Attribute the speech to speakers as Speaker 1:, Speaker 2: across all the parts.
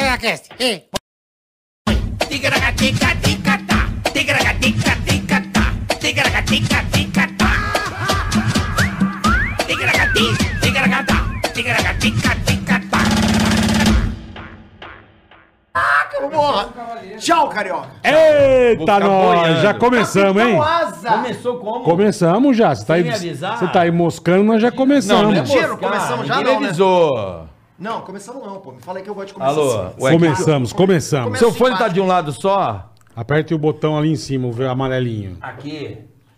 Speaker 1: Tigracast. Ei,
Speaker 2: Tchau, carioca.
Speaker 3: Eita,
Speaker 4: ficar
Speaker 3: nós!
Speaker 4: boiando.
Speaker 3: Já começamos, É hein?
Speaker 2: Capitão Asa.
Speaker 5: Começou como?
Speaker 3: Começamos já. Você tá, aí,
Speaker 5: me avisar?
Speaker 3: você tá aí moscando, nós já começamos.
Speaker 2: Não, não é Mentira, começamos já não, né?
Speaker 4: Ah, avisou.
Speaker 2: Não, começamos não, pô. Me falei que eu gosto de começar
Speaker 4: Alô.
Speaker 2: assim.
Speaker 4: ué,
Speaker 3: começamos, começamos.
Speaker 4: Seu fone tá de um lado só?
Speaker 3: Aperte o botão ali em cima, o amarelinho.
Speaker 5: Aqui.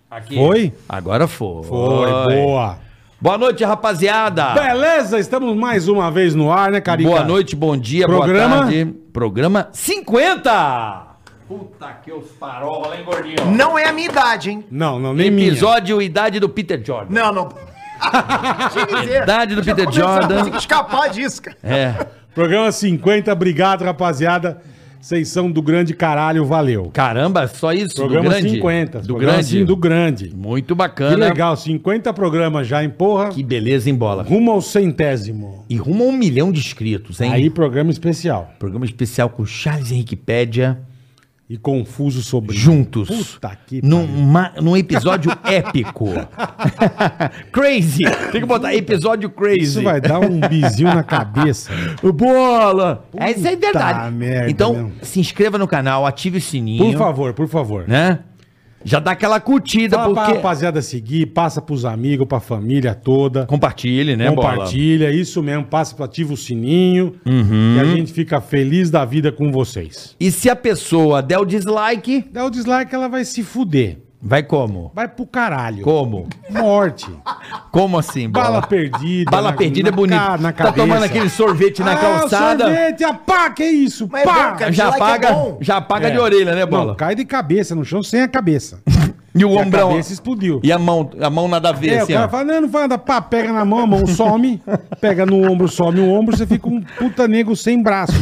Speaker 5: Aqui.
Speaker 3: Foi?
Speaker 4: Agora foi.
Speaker 3: Foi, boa.
Speaker 4: Boa noite, rapaziada.
Speaker 3: Beleza, estamos mais uma vez no ar, né, Carica?
Speaker 4: Boa noite, bom dia,
Speaker 3: Programa?
Speaker 4: boa tarde. Programa 50.
Speaker 5: Puta que os parola, hein, gordinho?
Speaker 2: Não é a minha idade, hein?
Speaker 3: Não, não, nem Episódio...
Speaker 4: Episódio Idade do Peter Jordan.
Speaker 2: Não, não. Tinha que dizer.
Speaker 4: Idade do
Speaker 2: Já
Speaker 4: Peter
Speaker 2: começou,
Speaker 4: Jordan.
Speaker 2: Tem que escapar disso, cara.
Speaker 4: É.
Speaker 3: Programa 50, obrigado, rapaziada. Vocês são do grande caralho, valeu.
Speaker 4: Caramba, só isso
Speaker 3: Programa 50.
Speaker 4: Do
Speaker 3: programa,
Speaker 4: grande.
Speaker 3: assim, do grande.
Speaker 4: Muito
Speaker 3: Que
Speaker 4: bacana.
Speaker 3: legal, 50 programas já em porra.
Speaker 4: Que beleza em bola.
Speaker 3: Rumo ao centésimo.
Speaker 4: E rumo a um milhão de inscritos, hein?
Speaker 3: Aí, programa especial.
Speaker 4: Programa especial com Charles Henrique Pédia.
Speaker 3: e confuso sobre
Speaker 4: juntos.
Speaker 3: Puta que
Speaker 4: num,
Speaker 3: pariu.
Speaker 4: ma- num episódio épico. crazy. Tem que botar episódio crazy.
Speaker 3: Isso vai dar um bizinho na cabeça.
Speaker 4: Bola!
Speaker 3: Puta
Speaker 4: É, isso é verdade.
Speaker 3: merda,
Speaker 4: então,
Speaker 3: meu.
Speaker 4: se inscreva no canal, ative o sininho.
Speaker 3: Por favor, por favor.
Speaker 4: Né? Já dá aquela curtida,
Speaker 3: Fala pra
Speaker 4: porque...
Speaker 3: rapaziada seguir, passa pros amigos, pra família toda.
Speaker 4: Compartilhe, né, Bola?
Speaker 3: compartilha, isso mesmo. Passa, pra- ativa o sininho.
Speaker 4: Uhum.
Speaker 3: E a gente fica feliz da vida com vocês.
Speaker 4: E se a pessoa der o dislike,
Speaker 3: Dá o dislike, ela vai se fuder.
Speaker 4: vai como?
Speaker 3: Vai pro caralho.
Speaker 4: Como?
Speaker 3: Morte.
Speaker 4: Como assim, Bola?
Speaker 3: Bala perdida.
Speaker 4: Bala
Speaker 3: na-
Speaker 4: perdida é
Speaker 3: na
Speaker 4: bonito.
Speaker 3: ca- Na
Speaker 4: tá
Speaker 3: cabeça.
Speaker 4: tomando aquele sorvete na
Speaker 3: Ah,
Speaker 4: calçada.
Speaker 3: Sorvete, ah, pá, que isso?
Speaker 2: Mas é
Speaker 3: pá.
Speaker 2: bom, cara.
Speaker 4: Já
Speaker 2: Dislike é
Speaker 4: paga,
Speaker 2: bom.
Speaker 4: já paga
Speaker 3: É.
Speaker 4: de orelha, né, Bola?
Speaker 3: Não, cai de cabeça no chão sem a cabeça.
Speaker 4: E o
Speaker 3: E a
Speaker 4: ombrão.
Speaker 3: cabeça explodiu.
Speaker 4: E a mão, a mão nada a ver,
Speaker 3: É, o
Speaker 4: assim,
Speaker 3: cara
Speaker 4: ó.
Speaker 3: fala, não, não vai andar, pá, pega na mão, a mão some, pega no ombro, some o ombro, você fica um puta nego sem braço.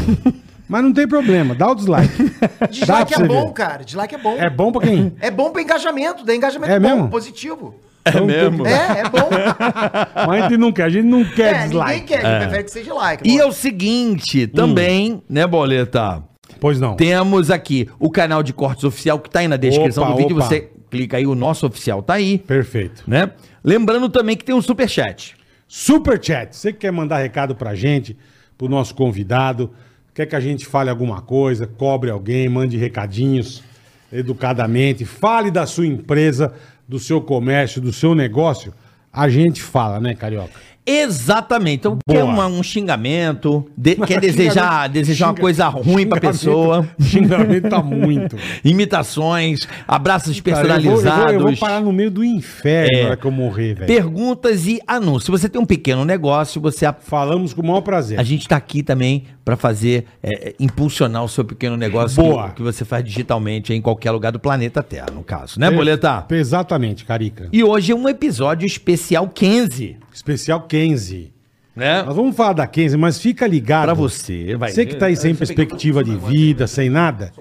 Speaker 3: Mas não tem problema, dá o dislike. Dá
Speaker 2: Dislike
Speaker 3: pra
Speaker 2: é
Speaker 3: você
Speaker 2: bom,
Speaker 3: ver.
Speaker 2: cara. Dislike é bom.
Speaker 3: Tá, É bom pra quem?
Speaker 2: É bom pra engajamento. Dá engajamento
Speaker 3: É
Speaker 2: bom,
Speaker 3: mesmo?
Speaker 2: positivo.
Speaker 4: É
Speaker 3: Então,
Speaker 4: mesmo.
Speaker 2: É, é bom.
Speaker 3: Mas a gente não quer, a gente não quer
Speaker 2: é, ninguém
Speaker 3: dislike.
Speaker 2: quer. Ele prefere que seja like.
Speaker 4: E é
Speaker 2: Bom,
Speaker 4: o seguinte,
Speaker 3: Hum.
Speaker 4: também, né, Boleta?
Speaker 3: Pois não.
Speaker 4: Temos aqui o canal de cortes oficial que tá aí na descrição
Speaker 3: Opa,
Speaker 4: do vídeo.
Speaker 3: opa.
Speaker 4: Você clica aí, o nosso oficial tá aí,
Speaker 3: Perfeito.
Speaker 4: né? Lembrando também que tem um superchat.
Speaker 3: Super chat, você que quer mandar recado pra gente, pro nosso convidado, quer que a gente fale alguma coisa, cobre alguém, mande recadinhos educadamente, fale da sua empresa, do seu comércio, do seu negócio, a gente fala, né, carioca?
Speaker 4: Exatamente. Então, quer uma- um xingamento, de- quer desejar,
Speaker 3: Xingamento-
Speaker 4: desejar uma
Speaker 3: xinga-
Speaker 4: coisa ruim pra
Speaker 3: xingamento-
Speaker 4: pessoa,
Speaker 3: Xingamento tá muito.
Speaker 4: imitações,
Speaker 3: Cara, eu
Speaker 4: abraços
Speaker 3: vou-
Speaker 4: personalizados.
Speaker 3: eu, vou, eu vou parar no meio do inferno
Speaker 4: É.
Speaker 3: na hora que eu morrer, velho.
Speaker 4: Perguntas e anúncios. Se você tem um pequeno negócio, você a-
Speaker 3: Falamos com o maior prazer.
Speaker 4: A gente está aqui também para fazer, é, é, impulsionar o seu pequeno negócio
Speaker 3: Boa.
Speaker 4: Que, que você faz digitalmente em qualquer lugar do planeta Terra, no caso, né, Boleta?
Speaker 3: Exatamente, Carica.
Speaker 4: E hoje é um episódio especial 15,
Speaker 3: Especial 15.
Speaker 4: né?
Speaker 3: Nós vamos falar da 15, mas fica ligado.
Speaker 4: Para você, vai.
Speaker 3: Você que tá aí sem perspectiva de vida, sem nada,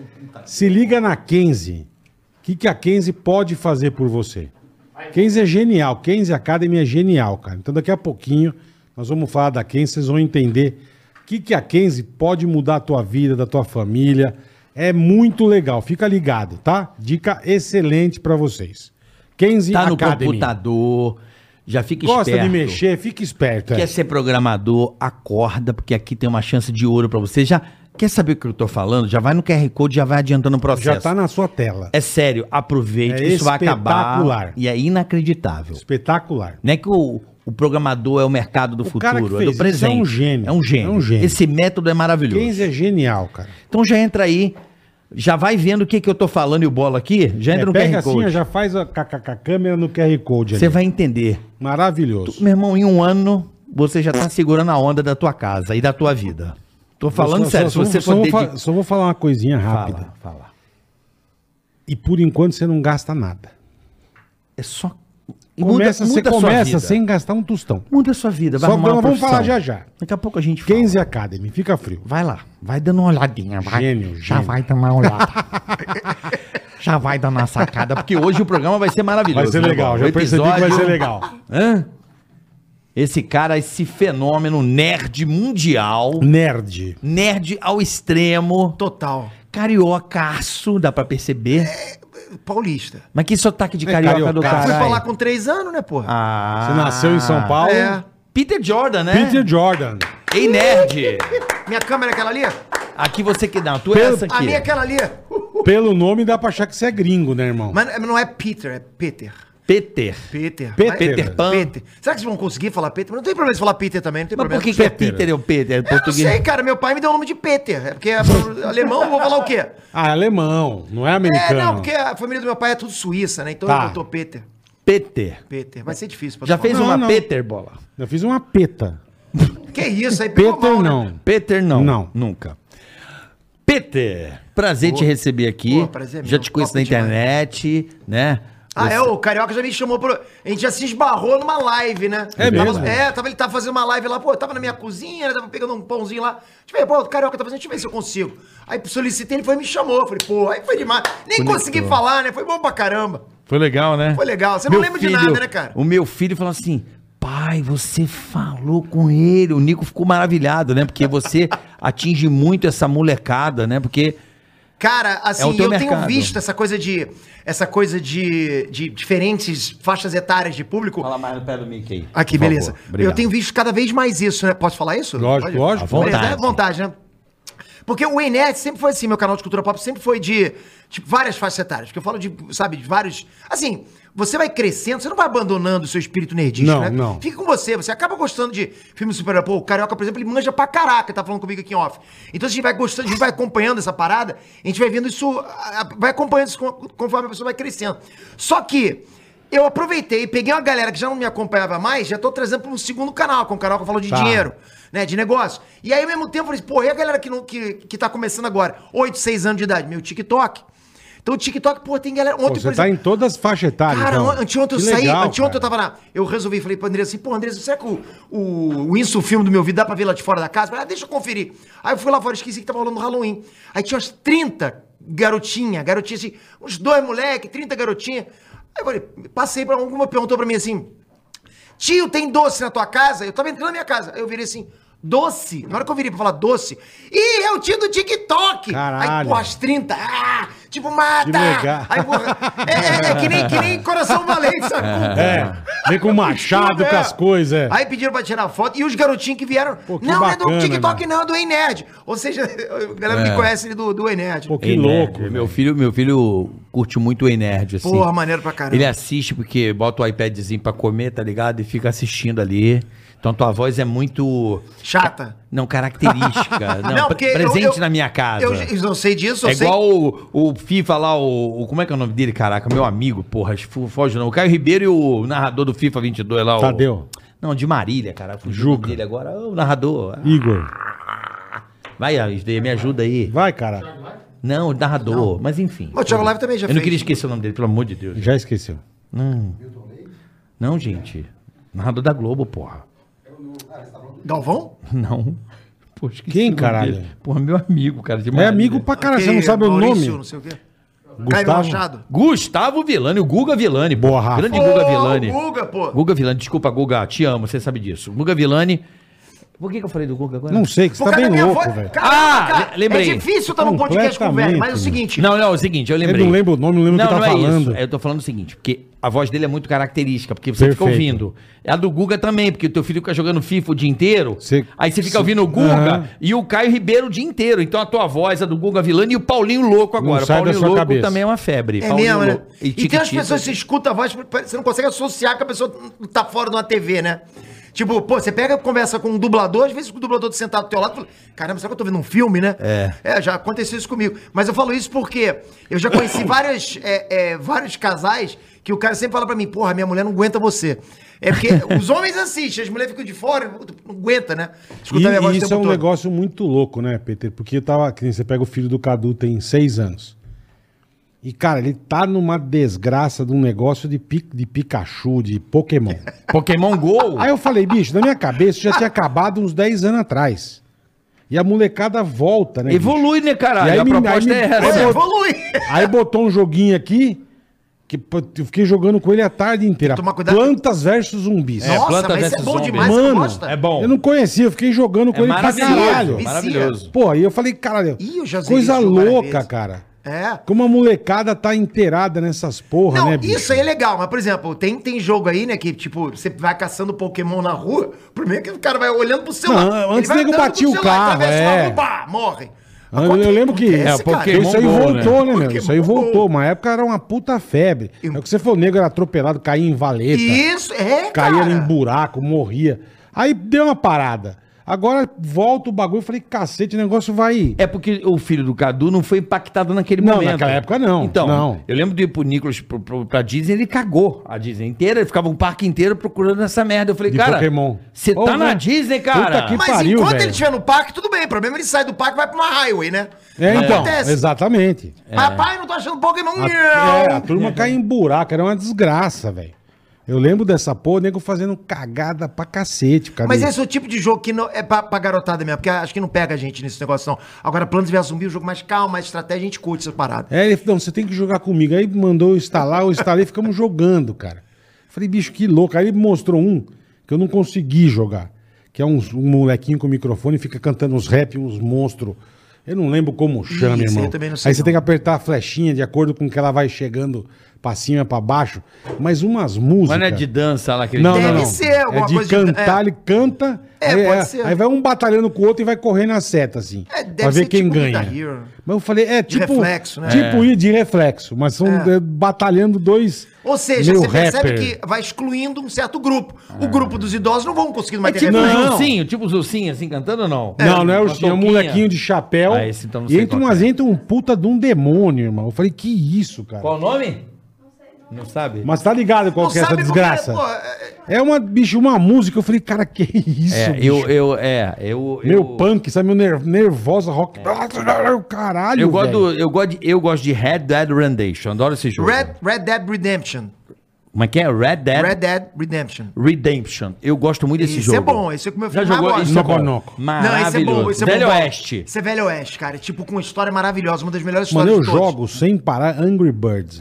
Speaker 3: se liga na 15. O que, que a 15 pode fazer por você? 15 é genial, 15 Academy é genial, cara. Então daqui a pouquinho nós vamos falar da 15, vocês vão entender o que, que a 15 pode mudar a tua vida, da tua família. É muito legal, fica ligado, tá? Dica excelente pra vocês. 15
Speaker 4: tá no
Speaker 3: Academy.
Speaker 4: computador, já fica
Speaker 3: Gosta
Speaker 4: esperto.
Speaker 3: de mexer, fica esperto. é.
Speaker 4: Quer ser programador, acorda, porque aqui tem uma chance de ouro para você. Já quer saber o que eu tô falando? Já vai no QR Code, já vai adiantando o processo.
Speaker 3: Já tá na sua tela.
Speaker 4: É sério, aproveite,
Speaker 3: É
Speaker 4: isso vai acabar.
Speaker 3: espetacular.
Speaker 4: E é inacreditável.
Speaker 3: Espetacular.
Speaker 4: Não é que o, o programador é o mercado do
Speaker 3: O
Speaker 4: futuro,
Speaker 3: cara que
Speaker 4: é
Speaker 3: fez
Speaker 4: do
Speaker 3: isso
Speaker 4: presente.
Speaker 3: é um gênio.
Speaker 4: É um gênio.
Speaker 3: É um gênio.
Speaker 4: Esse método é maravilhoso.
Speaker 3: 15 é genial, cara.
Speaker 4: Então já entra aí, já vai vendo o que, que eu tô falando e o bolo aqui, já entra
Speaker 3: É,
Speaker 4: no
Speaker 3: pega
Speaker 4: QR Code.
Speaker 3: assim, ó, já faz a, ca- ca- ca- câmera no QR Code
Speaker 4: Você
Speaker 3: ali.
Speaker 4: vai entender.
Speaker 3: Maravilhoso.
Speaker 4: Meu irmão, em um ano, você já tá segurando a onda da tua casa e da tua vida. Tô falando
Speaker 3: Só-
Speaker 4: sério,
Speaker 3: só,
Speaker 4: se você
Speaker 3: só,
Speaker 4: for
Speaker 3: vou fa-
Speaker 4: dedicar...
Speaker 3: só vou falar uma coisinha rápida.
Speaker 4: Fala, fala.
Speaker 3: E por enquanto você não gasta nada.
Speaker 4: É só...
Speaker 3: Começa,
Speaker 4: muda,
Speaker 3: você
Speaker 4: muda a sua
Speaker 3: começa
Speaker 4: vida.
Speaker 3: sem gastar um tostão.
Speaker 4: Muda a sua vida, vai
Speaker 3: Só
Speaker 4: arrumar uma
Speaker 3: vamos
Speaker 4: profissão.
Speaker 3: falar já já.
Speaker 4: Daqui a pouco a gente
Speaker 3: 15 Academy, fica frio.
Speaker 4: Vai lá, vai dando uma olhadinha, vai.
Speaker 3: Gênio,
Speaker 4: Já
Speaker 3: gênio.
Speaker 4: vai dar uma olhada. já vai dar uma sacada, porque hoje o programa vai ser maravilhoso.
Speaker 3: Vai ser
Speaker 4: né,
Speaker 3: legal,
Speaker 4: Bola?
Speaker 3: já
Speaker 4: O
Speaker 3: percebi que vai
Speaker 4: episódio-
Speaker 3: ser legal.
Speaker 4: Hã? Esse cara, esse fenômeno nerd mundial,
Speaker 3: Nerd.
Speaker 4: nerd ao extremo,
Speaker 2: Total.
Speaker 4: cariocaço, dá pra perceber.
Speaker 2: Paulista.
Speaker 4: Mas que sotaque de
Speaker 3: É
Speaker 4: carioca do
Speaker 3: cariocaço.
Speaker 4: caralho.
Speaker 2: Fui falar com três anos, né, porra?
Speaker 4: Ah.
Speaker 3: Você nasceu em São Paulo?
Speaker 2: É.
Speaker 4: Peter Jordan, né?
Speaker 3: Peter Jordan.
Speaker 4: Ei, nerd!
Speaker 2: Minha câmera é aquela ali?
Speaker 4: Aqui você que dá, tu é
Speaker 3: Pelo-
Speaker 4: essa
Speaker 2: A
Speaker 4: aqui.
Speaker 2: minha é aquela ali.
Speaker 3: Pelo nome dá pra achar que você é gringo, né, irmão?
Speaker 2: Mas não é Peter, é Peter.
Speaker 4: Peter.
Speaker 2: Peter.
Speaker 3: Peter.
Speaker 2: Mas-
Speaker 3: Peter
Speaker 4: Pan.
Speaker 2: Peter. Será que vocês vão conseguir falar Peter? Mas não tem problema se falar Peter também, não tem
Speaker 4: Mas por
Speaker 2: problema.
Speaker 4: que, que é
Speaker 3: Peter.
Speaker 4: Peter e o Peter? É
Speaker 2: Eu não
Speaker 4: português.
Speaker 2: sei, cara. Meu pai me deu o nome de Peter. É porque é alemão, eu vou falar o quê?
Speaker 3: Ah, é alemão, não é
Speaker 2: É,
Speaker 3: americano.
Speaker 2: não, porque a família do meu pai é tudo suíça, né? Então
Speaker 3: Tá.
Speaker 2: eu botou Peter.
Speaker 4: Peter.
Speaker 2: Peter. Vai ser difícil pra
Speaker 4: Já
Speaker 2: tomar.
Speaker 4: fez
Speaker 3: Não,
Speaker 4: uma
Speaker 3: não.
Speaker 4: Peter, bola?
Speaker 3: Eu fiz uma peta.
Speaker 2: um- Que isso aí, pegou
Speaker 3: Peter
Speaker 2: mal, né?
Speaker 3: não.
Speaker 4: Peter não.
Speaker 3: Não.
Speaker 4: Nunca. Peter, prazer te receber aqui.
Speaker 2: Boa, prazer é
Speaker 4: já
Speaker 2: meu,
Speaker 4: te conheço
Speaker 2: top
Speaker 4: na
Speaker 2: demais.
Speaker 4: internet, né?
Speaker 2: Ah,
Speaker 4: Você-
Speaker 2: é, o Carioca já me chamou pro... A gente já se esbarrou numa live, né?
Speaker 3: É
Speaker 2: tava,
Speaker 3: mesmo?
Speaker 2: É, tava, ele tava fazendo uma live lá, pô, eu tava na minha cozinha, né, tava pegando um pãozinho lá. Deixa eu ver, pô, o Carioca tá fazendo, deixa eu ver se eu consigo. Aí solicitei, ele foi e me chamou. Falei, pô, aí foi demais. Nem consegui falar, né? Foi bom pra caramba.
Speaker 4: Foi legal, né?
Speaker 2: Foi legal. Você não lembra de nada, né, cara?
Speaker 4: O meu filho falou assim: pai, você falou com ele. O Nico ficou maravilhado, né? Porque você atinge muito essa molecada, né? Porque.
Speaker 2: Cara, assim,
Speaker 4: É o
Speaker 2: eu
Speaker 4: teu
Speaker 2: tenho
Speaker 4: mercado.
Speaker 2: visto essa coisa de. Essa coisa de, de diferentes faixas etárias de público.
Speaker 5: Fala mais no pé do Mickey aí.
Speaker 3: Ah,
Speaker 2: Aqui,
Speaker 4: Por
Speaker 2: beleza.
Speaker 4: favor, obrigado.
Speaker 2: eu tenho visto cada vez mais isso, né? Posso falar isso?
Speaker 3: Lógico, lógico.
Speaker 4: À vontade.
Speaker 2: Beleza, é vontade, né? Porque o Enet sempre foi assim, meu canal de cultura pop sempre foi de tipo, várias faixas etárias. Porque eu falo de, sabe, de vários. Assim, você vai crescendo, você não vai abandonando o seu espírito nerdista,
Speaker 3: Não,
Speaker 2: né?
Speaker 3: não.
Speaker 2: Fica com você, você acaba gostando de filme super Pô, o Carioca, por exemplo, ele manja pra caraca, tá falando comigo aqui em off. Então a gente vai gostando, a gente vai acompanhando essa parada, a gente vai vendo isso, a- a- vai acompanhando isso con- conforme a pessoa vai crescendo. Só que eu aproveitei, peguei uma galera que já não me acompanhava mais, já tô trazendo pra um segundo canal, que é um canal que eu falo de
Speaker 3: Tá.
Speaker 2: dinheiro, né, de negócio. E aí, ao mesmo tempo, eu falei, porra, e a galera que, não, que, que tá começando agora, 8, 6 anos de idade, meu TikTok. Então o TikTok, porra, tem galera...
Speaker 3: Pô, você tá em todas as faixas etárias.
Speaker 2: Cara,
Speaker 3: então.
Speaker 2: anteontem eu
Speaker 3: Que
Speaker 2: saí,
Speaker 3: legal,
Speaker 2: anteontem eu
Speaker 3: cara.
Speaker 2: tava na. Eu resolvi, falei pro André assim, pô, André, será que o, o, o Insta, o filme do meu vídeo, dá pra ver lá de fora da casa? Eu Falei, ah, deixa eu conferir. Aí eu fui lá fora, esqueci que tava rolando Halloween. Aí tinha umas 30 garotinhas, garotinhas assim, uns dois moleques, 30 garotinhas. Aí eu falei, passei pra alguma, perguntou pra mim assim, tio, tem doce na tua casa? Eu tava entrando na minha casa. Aí eu virei assim, doce? Na hora que eu virei pra falar doce, ih, é o tio do TikTok! Aí,
Speaker 3: Caralho.
Speaker 2: pô, as 30, ah, tipo, mata!
Speaker 3: Que legal.
Speaker 2: Aí, porra, é, é, é que, nem, que nem coração valente, sabe? Com-
Speaker 3: É, vem com machado,
Speaker 2: Tudo, é.
Speaker 3: com as coisas. é.
Speaker 2: Aí pediram pra tirar foto e os garotinhos que vieram.
Speaker 3: Pô, que
Speaker 2: não, não é
Speaker 3: bacana, né?"
Speaker 2: do TikTok,
Speaker 3: mano.
Speaker 2: não, é do Enerd. Ou seja, a galera me conhece ele do, do Enerd.
Speaker 3: Pô, que
Speaker 4: Ei,
Speaker 3: louco.
Speaker 4: Nerd.
Speaker 3: velho.
Speaker 4: Meu filho, meu filho curte muito o Ei Nerd, assim.
Speaker 2: Porra, maneiro pra caramba.
Speaker 3: é-
Speaker 4: Ele assiste porque bota o iPadzinho pra comer, tá ligado? E fica assistindo ali. Então tua voz é muito.
Speaker 2: Chata. Ah,
Speaker 4: Não, característica. Não, pre-
Speaker 2: eu-
Speaker 4: presente
Speaker 2: eu-
Speaker 4: na minha casa.
Speaker 2: Eu, eu não sei disso,
Speaker 4: é
Speaker 2: eu sei.
Speaker 4: igual o, o FIFA lá, o, o- Como é que é o nome dele, caraca? Meu amigo, porra. fu- Foge não. O Caio Ribeiro e o narrador do FIFA 22 lá. o-
Speaker 3: Tadeu.
Speaker 4: Não, de Marília, cara. Fugiu
Speaker 3: Juca.
Speaker 4: dele agora. Ô, O narrador.
Speaker 3: Igor.
Speaker 4: Vai, Asdê, me ajuda aí.
Speaker 3: Vai, cara.
Speaker 4: Não, o narrador. Mas enfim.
Speaker 2: Mas o Thiago Live tá também já
Speaker 4: Eu não
Speaker 2: fez.
Speaker 4: queria esquecer o nome dele, pelo amor de Deus.
Speaker 3: Já esqueceu.
Speaker 4: Não, gente. Narrador da Globo, porra.
Speaker 2: Galvão?
Speaker 4: Não. Pô, esqueci
Speaker 3: Quem,
Speaker 4: o nome
Speaker 3: caralho?
Speaker 4: dele. Porra, meu amigo, cara. de
Speaker 3: É
Speaker 4: Marília.
Speaker 3: amigo pra caralho, você não
Speaker 2: Aquele
Speaker 3: sabe o
Speaker 2: Maurício,
Speaker 3: nome.
Speaker 2: Não sei o quê. Caio
Speaker 3: Gustavo?
Speaker 2: Machado.
Speaker 4: Gustavo Villani, o Guga Villani. pô.
Speaker 3: Boa, Rafa.
Speaker 4: Grande
Speaker 2: Ô,
Speaker 4: Guga Villani.
Speaker 2: Guga, pô.
Speaker 4: Guga Villani, desculpa, Guga, te amo, você sabe disso. Guga Villani. Por que, que eu falei do Guga agora?
Speaker 3: Não sei, que você tá bem louco, velho.
Speaker 4: Ah, le- lembrei.
Speaker 2: É difícil estar num podcast com o velho, mas é o
Speaker 3: Completamente,
Speaker 2: seguinte.
Speaker 4: Não, não, é o seguinte, eu lembrei.
Speaker 3: Eu não lembro o nome, não lembro o que tá
Speaker 4: é
Speaker 3: falando.
Speaker 4: isso. Eu tô falando o seguinte, porque a voz dele é muito característica, porque você fica
Speaker 3: Perfeito.
Speaker 4: ouvindo. É A do Guga também, porque o teu filho fica jogando FIFA o dia inteiro.
Speaker 3: Você-
Speaker 4: Aí você
Speaker 3: você-
Speaker 4: fica ouvindo o Guga
Speaker 3: Aham.
Speaker 4: e o Caio Ribeiro o dia inteiro. Então a tua voz, a do Guga Villani e o Paulinho Louco
Speaker 3: Não
Speaker 4: agora. O
Speaker 3: sai da
Speaker 4: Paulinho
Speaker 3: sua
Speaker 4: Louco
Speaker 3: cabeça.
Speaker 4: também é uma febre.
Speaker 2: É
Speaker 4: Paulinho
Speaker 2: mesmo, né?
Speaker 4: Louco-
Speaker 2: E, tem umas
Speaker 4: Tiquitita.
Speaker 2: pessoas que você escuta a voz, você não consegue associar que a pessoa tá fora de uma TV, né? Tipo, pô, você pega, conversa com um dublador, às vezes o dublador tá sentado do teu lado, fala, caramba, será que eu tô vendo um filme, né? É. É, já aconteceu isso comigo. Mas eu falo isso porque eu já conheci várias, é, é, vários casais que o cara sempre fala pra mim, porra, minha mulher não aguenta você. É porque os homens assistem, as mulheres ficam de fora, não aguenta, né?
Speaker 3: E,
Speaker 2: a minha voz o
Speaker 3: e isso é
Speaker 2: tempo
Speaker 3: um
Speaker 2: todo.
Speaker 3: negócio muito louco, né, Peter? Porque eu tava. Que nem você pega o filho do Cadu, tem seis anos. E, cara, ele tá numa desgraça de um negócio de, pi, de Pikachu, de Pokémon.
Speaker 4: Pokémon Go.
Speaker 3: Aí eu falei, bicho, na minha cabeça isso já tinha acabado uns 10 anos atrás. E a molecada volta, né? bicho?
Speaker 4: Evolui, né, caralho?
Speaker 3: E aí
Speaker 4: a
Speaker 3: me-
Speaker 4: proposta
Speaker 3: aí me-
Speaker 4: é essa.
Speaker 2: Você evolui!
Speaker 3: Aí botou um joguinho aqui. Que, pô, eu fiquei jogando com ele a tarde inteira.
Speaker 2: Tem que tomar cuidado.
Speaker 3: Plantas versus zumbis.
Speaker 4: É,
Speaker 2: Nossa,
Speaker 4: Planta
Speaker 2: mas isso é
Speaker 4: versus
Speaker 2: bom
Speaker 4: Zombie.
Speaker 2: demais, você
Speaker 3: Mano,
Speaker 2: gosta?
Speaker 5: é bom.
Speaker 3: Eu não conhecia, eu fiquei jogando com
Speaker 5: É
Speaker 3: ele pra
Speaker 5: maravilhoso,
Speaker 3: caralho.
Speaker 5: maravilhoso.
Speaker 3: Pô, aí eu falei, caralho,
Speaker 2: Ih, eu já zerei
Speaker 3: coisa
Speaker 2: isso várias
Speaker 3: louca,
Speaker 2: vezes.
Speaker 3: cara.
Speaker 2: É.
Speaker 3: Como a molecada tá inteirada nessas porra,
Speaker 2: Não,
Speaker 3: né, bicho?
Speaker 2: isso aí é legal, mas, por exemplo, tem, tem jogo aí, né, que, tipo, você vai caçando Pokémon na rua, primeiro que o cara vai olhando pro celular.
Speaker 3: Não,
Speaker 2: Ele
Speaker 3: antes
Speaker 2: vai
Speaker 3: nego
Speaker 2: andando
Speaker 3: batia
Speaker 2: pro
Speaker 3: o
Speaker 2: celular,
Speaker 3: carro,
Speaker 2: atravessa uma
Speaker 3: é.
Speaker 2: rua, pá, morre.
Speaker 3: Ah, Eu, eu lembro que
Speaker 2: Acontece,
Speaker 4: É, o
Speaker 2: cara.
Speaker 4: Pokémon
Speaker 3: isso aí
Speaker 4: Go, né?
Speaker 3: voltou, né, meu? Isso aí
Speaker 2: Pokémon Go.
Speaker 3: voltou. Uma época era uma puta febre. É o que você falou, negro era atropelado, caía em valeta,
Speaker 2: Isso, é,
Speaker 3: caía
Speaker 2: cara.
Speaker 3: em buraco, morria. Aí deu uma parada. Agora volta o bagulho, eu falei, cacete, o negócio vai...
Speaker 4: É porque o filho do Cadu não foi impactado naquele
Speaker 3: Não,
Speaker 4: momento.
Speaker 3: naquela época não,
Speaker 4: Então,
Speaker 3: não.
Speaker 4: eu lembro de ir pro Nicolas pro, pro, pra Disney, ele cagou a Disney inteira, ele ficava um parque inteiro procurando essa merda. Eu falei,
Speaker 3: De
Speaker 4: cara,
Speaker 3: Pokémon.
Speaker 4: você tá
Speaker 3: Ô,
Speaker 4: na
Speaker 3: velho,
Speaker 4: Disney,
Speaker 3: puta
Speaker 4: cara.
Speaker 3: que
Speaker 2: Mas
Speaker 3: pariu,
Speaker 2: enquanto
Speaker 3: velho.
Speaker 2: ele estiver no parque, tudo bem. O problema é ele sai do parque e vai pra uma highway, né?
Speaker 3: É,
Speaker 2: Não
Speaker 3: então,
Speaker 2: acontece.
Speaker 3: exatamente.
Speaker 2: Papai, não tô achando Pokémon.
Speaker 3: A, é, a turma cai em buraco, era uma desgraça, velho. Eu lembro dessa porra, nego fazendo cagada pra cacete. Cadê?
Speaker 2: Mas esse é o tipo de jogo que não é pra, pra garotada mesmo, porque acho que não pega a gente nesse negócio, não. Agora, Planos vs Zumbi, é um jogo mais calmo, mais estratégia, a gente curte essa parada.
Speaker 3: É, ele falou, não, você tem que jogar comigo. Aí mandou eu instalar, eu instalei, ficamos jogando, cara. Falei, bicho, que louco. Aí ele mostrou um que eu não consegui jogar. Que é uns- um, molequinho com microfone, fica cantando uns rap, uns monstros. Eu não lembro como chama,
Speaker 2: Ih, esse
Speaker 3: irmão.
Speaker 2: eu também não sei
Speaker 3: aí você
Speaker 2: não.
Speaker 3: tem que apertar a flechinha de acordo com que ela vai chegando pra cima, pra baixo. Mas umas músicas...
Speaker 4: Mas não é de dança lá que ele
Speaker 3: Não,
Speaker 4: tem?
Speaker 3: não, não.
Speaker 2: Deve ser
Speaker 3: é
Speaker 2: alguma
Speaker 3: de
Speaker 2: coisa de-
Speaker 3: cantar,
Speaker 2: é.
Speaker 3: ele canta.
Speaker 2: É,
Speaker 3: aí,
Speaker 2: pode
Speaker 3: é,
Speaker 2: ser.
Speaker 3: Aí vai um batalhando com o outro e vai correndo a seta, assim.
Speaker 2: É, deve
Speaker 3: pra ver
Speaker 2: ser
Speaker 3: quem
Speaker 2: tipo
Speaker 3: ganha.
Speaker 2: Guitar Hero.
Speaker 3: Mas eu falei, é tipo.
Speaker 2: reflexo, né?
Speaker 3: Tipo ir de reflexo. Mas são
Speaker 2: É.
Speaker 3: é, batalhando dois.
Speaker 2: Ou seja,
Speaker 3: meio
Speaker 2: você percebe
Speaker 3: rapper.
Speaker 2: que vai excluindo um certo grupo. O grupo dos idosos não vão conseguir mais
Speaker 4: É tipo
Speaker 2: não.
Speaker 3: Não.
Speaker 4: um ursinho, tipo os ursinhos assim cantando ou não?
Speaker 3: Não, não é
Speaker 4: Uma
Speaker 3: ursinho, é um
Speaker 4: touquinha.
Speaker 3: molequinho de chapéu.
Speaker 4: Ah, esse então não
Speaker 3: e
Speaker 4: sei
Speaker 3: entra,
Speaker 4: qual
Speaker 3: umas,
Speaker 4: que é.
Speaker 3: entra um puta de um demônio, irmão. Eu falei, que isso, cara.
Speaker 4: Qual o nome? Não sabe?
Speaker 3: Mas tá ligado qual que é essa
Speaker 2: sabe
Speaker 3: desgraça?
Speaker 2: Porque, pô, é-
Speaker 3: É uma, bicho, uma música. Eu falei, cara, que isso,
Speaker 4: é,
Speaker 3: bicho.
Speaker 4: eu, eu, é, eu.
Speaker 3: Meu
Speaker 4: eu,
Speaker 3: punk, sabe? Meu ner- nervosa rock. Caralho,
Speaker 4: É. Eu gosto,
Speaker 3: velho.
Speaker 4: do- eu, gosto de, eu gosto de Red Dead Redemption, adoro esse jogo.
Speaker 2: Red, Red Dead Redemption.
Speaker 4: Como é que é? Red Dead
Speaker 2: Red Dead Redemption.
Speaker 4: Redemption. Eu gosto muito desse
Speaker 2: Esse
Speaker 4: jogo.
Speaker 2: é bom, esse é como eu
Speaker 4: Já
Speaker 2: fiz, mas
Speaker 4: jogou
Speaker 2: gosto.
Speaker 4: isso é bom.
Speaker 3: Noconoco.
Speaker 2: Não, esse é bom, esse é bom.
Speaker 4: Velho
Speaker 2: bom.
Speaker 4: Oeste.
Speaker 2: Esse é Velho Oeste, cara. Tipo, com uma história maravilhosa, uma das melhores
Speaker 3: Mano,
Speaker 2: histórias
Speaker 3: eu
Speaker 2: de todas.
Speaker 3: jogo sem parar Angry Birds.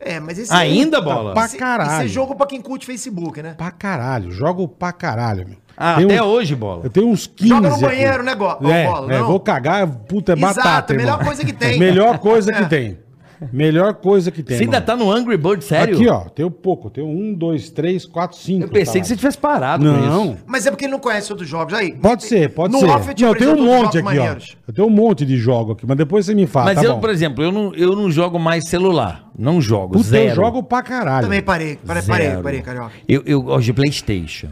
Speaker 2: É, mas esse
Speaker 4: Ainda, bola?
Speaker 3: Pra
Speaker 2: Esse, esse
Speaker 3: caralho.
Speaker 2: é jogo pra quem curte Facebook, né?
Speaker 3: Pra caralho. Jogo pra caralho, meu.
Speaker 4: Ah,
Speaker 3: Tem
Speaker 4: até
Speaker 3: um-
Speaker 4: hoje,
Speaker 3: Eu
Speaker 4: bola.
Speaker 3: tenho uns 15.
Speaker 2: Joga no
Speaker 3: aqui.
Speaker 2: banheiro, né, Go- Ô,
Speaker 3: É,
Speaker 2: Bola,
Speaker 3: é,
Speaker 2: não?
Speaker 3: vou cagar, puta, é
Speaker 2: Exato,
Speaker 3: batata,
Speaker 2: melhor
Speaker 3: irmão.
Speaker 2: coisa que tem.
Speaker 3: melhor coisa que
Speaker 2: É.
Speaker 3: tem. Melhor coisa que tem.
Speaker 4: Você ainda
Speaker 3: irmão.
Speaker 4: tá no Angry Bird, sério?
Speaker 3: Aqui, ó. Tenho pouco. Tenho um, dois, três, quatro, cinco.
Speaker 4: Eu pensei que você
Speaker 3: caralho.
Speaker 4: tivesse parado com
Speaker 3: Não.
Speaker 4: isso.
Speaker 2: Mas é porque ele não conhece outros jogos. Aí,
Speaker 3: Pode ser, pode ser.
Speaker 2: off eu te
Speaker 3: não, eu tenho um
Speaker 2: apresento outros
Speaker 3: monte
Speaker 2: jogos
Speaker 3: aqui,
Speaker 2: maneiros.
Speaker 3: ó. Eu tenho um monte de jogo aqui, mas depois você me fala,
Speaker 4: Mas
Speaker 3: tá
Speaker 4: eu,
Speaker 3: bom?
Speaker 4: por exemplo, eu não, eu não jogo mais celular. Não jogo,
Speaker 3: Puta,
Speaker 4: zero.
Speaker 3: eu jogo pra caralho.
Speaker 2: Também parei, parei, parei,
Speaker 4: Zero.
Speaker 2: parei, Carioca.
Speaker 4: Eu, eu gosto de Playstation.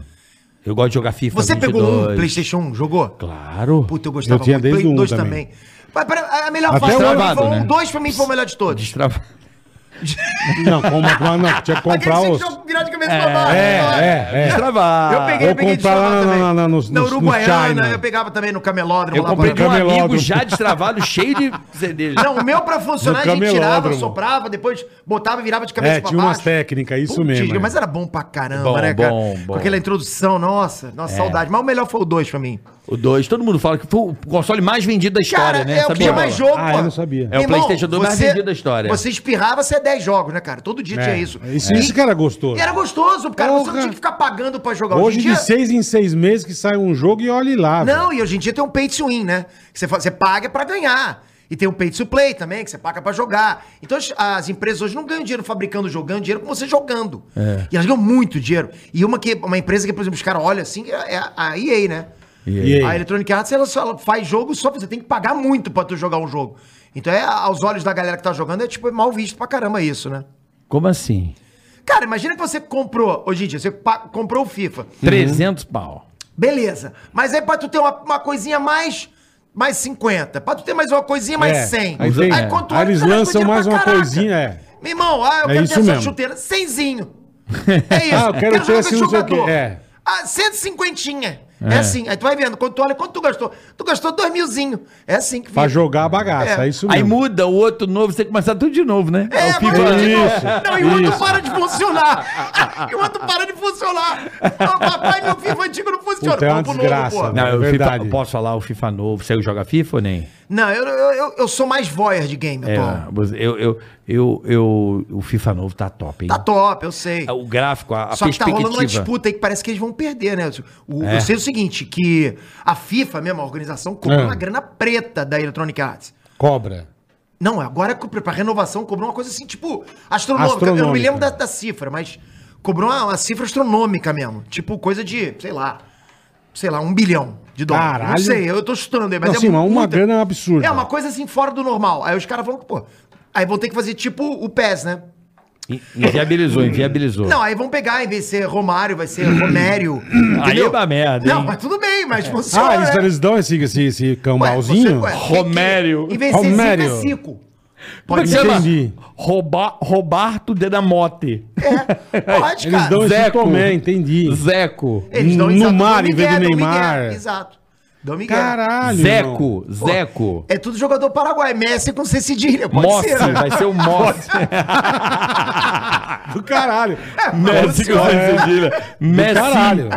Speaker 4: Eu gosto de jogar FIFA
Speaker 2: Você pegou um
Speaker 4: 22.
Speaker 2: PlayStation 1, jogou?
Speaker 4: Claro.
Speaker 2: Puta, eu gostava
Speaker 3: Eu tinha desde
Speaker 2: Play
Speaker 3: o um
Speaker 2: 2
Speaker 3: também.
Speaker 2: também. Mas, pera, a- a melhor
Speaker 3: Até
Speaker 2: fase
Speaker 3: o
Speaker 2: pra mim
Speaker 4: gravado,
Speaker 2: foi o
Speaker 4: né?
Speaker 2: 1, 2 pra mim foi o melhor de todos.
Speaker 4: Destrava-
Speaker 3: Não, compra, mas não, tinha que comprar
Speaker 2: Aquele
Speaker 3: os...
Speaker 2: jogo é que virar de cabeça pra baixo.
Speaker 3: É,
Speaker 2: olha.
Speaker 3: é, é.
Speaker 4: Destravar.
Speaker 2: Eu peguei,
Speaker 3: Ou
Speaker 2: peguei
Speaker 3: comprar lá
Speaker 2: chamar
Speaker 3: na-
Speaker 2: também.
Speaker 3: na- na- nos-
Speaker 2: na
Speaker 3: nos- no
Speaker 2: Uruguaiana,
Speaker 3: China.
Speaker 2: eu pegava também no camelódromo.
Speaker 4: Eu
Speaker 2: lá pra-
Speaker 4: comprei de um
Speaker 3: Camelódromo.
Speaker 4: amigo já destravado, cheio de CD.
Speaker 2: Não, o meu pra funcionar, a
Speaker 3: No
Speaker 2: gente tirava,
Speaker 3: camelódromo.
Speaker 2: soprava, depois botava e virava de cabeça
Speaker 3: É,
Speaker 2: pra
Speaker 3: tinha
Speaker 2: baixo.
Speaker 3: umas técnicas, isso
Speaker 2: Putz,
Speaker 3: mesmo. é.
Speaker 2: Mas era bom pra caramba,
Speaker 4: Bom,
Speaker 2: né, cara?
Speaker 4: bom, bom.
Speaker 2: Com aquela introdução, nossa,
Speaker 3: É.
Speaker 2: nossa saudade. Mas o melhor foi o 2 pra mim.
Speaker 4: O 2, todo mundo fala que foi o console mais vendido da história,
Speaker 2: Cara, é
Speaker 4: né?
Speaker 2: o que
Speaker 4: Sabia,
Speaker 2: tinha mais
Speaker 4: Bola?
Speaker 2: jogo,
Speaker 3: Ah,
Speaker 2: pô.
Speaker 3: eu não sabia.
Speaker 4: É o PlayStation 2 mais vendido da história.
Speaker 2: Você espirrava, você é 10 jogos, né, cara? Todo dia tinha
Speaker 3: É,
Speaker 2: isso.
Speaker 3: Isso,
Speaker 2: E-
Speaker 3: isso que era gostoso.
Speaker 2: E era gostoso, cara. Você
Speaker 3: Porra.
Speaker 2: não tinha que ficar pagando pra jogar.
Speaker 3: Hoje,
Speaker 2: em
Speaker 3: de seis em seis meses que sai um jogo e olhe lá. velho.
Speaker 2: Não, e hoje em dia tem um pay to win, né? Que você, fa- você paga pra ganhar. E tem o pay to play também, que você paga pra jogar. Então as, as empresas hoje não ganham dinheiro fabricando, jogando, ganham dinheiro com você jogando.
Speaker 3: É.
Speaker 2: E elas ganham muito dinheiro. E uma, que, uma empresa que, por exemplo, os caras olham assim, é a- a EA, né?
Speaker 3: E aí?
Speaker 2: A Electronic Arts, ela, só- ela faz jogo só, você tem que pagar muito pra tu jogar um jogo. Então, é, aos olhos da galera que tá jogando, é tipo mal visto pra caramba isso, né?
Speaker 4: Como assim?
Speaker 2: Cara, imagina que você comprou, hoje em dia, você pa- comprou o FIFA.
Speaker 3: Uhum.
Speaker 4: 300 pau.
Speaker 2: Beleza. Mas aí pra tu ter uma, uma coisinha mais. Mais 50. Pra tu ter mais uma coisinha, mais
Speaker 3: É,
Speaker 2: 100.
Speaker 3: aí tem- é.
Speaker 2: quando tu
Speaker 3: Aí
Speaker 2: olha,
Speaker 3: eles
Speaker 2: tu tá
Speaker 3: lançam
Speaker 2: gastando
Speaker 3: mais
Speaker 2: dinheiro
Speaker 3: uma
Speaker 2: pra caraca.
Speaker 3: coisinha, é.
Speaker 2: Meu irmão, ah, eu
Speaker 3: É
Speaker 2: quero
Speaker 3: isso
Speaker 2: ter essa
Speaker 3: mesmo.
Speaker 2: chuteira. 100zinho. É isso.
Speaker 3: Ah, eu quero ter
Speaker 2: jogar
Speaker 3: esse
Speaker 2: com
Speaker 3: não sei o
Speaker 2: jogador.
Speaker 3: quê, é.
Speaker 2: Ah, 150. É. é assim. Aí tu vai vendo. Quando tu olha, quanto tu gastou? Tu gastou 2 milzinho. É assim que
Speaker 3: Pra
Speaker 2: fica.
Speaker 3: jogar a bagaça, é,
Speaker 2: É.
Speaker 3: isso
Speaker 4: Aí
Speaker 3: mesmo.
Speaker 4: muda o outro novo, você tem que começar tudo de novo, né?
Speaker 2: É,
Speaker 4: o
Speaker 2: mas
Speaker 4: FIFA.
Speaker 2: eu digo,
Speaker 3: Isso,
Speaker 2: Não, e o outro
Speaker 3: isso.
Speaker 2: para de funcionar. e o outro para de funcionar. Ah, papai, meu FIFA antigo não funciona.
Speaker 3: Puta, é uma
Speaker 2: Vamos pro
Speaker 3: desgraça, né?
Speaker 4: Não,
Speaker 3: É
Speaker 4: eu
Speaker 3: verdade.
Speaker 4: FIFA, posso falar o FIFA novo. Você joga FIFA ou nem?
Speaker 2: Não, eu, eu, eu, eu sou mais voyeur de game,
Speaker 4: É,
Speaker 2: atual.
Speaker 4: eu, eu, eu, eu, o FIFA novo tá top, hein? É,
Speaker 2: Tá top, eu sei.
Speaker 4: O gráfico, a, a
Speaker 2: Só que tá
Speaker 4: perspectiva. É.
Speaker 2: rolando uma disputa aí que parece que eles vão perder, né? O, Eu sei o seguinte, que a FIFA, mesmo, a organização, cobrou
Speaker 3: É.
Speaker 2: uma grana preta da Electronic Arts.
Speaker 3: Cobra.
Speaker 2: Não, agora co- pra renovação cobrou uma coisa assim, tipo, astronômica. Eu não me
Speaker 3: Astronômica.
Speaker 2: lembro da, da cifra, mas cobrou uma, uma cifra astronômica mesmo. Tipo, coisa de, sei lá, sei lá, um bilhão de dólares. Não
Speaker 3: Caralho.
Speaker 2: sei, eu tô chutando aí, mas
Speaker 3: Não, sim, mas uma
Speaker 2: muita-
Speaker 3: grana absurda.
Speaker 2: É uma coisa assim, fora do normal. Aí os caras falam que, pô, aí vão ter que fazer tipo o PES, né?
Speaker 4: In- Inviabilizou, inviabilizou.
Speaker 2: Não, aí vão pegar, em vez de ser Romário, vai ser Romério. entendeu?
Speaker 4: é uma merda,
Speaker 2: Não,
Speaker 4: hein?
Speaker 2: mas tudo bem, mas funciona.
Speaker 3: Ah, eles,
Speaker 2: né?
Speaker 3: eles dão esse, esse, esse
Speaker 2: Ué,
Speaker 3: cambalzinho?
Speaker 2: você- ué, tem que-
Speaker 4: Romério.
Speaker 2: Em vez de ser Zico, é
Speaker 3: Romério.
Speaker 2: Zico.
Speaker 4: Como é
Speaker 2: Pode
Speaker 4: que
Speaker 2: ser.
Speaker 4: chama?
Speaker 3: Entendi.
Speaker 4: Roba, Roberto Dedamote.
Speaker 2: Pode,
Speaker 3: Eles
Speaker 2: cara.
Speaker 3: dão esse
Speaker 4: Zeco.
Speaker 3: Tomé, entendi.
Speaker 4: Zeco.
Speaker 2: Eles dão
Speaker 3: No
Speaker 2: exato,
Speaker 3: Mar,
Speaker 2: dão
Speaker 3: em vez do
Speaker 2: Miguel, dão Miguel,
Speaker 3: Neymar.
Speaker 2: Exato. Dão Miguel.
Speaker 3: Caralho. irmão.
Speaker 4: Zeco, Zeco.
Speaker 2: É tudo jogador paraguai. Messi com C cedilha, pode
Speaker 4: Mossi,
Speaker 2: ser. né?
Speaker 4: vai ser o Mossi.
Speaker 3: Do caralho.
Speaker 4: Messi com
Speaker 3: É.
Speaker 4: cedilha. Messi.
Speaker 3: Do caralho.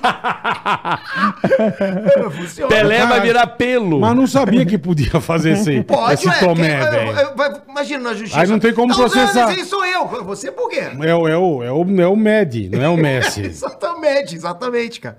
Speaker 2: Funciona.
Speaker 4: Pelé vai
Speaker 3: Caralho.
Speaker 4: virar pelo.
Speaker 3: Mas não sabia que podia fazer esse,
Speaker 2: Pode,
Speaker 3: esse
Speaker 2: ué. quem-
Speaker 3: Tomé, velho.
Speaker 2: eu- eu- vai- Imagina na justiça.
Speaker 3: Aí não tem como
Speaker 2: Tá usando,
Speaker 3: processar.
Speaker 2: Esse aí sou eu. Você por quê?
Speaker 3: É, o- é, o, é, o, é o Med, não é o Messi.
Speaker 2: exatamente, exatamente, cara.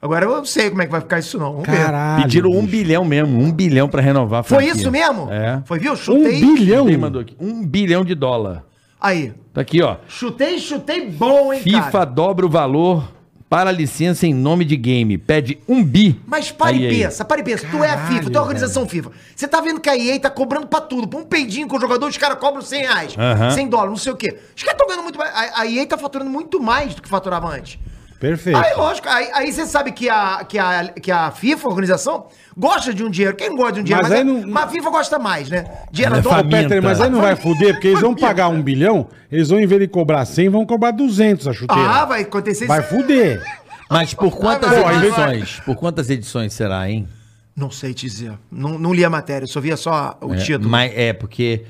Speaker 2: Agora eu não sei como é que vai ficar isso, não. Vamos ver.
Speaker 3: Caralho.
Speaker 4: Pediram um
Speaker 3: bicho.
Speaker 4: bilhão mesmo, um bilhão pra renovar a
Speaker 2: Foi
Speaker 4: franquia.
Speaker 2: isso mesmo?
Speaker 4: É.
Speaker 2: Foi, viu?
Speaker 3: Um
Speaker 2: Chutei.
Speaker 3: bilhão?
Speaker 4: Quem mandou aqui? Um bilhão de dólar.
Speaker 2: Aí.
Speaker 4: Tá aqui, ó.
Speaker 2: Chutei, chutei bom, hein,
Speaker 4: FIFA
Speaker 2: cara.
Speaker 4: dobra o valor para a licença em nome de game. Pede um bi.
Speaker 2: Mas para
Speaker 4: Aí,
Speaker 2: e
Speaker 4: aí.
Speaker 2: pensa, para e pensa. tu é a FIFA, tu é a organização FIFA. Você tá vendo que a EA tá cobrando pra tudo. Pra um peidinho com o jogador, os caras cobram 100 reais,
Speaker 4: Aham.
Speaker 2: 100 dólares, não sei o quê. Os caras estão ganhando muito mais. A, a EA tá faturando muito mais do que faturava antes.
Speaker 3: Perfeito.
Speaker 2: Aí, lógico, aí, aí você sabe que a, que, a, que a FIFA, a organização, gosta de um dinheiro. Quem não gosta de um dinheiro?
Speaker 3: Mas
Speaker 2: Mas,
Speaker 3: aí
Speaker 2: a,
Speaker 3: não-
Speaker 2: mas a FIFA gosta mais, né? Dinheiro
Speaker 4: É
Speaker 2: adora-
Speaker 3: Ô, Peter, mas aí não vai fuder, porque eles vão pagar um bilhão, eles vão, em vez de cobrar 100, vão cobrar 200 a chuteira.
Speaker 4: né?
Speaker 2: Ah, vai acontecer
Speaker 3: Vai fuder.
Speaker 4: Mas por quantas
Speaker 2: Vai, vai, vai,
Speaker 4: edições? Por quantas edições será, hein?
Speaker 2: Não sei te dizer. Não, não li a matéria, eu só via só o
Speaker 4: É,
Speaker 2: título.
Speaker 4: mas é, porque.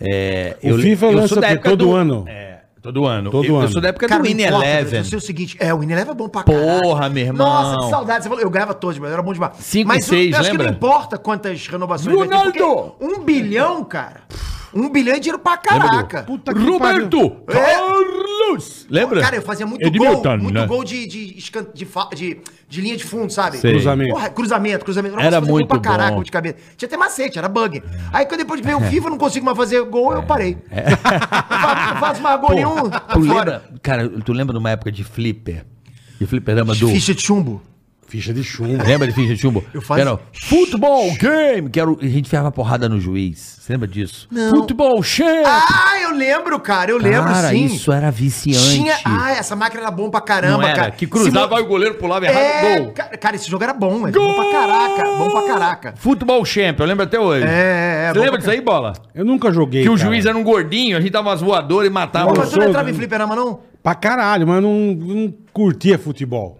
Speaker 4: é,
Speaker 3: O FIFA
Speaker 4: sou
Speaker 3: lança
Speaker 4: da
Speaker 3: o quê?
Speaker 4: época
Speaker 3: Todo ano?
Speaker 4: É, todo ano.
Speaker 3: Todo
Speaker 4: eu, eu
Speaker 3: ano.
Speaker 4: sou da época
Speaker 2: Cara,
Speaker 4: do
Speaker 2: não
Speaker 4: In
Speaker 2: importa,
Speaker 4: Eleven.
Speaker 2: Eu sei o seguinte, é, o In Eleven é bom pra
Speaker 4: Porra, meu irmão.
Speaker 2: Nossa, que saudade. Você falou, eu ganhava todos, mas era bom demais.
Speaker 4: Cinco
Speaker 2: mas
Speaker 4: e seis,
Speaker 2: eu, acho que
Speaker 4: lembra?
Speaker 2: não importa quantas renovações porque
Speaker 4: Ronaldo!
Speaker 2: um bilhão, cara. Um bilhão é dinheiro pra caraca.
Speaker 3: Puta que
Speaker 4: Roberto
Speaker 2: pariu.
Speaker 4: Carlos! Lembra?
Speaker 2: Cara, eu fazia muito
Speaker 4: Edmilton,
Speaker 2: gol, muito
Speaker 4: né?
Speaker 2: gol de, de, escan- de, fa- de- de linha de fundo, sabe?
Speaker 4: Sei.
Speaker 3: Cruzamento.
Speaker 2: Porra, cruzamento, cruzamento. Nossa,
Speaker 4: Era
Speaker 2: fazia
Speaker 4: muito
Speaker 2: pra caraca,
Speaker 4: bom. É.
Speaker 2: gol de cabeça. Tinha até macete, era bug. Aí quando depois veio o FIFA, eu não consigo mais fazer gol, eu parei. Não fa- não faço mais gol nenhum. tá
Speaker 4: Tu
Speaker 2: fora.
Speaker 4: lembra, cara, tu lembra de uma época de flipper? De fliperama do...
Speaker 2: Ficha de chumbo.
Speaker 3: Ficha de chumbo.
Speaker 4: Lembra de ficha de chumbo?
Speaker 2: Eu fazia-
Speaker 4: Era futebol game, que era, o- a gente ficava porrada no juiz. Você lembra disso? Futebol cheio!
Speaker 2: Ah, eu lembro, cara, eu lembro
Speaker 4: cara,
Speaker 2: sim.
Speaker 4: isso era
Speaker 3: é
Speaker 4: viciante.
Speaker 2: Tinha. Ah, essa máquina era bom pra caramba,
Speaker 4: Não era,
Speaker 2: cara.
Speaker 4: que cruzava
Speaker 2: Se
Speaker 4: e o goleiro pulava
Speaker 2: mo-
Speaker 4: errado,
Speaker 2: É,
Speaker 4: gol.
Speaker 2: ca- cara, esse jogo era bom, era bom pra caraca. Bom pra caraca.
Speaker 4: Futebol champion, eu lembro até hoje.
Speaker 2: É, é, é,
Speaker 4: Você
Speaker 2: bom
Speaker 4: lembra
Speaker 2: pra
Speaker 4: disso aí, Bola?
Speaker 3: Eu nunca joguei.
Speaker 4: que o
Speaker 3: cara.
Speaker 4: juiz era um gordinho, a gente dava umas voadoras e matava.
Speaker 2: Pô,
Speaker 3: eu
Speaker 2: mas tu
Speaker 3: sou-
Speaker 2: não entrava em fliperama, não?
Speaker 3: Pra caralho, mas eu não, não curtia futebol.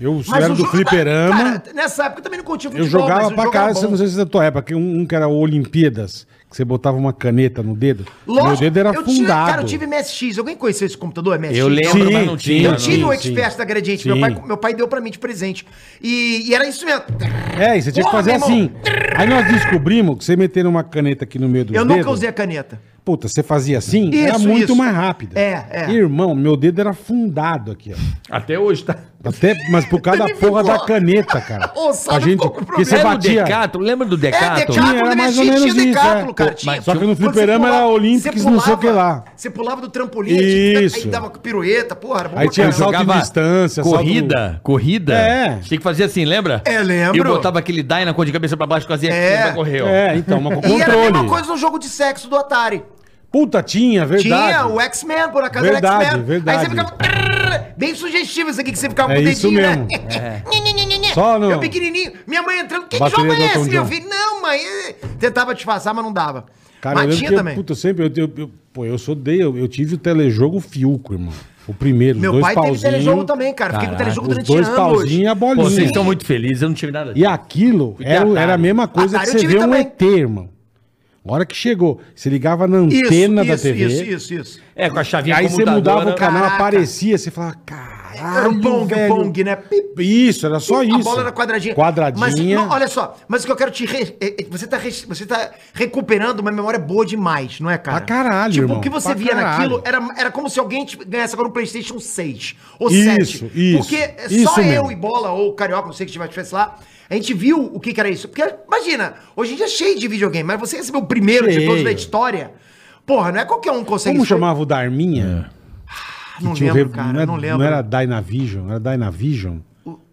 Speaker 3: Eu
Speaker 2: Mas
Speaker 3: era
Speaker 2: o
Speaker 3: do
Speaker 2: jogo-
Speaker 3: fliperama.
Speaker 2: Cara, nessa época eu também não curtia
Speaker 3: Eu
Speaker 2: futebol,
Speaker 3: jogava
Speaker 2: mas o
Speaker 3: pra
Speaker 2: jogo era
Speaker 3: caralho,
Speaker 2: bom.
Speaker 3: você não sei se é da tua época, que um, um que era o Olimpíadas, que você botava uma caneta no dedo. meu dedo era
Speaker 2: eu
Speaker 3: fundado.
Speaker 2: tinha- cara, eu tive MSX. Alguém conheceu esse computador, MSX?
Speaker 4: Eu lembro, mas não
Speaker 3: Sim,
Speaker 4: tinha.
Speaker 3: sim,
Speaker 2: Eu
Speaker 4: não.
Speaker 2: tive o
Speaker 3: sim.
Speaker 2: Expert da Gradiente. Meu
Speaker 3: Sim.
Speaker 2: pai, meu pai deu pra mim de presente. E, e era isso mesmo.
Speaker 3: É, e você tinha que
Speaker 2: Porra,
Speaker 3: fazer
Speaker 2: meu
Speaker 3: assim.
Speaker 2: irmão.
Speaker 3: Aí nós descobrimos que você metendo uma caneta aqui no meio do
Speaker 2: Eu
Speaker 3: dedo.
Speaker 2: nunca usei a caneta.
Speaker 3: Puta, você fazia assim, era
Speaker 2: Isso,
Speaker 3: muito
Speaker 2: isso.
Speaker 3: mais rápido.
Speaker 2: É, é.
Speaker 3: Irmão, meu dedo era fundado aqui, ó.
Speaker 4: Até hoje tá.
Speaker 3: Até, mas por causa da
Speaker 2: Ele
Speaker 3: porra
Speaker 2: ficou-
Speaker 3: da caneta, cara.
Speaker 2: Ossado
Speaker 3: a gente,
Speaker 2: ficou com
Speaker 3: porque você
Speaker 4: Era um o
Speaker 3: batia.
Speaker 4: Decathlon, lembra do
Speaker 2: É,
Speaker 4: Decathlon?
Speaker 3: Sim,
Speaker 2: Decathlon,
Speaker 3: era
Speaker 2: né?
Speaker 3: mais ou
Speaker 2: Tinha-
Speaker 3: menos
Speaker 2: tinha
Speaker 3: isso,
Speaker 2: Decathlon,
Speaker 3: é.
Speaker 2: cara.
Speaker 3: Pô,
Speaker 2: tinha.
Speaker 3: mas só que no
Speaker 2: Quando você
Speaker 3: fliperama
Speaker 2: pulava-
Speaker 3: era
Speaker 2: você
Speaker 3: Olympics, não sei o que lá.
Speaker 2: Você pulava do trampolim, tinha que ficar-
Speaker 3: Isso.
Speaker 2: aí dava pirueta, porra, era bom
Speaker 3: Aí
Speaker 2: pra
Speaker 3: tinha
Speaker 2: caramba.
Speaker 3: salto em distância, salto-
Speaker 4: corrida, corrida.
Speaker 3: É.
Speaker 4: Tinha que fazer assim, lembra?
Speaker 2: É, lembro.
Speaker 4: E eu botava aquele Dyna com de cabeça pra baixo, fazia
Speaker 2: É.
Speaker 4: aquilo, correu.
Speaker 3: É, então, mas com
Speaker 2: E era a mesma
Speaker 3: controle.
Speaker 2: coisa no jogo de sexo do Atari.
Speaker 3: Puta, tinha, verdade.
Speaker 2: Tinha o X-Men, por acaso
Speaker 3: Verdade,
Speaker 2: era X-Men. Aí
Speaker 3: verdade.
Speaker 2: você ficava bem sugestivo isso aqui, que você ficava
Speaker 3: É isso mesmo.
Speaker 2: né?
Speaker 3: Só no-
Speaker 2: Eu pequenininho, minha mãe entrando, que
Speaker 3: Bateria
Speaker 2: jogo
Speaker 3: do
Speaker 2: é esse,
Speaker 3: Elton
Speaker 2: meu
Speaker 3: John.
Speaker 2: filho? Não, mãe. eh, Tentava disfarçar, mas não dava.
Speaker 3: Cara, eu
Speaker 2: mas
Speaker 3: lembro
Speaker 2: tinha
Speaker 3: que
Speaker 2: também.
Speaker 3: Eu, puta, sempre. Eu, eu- eu- pô, eu sou dei, eu, eu tive o telejogo Fiuco, irmão. O primeiro, os
Speaker 2: Meu
Speaker 3: dois
Speaker 2: pai teve
Speaker 3: pauzinhos.
Speaker 2: telejogo também, cara. Fiquei
Speaker 4: Caraca,
Speaker 2: com telejogo
Speaker 3: Os
Speaker 2: durante
Speaker 3: dois pauzinhos e
Speaker 2: anos.
Speaker 3: a
Speaker 4: Pô,
Speaker 3: bolinha.
Speaker 4: vocês estão muito felizes, eu não tive nada
Speaker 3: E aquilo era,
Speaker 4: Atari.
Speaker 3: era a mesma coisa
Speaker 2: Atari eu
Speaker 3: que você
Speaker 2: tive
Speaker 3: vê um
Speaker 2: também.
Speaker 3: ET, irmão. A hora que chegou, você ligava na antena da TV.
Speaker 2: Isso, isso, isso.
Speaker 4: É, com a chavinha
Speaker 3: Aí você mudava
Speaker 4: né?
Speaker 3: o canal,
Speaker 2: Caraca.
Speaker 3: aparecia, você falava, caralho.
Speaker 2: Era o Pong,
Speaker 3: velho.
Speaker 2: o Pong, né? Pip.
Speaker 3: Isso, era só isso.
Speaker 2: A bola era quadradinha. Mas,
Speaker 3: Quadradinha.
Speaker 2: não, olha só, mas o que eu quero te. re- eh, eh, Você tá, res- você tá recuperando uma memória boa demais, não é, cara?
Speaker 3: Pra caralho,
Speaker 2: Tipo,
Speaker 3: irmão,
Speaker 2: o que você
Speaker 3: pra
Speaker 2: via
Speaker 3: caralho.
Speaker 2: naquilo era, era como se alguém te ganhasse agora um PlayStation 6 ou
Speaker 3: Isso,
Speaker 2: 7.
Speaker 3: isso,
Speaker 2: Porque eh,
Speaker 3: isso
Speaker 2: só eu
Speaker 3: mesmo.
Speaker 2: e Bola, ou o Carioca, não sei que estivesse lá, a gente viu o que, que era isso. Porque, imagina, hoje em dia é cheio de videogame, mas você recebeu o primeiro de todos
Speaker 3: Cheio.
Speaker 2: da história. Porra, não é qualquer um que consegue
Speaker 3: Como
Speaker 2: isso.
Speaker 3: chamava o Darminha?
Speaker 4: É.
Speaker 2: Ah, Não
Speaker 3: Que tinha o
Speaker 2: lembro,
Speaker 3: re-
Speaker 2: cara,
Speaker 3: não, era,
Speaker 2: não lembro.
Speaker 3: não era Dynavision, era Dynavision.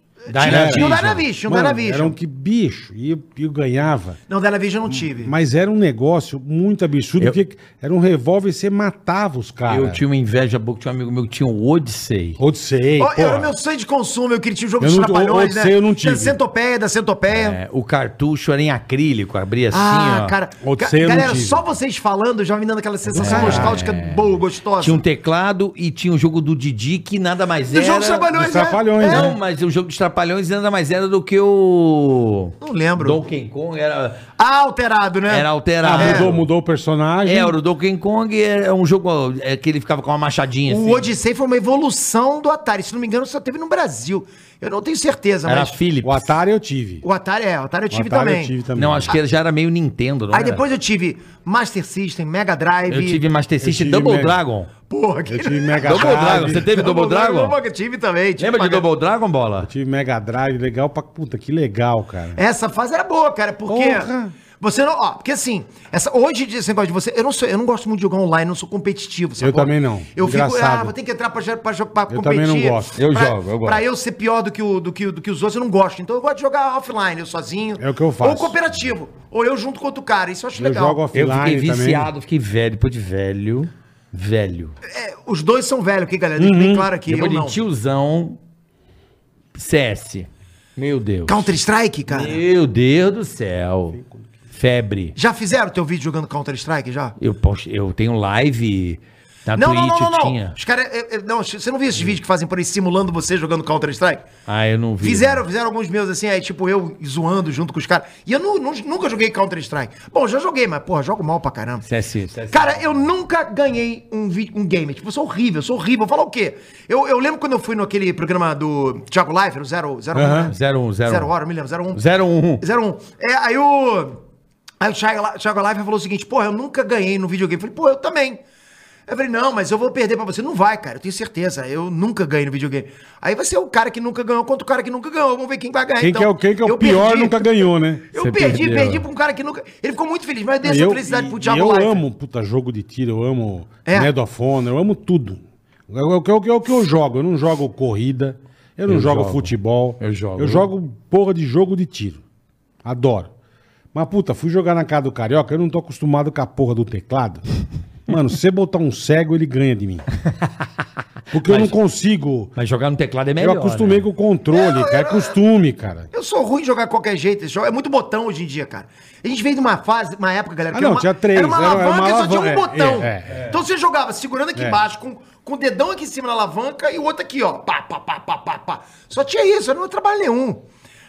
Speaker 2: Tinha o
Speaker 4: Dynavision.
Speaker 2: Dynavision, o
Speaker 3: Mano,
Speaker 2: Dynavision.
Speaker 3: Era um que bicho, e eu, e eu ganhava.
Speaker 2: Não, o Dynavision eu não tive.
Speaker 3: Mas era um negócio muito absurdo,
Speaker 4: Eu-
Speaker 3: porque era um revólver e você matava os caras.
Speaker 4: Eu tinha uma inveja boa, que tinha um amigo meu que tinha o Odyssey.
Speaker 3: Odyssey,
Speaker 2: Ó, era
Speaker 3: porra.
Speaker 2: o meu sonho de consumo, eu queria tinha o jogo
Speaker 3: Eu
Speaker 2: dos
Speaker 3: não-
Speaker 2: trapalhões,
Speaker 3: eu- eu
Speaker 2: né?
Speaker 3: sei, eu não tive.
Speaker 2: Da centopeia, da centopeia.
Speaker 4: É, o cartucho era em acrílico, abria assim,
Speaker 2: Ah,
Speaker 4: ó.
Speaker 2: cara.
Speaker 3: Outro
Speaker 2: Ga-
Speaker 3: sei, eu não
Speaker 2: galera,
Speaker 3: tive.
Speaker 2: só vocês falando já me dando aquela sensação
Speaker 3: É.
Speaker 2: nostálgica boa, gostosa.
Speaker 4: Tinha um teclado e tinha o jogo do Didi, que nada mais
Speaker 2: Do
Speaker 4: era...
Speaker 2: jogo dos Trapalhões,
Speaker 3: dos Trapalhões,
Speaker 2: é.
Speaker 3: né?
Speaker 4: Não, mas o jogo dos Trapalhões nada mais era do que o...
Speaker 2: Não lembro.
Speaker 4: Donkey Kong era,
Speaker 2: Ah, alterado, né?
Speaker 4: era
Speaker 3: Ah,
Speaker 4: alterado.
Speaker 3: mudou, mudou o personagem.
Speaker 4: É, o Donkey Kong é um jogo é, que ele ficava com uma machadinha
Speaker 2: O
Speaker 4: assim.
Speaker 2: Odyssey foi uma evolução do Atari. Se não me engano, só teve no Brasil. Eu não tenho certeza,
Speaker 4: Era
Speaker 2: mas.
Speaker 4: Philips.
Speaker 3: O Atari eu tive.
Speaker 2: O Atari é, o Atari eu tive
Speaker 3: O Atari
Speaker 2: também.
Speaker 3: eu tive também.
Speaker 4: Não, acho que já era meio Nintendo, não
Speaker 2: Aí
Speaker 4: era?
Speaker 2: depois eu tive Master System, Mega Drive.
Speaker 4: Eu tive Master System
Speaker 3: tive
Speaker 4: Double
Speaker 3: Mega-
Speaker 4: Dragon.
Speaker 2: Porra, que.
Speaker 3: Eu tive Mega
Speaker 4: Double
Speaker 3: Drive.
Speaker 4: Dragon, você teve Double Dragon?
Speaker 2: Eu tive também. tive
Speaker 4: Lembra de
Speaker 2: Mega-
Speaker 4: Double Dragon, Bola?
Speaker 3: Tive Mega Drive, legal pra puta, que legal, cara.
Speaker 2: Essa fase era boa, cara, porque
Speaker 3: Porra.
Speaker 2: você não, ó, porque assim, essa hoje em dia esse negócio de você, eu não sou, eu não gosto muito de jogar online, não sou competitivo, sacou?
Speaker 3: Eu também não.
Speaker 2: Eu fico,
Speaker 3: Engraçado.
Speaker 2: ah, vou ter que entrar pra, jo- pra, jo- pra
Speaker 3: Eu também não gosto.
Speaker 4: Eu
Speaker 2: pra-
Speaker 4: jogo, eu gosto.
Speaker 2: Pra eu ser pior do que, o, do, que, do que os outros, eu não gosto. Então eu gosto de jogar offline, eu sozinho.
Speaker 3: É o que eu faço.
Speaker 2: Ou cooperativo, ou eu junto com outro cara, isso eu acho
Speaker 3: Eu
Speaker 2: legal.
Speaker 3: jogo offline
Speaker 4: Eu fiquei
Speaker 3: também.
Speaker 4: viciado, fiquei velho, depois de velho. Velho.
Speaker 2: É, os dois são velhos aqui, galera, deixa
Speaker 3: Uhum.
Speaker 2: bem claro aqui, eu
Speaker 4: depois de
Speaker 2: não.
Speaker 4: tiozão. CS. Meu Deus.
Speaker 2: Counter Strike, cara?
Speaker 4: Meu Deus do céu. Febre.
Speaker 2: Já fizeram teu vídeo jogando Counter Strike já?
Speaker 4: Eu, posto- eu tenho live na
Speaker 2: Não, não,
Speaker 4: Twitch,
Speaker 2: não, não,
Speaker 4: eu
Speaker 2: não.
Speaker 4: tinha.
Speaker 2: Os caras. é, é, Não, você não viu esses vídeos que fazem por aí simulando você jogando Counter-Strike?
Speaker 4: Ah, eu não vi.
Speaker 2: Fizeram, fizeram alguns meus assim, aí tipo eu zoando junto com os caras. E eu nu- nu- nunca joguei Counter-Strike. Bom, já joguei, mas porra, jogo mal pra caramba.
Speaker 4: CS. CS.
Speaker 2: Cara, eu nunca ganhei um, vi- um game. Tipo, eu sou horrível, eu sou horrível. Falar o quê? Eu, eu lembro quando eu fui no aquele programa do Thiago Leifert, o Zero, zero,
Speaker 3: Aham,
Speaker 2: né?
Speaker 4: zero um, zero
Speaker 2: zero
Speaker 4: um.
Speaker 2: Hora, eu me lembro, Zero Um.
Speaker 4: 01.
Speaker 2: 01. É, aí o. Aí o Thiago, La- Thiago Live falou o seguinte: porra, eu nunca ganhei no videogame. Eu falei, pô, eu também. Eu falei, não, mas eu vou perder pra você. Não vai, cara, eu tenho certeza. Eu nunca ganhei no videogame. Aí vai ser o cara que nunca ganhou contra o cara que nunca ganhou. Vamos ver quem vai ganhar. então.
Speaker 3: Quem, que é o, quem que é o pior nunca ganhou, né?
Speaker 2: Eu
Speaker 4: Você
Speaker 2: perdi,
Speaker 4: perdeu.
Speaker 2: perdi pra um cara que nunca. Ele ficou muito feliz, mas eu dei essa
Speaker 3: eu,
Speaker 2: felicidade pro
Speaker 3: e-
Speaker 2: Thiago
Speaker 3: e Eu
Speaker 2: Leifert.
Speaker 3: amo, puta, jogo de tiro, eu amo
Speaker 2: É.
Speaker 3: Medal of Honor, eu amo tudo. É o que eu, é o que eu jogo, eu não jogo corrida, eu não
Speaker 4: Eu
Speaker 3: jogo,
Speaker 4: jogo.
Speaker 3: futebol.
Speaker 4: Eu jogo.
Speaker 3: Eu jogo porra de jogo de tiro. Adoro. Mas, puta, fui jogar na casa do Carioca, eu não tô acostumado com a porra do teclado. Mano, se você botar um cego, ele ganha de mim. Porque eu não consigo.
Speaker 4: Mas jogar no teclado é melhor.
Speaker 3: eu acostumei
Speaker 4: né?
Speaker 3: com o controle, cara. É costume, cara.
Speaker 2: Eu sou ruim de jogar de qualquer jeito esse jogo. É muito botão hoje em dia, cara. A gente veio de uma fase, uma época, galera,
Speaker 3: Ah,
Speaker 2: era
Speaker 3: não,
Speaker 2: uma,
Speaker 3: tinha três,
Speaker 2: Era uma
Speaker 3: era- era
Speaker 2: alavanca
Speaker 3: uma
Speaker 2: e só tinha um
Speaker 3: alavanca, é,
Speaker 2: botão.
Speaker 3: é, é.
Speaker 2: Então você jogava segurando aqui
Speaker 3: É.
Speaker 2: embaixo, com, com o dedão aqui em cima na alavanca e o outro aqui, ó. Pá, pá, pá, pá, pá, pá. Só tinha isso, não era trabalho nenhum.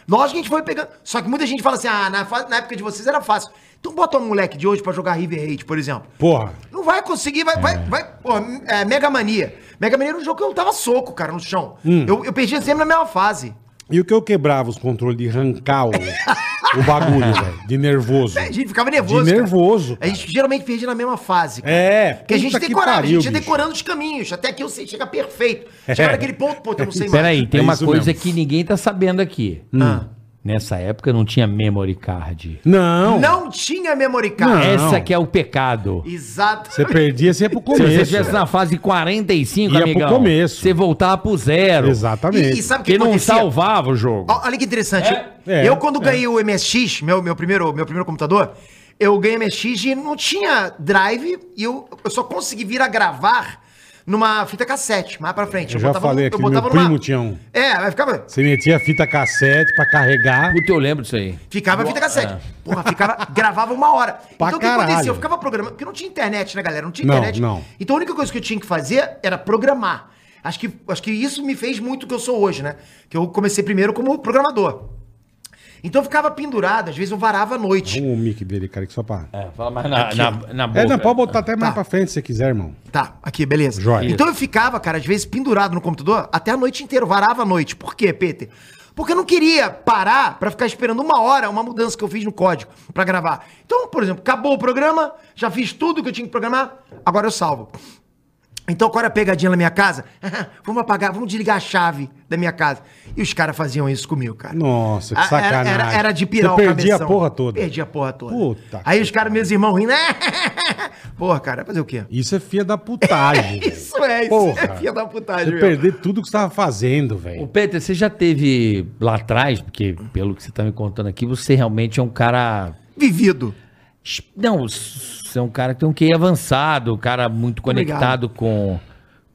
Speaker 2: Lógico que a gente foi pegando. Só que muita gente fala assim, ah, na, fa- na época de vocês era fácil. Então bota um moleque de hoje pra jogar River Raid, por exemplo.
Speaker 3: Porra.
Speaker 2: Não vai conseguir, vai, vai, vai. Pô, é, Mega Mania. Mega Mania era um jogo que eu tava soco, cara, no chão.
Speaker 3: Hum.
Speaker 2: Eu, eu perdia sempre na mesma fase.
Speaker 3: E o que eu quebrava os controles de arrancar o, o bagulho, velho? De nervoso.
Speaker 2: É, A gente ficava nervoso.
Speaker 3: De
Speaker 2: cara.
Speaker 3: nervoso,
Speaker 2: A gente geralmente perdia na mesma fase. cara.
Speaker 3: É,
Speaker 2: Porque a gente
Speaker 3: puta que
Speaker 2: decorava,
Speaker 3: pariu,
Speaker 2: a gente ia
Speaker 3: bicho.
Speaker 2: decorando os caminhos. Até aqui eu sei, chega perfeito. Chega naquele ponto, pô, eu não sei mais.
Speaker 4: Peraí, tem
Speaker 3: É
Speaker 4: uma
Speaker 3: isso
Speaker 4: coisa
Speaker 3: mesmo. Hum.
Speaker 4: que ninguém tá sabendo aqui.
Speaker 2: Ah.
Speaker 4: Nessa época não tinha memory card. um-
Speaker 3: Não.
Speaker 2: Não tinha memory card.
Speaker 3: Não.
Speaker 4: Essa que é o pecado.
Speaker 2: Exato.
Speaker 3: Você perdia, você ia pro
Speaker 4: Se você
Speaker 3: começo.
Speaker 4: estivesse na fase 45,
Speaker 3: Ia pro
Speaker 4: amigão,
Speaker 3: começo.
Speaker 4: você voltava pro zero.
Speaker 3: Exatamente.
Speaker 2: E, e sabe o que
Speaker 4: Porque não
Speaker 2: acontecia?
Speaker 4: salvava o jogo.
Speaker 2: Ó, Olha que interessante.
Speaker 3: É,
Speaker 2: eu, quando ganhei o MSX, meu, meu, primeiro, meu primeiro computador, eu ganhei MSX e não tinha drive e eu, eu só consegui vir a gravar numa fita cassete, mais pra frente.
Speaker 3: Eu já falei aqui, meu primo tinha um.
Speaker 2: É, mas ficava...
Speaker 3: Você metia a fita cassete pra carregar.
Speaker 4: Puta, eu lembro disso aí.
Speaker 2: Ficava a fita cassete. Porra, ficava, gravava uma hora.
Speaker 3: Pra
Speaker 2: então o que acontecia?
Speaker 3: caralho.
Speaker 2: Eu ficava programando, porque não tinha internet, né, galera? Não tinha
Speaker 3: Não,
Speaker 2: internet.
Speaker 3: não.
Speaker 2: Então a única coisa que eu tinha que fazer era programar. Acho que, acho que isso me fez muito o que eu sou hoje, né? Que eu comecei primeiro como programador. Então eu ficava pendurado, às vezes eu varava à noite.
Speaker 3: Arruma o mic dele, cara, que só pra...
Speaker 5: É, fala mais na, na, na boca.
Speaker 3: É, não, pode botar até mais
Speaker 2: Tá.
Speaker 3: pra frente se você quiser, irmão.
Speaker 2: Tá, aqui, beleza.
Speaker 3: Joia.
Speaker 2: Então eu ficava, cara, às vezes pendurado no computador até a noite inteira, eu varava a noite. Por quê, Peter? Porque eu não queria parar pra ficar esperando uma hora uma mudança que eu fiz no código pra gravar. Então, por exemplo, acabou o programa, já fiz tudo que eu tinha que programar, agora eu salvo. Então, qual era a pegadinha na minha casa? vamos apagar, vamos desligar a chave da minha casa. E os caras faziam isso comigo, cara.
Speaker 3: Nossa, que
Speaker 2: Ah, era-
Speaker 3: sacanagem.
Speaker 2: Era, era de pirar
Speaker 3: Você
Speaker 2: o
Speaker 3: perdia
Speaker 2: cabeção.
Speaker 3: a porra toda.
Speaker 2: Perdi a porra toda.
Speaker 3: Puta
Speaker 2: Aí
Speaker 3: que
Speaker 2: os caras, meus irmãos rindo, né? porra, cara, fazer o quê?
Speaker 3: Isso é filha da putagem. velho.
Speaker 2: Isso é, isso
Speaker 3: Porra.
Speaker 2: é filha da
Speaker 3: Você
Speaker 2: putagem. meu.
Speaker 3: perder tudo que você tava fazendo,
Speaker 4: Ô,
Speaker 3: velho.
Speaker 4: Peter, você já teve lá atrás, porque pelo que você tá me contando aqui, você realmente é um cara.
Speaker 2: Vivido.
Speaker 4: es- Não, você é um cara que tem um QI avançado, um cara muito conectado com.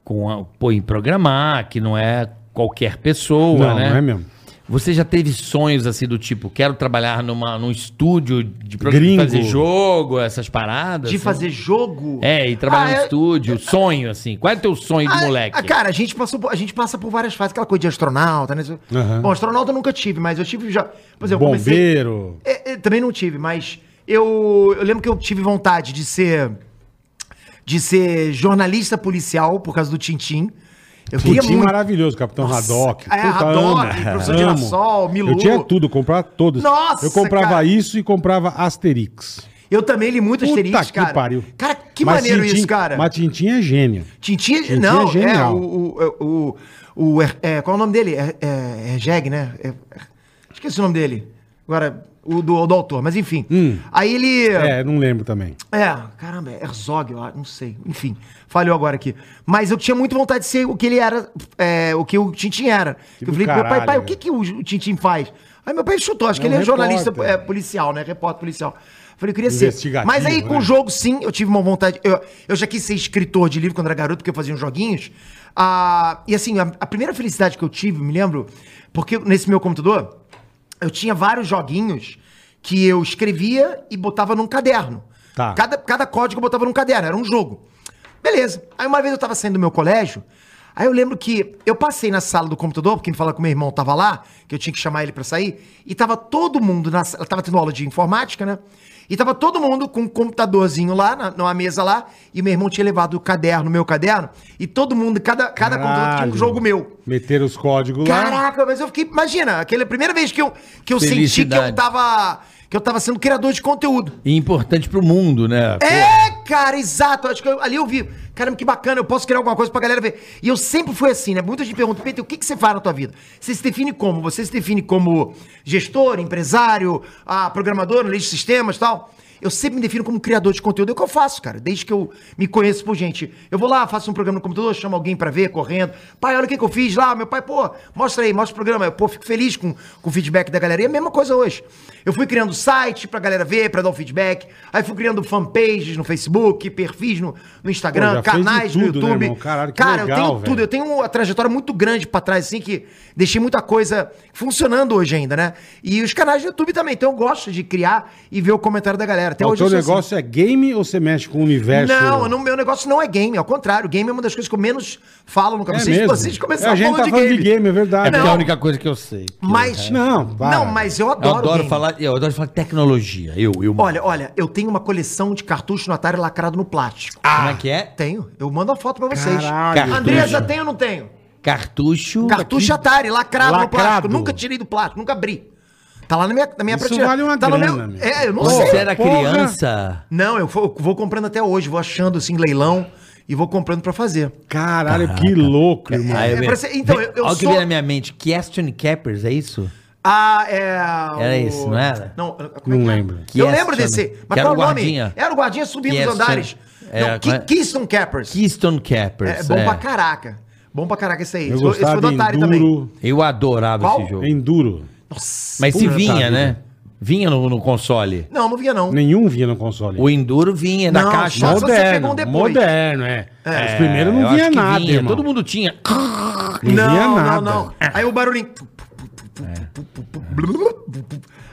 Speaker 4: com a, pô, em programar, que não é qualquer pessoa,
Speaker 3: não,
Speaker 4: né?
Speaker 3: não é mesmo?
Speaker 4: Você já teve sonhos assim do tipo, quero trabalhar numa, num estúdio de pro-
Speaker 3: Gringo.
Speaker 4: fazer jogo, essas paradas?
Speaker 2: De
Speaker 4: assim?
Speaker 2: fazer jogo.
Speaker 4: É, e trabalhar
Speaker 2: Ah,
Speaker 4: no
Speaker 2: é-
Speaker 4: estúdio, sonho, assim. Qual é o teu sonho de
Speaker 2: Ah,
Speaker 4: moleque?
Speaker 2: ah, cara, a gente, passou, por- a gente passa por várias fases. Aquela coisa de astronauta, né?
Speaker 3: Aham.
Speaker 2: Bom, astronauta eu nunca tive, mas eu tive já. Por exemplo, eu comecei.
Speaker 3: Bombeiro.
Speaker 2: É, é, também não tive, mas eu, eu lembro que eu tive vontade de ser. De ser jornalista policial por causa do Tintim. Eu queria
Speaker 3: Putin
Speaker 2: muito.
Speaker 3: maravilhoso, Capitão Haddock.
Speaker 2: é, Haddock, professor Girassol, Milu.
Speaker 3: Eu tinha tudo, comprava todos.
Speaker 2: Nossa,
Speaker 3: Eu comprava
Speaker 2: cara.
Speaker 3: isso e comprava Asterix.
Speaker 2: Eu também li muito Asterix, cara.
Speaker 3: que pariu.
Speaker 2: Cara, que
Speaker 3: Mas
Speaker 2: maneiro
Speaker 3: Tintin-
Speaker 2: isso, cara.
Speaker 3: Mas Tintin é gênio.
Speaker 2: Tintin,
Speaker 3: Tintin é
Speaker 2: não, é,
Speaker 3: genial.
Speaker 2: o, o, o, o- é, é, qual é o nome dele? É, é, é Jeg, né? É, é, esqueci o nome dele. Agora, o do, o do autor, mas enfim. Aí ele... É.
Speaker 3: Hum. É, não lembro também.
Speaker 2: caramba, é Herzog, eu acho, não sei. Enfim, falhou agora aqui. Mas eu tinha muito vontade de ser o que ele era, é, o que o Tintin era.
Speaker 3: Que
Speaker 2: eu
Speaker 3: do
Speaker 2: falei pro meu pai,
Speaker 3: caralho,
Speaker 2: pai, o
Speaker 3: né?
Speaker 2: que, que o, o Tintin faz? Aí meu pai chutou, acho que
Speaker 3: É um
Speaker 2: ele é jornalista
Speaker 3: repórter. Um
Speaker 2: é, policial, né? Repórter policial. Eu Falei, eu queria ser.
Speaker 3: Investigativo,
Speaker 2: Mas aí, com
Speaker 3: né?
Speaker 2: o jogo, sim, eu tive uma vontade. Eu, eu já quis ser escritor de livro quando era garoto, porque eu fazia uns joguinhos. Ah, e assim, a, a primeira felicidade que eu tive, me lembro, porque nesse meu computador, eu tinha vários joguinhos que eu escrevia e botava num caderno.
Speaker 3: Tá.
Speaker 2: Cada, cada código eu botava num caderno, era um jogo. Beleza. Aí uma vez eu tava saindo do meu colégio, aí eu lembro que eu passei na sala do computador, porque me falaram que o meu irmão tava lá, que eu tinha que chamar ele pra sair, e tava todo mundo na sala, tava tendo aula de informática, né? E tava todo mundo com um computadorzinho lá, na, numa mesa lá, e meu irmão tinha levado o caderno, o meu caderno, e todo mundo, cada, cada computador tinha um jogo meu.
Speaker 3: Meter os códigos lá.
Speaker 2: Caraca, mas eu fiquei. Imagina, aquela primeira vez que eu, que eu senti que eu
Speaker 4: Felicidade.
Speaker 2: tava. Que eu tava sendo criador de conteúdo.
Speaker 4: E importante pro mundo, né?
Speaker 2: É, cara, exato. Acho que eu- ali eu vi. Caramba, que bacana, eu posso criar alguma coisa pra galera ver. E eu sempre fui assim, né? Muita gente pergunta, Peter, o que, que você faz na tua vida? Você se define como? Você se define como gestor, empresário, ah, programador, analista de sistemas e tal? Eu sempre me defino como criador de conteúdo. É o que eu faço, cara, desde que eu me conheço por gente. Eu vou lá, faço um programa no computador, chamo alguém pra ver, correndo. Pai, olha o que, que eu fiz lá. Meu pai, pô, mostra aí, mostra o programa. Eu, pô, fico feliz com, com o feedback da galera. E é a mesma coisa hoje. Eu fui criando site pra galera ver, pra dar o feedback. Aí fui criando fanpages no Facebook, perfis no, no
Speaker 3: Pô,
Speaker 2: Instagram,
Speaker 3: já fez de
Speaker 2: canais no
Speaker 3: tudo, né,
Speaker 2: YouTube.
Speaker 3: irmão? Caralho, que
Speaker 2: Cara,
Speaker 3: legal,
Speaker 2: eu tenho tudo.
Speaker 3: velho.
Speaker 2: Eu tenho uma trajetória muito grande pra trás, assim, que deixei muita coisa funcionando hoje ainda, né? E os canais no YouTube também. Então eu gosto de criar e ver o comentário da galera. Até
Speaker 3: o
Speaker 2: hoje eu
Speaker 3: teu
Speaker 2: sou assim.
Speaker 3: negócio é game ou você mexe com o universo?
Speaker 2: Não, eu não- meu negócio não é game, ao contrário, game é uma das coisas que eu menos falo no
Speaker 3: É
Speaker 2: canal.
Speaker 3: mesmo?
Speaker 2: vocês
Speaker 3: É,
Speaker 2: começaram
Speaker 3: a gente tá falando de game, é verdade.
Speaker 4: É porque é
Speaker 2: Não.
Speaker 4: a única coisa que eu sei. que
Speaker 2: Mas.
Speaker 3: É. Não, para.
Speaker 2: não, mas eu
Speaker 4: Eu, eu
Speaker 2: adoro.
Speaker 4: adoro
Speaker 2: game.
Speaker 4: falar, eu adoro falar tecnologia. Eu, eu.
Speaker 2: Olha, olha, eu tenho uma coleção de cartucho no Atari lacrado no plástico.
Speaker 4: como é que é?
Speaker 2: Tenho. Eu mando a foto pra vocês.
Speaker 3: Caralho.
Speaker 2: Andresa, tem ou não tenho?
Speaker 4: Cartucho.
Speaker 2: Cartucho é
Speaker 4: Aqui.
Speaker 2: Atari, lacrado, no plástico.
Speaker 3: Lacrado.
Speaker 2: Nunca tirei do plástico, nunca abri. Tá lá na minha, na minha
Speaker 3: Isso vale uma
Speaker 2: tá no
Speaker 3: grana,
Speaker 2: meu...
Speaker 3: meu.
Speaker 2: É, eu não
Speaker 4: Quando
Speaker 2: sei.
Speaker 4: você era
Speaker 3: Porra.
Speaker 4: criança.
Speaker 2: Não, eu vou, vou comprando até hoje, vou achando assim, leilão, e vou comprando pra fazer.
Speaker 3: Caralho, que louco,
Speaker 2: É,
Speaker 3: irmão.
Speaker 4: Aí eu-
Speaker 2: pra ser- então, eu- eu
Speaker 4: Olha o que
Speaker 2: sou-
Speaker 4: veio na minha mente. Question Cappers, é isso?
Speaker 2: Ah, é.
Speaker 4: Era
Speaker 2: o-
Speaker 4: isso, não era?
Speaker 2: Não, como é que
Speaker 3: Não
Speaker 2: é?
Speaker 3: lembro.
Speaker 2: Eu
Speaker 4: Keston,
Speaker 2: lembro desse.
Speaker 4: que
Speaker 2: Mas
Speaker 4: era
Speaker 2: qual
Speaker 4: o
Speaker 2: o nome?
Speaker 4: guardinha.
Speaker 2: Era o guardinha subindo
Speaker 4: Keston.
Speaker 2: os andares.
Speaker 4: Era-
Speaker 2: não, Ki-
Speaker 4: como é?
Speaker 2: Keystone Cappers.
Speaker 4: Keystone Cappers.
Speaker 2: É bom pra caraca. Bom pra caraca esse aí.
Speaker 3: Eu
Speaker 2: Esse foi-
Speaker 3: gostava
Speaker 2: esse foi
Speaker 3: de
Speaker 2: do Atari também.
Speaker 3: Enduro.
Speaker 4: Eu adorava
Speaker 2: Qual?
Speaker 4: esse jogo.
Speaker 3: Enduro.
Speaker 2: Nossa.
Speaker 4: Mas se
Speaker 3: Puta
Speaker 4: vinha,
Speaker 3: vida.
Speaker 4: né? Vinha no, no console.
Speaker 2: Não, não vinha não.
Speaker 3: Nenhum vinha no console.
Speaker 4: O Enduro vinha na
Speaker 2: Não,
Speaker 4: caixa.
Speaker 2: só- você pegou um
Speaker 3: Moderno,
Speaker 2: depois.
Speaker 3: moderno, é. Os primeiros
Speaker 4: Eu
Speaker 3: não
Speaker 4: acho
Speaker 3: vinha
Speaker 4: que
Speaker 3: nada,
Speaker 4: vinha,
Speaker 3: irmão.
Speaker 4: Todo mundo tinha.
Speaker 3: Não vinha nada.
Speaker 2: Aí o barulhinho.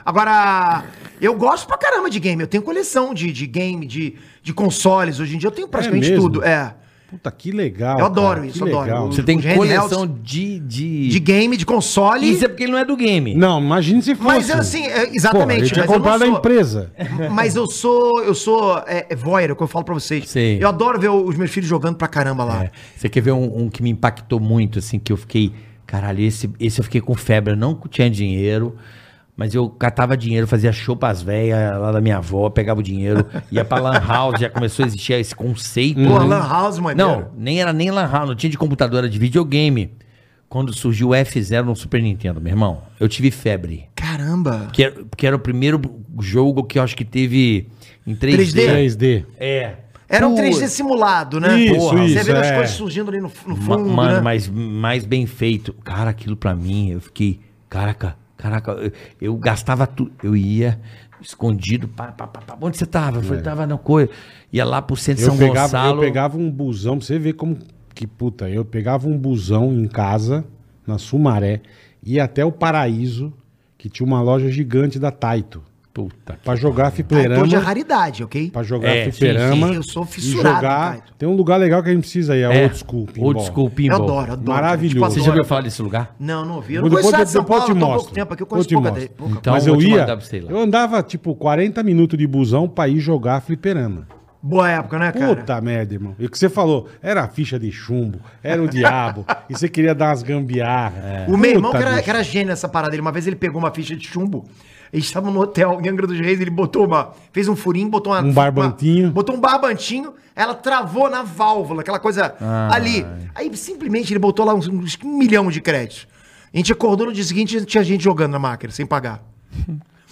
Speaker 2: Agora, eu gosto pra caramba de game. Eu tenho coleção de, de game, de, de consoles. Hoje em dia eu tenho praticamente
Speaker 3: É mesmo?
Speaker 2: tudo. É.
Speaker 3: Puta, que legal.
Speaker 2: Eu adoro
Speaker 3: cara,
Speaker 2: isso,
Speaker 3: que
Speaker 2: adoro.
Speaker 3: legal.
Speaker 4: Você tem
Speaker 2: Os geniais-
Speaker 4: coleção de, de...
Speaker 2: De game, de console.
Speaker 4: Isso é porque ele não é do game.
Speaker 3: Não, imagina se fosse.
Speaker 2: Mas assim, é, exatamente,
Speaker 3: Pô, ele tinha
Speaker 2: mas eu não
Speaker 3: comprado a
Speaker 2: sou. É.
Speaker 3: empresa.
Speaker 2: Mas eu sou, eu sou é, é voyeur, é o que eu falo pra vocês.
Speaker 4: Sim.
Speaker 2: Eu adoro ver os meus filhos jogando pra caramba lá.
Speaker 4: É. Você quer ver um, um que me impactou muito, assim, que eu fiquei. Caralho, esse, esse eu fiquei com febre. Eu não tinha dinheiro, mas eu catava dinheiro, fazia show pras velhas lá da minha avó, pegava o dinheiro, ia pra Lan House, já começou a existir esse conceito.
Speaker 2: Pô, a
Speaker 3: Uhum.
Speaker 4: né?
Speaker 2: Lan House, é mano.
Speaker 4: Não, nem era nem Lan House, não tinha de computadora de videogame. Quando surgiu o F0 no Super Nintendo, meu irmão, eu tive febre.
Speaker 2: Caramba.
Speaker 4: Que era, que era o primeiro jogo que eu acho que teve em 3D.
Speaker 2: 3D.
Speaker 3: 3D.
Speaker 4: É.
Speaker 2: Era um
Speaker 4: Pô,
Speaker 2: 3D simulado, né?
Speaker 3: Isso,
Speaker 2: Você
Speaker 3: isso,
Speaker 2: vê as
Speaker 3: é.
Speaker 2: coisas surgindo ali no, no
Speaker 4: Ma-
Speaker 2: fundo,
Speaker 4: Mano,
Speaker 2: né?
Speaker 4: mas mais bem feito. Cara, aquilo pra mim, eu fiquei, caraca, caraca, eu, eu gastava tudo. Eu ia escondido, pá, pá, pá, pá. onde você tava? Eu falei, tava na coisa. Ia lá pro centro de
Speaker 3: É. Eu
Speaker 4: São
Speaker 3: pegava, eu
Speaker 4: Gonçalo.
Speaker 3: pegava um busão, pra você ver como. Que puta, eu pegava um busão em casa, na Sumaré, ia até o Paraíso, que tinha uma loja gigante da Taito.
Speaker 4: Puta.
Speaker 3: Pra jogar
Speaker 2: Aí Hoje é
Speaker 3: fliperama.
Speaker 2: raridade, ok?
Speaker 3: Pra jogar
Speaker 4: É, sim,
Speaker 3: fliperama.
Speaker 2: sim, eu sou
Speaker 3: e
Speaker 2: fissurado,
Speaker 3: jogar-
Speaker 2: Taito.
Speaker 3: Tem um lugar legal que a gente precisa aí, é,
Speaker 4: É,
Speaker 3: Old School Pinball.
Speaker 4: Old School
Speaker 2: Eu
Speaker 4: Pinball.
Speaker 2: adoro, adoro.
Speaker 3: Maravilhoso.
Speaker 2: Tipo,
Speaker 4: Você
Speaker 2: adoro.
Speaker 4: já ouviu falar desse lugar?
Speaker 2: Não, não ouvi. Eu não
Speaker 3: Depois,
Speaker 2: conheço nada de São
Speaker 3: depois eu
Speaker 2: Paulo,
Speaker 3: te
Speaker 2: tô há
Speaker 3: mostro.
Speaker 2: pouco tempo aqui. Eu
Speaker 3: Depois
Speaker 2: conheço
Speaker 3: te
Speaker 2: pouca
Speaker 3: mostro.
Speaker 2: de- pouca-
Speaker 4: Então,
Speaker 3: Mas
Speaker 4: eu
Speaker 3: eu
Speaker 4: vou te
Speaker 3: ia,
Speaker 4: mandar pra você ir lá.
Speaker 3: eu andava tipo 40 minutos de busão pra ir jogar fliperama.
Speaker 2: Boa época, né, cara?
Speaker 3: Puta merda, irmão. E o que você falou, era a ficha de chumbo, era o diabo, e você queria dar umas gambiarras.
Speaker 2: É.
Speaker 4: É.
Speaker 2: O meu irmão, que
Speaker 3: Puta,
Speaker 2: era,
Speaker 3: bicho.
Speaker 2: que era gênio nessa parada, ele, uma vez ele pegou uma ficha de chumbo, eles estavam no hotel em Angra dos Reis, ele botou uma. fez um furinho, botou uma.
Speaker 3: Um barbantinho.
Speaker 2: uma- botou um barbantinho, ela travou na válvula, aquela coisa
Speaker 4: Ah.
Speaker 2: ali. Aí simplesmente ele botou lá uns, uns um milhão de créditos. A gente acordou no dia seguinte tinha gente jogando na máquina, sem pagar.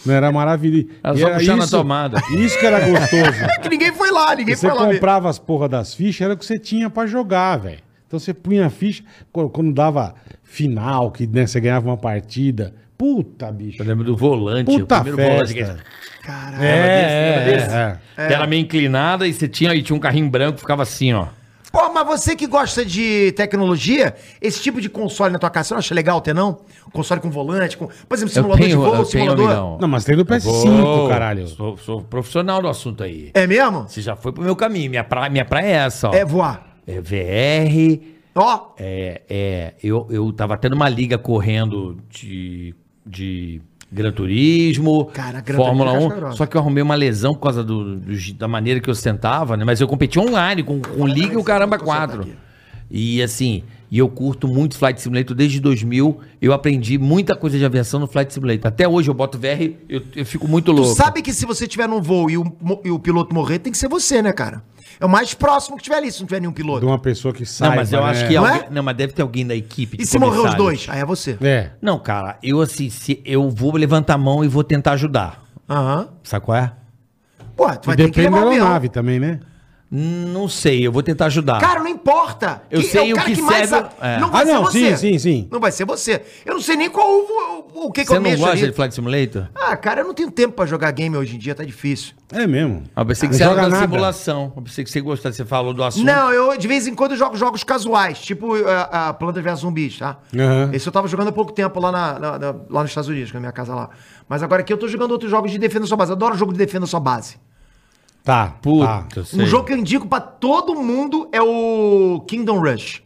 Speaker 3: Não era maravilhoso.
Speaker 4: Era
Speaker 3: E
Speaker 4: só
Speaker 3: era
Speaker 4: puxar na tomada.
Speaker 3: Isso que era gostoso.
Speaker 2: É que ninguém foi lá, ninguém
Speaker 3: você
Speaker 2: foi lá. ver.
Speaker 3: comprava as porra das fichas, era o que você tinha pra jogar, velho. Então você punha a ficha, quando, quando dava final, que né, você ganhava uma partida. Puta, bicho.
Speaker 4: Eu lembro do volante,
Speaker 3: Puta
Speaker 4: o primeiro volante.
Speaker 3: festa.
Speaker 4: que-
Speaker 2: Caralho.
Speaker 4: É,
Speaker 3: É,
Speaker 4: desse,
Speaker 3: é,
Speaker 4: que Era meio inclinada e você tinha, e tinha um carrinho branco, ficava assim, ó.
Speaker 2: Pô, mas você que gosta de tecnologia, esse tipo de console na tua casa, você não acha legal ter, não? Console com volante, com. Por exemplo, simulador
Speaker 4: eu
Speaker 2: de
Speaker 4: tenho,
Speaker 2: voo,
Speaker 4: eu tenho,
Speaker 2: simulador.
Speaker 4: amigão.
Speaker 3: Não, mas tem no PS5,
Speaker 4: Vou,
Speaker 3: caralho.
Speaker 4: Sou, sou profissional do assunto aí.
Speaker 2: É mesmo?
Speaker 4: Você já foi pro meu caminho. Minha praia, minha praia é essa, ó.
Speaker 2: É voar.
Speaker 4: É VR.
Speaker 2: Ó,
Speaker 4: É, é, eu, eu tava tendo uma liga correndo de, de Gran Turismo,
Speaker 2: Cara, Gran
Speaker 4: Fórmula
Speaker 2: Turismo é
Speaker 4: 1.
Speaker 2: cascarosa.
Speaker 4: Só que eu arrumei uma lesão por causa do, do gi- da maneira que eu sentava, né? Mas eu competi online com, com liga e o caramba
Speaker 2: vou sentar
Speaker 4: 4.
Speaker 2: tá aqui.
Speaker 4: E assim, e eu curto muito Flight Simulator desde 2000. Eu aprendi muita coisa de aviação no Flight Simulator. Até hoje eu boto VR, eu, eu fico muito
Speaker 2: tu
Speaker 4: louco.
Speaker 2: sabe que se você tiver num voo e o, mo- e o piloto morrer, tem que ser você, né, cara? É o mais próximo que tiver ali, se não tiver nenhum
Speaker 3: De
Speaker 2: piloto.
Speaker 3: uma pessoa que sai.
Speaker 4: Não, mas eu acho que
Speaker 2: Não é?
Speaker 4: alguém- não, mas deve ter alguém da equipe.
Speaker 2: E
Speaker 4: de
Speaker 2: se morrer os
Speaker 4: comissários. Né?
Speaker 2: dois? Aí é você.
Speaker 3: É.
Speaker 4: Não, cara, eu assim, se, eu vou levantar a mão e vou tentar ajudar.
Speaker 2: Aham.
Speaker 4: Sabe qual é?
Speaker 2: Pô, tu
Speaker 3: E
Speaker 2: vai ter que
Speaker 3: depende
Speaker 2: levar
Speaker 3: da
Speaker 2: o avião.
Speaker 3: aeronave também, né?
Speaker 4: Não sei, eu vou tentar ajudar.
Speaker 2: Cara, não importa.
Speaker 4: Ah.
Speaker 2: é
Speaker 4: Eu sei o que serve-
Speaker 2: sabe.
Speaker 4: é.
Speaker 2: Não vai
Speaker 3: Ah,
Speaker 2: ser
Speaker 3: não,
Speaker 2: você.
Speaker 3: sim, sim, sim.
Speaker 2: Não vai ser você. Eu não sei nem qual o, o, o que, que
Speaker 4: você
Speaker 2: eu
Speaker 4: não
Speaker 2: mexo
Speaker 4: gosta
Speaker 2: ali.
Speaker 4: de Flight Simulator?
Speaker 2: Ah, cara, eu não tenho tempo pra jogar game hoje em dia, tá difícil.
Speaker 3: É mesmo.
Speaker 4: Ah, Eu pensei que
Speaker 3: Não
Speaker 4: você
Speaker 3: joga
Speaker 4: era da
Speaker 3: nada.
Speaker 4: simulação. Eu pensei que você gostasse, você falou do assunto.
Speaker 2: Não, eu de vez em quando eu jogo jogos casuais, tipo a, Planta vs Zumbis, tá?
Speaker 3: Aham.
Speaker 2: Esse eu tava jogando há pouco tempo lá, na, na- na- lá nos Estados Unidos, na minha casa lá. Mas agora aqui eu tô jogando outros jogos de Defenda Sua Base. Eu Adoro jogo de Defenda Sua Base.
Speaker 3: Tá. Puta.
Speaker 4: Puta,
Speaker 2: Um jogo que eu indico pra todo mundo é o Kingdom Rush.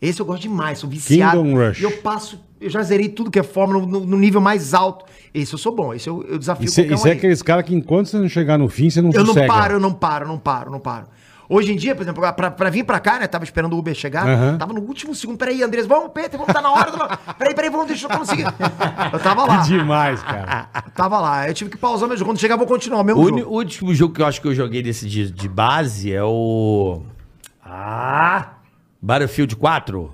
Speaker 2: Esse eu gosto demais, sou viciado.
Speaker 3: Kingdom Rush.
Speaker 2: E eu passo, eu já zerei tudo que é Fórmula no, no nível mais alto. Esse eu sou bom, esse eu, eu desafio um
Speaker 3: Isso, é- isso é
Speaker 2: aí.
Speaker 3: aqueles caras que enquanto você não chegar no fim, você não
Speaker 2: Eu não
Speaker 3: sossega.
Speaker 2: paro, eu não paro, não paro, não paro. Hoje em dia, por exemplo, pra, pra vir pra cá, né? Tava esperando o Uber chegar,
Speaker 3: Aham.
Speaker 2: tava no último segundo. Peraí, Andrés, vamos, Peter, vamos, tá na hora. Tá na... Peraí, peraí, vamos, deixa eu conseguir. Eu tava lá.
Speaker 3: Que demais, cara.
Speaker 2: Tava lá. Eu tive que pausar mesmo. Quando chegar, eu vou continuar o mesmo
Speaker 4: O uni-
Speaker 2: jogo.
Speaker 4: o último jogo que eu acho que eu joguei desse de, de base é o. Ah! Battlefield 4.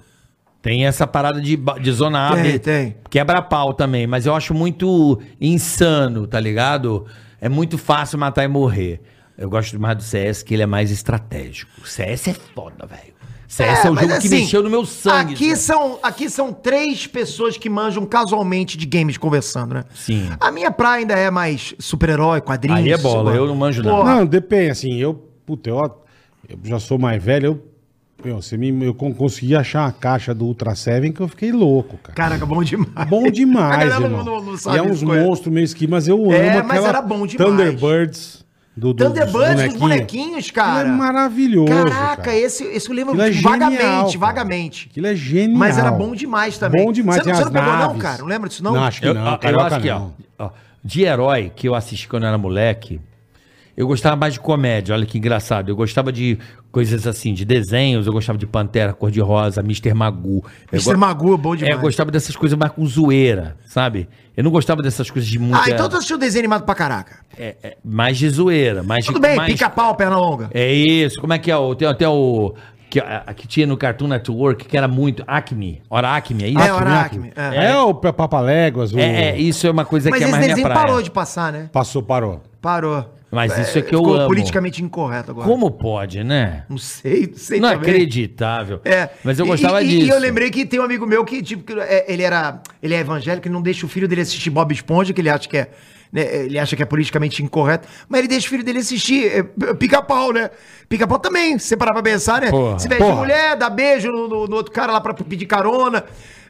Speaker 4: Tem essa parada de, ba- de zona A.
Speaker 2: Tem,
Speaker 4: B-
Speaker 2: tem.
Speaker 4: Quebra-pau também, mas eu acho muito insano, tá ligado? É muito fácil matar e morrer. Eu gosto mais do CS, que ele é mais estratégico. O CS é foda, velho. CS é, o
Speaker 2: mas
Speaker 4: jogo que
Speaker 2: assim,
Speaker 4: mexeu no meu sangue.
Speaker 2: Aqui
Speaker 4: né?
Speaker 2: são, aqui são três pessoas que manjam casualmente de games conversando, né?
Speaker 4: Sim.
Speaker 2: A minha praia ainda é mais super-herói, quadrinhos.
Speaker 4: Aí é
Speaker 2: sei
Speaker 4: bola,
Speaker 2: lá.
Speaker 4: eu não manjo nada.
Speaker 2: Pô,
Speaker 3: Não, depende, assim, eu, puta, eu, eu já sou mais velho, eu, meu, você me, eu con- consegui achar a caixa do Ultra Seven que eu fiquei louco, cara.
Speaker 2: Caraca, bom demais.
Speaker 3: Bom
Speaker 2: A
Speaker 3: demais,
Speaker 2: galera não-
Speaker 3: irmão.
Speaker 2: não- não
Speaker 3: e
Speaker 2: sabe
Speaker 3: é uns
Speaker 2: isso, coisa.
Speaker 3: monstros meio esquisitos, mas eu amo
Speaker 2: É, mas
Speaker 3: aquela
Speaker 2: era bom demais.
Speaker 3: Thunderbirds. Do- do-
Speaker 2: Thunderbirds
Speaker 3: dos
Speaker 2: dos
Speaker 3: bonequinhos.
Speaker 2: bonequinhos, cara.
Speaker 3: Aquilo é maravilhoso,
Speaker 2: Caraca,
Speaker 3: cara.
Speaker 2: esse, esse eu lembro
Speaker 3: Aquilo é
Speaker 2: tipo,
Speaker 3: genial,
Speaker 2: vagamente,
Speaker 3: cara.
Speaker 2: vagamente.
Speaker 3: Aquilo é genial.
Speaker 2: Mas era bom demais também.
Speaker 3: Bom demais.
Speaker 2: Você não-
Speaker 3: tem
Speaker 2: você
Speaker 3: as
Speaker 2: não pegou não,
Speaker 3: naves.
Speaker 2: cara? Não lembra disso não?
Speaker 3: Não, acho que
Speaker 4: Eu, ah,
Speaker 3: não.
Speaker 4: eu
Speaker 3: Carioca
Speaker 4: acho que, ó,
Speaker 3: não.
Speaker 4: ó, de herói que eu assisti quando eu era moleque, eu gostava mais de comédia, olha que engraçado. Eu gostava de coisas assim, de desenhos, eu gostava de Pantera, Cor-de-Rosa, Mr. Magoo. Eu
Speaker 2: Mr.
Speaker 4: go-
Speaker 2: Magoo é bom
Speaker 4: É,
Speaker 2: demais.
Speaker 4: eu gostava dessas coisas mais com zoeira, sabe? Eu não gostava dessas coisas de muita...
Speaker 2: Ah, então tu assistiu desenho animado pra caraca.
Speaker 4: é, é, mais de zoeira, mais
Speaker 2: Tudo
Speaker 4: de...
Speaker 2: bem,
Speaker 4: mais-
Speaker 2: pica-pau, perna longa.
Speaker 4: É isso, como é que é? o- Tem até o... Que, a- que tinha no Cartoon Network, que era muito... Acme, Hora Acme, é isso?
Speaker 2: É, Hora Acme,
Speaker 3: É,
Speaker 2: é.
Speaker 3: o Pa- Papaléguas. O...
Speaker 4: É, é, isso é uma coisa
Speaker 2: Mas
Speaker 4: que é
Speaker 2: esse
Speaker 4: mais minha
Speaker 2: desenho
Speaker 4: praia.
Speaker 2: parou de passar, né?
Speaker 3: Passou, parou.
Speaker 2: Parou.
Speaker 4: Mas isso é que eu
Speaker 2: ficou
Speaker 4: amo.
Speaker 2: politicamente incorreto agora.
Speaker 4: Como pode, né?
Speaker 2: Não sei, não sei
Speaker 4: Não é
Speaker 2: também.
Speaker 4: acreditável.
Speaker 2: É.
Speaker 4: Mas eu
Speaker 2: E-
Speaker 4: gostava
Speaker 2: e,
Speaker 4: disso.
Speaker 2: E eu lembrei que tem um amigo meu que, tipo, que é- ele era. Ele é evangélico, ele não deixa o filho dele assistir Bob Esponja, que ele acha que é. né, ele acha que é politicamente incorreto, mas ele deixa o filho dele assistir é, p- pica-pau, né? Pica-pau também, se você parar pra pensar, né?
Speaker 4: Porra.
Speaker 2: se beija
Speaker 3: Porra.
Speaker 2: mulher, dá beijo no, no- no outro cara lá pra pedir carona,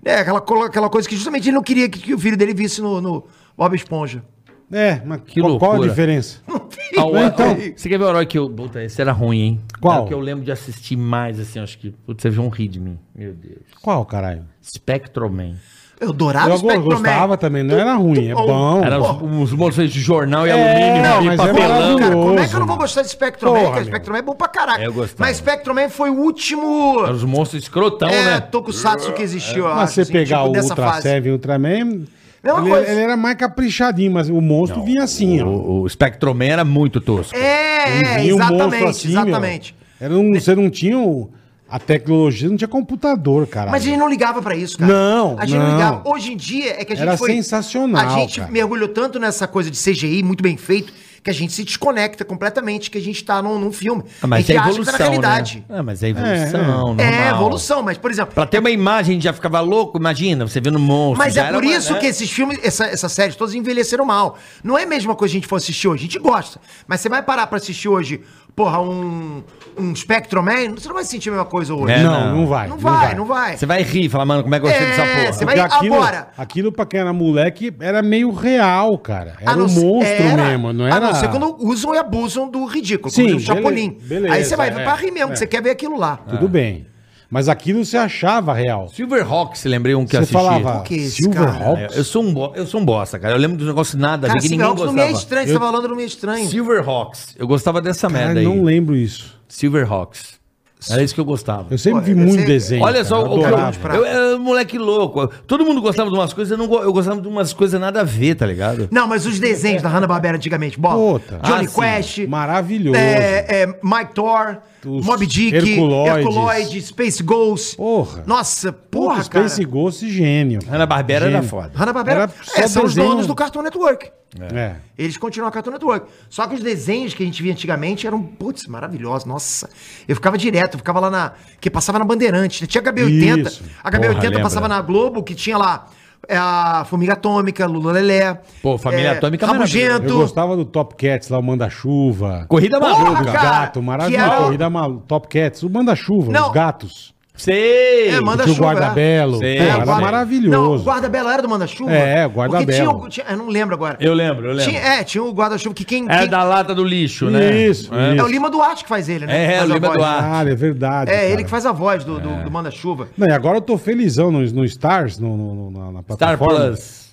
Speaker 2: né? Aquela, colo- aquela coisa que justamente ele não queria que, que o filho dele visse no, no Bob Esponja.
Speaker 3: É, mas
Speaker 4: Que
Speaker 3: qual, qual a
Speaker 4: loucura.
Speaker 3: diferença?
Speaker 4: Ah, o-
Speaker 3: Então-
Speaker 4: o- Você quer ver o herói que eu. Puta, esse era ruim, hein?
Speaker 3: Qual?
Speaker 4: Era o que eu lembro de assistir mais, assim, acho que. Putz, vocês vão rir de mim. Meu Deus.
Speaker 3: Qual, caralho?
Speaker 4: Spectroman.
Speaker 2: Eu adorava
Speaker 3: Eu
Speaker 2: o Spectrum
Speaker 3: gostava também, não era ruim, é
Speaker 2: bom.
Speaker 3: bom.
Speaker 4: Era os,
Speaker 2: porra.
Speaker 4: os moços de jornal e
Speaker 3: É,
Speaker 4: alumínio
Speaker 3: não, mas é
Speaker 4: papelão.
Speaker 2: Cara, como é que
Speaker 3: Maravilhoso,
Speaker 2: eu não vou
Speaker 3: mano.
Speaker 2: gostar de Spectrum Man?
Speaker 3: Porra,
Speaker 2: Porque
Speaker 3: meu.
Speaker 2: Spectrum Man é bom pra caraca.
Speaker 4: Eu gostava.
Speaker 2: Mas Spectrum Man foi o último
Speaker 4: Era os monstros escrotão,
Speaker 2: é,
Speaker 4: né?
Speaker 2: tokusatsu que existiu, eu
Speaker 3: Mas
Speaker 2: acho,
Speaker 3: você
Speaker 2: assim,
Speaker 3: pegar
Speaker 2: tipo,
Speaker 3: o
Speaker 2: dessa
Speaker 3: Ultra
Speaker 2: fase.
Speaker 3: Seven e o Ultraman,
Speaker 2: Mesma
Speaker 3: ele,
Speaker 2: coisa.
Speaker 3: ele era mais caprichadinho, mas o monstro vinha assim, ó.
Speaker 4: O, o Spectroman era muito tosco.
Speaker 2: É, é,
Speaker 3: Vinha um monstro
Speaker 2: exatamente,
Speaker 3: meu.
Speaker 2: exatamente.
Speaker 3: Era um, você não tinha o- a tecnologia, não tinha computador, cara.
Speaker 2: Mas a gente não ligava pra isso, cara.
Speaker 3: Não,
Speaker 2: a gente não,
Speaker 3: não.
Speaker 2: ligava. Hoje em dia é que a gente
Speaker 3: Era sensacional,
Speaker 2: A gente
Speaker 3: cara.
Speaker 2: mergulhou tanto nessa coisa de CGI muito bem feito que a gente se desconecta completamente, que a gente tá num, num filme.
Speaker 4: Ah, mas
Speaker 2: a
Speaker 4: é
Speaker 2: gente
Speaker 4: evolução,
Speaker 2: na realidade.
Speaker 4: né? Ah, mas é evolução,
Speaker 2: É,
Speaker 4: normal.
Speaker 2: evolução, mas, por exemplo,
Speaker 4: Pra ter uma imagem, a gente já ficava louco, imagina, você vendo um monstro.
Speaker 2: Mas
Speaker 4: já
Speaker 2: é
Speaker 4: era
Speaker 2: por
Speaker 4: uma-
Speaker 2: isso
Speaker 4: né?
Speaker 2: que esses filmes, essa, essas séries todas envelheceram mal. Não é a mesma coisa que a gente for assistir hoje. A gente gosta. Mas você vai parar pra assistir hoje, porra, um, um Spectrum Man, você não vai sentir a mesma coisa hoje.
Speaker 4: É,
Speaker 3: não,
Speaker 4: não.
Speaker 3: não, vai.
Speaker 2: não, vai, não vai.
Speaker 4: Você vai rir, falar, mano, como é que eu gostei
Speaker 2: É,
Speaker 4: dessa porra?
Speaker 2: você
Speaker 3: Porque
Speaker 2: vai-
Speaker 3: aquilo,
Speaker 2: agora-
Speaker 3: aquilo pra quem era moleque era meio real, cara. Era
Speaker 2: A não
Speaker 3: um
Speaker 2: ser-
Speaker 3: monstro
Speaker 2: era-
Speaker 3: mesmo, não
Speaker 2: A
Speaker 3: era?
Speaker 2: não ser quando usam e abusam do ridículo,
Speaker 3: Sim,
Speaker 2: como o Chapolin.
Speaker 3: beleza,
Speaker 2: Aí você vai
Speaker 3: beleza,
Speaker 2: pra rir mesmo,
Speaker 3: é.
Speaker 2: que você quer ver aquilo lá.
Speaker 4: É.
Speaker 3: Tudo bem. Mas aquilo você achava real.
Speaker 4: Silverhawks, lembrei um que
Speaker 3: você
Speaker 4: eu assisti.
Speaker 3: falava
Speaker 2: Qual que é esse,
Speaker 4: É,
Speaker 3: Silverhawks?
Speaker 4: Eu sou, um bo- eu sou um bosta, cara. Eu lembro dos negócios nada, a ver
Speaker 2: Cara,
Speaker 4: que
Speaker 2: esse
Speaker 4: ninguém
Speaker 2: não me é
Speaker 4: gostava.
Speaker 2: estranho, você tá falando não me é estranho.
Speaker 4: Silverhawks. Eu gostava dessa merda
Speaker 3: Cara,
Speaker 4: aí.
Speaker 3: não lembro isso.
Speaker 4: Silverhawks. Era isso que eu gostava.
Speaker 3: Eu sempre
Speaker 2: Pô,
Speaker 3: vi
Speaker 2: eu
Speaker 3: muito
Speaker 2: sei-
Speaker 3: desenho.
Speaker 4: Olha só,
Speaker 3: cara, eu
Speaker 4: o
Speaker 3: adorava.
Speaker 4: eu, eu, era um moleque louco. Todo mundo gostava de umas coisas, eu, não, go- eu gostava de umas coisas nada a ver, tá ligado?
Speaker 2: Não, mas os desenhos da Hanna-Barbera antigamente, bola.
Speaker 3: Puta.
Speaker 2: Johnny
Speaker 4: Ah, sim.
Speaker 2: Quest.
Speaker 3: Maravilhoso.
Speaker 2: É, é, Mike Thor,
Speaker 3: Os
Speaker 2: Mob Dick,
Speaker 3: Herculoides.
Speaker 2: Herculoid, Space Ghost.
Speaker 3: Porra.
Speaker 2: Nossa, porra,
Speaker 3: Putz, Space
Speaker 2: cara.
Speaker 3: Ghost gênio. cara.
Speaker 4: Hanna-Barbera
Speaker 3: Gênio.
Speaker 4: era foda.
Speaker 2: Hanna-Barbera
Speaker 3: Era só
Speaker 2: é, são os
Speaker 3: desenho-
Speaker 2: donos do Cartoon Network.
Speaker 3: É.
Speaker 2: Eles continuam a Cartoon Network. Só que os desenhos que a gente via antigamente eram, putz, maravilhosos. Nossa. Eu ficava direto, eu ficava lá na. Que passava na Bandeirante. né? Tinha HB80.
Speaker 3: Isso.
Speaker 2: A HB80
Speaker 4: Porra,
Speaker 2: passava
Speaker 4: lembra.
Speaker 2: na Globo, que tinha lá. é, a Formiga Atômica, Lula Lelé.
Speaker 4: Pô, Família Atômica é
Speaker 3: Eu
Speaker 2: Rabugento.
Speaker 3: gostava do Top Cats lá, o Manda-Chuva.
Speaker 4: Corrida
Speaker 2: Porra,
Speaker 4: maluca.
Speaker 2: cara.
Speaker 3: Gato, maravilhoso.
Speaker 2: que era-
Speaker 3: Corrida malu... Top Cats, o Manda-Chuva,
Speaker 2: Não.
Speaker 3: os gatos.
Speaker 4: Sei!
Speaker 2: É, manda-
Speaker 3: Tinha o
Speaker 2: Manda-Chuva,
Speaker 3: Guarda-Belo.
Speaker 4: é.
Speaker 3: Pô,
Speaker 4: Sei,
Speaker 3: Era
Speaker 4: guarda-
Speaker 2: Não, o
Speaker 3: maravilhoso.
Speaker 2: guarda-belo era do manda-chuva?
Speaker 3: É, o
Speaker 2: Porque tinha
Speaker 3: guarda-belo.
Speaker 2: o- tinha- eu não lembro agora.
Speaker 4: Eu lembro, eu lembro.
Speaker 2: Tinha- é, tinha o guarda-chuva que quem...
Speaker 4: É
Speaker 2: quem-
Speaker 4: da lata do lixo, né?
Speaker 3: Isso,
Speaker 4: É.
Speaker 2: é
Speaker 3: isso.
Speaker 2: o Lima Duarte que faz ele, né?
Speaker 4: É,
Speaker 2: Que faz
Speaker 4: o
Speaker 2: a
Speaker 4: Lima
Speaker 2: voz.
Speaker 4: Duarte. É.
Speaker 3: Cara, é verdade.
Speaker 2: É,
Speaker 3: cara.
Speaker 2: ele que faz a voz do, do, do manda-chuva.
Speaker 3: Não, e agora eu tô felizão no, no Stars, no, no- no- na, na
Speaker 4: Star
Speaker 3: plataforma.
Speaker 4: Plus.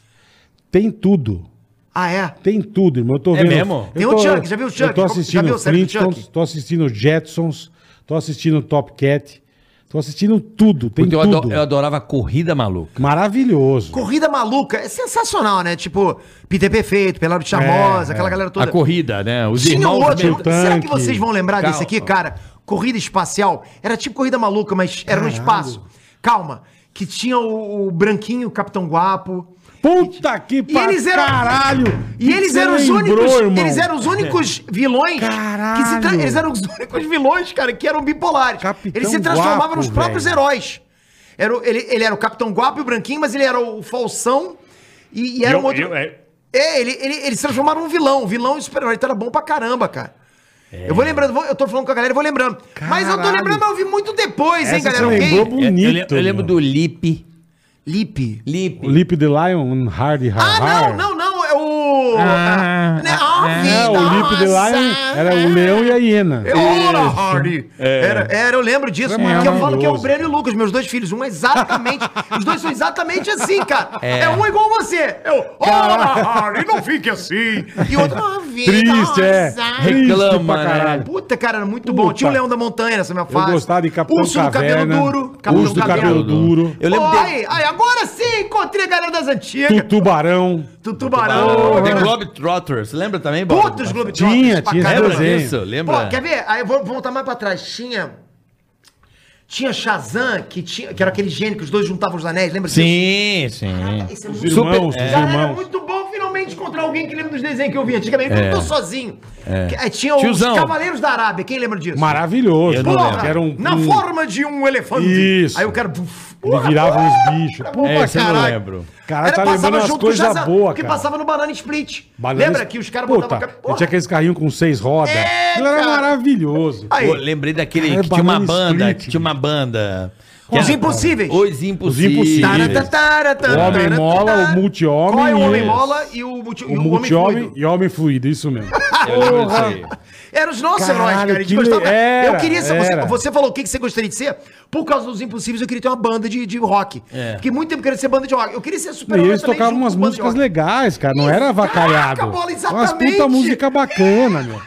Speaker 3: Tem tudo.
Speaker 2: Ah, é?
Speaker 3: Tem tudo, irmão. Eu tô
Speaker 4: É
Speaker 3: vendo.
Speaker 4: mesmo?
Speaker 3: eu
Speaker 2: Tem o
Speaker 3: tô-
Speaker 2: Chuck, já viu o Chuck?
Speaker 3: Eu tô
Speaker 2: Já
Speaker 3: assistindo
Speaker 2: viu a série do
Speaker 3: Flintstones,
Speaker 2: Chuck?
Speaker 3: tô assistindo Jetsons, tô assistindo Top Cat, tô assistindo tudo. Tem
Speaker 4: Porque eu,
Speaker 3: tudo.
Speaker 4: ado- eu adorava Corrida Maluca.
Speaker 3: Maravilhoso.
Speaker 2: Corrida Maluca é sensacional, né? Tipo, Peter Perfeito, Pelado Chamosa,
Speaker 3: É,
Speaker 2: aquela
Speaker 3: é.
Speaker 2: galera toda.
Speaker 4: A corrida, né? Os
Speaker 2: Tinha um
Speaker 4: irmãos
Speaker 2: outro.
Speaker 4: mesmo.
Speaker 3: Tanque.
Speaker 2: Será que vocês vão lembrar desse
Speaker 4: Calma.
Speaker 2: aqui, cara? Corrida espacial. Era tipo corrida maluca, mas era no espaço. Calma. Que tinha o, o Branquinho, o Capitão Guapo.
Speaker 3: Puta que
Speaker 2: E eles eram-
Speaker 3: caralho!
Speaker 2: E eles
Speaker 3: Você
Speaker 2: eram, os
Speaker 3: lembrou,
Speaker 2: únicos,
Speaker 3: irmão?
Speaker 2: eles eram os únicos vilões.
Speaker 3: Caralho.
Speaker 2: Que se tra- Eles eram os únicos vilões, cara, que eram bipolares.
Speaker 3: Capitão
Speaker 2: eles se transformavam
Speaker 3: Guapo,
Speaker 2: nos próprios
Speaker 3: velho.
Speaker 2: heróis. Era o- ele, ele era o Capitão Guapo e o Branquinho, mas ele era o Falsão e, e era um outro. É, ele, ele, eles se transformaram num vilão, vilão e super-herói. Então era bom pra caramba, cara. Eu vou lembrando, vou- eu tô falando com a galera e vou lembrando. Mas eu tô
Speaker 3: Caralho.
Speaker 2: lembrando, mas eu vi muito depois, hein,
Speaker 3: Essa
Speaker 2: galera?
Speaker 3: você
Speaker 2: ok?
Speaker 3: lembrou
Speaker 4: Eu- eu lem-
Speaker 3: bonito.
Speaker 4: Eu, lembro
Speaker 3: meu.
Speaker 4: do Lipe.
Speaker 2: Lipe.
Speaker 4: Lipe.
Speaker 3: Leap the Lion, um Hard Hard.
Speaker 2: Ah, não, não, não, é o.
Speaker 4: Ah,
Speaker 2: Ah, né, ah, a
Speaker 3: Ah, É, um o líquido lá era, era o leão e a hiena.
Speaker 2: Eu, Ora, Hardy! Era, era, eu lembro disso.
Speaker 3: Era
Speaker 2: porque eu falo que é o
Speaker 3: maravilhoso.
Speaker 2: Breno e o Lucas, meus dois filhos. Um é exatamente. os dois são exatamente assim, cara. É, um igual você. Eu, ora, Hardy, não fique assim. E outro, ah, vida,
Speaker 3: Triste, é.
Speaker 2: azar.
Speaker 3: Triste
Speaker 4: Reclama,
Speaker 3: pra
Speaker 4: né?
Speaker 3: caralho.
Speaker 2: Puta, cara, era muito bom.
Speaker 3: Puta.
Speaker 2: Tinha o Leão da Montanha nessa minha fase.
Speaker 3: gostava de Capitão
Speaker 2: Urso
Speaker 3: Caverna,
Speaker 2: do cabelo duro.
Speaker 3: Urso do cabelo duro.
Speaker 4: Eu lembro
Speaker 2: Oi,
Speaker 4: dele.
Speaker 2: ai, agora sim, encontrei a galera das
Speaker 3: Tu-
Speaker 2: antigas.
Speaker 3: Tubarão.
Speaker 2: Tu, tubarão.
Speaker 4: The Globetrotters, lembra também, Bob?
Speaker 2: Puta, os Globetrotters.
Speaker 3: Tinha,
Speaker 2: pra
Speaker 3: tinha esse
Speaker 2: caramba.
Speaker 4: Lembra
Speaker 3: desenho.
Speaker 4: disso? Lembra?
Speaker 2: Pô, quer ver? Aí vamos voltar mais pra trás. Tinha. Tinha Shazam, que, tinha, que era aquele gênio que os dois juntavam os anéis, lembra
Speaker 4: Sim, sim.
Speaker 2: Isso é
Speaker 3: Os
Speaker 2: muito
Speaker 3: irmãos,
Speaker 4: Super-
Speaker 3: os
Speaker 2: Cara,
Speaker 4: é.
Speaker 2: era
Speaker 3: irmãos.
Speaker 2: muito bom finalmente encontrar alguém que lembra dos desenhos que eu vi antigamente.
Speaker 3: É.
Speaker 2: Eu não tô sozinho. Que- aí Tinha os
Speaker 4: Tiozão.
Speaker 2: Cavaleiros da Arábia, quem lembra disso?
Speaker 3: Maravilhoso.
Speaker 4: Eu não
Speaker 3: Porra,
Speaker 4: lembro.
Speaker 3: que era um,
Speaker 2: na
Speaker 3: um-
Speaker 2: forma de um elefante.
Speaker 3: Isso.
Speaker 2: Aí o cara. buf,
Speaker 3: Ele virava uns bichos.
Speaker 2: Pô,
Speaker 4: É,
Speaker 2: pra
Speaker 4: esse eu não
Speaker 2: caralho.
Speaker 4: lembro.
Speaker 3: Cara,
Speaker 2: Era-
Speaker 3: tá
Speaker 2: passava
Speaker 3: lembrando as
Speaker 2: junto com o
Speaker 3: coisas
Speaker 2: Shazam,
Speaker 3: boa,
Speaker 2: Que
Speaker 3: cara.
Speaker 2: passava no Banana Split.
Speaker 3: Banana-
Speaker 2: Lembra que os caras
Speaker 3: Puta,
Speaker 2: botavam...
Speaker 3: eu tinha aqueles carrinhos com seis rodas.
Speaker 2: É,
Speaker 3: Aquilo era
Speaker 2: cara.
Speaker 3: maravilhoso.
Speaker 2: Aí,
Speaker 4: Pô, lembrei daquele
Speaker 3: Cara,
Speaker 4: que tinha uma
Speaker 3: Banana
Speaker 4: banda,
Speaker 3: Split.
Speaker 4: que tinha uma banda. Que
Speaker 2: Os
Speaker 4: era-
Speaker 2: Impossíveis.
Speaker 4: Os Impossíveis.
Speaker 3: Os Impossíveis.
Speaker 2: Taratataratã,
Speaker 3: O Homem
Speaker 2: taratataratã.
Speaker 3: Mola, o Multi-Homem
Speaker 2: Qual é o
Speaker 3: e
Speaker 2: Homem
Speaker 3: esse?
Speaker 2: Mola e o, multi,
Speaker 3: O multi-homem
Speaker 2: um Fluido?
Speaker 3: e homem fluido, isso mesmo.
Speaker 4: Eu lembro disso aí.
Speaker 2: Eram os nossos
Speaker 3: Caralho,
Speaker 2: heróis, cara. A gente
Speaker 3: que
Speaker 2: gostava.
Speaker 3: le- era,
Speaker 2: eu queria ser. Você,
Speaker 3: era.
Speaker 2: você falou o que que você gostaria de ser? Por causa dos Impossíveis, eu queria ter uma banda de, de rock.
Speaker 4: É.
Speaker 2: Porque muito tempo eu queria ser banda de rock. Eu queria ser
Speaker 3: E
Speaker 2: super
Speaker 3: eles tocavam umas músicas legais, cara. Não era avacalhado.
Speaker 2: Caraca, bola,
Speaker 3: umas puta
Speaker 2: exatamente.
Speaker 3: música bacana, meu.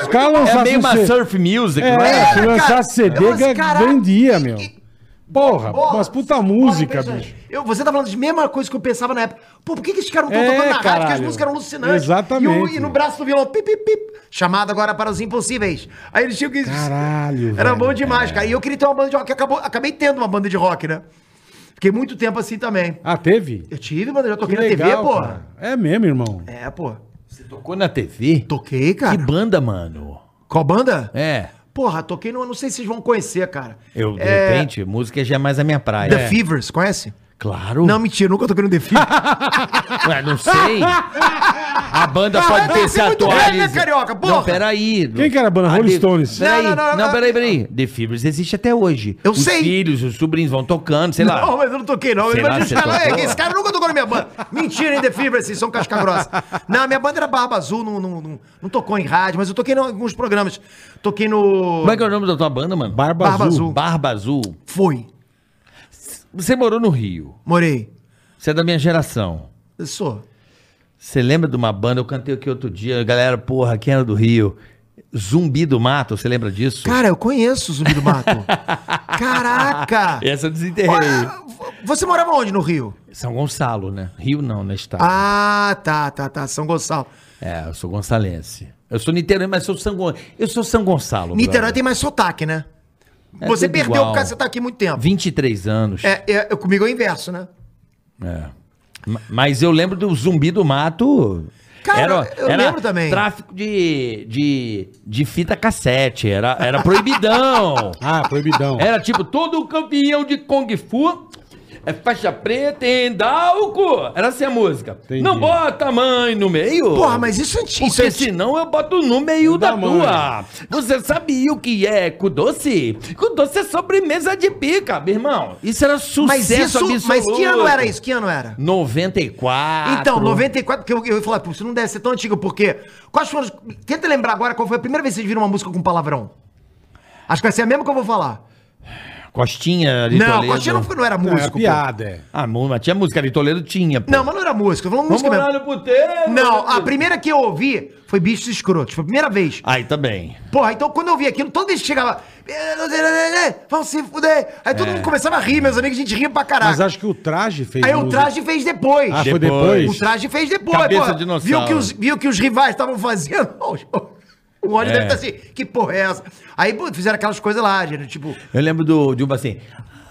Speaker 3: Os caras lançavam. um
Speaker 4: É meio uma
Speaker 3: C-
Speaker 4: surf music,
Speaker 3: É,
Speaker 4: não
Speaker 2: Era,
Speaker 3: se
Speaker 2: né? cara.
Speaker 3: lançasse CD,
Speaker 2: Nossa,
Speaker 3: ga-
Speaker 2: caraca.
Speaker 3: vendia,
Speaker 2: E-
Speaker 3: meu.
Speaker 2: e-
Speaker 3: Porra,
Speaker 2: Bola,
Speaker 3: umas puta
Speaker 2: olha,
Speaker 3: música,
Speaker 2: impressionante.
Speaker 3: bicho.
Speaker 2: Eu, você tá falando de mesma coisa que eu pensava na época. Pô, por que, que esses caras não estão
Speaker 3: É,
Speaker 2: tocando na rádio? Porque as
Speaker 3: caralho.
Speaker 2: músicas eram alucinantes.
Speaker 3: Exatamente.
Speaker 2: E, o- e no braço do violão, pip, pip, pip. Chamada agora para os impossíveis. Aí eles tinham que.
Speaker 3: Caralho,
Speaker 2: Era
Speaker 3: velho.
Speaker 2: bom demais, cara. E eu queria ter uma banda de rock. Acabou, acabei tendo uma banda de rock, né? Fiquei muito tempo assim também.
Speaker 3: Ah, teve?
Speaker 2: Eu tive, mano, já
Speaker 3: Que
Speaker 2: toquei na TV,
Speaker 3: legal,
Speaker 2: porra.
Speaker 3: cara. É mesmo, irmão.
Speaker 2: É, pô.
Speaker 4: Tocou na TV?
Speaker 2: Toquei, cara.
Speaker 4: Que banda, mano?
Speaker 2: Qual banda?
Speaker 4: É.
Speaker 2: Porra, toquei no. Não sei se vocês vão conhecer, cara.
Speaker 4: Eu, de
Speaker 2: É,
Speaker 4: repente, música já é mais a minha praia.
Speaker 2: The
Speaker 4: É.
Speaker 2: Fevers, conhece?
Speaker 4: Claro.
Speaker 2: Não, mentira, nunca toquei no The Fevers.
Speaker 4: Ué, não sei. A banda
Speaker 2: Caralho,
Speaker 4: pode ter
Speaker 2: deve
Speaker 4: se
Speaker 2: ser muito
Speaker 4: atualizado.
Speaker 2: velho, né, carioca? Porra!
Speaker 4: Não, peraí.
Speaker 3: Quem que era a banda? Rolling
Speaker 4: The-
Speaker 3: Stones.
Speaker 4: Peraí.
Speaker 2: Não,
Speaker 4: Não,
Speaker 2: não, não, não.
Speaker 4: peraí, peraí. The Fibers existe até hoje.
Speaker 2: Eu
Speaker 4: os
Speaker 2: sei.
Speaker 4: Os filhos, os sobrinhos vão tocando, sei lá.
Speaker 2: Não, mas eu não toquei, não.
Speaker 4: Será
Speaker 2: Imagina
Speaker 4: que
Speaker 2: os
Speaker 4: você
Speaker 2: caras, "É,
Speaker 4: tocou?"
Speaker 2: esse cara nunca tocou na minha banda. Mentira, hein, The Fever, vocês são casca grossa. Não, minha banda era Barba Azul, não, não, não, não tocou em rádio, mas eu toquei em alguns programas. Toquei no...
Speaker 4: Como é que é o nome da tua banda, mano?
Speaker 3: Barba,
Speaker 2: Barba
Speaker 3: Azul.
Speaker 2: Azul.
Speaker 4: Barba Azul.
Speaker 2: Foi,
Speaker 4: Você morou no Rio.
Speaker 2: morei.
Speaker 4: Você é da minha geração.
Speaker 2: Eu sou.
Speaker 4: Você lembra de uma banda? Eu cantei aqui outro dia. Galera, porra, quem era do Rio? Zumbi do Mato, você lembra disso?
Speaker 2: Cara, eu conheço o Zumbi do Mato. Caraca!
Speaker 4: Essa eu desenterrei.
Speaker 2: Ah, Você morava onde no Rio?
Speaker 4: São Gonçalo, né? Rio não, né? Estado.
Speaker 2: Ah, tá, tá, tá, São Gonçalo.
Speaker 4: É, eu sou gonçalense. Eu sou Niterói, mas sou São Gon... Eu sou São Gonçalo.
Speaker 2: Niterói
Speaker 4: brother.
Speaker 2: tem mais sotaque, né?
Speaker 4: É
Speaker 2: você
Speaker 4: tudo
Speaker 2: perdeu
Speaker 4: igual.
Speaker 2: porque você tá aqui há muito tempo.
Speaker 4: 23 anos. É.
Speaker 2: É, é, comigo é o inverso, né?
Speaker 4: Ma- Mas eu lembro do Zumbi do Mato.
Speaker 2: Cara, eu lembro também.
Speaker 4: Tráfico de, de, de fita cassete. Era, era proibidão.
Speaker 3: Ah, proibidão.
Speaker 2: É
Speaker 4: Era tipo, todo campeão de Kung Fu é faixa preta em Dalco. Era assim a música.
Speaker 3: Entendi.
Speaker 4: Não bota mãe no meio.
Speaker 2: Porra, mas isso é antigo.
Speaker 4: Porque senão eu boto no meio da,
Speaker 3: Da mãe.
Speaker 4: tua.
Speaker 2: é.
Speaker 4: Você sabia o que é cu doce? Cu doce é sobremesa de pica, meu irmão. Isso era sucesso
Speaker 2: Mas isso,
Speaker 4: absoluto. Ah,
Speaker 2: mas que ano era isso? Que ano era?
Speaker 4: 94.
Speaker 2: Então, 94, porque eu, eu ia falar, pô, isso não deve ser tão antigo, porque. Quais foram. os- Tenta lembrar agora qual foi a primeira vez que vocês viram uma música com palavrão. Acho que vai ser a mesma que eu vou falar.
Speaker 4: Costinha de
Speaker 2: Não,
Speaker 4: Toledo.
Speaker 2: Cotinha não, foi- não era
Speaker 3: Não, era
Speaker 2: músico. pô.
Speaker 3: piada, é.
Speaker 4: Ah, mu- mas tinha música de Toledo, tinha. pô.
Speaker 2: Não, mas não era música, eu falando música mesmo.
Speaker 4: no puteiro.
Speaker 2: Não, a primeira que eu ouvi foi Bichos Escrotos. Foi a primeira vez.
Speaker 4: Aí tá também.
Speaker 2: Porra, então quando eu vi aquilo, toda vez que chegava. "Eh, Vão se fuder. Aí
Speaker 4: É.
Speaker 2: todo mundo começava a rir, meus amigos, a gente ria pra
Speaker 3: Mas
Speaker 2: caralho.
Speaker 3: acho que o traje fez.
Speaker 2: Aí o
Speaker 3: música.
Speaker 2: traje fez depois.
Speaker 3: Ah, foi
Speaker 4: Depois.
Speaker 3: depois?
Speaker 2: O traje fez depois,
Speaker 4: Cabeça
Speaker 2: pô.
Speaker 4: de dinossauro.
Speaker 2: Viu que os, viu que os rivais estavam fazendo. O óleo
Speaker 4: É.
Speaker 2: deve estar assim, que porra é essa? Aí pô, fizeram aquelas coisas lá, gente, tipo,
Speaker 4: Eu lembro do, de uma assim.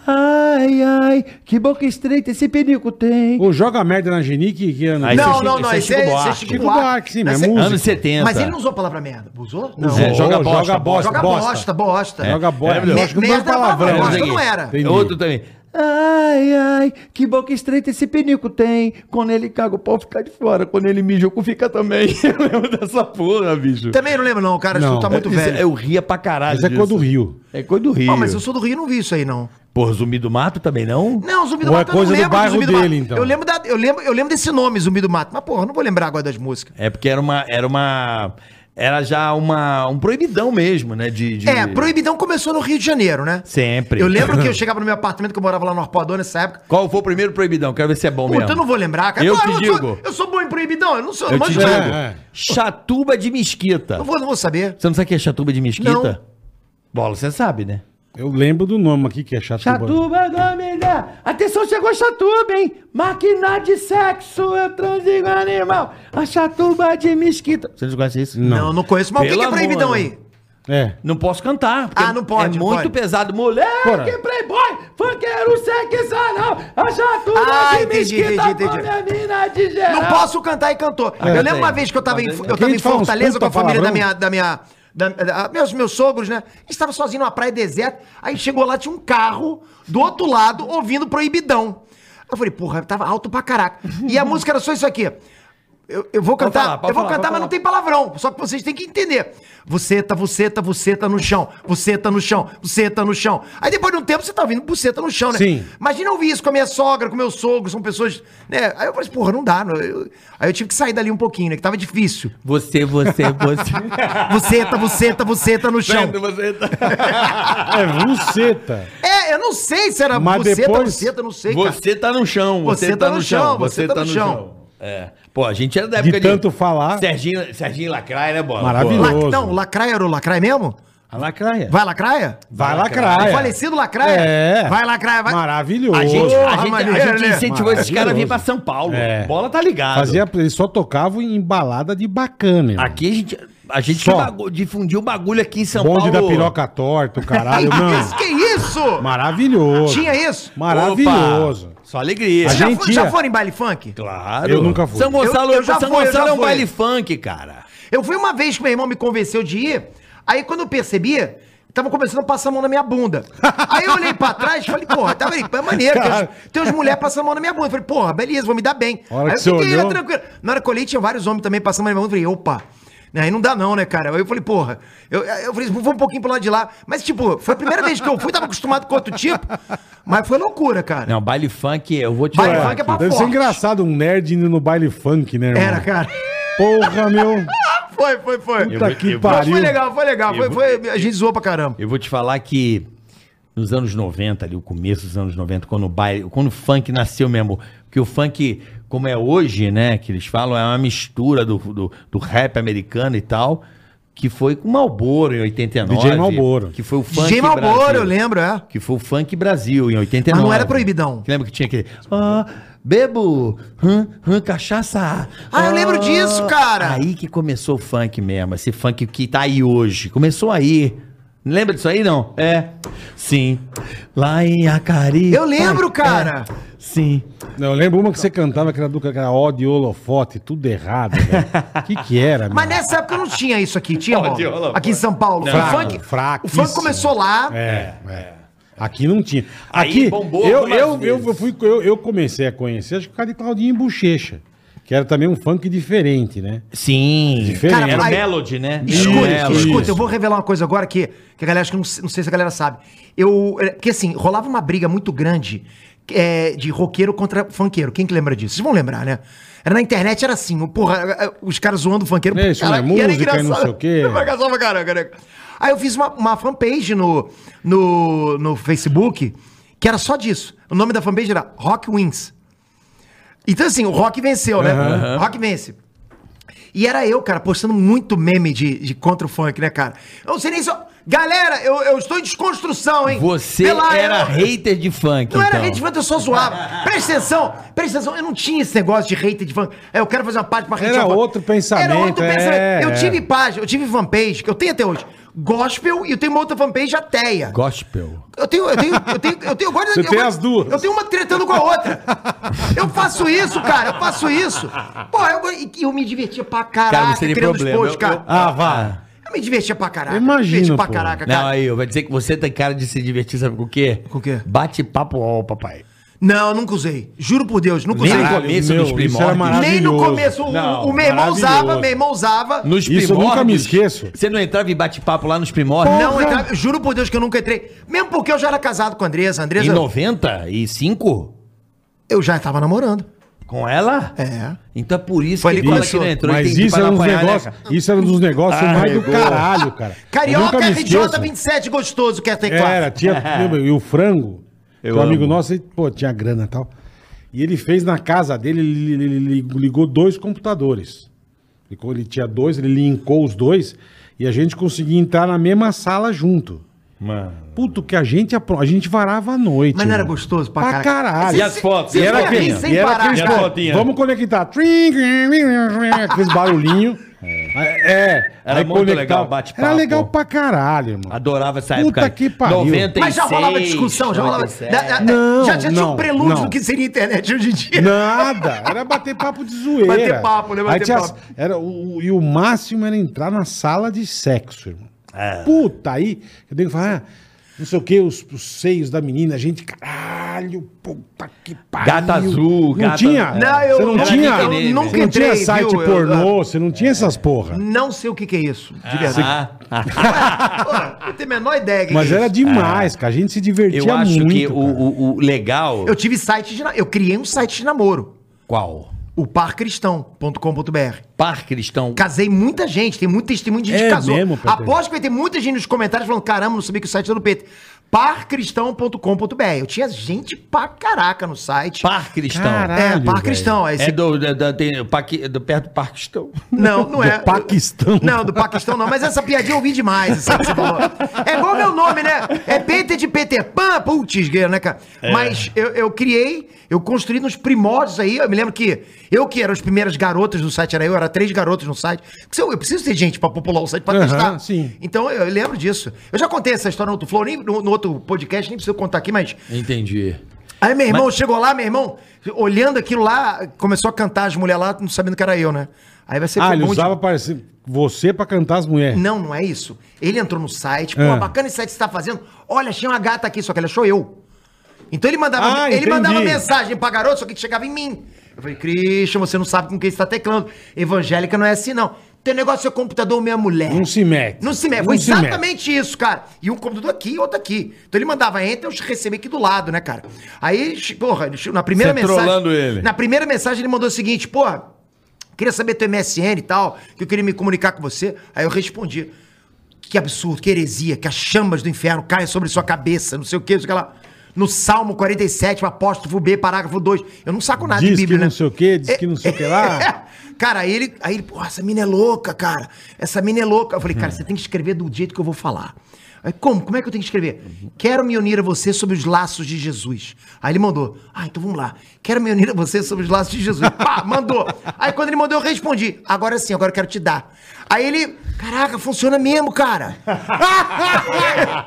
Speaker 4: Ai, ai, que boca estreita esse penico tem.
Speaker 3: Ou joga merda na Genique que ano.
Speaker 4: Aí
Speaker 3: Não,
Speaker 4: você
Speaker 2: não,
Speaker 4: Chico-
Speaker 2: não, não,
Speaker 4: esse
Speaker 2: esse
Speaker 4: é Chico
Speaker 2: é, esse é
Speaker 4: Buarque.
Speaker 2: Chico
Speaker 3: Chico
Speaker 2: Buarque.
Speaker 3: Buarque, sim, mas
Speaker 2: Esse-
Speaker 3: é música.
Speaker 4: Anos 70.
Speaker 2: Mas ele não usou a palavra merda. Usou? Não.
Speaker 3: Usou.
Speaker 4: É, joga bosta, É.
Speaker 3: joga bosta, É.
Speaker 2: Joga bosta, bosta.
Speaker 3: Joga bosta.
Speaker 2: Merda
Speaker 3: Eu acho que não é né? foi
Speaker 2: era
Speaker 3: palavrão.
Speaker 2: bosta,
Speaker 4: Lembra
Speaker 2: então não
Speaker 4: daqui?
Speaker 2: era.
Speaker 3: Entendi.
Speaker 4: É Outro também. Ai, ai, que boca estreita esse pinico tem. Quando ele caga, o pau fica de fora. Quando ele mija, o cu fica também. Eu lembro dessa porra, bicho.
Speaker 2: Também não lembro, não, cara. Acho que
Speaker 3: Não.
Speaker 2: tu tá muito
Speaker 4: É, Isso-
Speaker 2: velho.
Speaker 4: Eu ria pra caralho.
Speaker 3: Mas é
Speaker 4: disso.
Speaker 3: coisa do Rio.
Speaker 4: É coisa do Rio.
Speaker 2: Pô, mas eu sou do Rio e não vi isso aí, não.
Speaker 4: Porra, zumbi do mato também não?
Speaker 2: Não, Zumbi do
Speaker 3: Ou é
Speaker 2: Mato
Speaker 3: coisa
Speaker 2: eu
Speaker 3: do
Speaker 2: não lembro
Speaker 3: bairro
Speaker 2: Zumbi do
Speaker 3: dele,
Speaker 2: Mato.
Speaker 3: então.
Speaker 2: Eu lembro, da- eu, lembro, eu lembro desse nome, Zumbi do Mato. Mas, porra, eu não vou lembrar agora das músicas.
Speaker 4: É porque era uma. Era uma. Era já uma, um proibidão mesmo, né? De, de-
Speaker 2: É, Proibidão começou no Rio de Janeiro, né?
Speaker 4: Sempre.
Speaker 2: Eu lembro que eu chegava no meu apartamento, que eu morava lá no Arpoador nessa época.
Speaker 4: Qual foi o primeiro proibidão? Quero ver se é bom
Speaker 2: Puta,
Speaker 4: mesmo.
Speaker 2: eu não vou lembrar, cara.
Speaker 4: Eu
Speaker 2: Claro,
Speaker 4: te
Speaker 2: sou-
Speaker 4: digo.
Speaker 2: eu sou bom em proibidão, eu não sou.
Speaker 4: Eu
Speaker 2: manjo
Speaker 4: te digo.
Speaker 2: nada.
Speaker 3: É, é.
Speaker 4: Chatuba de mesquita.
Speaker 2: Não vou, não vou saber.
Speaker 4: Você não sabe o que é chatuba de mesquita?
Speaker 2: Não.
Speaker 4: Bola, você sabe, né?
Speaker 3: Eu lembro do nome aqui, que é Chatuba.
Speaker 4: Chatuba da milha. Atenção, chegou a chatuba, hein? Máquina de sexo, eu transigo animal. A chatuba é de mesquita. Vocês conhecem isso?
Speaker 2: Não, não, conheço. Mas o que
Speaker 4: Pelo
Speaker 2: que é proibidão
Speaker 4: amor.
Speaker 2: aí?
Speaker 3: É.
Speaker 4: Não posso cantar. porque
Speaker 2: Ah, não pode,
Speaker 4: É
Speaker 2: não
Speaker 4: muito
Speaker 2: pode.
Speaker 4: pesado. Moleque,
Speaker 3: Porra.
Speaker 4: playboy, funkeiro sexanal, a chatuba é
Speaker 2: Ah,
Speaker 4: de
Speaker 2: entendi,
Speaker 4: mesquita,
Speaker 2: entendi, entendi.
Speaker 4: come a mina de geral.
Speaker 2: Não posso cantar e cantor.
Speaker 4: É.
Speaker 2: eu
Speaker 4: Canta
Speaker 2: lembro
Speaker 4: aí.
Speaker 2: uma vez que eu tava em,
Speaker 4: Canta aí.
Speaker 2: eu
Speaker 3: Aqui é a
Speaker 2: tava em
Speaker 3: gente fala uns
Speaker 2: Fortaleza com a
Speaker 3: puta
Speaker 2: família da minha.
Speaker 3: palavrão.
Speaker 2: Da minha da- da- meus, meus sogros, né? A gente tava sozinho numa praia deserta. Aí chegou lá, tinha um carro do outro lado ouvindo proibidão. Eu falei, porra, tava alto pra caraca. E a música era só isso aqui. Eu, eu vou
Speaker 4: Pode
Speaker 2: cantar,
Speaker 4: falar, pode
Speaker 2: eu vou
Speaker 4: falar,
Speaker 2: cantar, mas
Speaker 4: pode falar.
Speaker 2: não tem palavrão. Só que vocês têm que entender. Você tá, você tá, você tá no chão. Você tá no chão, você tá no chão. Aí depois de um tempo você tá ouvindo buceta no chão, né?
Speaker 3: Sim.
Speaker 2: Imagina eu ouvir isso com a minha sogra, com meu sogro, são pessoas, né? Aí eu falei, porra, não dá. não, eu- Aí eu tive que sair dali um pouquinho, né? Que tava difícil.
Speaker 4: Você, você, você.
Speaker 2: Você tá, você tá, você tá no chão.
Speaker 4: você tá...
Speaker 3: É Luceta.
Speaker 2: É, eu não sei se era
Speaker 3: Mas
Speaker 2: buceta,
Speaker 3: depois-
Speaker 2: buceta, não sei, cara.
Speaker 4: Você tá no chão, você, tá, no chão, você tá, no chão. É. Pô, a gente era da
Speaker 3: De
Speaker 4: época
Speaker 3: tanto falar.
Speaker 4: Serginho, Serginho Lacraia, né, Bola?
Speaker 3: Ah. Maravilhoso.
Speaker 4: Pô,
Speaker 2: La... Não, lacraia era o lacraia mesmo?
Speaker 3: A lacraia.
Speaker 2: Vai lacraia?
Speaker 3: Vai lacraia.
Speaker 2: O falecido lacraia?
Speaker 3: É.
Speaker 2: Vai lacraia, vai.
Speaker 3: Maravilhoso.
Speaker 4: A gente, é a gente- a
Speaker 2: maneiro,
Speaker 4: gente
Speaker 2: né?
Speaker 4: incentivou esses caras a
Speaker 3: Maravilhoso.
Speaker 4: vir pra São Paulo.
Speaker 3: É.
Speaker 4: Bola tá ligado.
Speaker 3: Fazia, eles só tocavam em balada de bacana. irmão.
Speaker 4: Aqui a gente, a gente
Speaker 3: Só.
Speaker 4: bagu- difundiu o bagulho aqui em São
Speaker 3: Bonde da
Speaker 4: Paulo.
Speaker 3: piroca torta, o caralho.
Speaker 2: Que isso,
Speaker 3: Não.
Speaker 2: que isso?
Speaker 3: Maravilhoso.
Speaker 2: Tinha isso?
Speaker 3: Maravilhoso.
Speaker 4: Opa, só alegria.
Speaker 3: A
Speaker 2: Vocês já,
Speaker 3: gente
Speaker 2: fo- já
Speaker 3: ia-
Speaker 2: foram em baile funk?
Speaker 4: Claro.
Speaker 3: Eu nunca fui.
Speaker 4: São Gonçalo,
Speaker 2: Eu- eu já
Speaker 4: São
Speaker 2: fui, eu
Speaker 4: Gonçalo
Speaker 2: já
Speaker 4: é um
Speaker 2: fui.
Speaker 4: baile funk, cara.
Speaker 2: Eu fui uma vez que meu irmão me convenceu de ir, aí quando eu percebi, tava começando a passar a mão na minha bunda. Aí eu olhei pra trás e falei, porra, tá aí, é maneiro, tem,
Speaker 3: Cara.
Speaker 2: uns- tem uns mulheres passando a mão na minha bunda. Eu falei, porra, beleza, vou me dar bem.
Speaker 3: A hora
Speaker 2: aí
Speaker 3: que você
Speaker 2: eu fiquei
Speaker 3: olhou-
Speaker 2: tranquilo. Na hora que eu olhei, tinha vários homens também passando a mão na minha bunda. Eu falei, opa. né, Aí não dá não, né, cara? Aí eu falei, porra, eu, eu falei, vou um pouquinho pro lado de lá. Mas, tipo, foi a primeira vez que eu fui, tava acostumado com outro tipo. Mas foi loucura, cara.
Speaker 4: Não, baile funk, eu vou te
Speaker 2: Baile
Speaker 4: falar.
Speaker 2: funk é pra
Speaker 3: Deve ser
Speaker 2: forte.
Speaker 3: engraçado um nerd indo no baile funk, né, irmão?
Speaker 2: Era, cara.
Speaker 3: Porra, meu.
Speaker 2: Foi, foi, foi.
Speaker 3: Puta
Speaker 4: vou-
Speaker 3: que
Speaker 4: eu vou-
Speaker 2: Mas
Speaker 3: pariu.
Speaker 2: foi legal, foi legal. Foi, foi, a gente zoou pra caramba.
Speaker 4: Eu vou te falar que nos anos 90, ali, o começo dos anos 90, quando o baile, quando o funk nasceu mesmo, porque o funk, como é hoje, né, que eles falam, é uma mistura do, do, do rap americano e tal, que foi com o Malboro em 89.
Speaker 3: DJ Malboro.
Speaker 4: Que foi o funk
Speaker 2: DJ Malboro,
Speaker 4: Brasil.
Speaker 2: eu lembro, é.
Speaker 4: Que foi o funk Brasil em 89.
Speaker 2: Mas não era proibidão.
Speaker 4: Que lembra que tinha aquele. Ó, bebo, hum, hum, cachaça.
Speaker 2: Ah, eu
Speaker 4: ó.
Speaker 2: lembro disso, cara.
Speaker 4: Aí que começou o funk mesmo, esse funk que tá aí hoje. Começou aí. Não lembra disso aí, não? É. Sim. Lá em Acari.
Speaker 2: Eu lembro,
Speaker 4: É.
Speaker 2: cara.
Speaker 4: Sim.
Speaker 3: Não, eu lembro uma que você cantava, que era do que era ó de holofote, tudo errado, velho. O que que era,
Speaker 2: Mas
Speaker 3: meu?
Speaker 2: nessa época não é- tinha isso aqui, tinha,
Speaker 4: Pô,
Speaker 2: amor?
Speaker 4: Diola,
Speaker 2: Aqui em São Paulo. o
Speaker 3: Fraco,
Speaker 2: funk, o
Speaker 3: fraquíssimo.
Speaker 2: funk começou lá.
Speaker 3: É, é. Aqui não tinha.
Speaker 4: Aí
Speaker 3: Aqui,
Speaker 4: bombou
Speaker 3: eu,
Speaker 4: algumas
Speaker 3: eu, eu,
Speaker 4: vezes.
Speaker 3: eu fui, eu, eu comecei a conhecer, acho que por causa de Claudinho e Bochecha, que era também um funk diferente, né?
Speaker 4: Sim.
Speaker 3: Diferente.
Speaker 4: Era o
Speaker 2: Aí-
Speaker 4: Melody, né?
Speaker 2: Escuta,
Speaker 4: Era o Melody.
Speaker 2: escuta,
Speaker 3: isso.
Speaker 2: eu vou revelar uma coisa agora que, que a galera acho que não, se- não sei se a galera sabe. Eu. é, Porque assim, rolava uma briga muito grande é, de roqueiro contra funkeiro. Quem que lembra disso? Vocês vão lembrar, né? Era na internet, era assim, o porra, é, é, os caras zoando o funkeiro.
Speaker 3: É, isso não é
Speaker 2: caralho, e era
Speaker 3: música, e não
Speaker 2: engraçado.
Speaker 3: sei o quê.
Speaker 2: Era engraçado pra caramba, né? Aí eu fiz uma, uma fanpage no, no, no Facebook que era só disso. O nome da fanpage era Rock Wins. Então, assim, o rock venceu, né? Rock vence. E era eu, cara, postando muito meme de, de contra o funk, né, cara? Eu não sei nem se. eu- Galera, eu, eu estou em desconstrução, hein?
Speaker 4: Você
Speaker 2: Pela-
Speaker 4: era
Speaker 2: eu-
Speaker 4: hater de funk.
Speaker 2: Não era
Speaker 4: então.
Speaker 2: hate de funk, eu só zoava. Presta atenção, presta atenção, eu não tinha esse negócio de hater de funk. É, Eu quero fazer uma parte pra hate
Speaker 3: Era
Speaker 2: de funk.
Speaker 3: outro pensamento,
Speaker 2: Era outro
Speaker 3: é,
Speaker 2: pensamento. Eu
Speaker 3: é.
Speaker 2: tive página, eu tive fanpage, que eu tenho até hoje. Gospel e eu tenho uma outra fanpage ateia.
Speaker 4: Gospel.
Speaker 2: Eu tenho, eu tenho, eu tenho, eu tenho, eu guardo-
Speaker 3: Você
Speaker 2: eu
Speaker 3: tem
Speaker 2: guardo-
Speaker 3: as duas.
Speaker 2: Eu tenho uma tretando com a outra. Eu faço isso, cara, eu faço isso. Pô, eu, e eu me divertia pra caralho
Speaker 4: Cara, não seria problema. Eu- eu-
Speaker 2: cara.
Speaker 4: Ah, vá.
Speaker 2: Eu me divertia pra caraca.
Speaker 3: Eu imagino,
Speaker 2: Me diverti pra
Speaker 3: pô.
Speaker 2: caraca, cara.
Speaker 4: Não, é- aí, eu vou dizer que você tem cara de se divertir, sabe com o quê?
Speaker 2: Com o quê?
Speaker 4: Bate-papo ó, papai.
Speaker 2: Não, nunca usei. Juro por Deus, nunca
Speaker 4: Nem
Speaker 2: usei.
Speaker 4: no
Speaker 3: Caralho,
Speaker 4: começo
Speaker 3: meu,
Speaker 4: dos
Speaker 3: isso era
Speaker 4: primórdios.
Speaker 3: maravilhoso.
Speaker 2: Nem no começo. o-
Speaker 3: Não,
Speaker 2: o meu irmão
Speaker 3: maravilhoso.
Speaker 2: usava, meu irmão usava.
Speaker 4: Nos
Speaker 3: Isso eu nunca me esqueço.
Speaker 4: Você não entrava em bate-papo lá nos primórdios?
Speaker 2: Não, é entrava- juro por Deus que eu nunca entrei. Mesmo porque eu já era casado com a Andresa. A Andresa,
Speaker 4: Em 95?
Speaker 2: eu já tava namorando.
Speaker 4: Com ela?
Speaker 2: É.
Speaker 4: Então é por isso
Speaker 2: Foi ali
Speaker 4: que
Speaker 2: que
Speaker 4: ela que
Speaker 2: começou.
Speaker 4: não entrou.
Speaker 3: Mas
Speaker 4: entendi,
Speaker 3: isso
Speaker 4: pra
Speaker 3: era,
Speaker 4: não
Speaker 3: um
Speaker 4: apanhar, né,
Speaker 3: negócio,
Speaker 4: cara?
Speaker 3: isso era um dos negócios
Speaker 4: Ah,
Speaker 3: mais
Speaker 4: é
Speaker 3: do caralho, cara. Eu nunca
Speaker 2: Carioca, é
Speaker 3: me
Speaker 2: RJ
Speaker 3: esqueço.
Speaker 2: 27, gostoso, quer ter classe.
Speaker 3: Era, tinha. lembra, e o frango, que um amigo nosso, ele, pô, tinha grana e tal. E ele fez na casa dele, ele, ele- ele ligou dois computadores. Ligou- Ele tinha dois, ele linkou os dois e a gente conseguia entrar na mesma sala junto.
Speaker 5: Mano.
Speaker 3: Puto, que a gente apro- a gente varava à noite.
Speaker 2: Mas não era
Speaker 3: mano.
Speaker 2: gostoso pra
Speaker 3: Pra
Speaker 2: Ah,
Speaker 3: caralho.
Speaker 5: E as fotos?
Speaker 2: E
Speaker 5: E
Speaker 2: era
Speaker 5: era
Speaker 2: aquele,
Speaker 5: aquele-
Speaker 2: sem
Speaker 3: e era
Speaker 2: parar.
Speaker 3: aqueles
Speaker 5: E as
Speaker 3: co-
Speaker 5: fotinhas?
Speaker 3: Vamos conectar. Trim, trim, trim, trim, Aqueles barulhinhos. É.
Speaker 4: Era muito legal o bate-papo.
Speaker 3: Era legal pra caralho, irmão.
Speaker 4: Adorava essa
Speaker 3: Puta
Speaker 4: época.
Speaker 3: que pariu.
Speaker 4: 96,
Speaker 2: Mas já rolava discussão, já rolava.
Speaker 4: 97.
Speaker 2: da- da-
Speaker 3: Não,
Speaker 2: já já tinha
Speaker 3: não,
Speaker 2: um prelúdio
Speaker 3: não.
Speaker 2: do que seria a internet hoje em dia.
Speaker 3: Nada, era bater papo de zoeira.
Speaker 2: Bater papo, né? Bater
Speaker 3: Aí tinha as-
Speaker 2: papo.
Speaker 3: Era, o, o- e o máximo era entrar na sala de sexo, irmão.
Speaker 2: É.
Speaker 3: Puta, aí eu tenho que falar, ah, não sei o que, os, os seios da menina, a gente, caralho, puta que pariu.
Speaker 4: Gata azul,
Speaker 3: não
Speaker 4: gata-
Speaker 3: Tinha,
Speaker 4: É.
Speaker 2: Não, eu
Speaker 3: você não
Speaker 2: nunca-
Speaker 3: tinha,
Speaker 2: eu
Speaker 3: você
Speaker 2: nunca
Speaker 3: não
Speaker 2: entrei,
Speaker 3: tinha site
Speaker 2: viu? Eu- É.
Speaker 3: pornô, você não tinha essas porra.
Speaker 2: Não sei o que, que é isso, de verdade.
Speaker 4: Ah, ah,
Speaker 2: Pô, eu tenho a menor ideia. que
Speaker 3: Mas
Speaker 2: que é
Speaker 3: era
Speaker 2: isso.
Speaker 3: demais, cara, a gente se divertia
Speaker 4: eu acho
Speaker 3: muito.
Speaker 4: que o,
Speaker 3: cara.
Speaker 4: o- o legal.
Speaker 2: Eu tive site de. na- Eu criei um site de namoro.
Speaker 4: Qual?
Speaker 2: O parcristão.com.br.
Speaker 4: Par cristão.
Speaker 2: Casei muita gente, tem muito testemunho de gente
Speaker 3: É
Speaker 2: que casou.
Speaker 3: mesmo, Peter?
Speaker 2: Aposto que vai ter muita gente nos comentários falando: caramba, não sabia que o site era do Peter. Parcristão.com.br. Eu tinha gente pra caraca no site.
Speaker 4: Par cristão.
Speaker 3: Caraca.
Speaker 2: é,
Speaker 3: Caralho,
Speaker 2: par
Speaker 3: velho.
Speaker 2: cristão. É esse
Speaker 4: É do, da- da- tem- Paqui- do- perto do Par cristão.
Speaker 2: Não, não
Speaker 3: Do
Speaker 2: é.
Speaker 3: Paquistão.
Speaker 2: Não, do Paquistão não. Mas essa piadinha eu ouvi demais. Essa que você falou. É igual meu nome, né? É Peter de Peter Pan. Putz, grilo, né, cara?
Speaker 3: É.
Speaker 2: Mas eu, eu criei, eu construí nos primórdios aí. Eu me lembro que eu que era as primeiras garotas do site, era eu, era três garotas no site. Porque se Eu, eu preciso ter gente pra popular o site, pra
Speaker 3: Aham,
Speaker 2: testar.
Speaker 3: sim.
Speaker 2: Então eu, eu lembro disso. Eu já contei essa história no outro Flow, nem, no, no outro podcast, nem preciso contar aqui, mas
Speaker 4: Entendi.
Speaker 2: Aí meu irmão chegou lá, meu irmão, olhando aquilo lá, começou a cantar as mulheres lá, não sabendo que era eu, né? Aí vai ser
Speaker 3: Ah, ele
Speaker 2: bom de-
Speaker 3: usava para você pra cantar as mulheres.
Speaker 2: Não, não é isso. Ele entrou no site, pô,
Speaker 3: Ah.
Speaker 2: bacana esse site que você tá fazendo. Olha, achei uma gata aqui, só que ele achou eu. Então ele mandava,
Speaker 3: Ah,
Speaker 2: ele
Speaker 3: entendi.
Speaker 2: mandava mensagem pra garoto, só que chegava em mim. Eu falei, Christian, você não sabe com quem você tá teclando. Evangélica não é assim, não. Teu negócio é seu computador, minha mulher.
Speaker 3: Não se mete.
Speaker 2: Não se mete. Foi exatamente isso, cara. E um computador aqui e outro aqui. Então ele mandava enter, eu recebia aqui do lado, né, cara? Aí, che- porra, ele che- na primeira
Speaker 4: Você
Speaker 2: mensagem.
Speaker 4: trolando ele.
Speaker 2: Na primeira mensagem ele mandou o seguinte, porra, queria saber teu MSN e tal, que eu queria me comunicar com você. Aí eu respondi. Que absurdo, que heresia, que as chamas do inferno caiam sobre sua cabeça, não sei o que, não sei o que lá. No Salmo 47, apóstolo B, parágrafo 2. Eu não saco nada
Speaker 3: Diz
Speaker 2: de Bíblia,
Speaker 3: que
Speaker 2: né?
Speaker 3: não
Speaker 2: é,
Speaker 3: sei o que, diz que não sei o que lá.
Speaker 2: Cara, aí ele, aí ele, porra, essa mina é louca, cara. Essa mina é louca. Eu falei,
Speaker 3: Hum.
Speaker 2: cara, você tem que escrever do jeito que eu vou falar. Aí, como? Como é que eu tenho que escrever? Quero me unir a você sobre os laços de Jesus. Aí ele mandou. Ah, então vamos lá. Quero me unir a você sobre os laços de Jesus. Pá, mandou. Aí quando ele mandou, eu respondi. Agora sim, agora eu quero te dar. Aí ele, caraca, funciona mesmo, cara.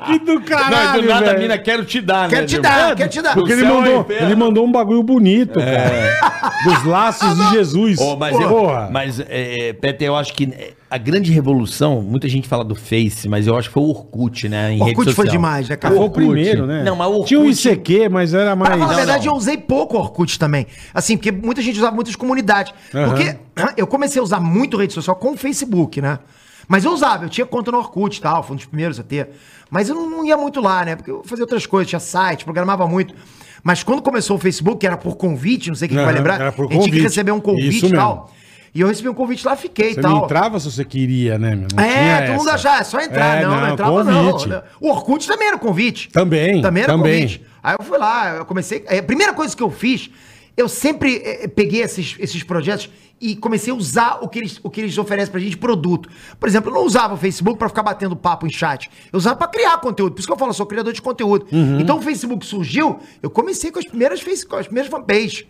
Speaker 3: Que do
Speaker 5: Não,
Speaker 3: caralho,
Speaker 5: e do nada a
Speaker 3: velho.
Speaker 5: mina quero te dar,
Speaker 2: Quero
Speaker 5: né?
Speaker 2: te
Speaker 5: meu?
Speaker 2: dar, quero te dar.
Speaker 3: Porque ele
Speaker 5: céu ao
Speaker 3: mandou,
Speaker 5: inferno.
Speaker 3: ele mandou um bagulho bonito,
Speaker 2: É.
Speaker 3: cara. Dos laços
Speaker 2: Ah,
Speaker 3: de Jesus.
Speaker 4: Ô, mas eu-
Speaker 3: Porra.
Speaker 4: mas é, é, Peter, eu acho que é, a grande revolução, muita gente fala do Face, mas eu acho que foi o Orkut, né? Em
Speaker 2: Orkut
Speaker 4: rede social.
Speaker 2: foi demais, né, cara?
Speaker 3: Foi o primeiro, né?
Speaker 4: Não, mas o
Speaker 3: Tinha o
Speaker 4: Orkut-
Speaker 3: ICQ, mas era mais...
Speaker 2: Pra falar a verdade,
Speaker 4: não.
Speaker 2: eu usei pouco Orkut também. Assim, porque muita gente usava muitas comunidades.
Speaker 3: Aham.
Speaker 2: Porque eu comecei a usar muito rede social com o Facebook, né? Mas eu usava, eu tinha conta no Orkut e tal, fui um dos primeiros a ter. Mas eu não, não ia muito lá, né? Porque eu fazia outras coisas, tinha site, programava muito. Mas quando começou o Facebook, que era por convite, não sei quem vai
Speaker 3: Aham,
Speaker 2: lembrar,
Speaker 3: era por
Speaker 2: eu tinha que
Speaker 3: convite.
Speaker 2: receber um convite
Speaker 3: Isso
Speaker 2: e
Speaker 3: mesmo.
Speaker 2: tal. E eu recebi um convite lá, fiquei e
Speaker 3: Você
Speaker 2: tal.
Speaker 3: não entrava se você queria, né, meu? Não tinha
Speaker 2: É, todo mundo
Speaker 3: essa.
Speaker 2: achava, é só entrar.
Speaker 3: É,
Speaker 2: não, não, entrava
Speaker 3: convite.
Speaker 2: não. O Orkut também era um convite.
Speaker 3: Também,
Speaker 2: Também era um
Speaker 3: também.
Speaker 2: convite. Aí eu fui lá, eu comecei... é, A primeira coisa que eu fiz, eu sempre eh, peguei esses, esses projetos e comecei a usar o que eles, o que eles oferecem pra gente de produto. Por exemplo, eu não usava o Facebook pra ficar batendo papo em chat. Eu usava pra criar conteúdo. Por isso que eu falo, eu sou criador de conteúdo.
Speaker 3: Uhum.
Speaker 2: Então o Facebook surgiu, eu comecei com as primeiras, face, com as primeiras fanpages.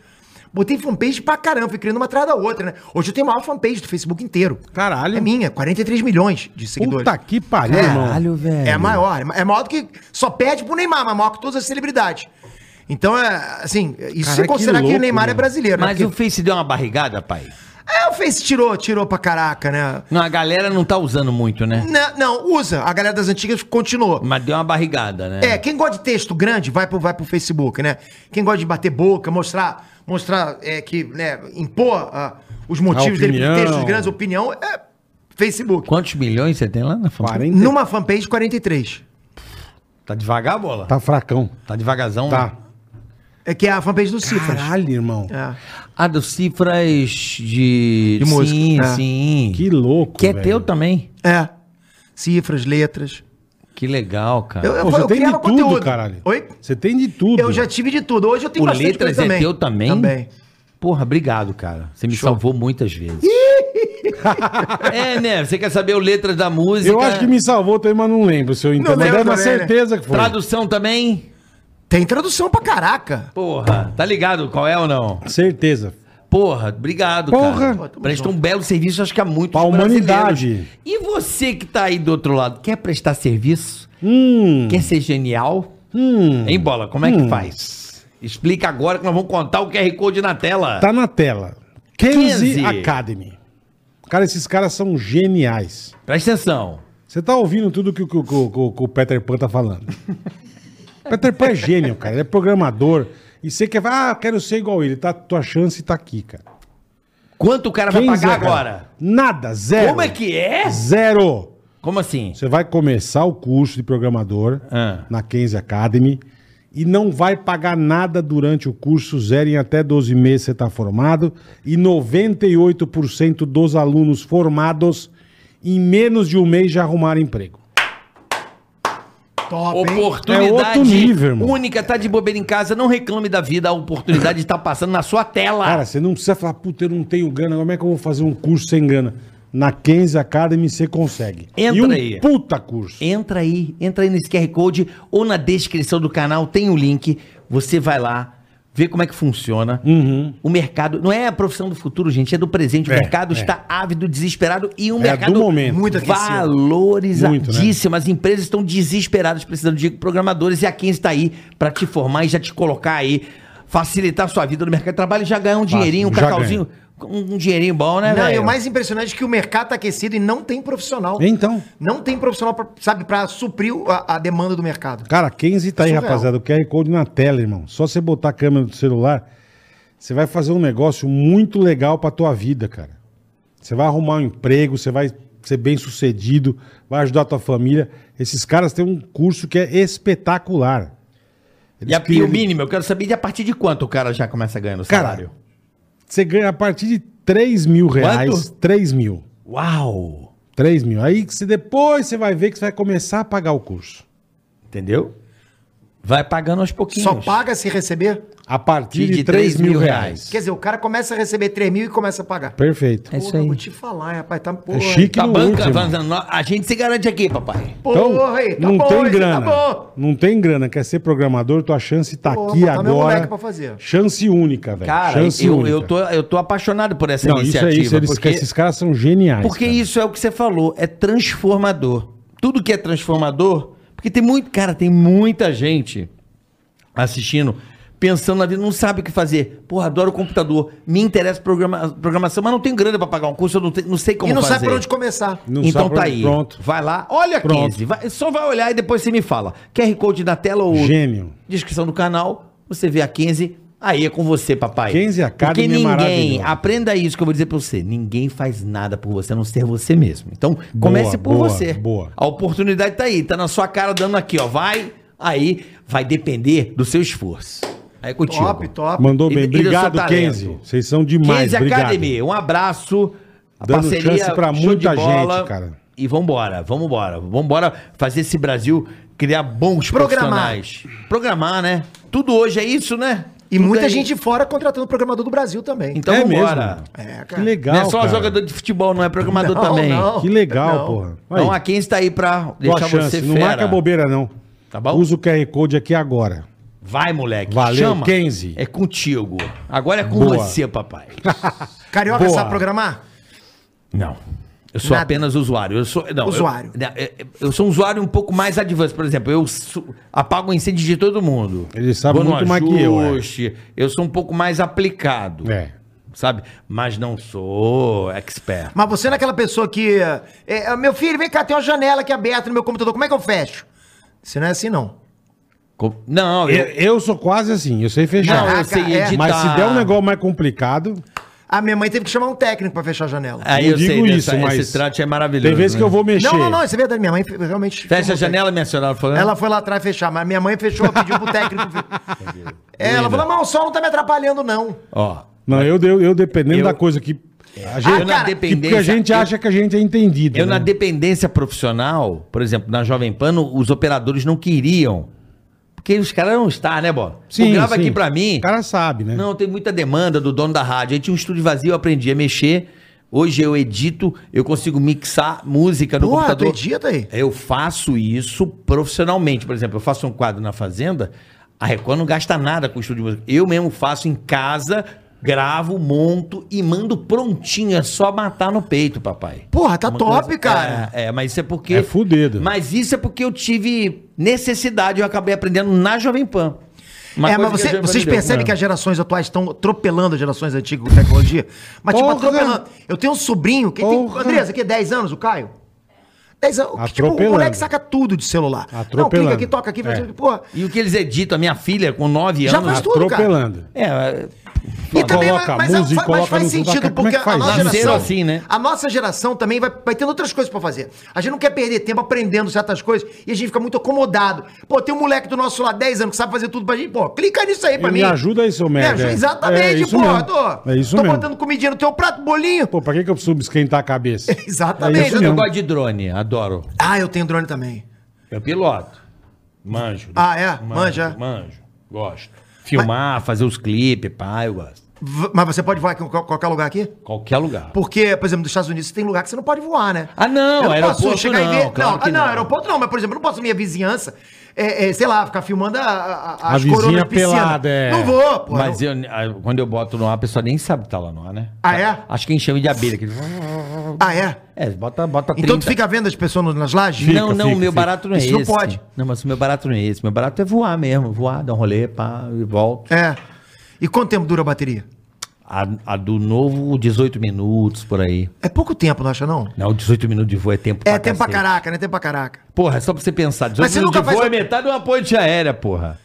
Speaker 2: Botei fanpage pra caramba, fui criando uma atrás da outra, né? Hoje eu tenho a maior fanpage do Facebook inteiro.
Speaker 3: Caralho.
Speaker 2: É minha, 43 milhões de seguidores.
Speaker 3: um Puta que pariu, irmão.
Speaker 4: Caralho, velho.
Speaker 2: É a maior. É maior do que. Só perde pro Neymar, mas maior que todas as celebridades. Então, é, assim, isso
Speaker 3: Cara,
Speaker 2: se
Speaker 3: que
Speaker 2: considerar que,
Speaker 3: louco,
Speaker 2: o Neymar
Speaker 3: né?
Speaker 2: é brasileiro,
Speaker 4: Mas
Speaker 2: né?
Speaker 4: o Face deu uma barrigada, pai.
Speaker 2: Porque- É, o Face tirou, tirou pra caraca, né?
Speaker 4: Não, a galera não tá usando muito, né?
Speaker 2: Não, não, usa. A galera das antigas continuou.
Speaker 4: Mas deu uma barrigada, né?
Speaker 2: É, quem gosta de texto grande, vai pro, vai pro Facebook, né? Quem gosta de bater boca, mostrar, mostrar é, que, né, impor ah, os motivos dele
Speaker 3: opinião.
Speaker 2: pro textos grandes, opinião, é Facebook.
Speaker 4: Quantos milhões você tem lá na fanpage?
Speaker 3: 40.
Speaker 2: Numa fanpage, 43.
Speaker 4: Tá devagar, bola?
Speaker 3: Tá fracão.
Speaker 4: Tá devagarzão,
Speaker 3: Tá.
Speaker 4: né?
Speaker 2: É que é a fanpage do Cifras.
Speaker 3: Caralho, irmão.
Speaker 2: É.
Speaker 4: Ah, dos cifras de...
Speaker 2: De música,
Speaker 4: Sim,
Speaker 2: né?
Speaker 4: sim.
Speaker 3: Que louco,
Speaker 4: Que é
Speaker 3: velho.
Speaker 4: teu também.
Speaker 2: é. Cifras, letras.
Speaker 4: Que legal, cara.
Speaker 3: Pô, você tem de
Speaker 2: criava
Speaker 3: tudo, caralho.
Speaker 2: Oi?
Speaker 3: Você tem de tudo.
Speaker 2: Eu já tive de tudo. Hoje eu tenho
Speaker 4: o
Speaker 2: bastante
Speaker 4: Letras
Speaker 2: coisa
Speaker 4: é teu também?
Speaker 2: Também.
Speaker 4: Porra, obrigado, cara. Você me salvou muitas vezes. é, né? Você quer saber o Letras da música?
Speaker 3: Eu acho que me salvou também, mas não lembro se eu entendo. Mas
Speaker 2: lembro
Speaker 3: é uma
Speaker 2: também, né?
Speaker 3: certeza que foi.
Speaker 4: Tradução também?
Speaker 2: Tem tradução pra caraca.
Speaker 4: Porra, tá ligado qual é ou não?
Speaker 3: Certeza.
Speaker 4: Porra, obrigado,
Speaker 3: Porra.
Speaker 4: cara. Presta um belo serviço, acho que há muito
Speaker 3: Pra humanidade.
Speaker 4: E você que tá aí do outro lado, quer prestar serviço?
Speaker 3: Hum.
Speaker 4: Quer ser genial?
Speaker 3: Hum.
Speaker 4: Hein, Bola? Como é que faz? Explica agora que nós vamos contar o QR Code na tela.
Speaker 3: Tá na tela. Kenzie,
Speaker 4: Kenzie.
Speaker 3: Academy. Cara, esses caras são geniais.
Speaker 4: Presta atenção.
Speaker 3: Você tá ouvindo tudo que, o- que o- que o- que o Peter Pan tá falando. Peter Pan é gênio, cara. Ele é programador. E você quer falar, ah, quero ser igual ele. Tá, tua chance tá aqui, cara.
Speaker 4: Quanto o cara vai
Speaker 3: Kenzie
Speaker 4: pagar
Speaker 3: Academy.
Speaker 4: agora?
Speaker 3: Nada, zero.
Speaker 4: Como é que é?
Speaker 3: Zero.
Speaker 4: Como assim?
Speaker 3: Você vai começar o curso de programador
Speaker 4: Ah.
Speaker 3: na Kenzie Academy e não vai pagar nada durante o curso, zero em até 12 meses você está formado e 98% dos alunos formados em menos de um mês já arrumaram emprego.
Speaker 2: Top, hein?
Speaker 4: Oportunidade
Speaker 3: É outro nível, irmão.
Speaker 4: única, tá de bobeira em casa, não reclame da vida, a oportunidade está passando na sua tela.
Speaker 3: Cara, você não precisa falar, puta, eu não tenho grana, como é que eu vou fazer um curso sem grana? Na Kenzie Academy você consegue.
Speaker 4: Entra
Speaker 3: e um
Speaker 4: aí.
Speaker 3: puta curso.
Speaker 4: Entra aí, entra aí nesse QR Code ou na descrição do canal tem o link. Você vai lá, vê como é que funciona. O mercado não é a profissão do futuro, gente, é do presente. O
Speaker 3: Uhum. É,
Speaker 4: mercado
Speaker 3: é.
Speaker 4: está ávido, desesperado e um
Speaker 3: É
Speaker 4: mercado
Speaker 3: do momento. assim,
Speaker 2: Muito aquecido.
Speaker 3: né?
Speaker 4: valorizadíssimo. As empresas estão desesperadas precisando de programadores e a quem está aí para te formar e já te colocar aí, facilitar a sua vida no mercado de trabalho e já ganhar um dinheirinho, um
Speaker 3: já
Speaker 4: cacauzinho, um um dinheirinho bom, né,
Speaker 2: Não, e
Speaker 4: velho?
Speaker 2: o mais impressionante é que o mercado tá aquecido e não tem profissional.
Speaker 3: Então.
Speaker 2: Não tem profissional, pra, sabe, pra suprir a, a demanda do mercado.
Speaker 3: Cara, 15 tá aí,
Speaker 2: Surreal.
Speaker 3: rapaziada. O QR Code na tela, irmão. Só você botar a câmera do celular, você vai fazer um negócio muito legal pra tua vida, cara. Você vai arrumar um emprego, você vai ser bem sucedido, vai ajudar a tua família. Esses caras têm um curso que é espetacular. Eles
Speaker 4: E, a- e
Speaker 3: criam-
Speaker 4: o mínimo, eu quero saber de a partir de quanto o cara já começa ganhando o
Speaker 3: Cara,
Speaker 4: salário.
Speaker 3: Você ganha a partir de 3 mil reais.
Speaker 4: Quanto?
Speaker 3: 3 mil.
Speaker 4: Uau!
Speaker 3: 3 mil. Aí que você, depois você vai ver que você vai começar a pagar o curso.
Speaker 4: Entendeu? Vai pagando aos pouquinhos.
Speaker 2: Só paga se receber.
Speaker 3: A partir
Speaker 4: De
Speaker 3: de, 3 mil,
Speaker 4: mil
Speaker 3: reais.
Speaker 2: Quer dizer, o cara começa a receber 3 mil e começa a pagar.
Speaker 3: Perfeito.
Speaker 4: É isso aí.
Speaker 2: vou te falar, hein, rapaz. Tá porra.
Speaker 3: É
Speaker 2: hein?
Speaker 3: chique
Speaker 4: Tá
Speaker 3: no
Speaker 4: banca,
Speaker 3: último.
Speaker 4: avançando. Nó- a gente se garante aqui, papai.
Speaker 3: Então,
Speaker 2: Porra, hein? Tá
Speaker 3: não
Speaker 2: bom,
Speaker 3: tem
Speaker 2: hein?
Speaker 3: grana.
Speaker 2: Tá bom.
Speaker 3: Não tem grana. Quer ser programador, tua chance tá
Speaker 2: Pô,
Speaker 3: aqui
Speaker 2: botar meu
Speaker 3: agora.
Speaker 2: moleque pra fazer.
Speaker 3: Chance única, velho.
Speaker 4: Cara,
Speaker 3: É, chance
Speaker 4: eu,
Speaker 3: única.
Speaker 4: eu, tô, eu tô apaixonado por essa
Speaker 3: Não, isso é
Speaker 4: iniciativa.
Speaker 3: isso. Eles,
Speaker 4: porque
Speaker 3: Esses caras são geniais.
Speaker 4: porque
Speaker 3: cara.
Speaker 4: isso é o que você falou, é transformador. Tudo que é transformador, porque tem muito, cara, tem muita gente assistindo, pensando na vida, não sabe o que fazer. Porra, adoro computador, me interessa programa- programação, mas não tenho grana pra pagar um curso, eu não, te- não sei como
Speaker 2: E não
Speaker 4: fazer.
Speaker 2: sabe por onde começar.
Speaker 3: Não
Speaker 4: então
Speaker 3: sabe
Speaker 4: tá
Speaker 3: pra-
Speaker 4: aí.
Speaker 3: Pronto.
Speaker 4: Vai lá. Olha,
Speaker 3: Pronto.
Speaker 4: 15. vai- só vai olhar e depois você me fala. QR Code na tela ou
Speaker 3: Gênio.
Speaker 4: descrição do canal. Você vê a 15. Aí é com você, papai.
Speaker 3: 15 Academy
Speaker 4: Porque
Speaker 3: é
Speaker 4: ninguém,
Speaker 3: maravilhoso.
Speaker 4: aprenda isso que eu vou dizer pra você. Ninguém faz nada por você, a não ser você mesmo. Então, comece por
Speaker 3: boa,
Speaker 4: você.
Speaker 3: boa.
Speaker 4: A oportunidade tá aí, tá na sua cara dando aqui, ó. Vai, aí vai depender do seu esforço. Aí é contigo.
Speaker 2: Top, top.
Speaker 3: Mandou
Speaker 4: E-
Speaker 3: bem.
Speaker 4: e do seu
Speaker 3: Obrigado,
Speaker 4: talento.
Speaker 3: Kenzie. Vocês são demais.
Speaker 4: 15
Speaker 3: Obrigado.
Speaker 4: Academy, um abraço. A
Speaker 3: Dando chance pra
Speaker 4: show de
Speaker 3: muita
Speaker 4: bola.
Speaker 3: gente, cara.
Speaker 4: E vambora, vambora. Vambora fazer esse Brasil criar bons
Speaker 2: Programar.
Speaker 4: profissionais. Programar, né? Tudo hoje é isso, né?
Speaker 2: E
Speaker 4: Tudo
Speaker 2: muita
Speaker 4: é-
Speaker 2: gente fora contratando programador do Brasil também.
Speaker 4: Então
Speaker 3: é
Speaker 4: vambora.
Speaker 3: mesmo.
Speaker 2: É, cara.
Speaker 3: Que legal.
Speaker 4: Não é só
Speaker 3: cara.
Speaker 4: jogador de futebol, não é programador
Speaker 2: Não,
Speaker 4: também.
Speaker 2: não.
Speaker 3: Que legal,
Speaker 2: Não.
Speaker 3: porra. Aí,
Speaker 4: Então a quem está aí pra
Speaker 3: tua
Speaker 4: deixar
Speaker 3: chance.
Speaker 4: você
Speaker 3: não
Speaker 4: fera.
Speaker 3: marca bobeira, não.
Speaker 4: Tá bom?
Speaker 3: Usa o QR Code aqui agora.
Speaker 4: Vai, moleque.
Speaker 3: Valeu, 15.
Speaker 4: É contigo. Agora é com
Speaker 3: Boa.
Speaker 4: você, papai.
Speaker 2: Carioca
Speaker 3: Boa.
Speaker 2: sabe programar?
Speaker 4: Não. Eu sou
Speaker 2: Nada.
Speaker 4: apenas usuário. Eu sou, não, eu-
Speaker 2: Usuário.
Speaker 4: né, é- é- Eu, sou um usuário um pouco mais advanced. Por exemplo, eu su- apago o incêndio de todo mundo.
Speaker 3: Ele sabe
Speaker 4: Vou no
Speaker 3: muito mais que eu, é.
Speaker 4: ajuste, Eu sou um pouco mais aplicado.
Speaker 3: É.
Speaker 4: sabe? Mas não sou expert.
Speaker 2: Mas você não é aquela pessoa que. é, é, meu filho, vem cá, tem uma janela aqui aberta no meu computador, como é que eu fecho? Você não é assim, não.
Speaker 4: Co- Não,
Speaker 3: Eu,
Speaker 4: eu,
Speaker 3: eu sou quase assim, eu sei fechar.
Speaker 2: Não, eu
Speaker 4: sei
Speaker 2: Caraca, é.
Speaker 4: editar.
Speaker 3: É, Mas se der um negócio mais complicado,
Speaker 2: A minha mãe teve que chamar um técnico pra fechar a janela.
Speaker 4: Aí
Speaker 3: não
Speaker 4: É, eu
Speaker 3: digo
Speaker 4: sei, dessa-
Speaker 3: isso, mas
Speaker 4: esse trate é maravilhoso.
Speaker 3: tem vezes que
Speaker 4: né?
Speaker 3: eu vou mexer.
Speaker 2: Não, não, não, isso é verdade. Minha mãe fe- realmente.
Speaker 4: Fecha a janela, né? minha senhora falando.
Speaker 2: Ela foi lá atrás fechar, mas minha mãe fechou, pediu pro técnico. É, ela falou: não, o sol não tá me atrapalhando, não.
Speaker 4: Ó,
Speaker 3: Não, eu, eu, eu dependendo
Speaker 4: Eu-
Speaker 3: da coisa que a
Speaker 4: eu
Speaker 3: gente,
Speaker 4: na
Speaker 2: Ah, cara,
Speaker 3: que,
Speaker 4: dependência.
Speaker 3: porque a gente
Speaker 4: eu-
Speaker 3: acha que a gente é entendido.
Speaker 4: Eu, na
Speaker 3: né?
Speaker 4: dependência profissional, por exemplo, na Jovem Pan, no- os operadores não queriam. Porque os caras não estão, né, Bola?
Speaker 3: Sim,
Speaker 4: tu grava
Speaker 3: sim.
Speaker 4: aqui pra mim.
Speaker 3: O cara sabe, né?
Speaker 4: Não, tem muita demanda do dono da rádio. Aí tinha um estúdio vazio, eu aprendi a mexer. Hoje eu edito, eu consigo mixar música no
Speaker 2: Porra, tu
Speaker 4: computador.
Speaker 2: edita aí.
Speaker 4: Eu faço isso profissionalmente. Por exemplo, eu faço um quadro na Fazenda, a Record não gasta nada com o estúdio de música. Eu mesmo faço em casa, gravo, monto e mando prontinho. É só matar no peito, papai.
Speaker 2: Porra, tá
Speaker 4: Uma
Speaker 2: top,
Speaker 4: coisa-
Speaker 2: cara.
Speaker 4: É, é, mas isso é porque.
Speaker 3: É fudido.
Speaker 4: Mas isso é porque eu tive necessidade, eu acabei aprendendo na Jovem Pan. Uma
Speaker 2: é, mas
Speaker 4: coisa que a
Speaker 2: você-
Speaker 4: Jovem Pan
Speaker 2: vocês
Speaker 4: me deu.
Speaker 2: percebem
Speaker 4: É.
Speaker 2: que as gerações atuais estão atropelando as gerações antigas com tecnologia? Mas, tipo,
Speaker 3: Porra.
Speaker 2: atropelando. Eu tenho um sobrinho que tem.
Speaker 3: Porra.
Speaker 2: Andresa, que é 10 anos, o Caio? 10 anos. Que, tipo, o
Speaker 3: Atropelando.
Speaker 2: moleque saca tudo de celular. Não,
Speaker 3: Atropelando.
Speaker 2: clica aqui, toca aqui, faz
Speaker 3: É.
Speaker 2: isso, porra.
Speaker 4: Ah. E o que eles editam, a minha filha com 9
Speaker 2: Já
Speaker 4: anos.
Speaker 2: faz tudo, cara.
Speaker 3: Atropelando.
Speaker 4: É, é,
Speaker 2: E também,
Speaker 3: Coloca
Speaker 2: mas, é, mas-
Speaker 3: a música,
Speaker 2: mas
Speaker 3: coloca
Speaker 2: faz
Speaker 3: no-
Speaker 2: sentido,
Speaker 3: como é
Speaker 2: porque
Speaker 3: que
Speaker 2: a
Speaker 3: faz?
Speaker 2: nossa
Speaker 4: Nasceram
Speaker 2: geração.
Speaker 4: assim, né?
Speaker 2: A nossa geração também vai, vai tendo outras coisas pra fazer. A gente não quer perder tempo aprendendo certas coisas e a gente fica muito acomodado. Pô, tem um moleque do nosso lado, 10 anos, que sabe fazer tudo pra gente. Pô, clica nisso aí pra
Speaker 3: E
Speaker 2: mim.
Speaker 3: me ajuda aí, seu merda.
Speaker 2: ajuda-
Speaker 3: É.
Speaker 2: Exatamente,
Speaker 3: É isso
Speaker 2: pô.
Speaker 3: mesmo.
Speaker 2: Tô,
Speaker 3: É isso
Speaker 2: tô
Speaker 3: mesmo.
Speaker 2: botando comidinha no teu prato, bolinho.
Speaker 3: Pô, pra que, que eu preciso esquentar a cabeça?
Speaker 2: Exatamente.
Speaker 3: É isso
Speaker 4: eu
Speaker 3: mesmo.
Speaker 4: gosto de drone, adoro.
Speaker 2: Ah, eu tenho drone também.
Speaker 4: Eu piloto. Manjo. né?
Speaker 2: Ah, é? Manja.
Speaker 4: Manjo, manjo. Gosto. Filmar, fazer os clipes, pá, eu gosto.
Speaker 2: V- Mas você pode voar aqui em qual- qualquer lugar aqui?
Speaker 4: Qualquer lugar.
Speaker 2: Porque, por exemplo, nos Estados Unidos tem lugar que você não pode voar, né?
Speaker 4: Ah, não,
Speaker 2: eu
Speaker 4: aeroporto não, claro
Speaker 2: não,
Speaker 4: que
Speaker 2: ah, não,
Speaker 4: não.
Speaker 2: aeroporto não, mas, por exemplo, eu não posso minha vizinhança, é, é, sei lá, ficar filmando a, a,
Speaker 3: A
Speaker 2: as coronas
Speaker 3: vizinha
Speaker 2: de piscina.
Speaker 3: pelada, é.
Speaker 2: Não vou, pô.
Speaker 4: Mas
Speaker 2: não-
Speaker 4: eu, a- quando eu boto no ar, a pessoa nem sabe que tá lá no ar, né?
Speaker 2: Ah, é?
Speaker 4: Acho que enxame de abelha. Que...
Speaker 2: Ah, é?
Speaker 4: É, bota, bota 30.
Speaker 2: Então tu fica vendo as pessoas no- nas lajes?
Speaker 3: Fica,
Speaker 4: não, não,
Speaker 3: fica, fica.
Speaker 4: meu barato não é
Speaker 2: Isso
Speaker 4: esse.
Speaker 2: não pode.
Speaker 4: Não, mas o meu barato não é esse. Meu barato é voar mesmo. Voar, dar um rolê, pá, e volto.
Speaker 2: É. E quanto tempo dura a bateria?
Speaker 4: A, a do novo, 18 minutos, por aí.
Speaker 2: É pouco tempo, não acha, não?
Speaker 4: Não, 18 minutos de voo é tempo
Speaker 2: É tempo pra
Speaker 4: cacete.
Speaker 2: caraca, né? Tempo pra caraca.
Speaker 4: Porra, é só pra você pensar. 18
Speaker 2: Mas você
Speaker 4: minutos
Speaker 2: nunca
Speaker 4: de voo
Speaker 2: faz-
Speaker 4: é metade de uma ponte aérea, porra.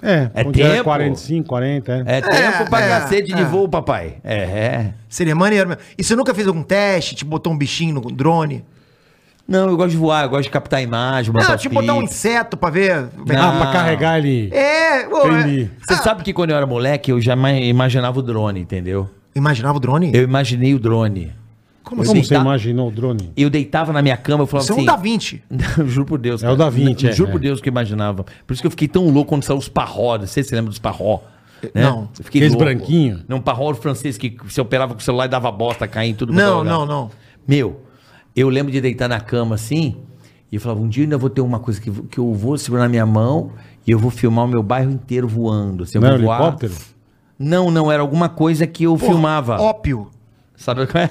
Speaker 3: É,
Speaker 4: É
Speaker 3: onde era
Speaker 4: tempo.
Speaker 3: 45, 40, é.
Speaker 4: É tempo pra
Speaker 2: é,
Speaker 4: cacete de
Speaker 2: é.
Speaker 4: voo, papai. É, é.
Speaker 2: Seria maneiro mesmo. E você nunca fez algum teste, te botou um bichinho no drone?
Speaker 4: Não, eu gosto de voar, eu gosto de captar imagem, botar
Speaker 2: Não, te botar um
Speaker 4: pique.
Speaker 2: inseto pra ver.
Speaker 3: Ah,
Speaker 4: Não.
Speaker 3: pra carregar ele.
Speaker 2: É, pô, é.
Speaker 3: Entendi.
Speaker 4: Você sabe que quando eu era moleque, eu já ma- imaginava o drone, entendeu?
Speaker 2: Imaginava o drone?
Speaker 4: Eu imaginei o drone.
Speaker 2: Como
Speaker 3: Como
Speaker 2: assim?
Speaker 3: você
Speaker 4: dá-
Speaker 3: imaginou o drone?
Speaker 4: Eu deitava na minha cama, eu falava
Speaker 2: Você é um
Speaker 4: assim...
Speaker 2: da 20.
Speaker 4: Não, juro por Deus.
Speaker 3: É o da 20,
Speaker 4: Não,
Speaker 3: é,
Speaker 4: Juro por
Speaker 3: é.
Speaker 4: Deus que eu imaginava. Por isso que eu fiquei tão louco quando saiu os parró. Não sei se você lembra dos parró. né?
Speaker 2: não.
Speaker 4: Eu fiquei
Speaker 3: Eh, Aqueles
Speaker 4: louco.
Speaker 3: branquinho.
Speaker 4: Não, parró francês que você operava com o celular e dava bosta, caía em tudo. quanto
Speaker 2: Não,
Speaker 4: era lugar.
Speaker 2: não, não.
Speaker 4: Meu, eu lembro de deitar na cama assim e eu falava, um dia eu ainda vou ter uma coisa que, vo- que eu vou segurar na minha mão e eu vou filmar o meu bairro inteiro voando. Assim, eu
Speaker 3: Não, é um
Speaker 4: vou voar.
Speaker 3: helicóptero?
Speaker 4: Não, não, era alguma coisa que eu filmava.
Speaker 2: Ópio.
Speaker 4: Sabe qual é?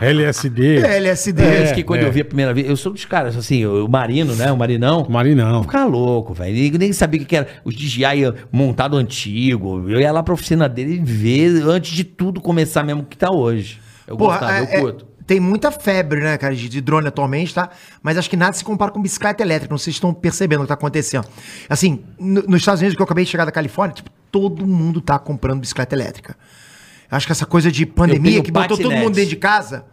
Speaker 3: LSD.
Speaker 2: LSD.
Speaker 4: Eu acho que quando
Speaker 3: é.
Speaker 4: eu vi a primeira vez, eu sou dos caras, assim, o marino, né? O marinão.
Speaker 3: Marinão.
Speaker 4: Ficar louco, velho. Ele nem sabia o que era os DJI montado antigo. Eu ia lá pra oficina dele e ver antes de tudo começar mesmo o que tá hoje. Eu gostava,
Speaker 2: é- é-
Speaker 4: eu curto.
Speaker 2: tem muita febre, né, cara, de, de drone atualmente, tá? Mas acho que nada se compara com bicicleta elétrica. Não sei se estão percebendo o que tá acontecendo. Assim, no- nos Estados Unidos, que eu acabei de chegar da Califórnia, tipo, todo mundo tá comprando bicicleta elétrica. Acho que essa coisa de pandemia
Speaker 4: tenho
Speaker 2: que botou todo
Speaker 4: patinete.
Speaker 2: mundo dentro de casa.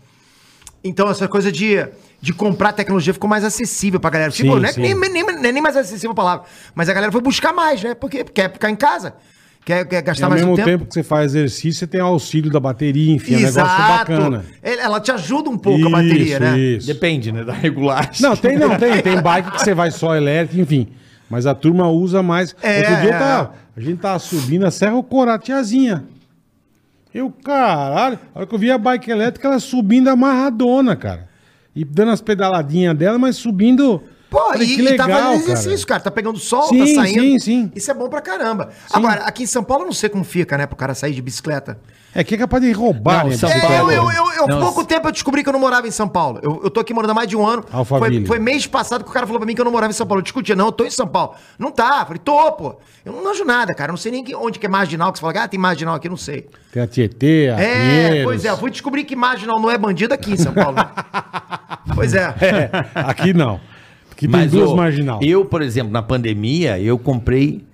Speaker 2: Então, essa coisa de, de comprar tecnologia ficou mais acessível pra galera. Tipo,
Speaker 3: Sim,
Speaker 2: não é que
Speaker 3: sim.
Speaker 2: nem, nem, nem- nem mais acessível a palavra. Mas a galera foi buscar mais, né? Porque quer ficar em casa. Quer, quer
Speaker 3: E
Speaker 2: gastar
Speaker 3: ao
Speaker 2: mais
Speaker 3: mesmo
Speaker 2: um
Speaker 3: tempo que você faz exercício, você tem auxílio da bateria, enfim, é um negócio
Speaker 2: Exato.
Speaker 3: bacana.
Speaker 2: Ele- Ela te ajuda um pouco a bateria, né?
Speaker 3: Isso.
Speaker 4: Depende, né? Da regulagem.
Speaker 3: Não, tem, não, tem. Tem bike que você vai só elétrico, enfim. Mas a turma usa mais.
Speaker 2: É,
Speaker 3: Outro dia
Speaker 2: é,
Speaker 3: tá, a gente tava subindo a Serra Corá, tiazinha. Eu, caralho, a hora que eu vi a bike elétrica, ela subindo amarradona, cara. E dando as pedaladinhas dela, mas subindo.
Speaker 2: Pô,
Speaker 3: Falei,
Speaker 2: e,
Speaker 3: que
Speaker 2: e tá
Speaker 3: legal,
Speaker 2: fazendo exercício, cara. Tá pegando sol,
Speaker 3: Sim,
Speaker 2: tá saindo.
Speaker 3: sim, sim.
Speaker 2: Isso é bom pra caramba. Agora, aqui em São Paulo, eu não sei como fica, né? Pro cara sair de bicicleta.
Speaker 3: É que é capaz de roubar,
Speaker 4: Não,
Speaker 3: né?
Speaker 4: São
Speaker 3: a
Speaker 2: É,
Speaker 3: bicicleta.
Speaker 2: eu, eu, eu, eu
Speaker 4: Não,
Speaker 2: pouco
Speaker 4: se-
Speaker 2: tempo eu descobri que eu não morava em São Paulo. Eu, eu tô aqui morando há mais de um ano.
Speaker 3: Alphaville.
Speaker 2: Foi, foi mês passado que o cara falou pra mim que eu não morava em São Paulo. Eu discutia, não, eu tô em São Paulo. Não tá. Falei, tô, pô. Eu não manjo nada, cara. Eu Não sei nem que- onde que é marginal. Que você fala, ah, tem marginal aqui, eu não sei.
Speaker 3: Tem a
Speaker 4: um-
Speaker 3: Tietê, a
Speaker 2: É,
Speaker 3: Pinheiros.
Speaker 2: pois é. Eu fui descobrir que marginal não é bandido aqui em São Paulo. né? pois é.
Speaker 3: É, aqui não. Aqui tem
Speaker 4: Mas
Speaker 3: duas
Speaker 4: ô,
Speaker 3: marginal.
Speaker 4: Eu, por exemplo, na pandemia, eu comprei.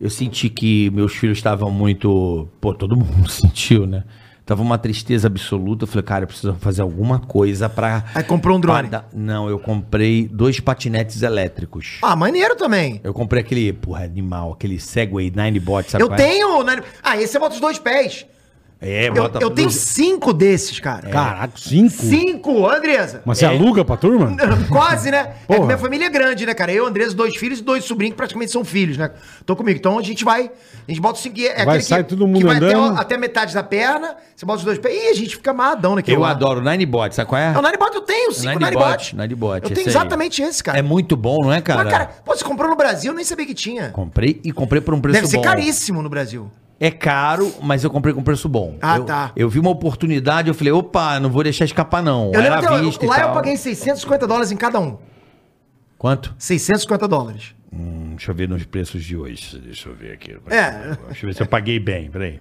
Speaker 4: Eu senti que meus filhos estavam muito. Pô, todo mundo sentiu, né? Tava uma tristeza absoluta. Eu falei, cara, eu preciso fazer alguma coisa pra.
Speaker 2: Aí comprou um drone.
Speaker 4: pra dar- Não, eu comprei dois patinetes elétricos.
Speaker 2: Ah, maneiro também.
Speaker 4: Eu comprei aquele, porra, animal, aquele Segway Ninebot, sabe?
Speaker 2: Eu
Speaker 4: qual é?
Speaker 2: tenho. né? Ah, esse é bota os dois pés.
Speaker 4: É,
Speaker 2: Eu,
Speaker 4: bota
Speaker 2: eu tenho cinco desses, cara.
Speaker 3: Caraca, cinco?
Speaker 2: Cinco, Andresa.
Speaker 3: Mas você aluga pra turma?
Speaker 2: Quase, né? É
Speaker 3: Porra.
Speaker 2: que minha família é grande, né, cara? Eu, Andresa, dois filhos e dois sobrinhos que praticamente são filhos, né? Tô comigo. Então a gente vai. A gente bota o seguinte. É
Speaker 3: Vai,
Speaker 2: aquele
Speaker 3: sai
Speaker 2: que,
Speaker 3: todo mundo
Speaker 2: que vai até,
Speaker 3: andando.
Speaker 2: o- até metade da perna. Você bota os dois pés. Ih, a gente fica né, amarradão naquele.
Speaker 4: Eu
Speaker 2: lá.
Speaker 4: adoro Ninebot, sabe qual é?
Speaker 2: É, o Ninebot eu tenho, cinco Ninebot.
Speaker 4: Ninebot.
Speaker 2: Eu tenho
Speaker 4: esse aí.
Speaker 2: exatamente esse, cara.
Speaker 4: É muito bom, não é, cara?
Speaker 2: Mas, cara, pô, você comprou no Brasil, eu nem sabia que tinha.
Speaker 4: Comprei e comprei por um preço
Speaker 2: Deve ser
Speaker 4: bom.
Speaker 2: caríssimo no Brasil.
Speaker 4: É caro, mas eu comprei com um preço bom.
Speaker 2: Ah,
Speaker 4: Eu-
Speaker 2: tá.
Speaker 4: Eu vi uma oportunidade, eu falei, opa, não vou deixar escapar não.
Speaker 2: Eu lembro
Speaker 4: Era é à
Speaker 2: até,
Speaker 4: vista e
Speaker 2: lá eu
Speaker 4: tal.
Speaker 2: paguei 650 dólares em cada um.
Speaker 4: Quanto?
Speaker 2: 650 dólares.
Speaker 4: Hum, deixa eu ver nos preços de hoje. Deixa eu ver aqui.
Speaker 2: É.
Speaker 4: Deixa eu ver se eu paguei bem, peraí.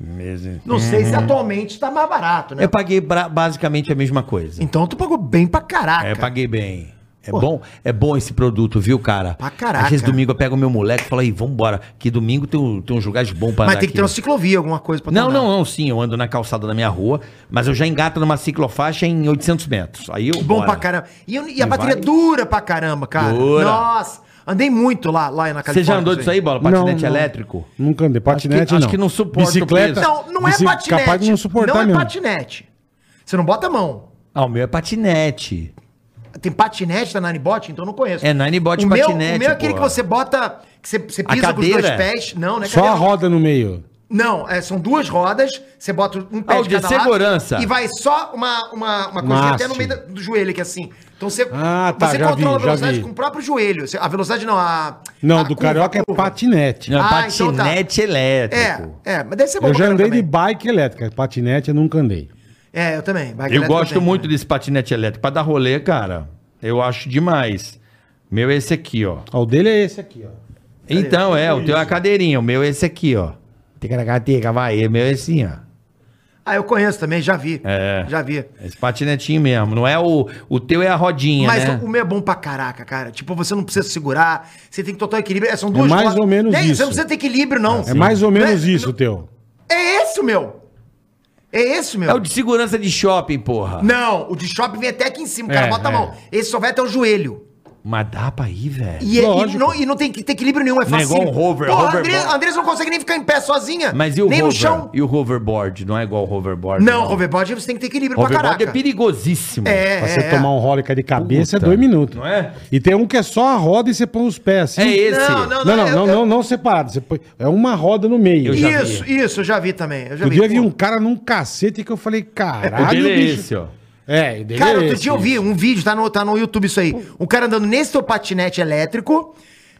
Speaker 4: Mesmo-
Speaker 2: Não sei se atualmente tá mais barato, né?
Speaker 4: É. Eu paguei bra- basicamente a mesma coisa.
Speaker 2: Então tu pagou bem pra caraca.
Speaker 4: É, eu paguei bem. É bom, é bom esse produto, viu, cara?
Speaker 2: Pra caraca.
Speaker 4: Às vezes domingo eu pego meu moleque e falo, aí, vambora, que domingo tem, um- tem uns lugares bons pra
Speaker 2: Mas
Speaker 4: andar
Speaker 2: tem que ter um né? uma
Speaker 4: aqui."
Speaker 2: ciclovia, alguma coisa pra tu
Speaker 4: Não,
Speaker 2: andar.
Speaker 4: não, não, sim, eu ando na calçada da minha rua, mas eu já engato numa ciclofaixa em 800 metros. Aí eu.
Speaker 2: Bom
Speaker 4: bora.
Speaker 2: pra caramba. E, eu- e a
Speaker 4: E
Speaker 2: bateria
Speaker 4: vai.
Speaker 2: dura pra caramba, cara.
Speaker 4: Dura.
Speaker 2: Nossa. Andei muito lá, lá na
Speaker 4: Você já andou disso aí, Bola? Patinete
Speaker 3: Não, não.
Speaker 4: elétrico?
Speaker 3: Nunca andei. Patinete
Speaker 4: Acho que-
Speaker 3: não.
Speaker 4: acho que não suporta o
Speaker 3: Bicicleta.
Speaker 4: peso.
Speaker 2: Não, não é
Speaker 3: bici-
Speaker 2: patinete.
Speaker 3: Capaz de não suportar
Speaker 2: Não é
Speaker 3: mesmo.
Speaker 2: patinete. Você não bota a mão.
Speaker 4: Ah, o meu é patinete.
Speaker 2: Ah, Tem patinete da Ninebot? Então eu não conheço.
Speaker 4: É, Ninebot
Speaker 2: o meu,
Speaker 4: patinete,
Speaker 2: O meu é aquele
Speaker 4: pô.
Speaker 2: que você bota, que você, você
Speaker 4: A
Speaker 2: pisa com os dois
Speaker 4: cadeira?
Speaker 2: pés. Não, não é
Speaker 3: Só a
Speaker 2: cadeira, não.
Speaker 3: roda no meio.
Speaker 2: Não, é, são duas rodas, você bota um pé
Speaker 4: Ah, o
Speaker 2: de
Speaker 4: de
Speaker 2: cada
Speaker 4: segurança.
Speaker 2: lado e vai só uma, uma, uma coisa
Speaker 3: Uma
Speaker 2: até no
Speaker 3: haste.
Speaker 2: meio da- do joelho aqui assim. Então você,
Speaker 3: Ah, tá,
Speaker 2: você
Speaker 3: já
Speaker 2: controla
Speaker 3: vi,
Speaker 2: a
Speaker 3: já
Speaker 2: velocidade
Speaker 3: vi.
Speaker 2: com o próprio joelho. Você- A velocidade não, a
Speaker 3: Não,
Speaker 2: a
Speaker 3: do
Speaker 2: curva,
Speaker 3: carioca é
Speaker 2: a curva.
Speaker 3: patinete.
Speaker 4: Não, é
Speaker 2: Ah, então tá.
Speaker 4: patinete elétrico.
Speaker 2: É, é, mas deve ser bom
Speaker 3: eu
Speaker 2: pra
Speaker 3: já
Speaker 2: caramba
Speaker 3: andei de
Speaker 2: também.
Speaker 3: bike elétrica. Patinete eu nunca andei.
Speaker 2: É, eu também. Bike
Speaker 4: Eu
Speaker 2: elétrica
Speaker 4: gosto
Speaker 2: também,
Speaker 4: muito
Speaker 2: né?
Speaker 4: desse patinete elétrico. Pra dar rolê, cara, eu acho demais. Meu é esse aqui, ó.
Speaker 3: Ó, o dele é esse aqui, ó.
Speaker 4: Então, é, o teu é a cadeirinha, o meu é esse aqui, ó. Ticaracateca, vai, o meu é assim, ó.
Speaker 2: Ah, eu conheço também, já vi.
Speaker 4: É.
Speaker 2: Já vi.
Speaker 4: Esse patinetinho mesmo, não é o... O teu é a rodinha,
Speaker 2: Mas
Speaker 4: né?
Speaker 2: o o meu é bom pra caraca, cara. Tipo, você não precisa segurar, você tem que total equilíbrio. É, São duas
Speaker 3: mais
Speaker 2: rodas.
Speaker 3: ou menos
Speaker 2: Nem-
Speaker 3: isso.
Speaker 2: Você não precisa ter equilíbrio, não.
Speaker 3: É mais ou menos
Speaker 2: Não é-
Speaker 3: isso o teu.
Speaker 2: É esse o meu. É esse o meu.
Speaker 4: É o de segurança de shopping, porra.
Speaker 2: Não, o de shopping vem até aqui em cima, o cara
Speaker 3: É,
Speaker 2: bota a
Speaker 3: é.
Speaker 2: mão. Esse só vai até o joelho.
Speaker 4: Mas dá pra ir, velho.
Speaker 2: E, é- e
Speaker 3: Lógico.
Speaker 2: não, e não tem que ter equilíbrio nenhum, é
Speaker 4: Não é
Speaker 2: fácil.
Speaker 4: igual um hover,
Speaker 2: Pô,
Speaker 4: hoverboard.
Speaker 2: Andrés, Andrés não consegue nem ficar em pé sozinha.
Speaker 4: Mas e o
Speaker 2: nem
Speaker 4: hover?
Speaker 2: no chão.
Speaker 4: E o hoverboard? Não é igual o hoverboard?
Speaker 2: Não, hoverboard você tem que ter equilíbrio pra
Speaker 4: Hoverboard
Speaker 2: caraca.
Speaker 4: é perigosíssimo.
Speaker 2: É,
Speaker 3: Pra
Speaker 2: é,
Speaker 3: você
Speaker 2: é.
Speaker 3: tomar um role de cabeça
Speaker 4: Puta.
Speaker 3: é dois minutos.
Speaker 4: Não é?
Speaker 3: E tem um que é só a roda e você põe os pés assim.
Speaker 4: É esse.
Speaker 2: Não, não,
Speaker 3: Não, não,
Speaker 2: eu-
Speaker 3: não,
Speaker 2: eu-
Speaker 3: não, não separado. Você põe... É uma roda no meio.
Speaker 4: Eu já vi.
Speaker 2: Isso, isso, eu já vi também. Eu já
Speaker 3: Outro dia eu
Speaker 2: vi.
Speaker 3: vi um
Speaker 2: Pô,
Speaker 3: cara num cacete que eu falei, caralho,
Speaker 4: O dele é
Speaker 3: bicho.
Speaker 4: esse, ó.
Speaker 3: É, o dele
Speaker 2: Cara,
Speaker 3: é
Speaker 2: outro
Speaker 3: esse.
Speaker 2: dia eu vi um vídeo, tá no, tá no YouTube isso aí. Um cara andando nesse seu patinete elétrico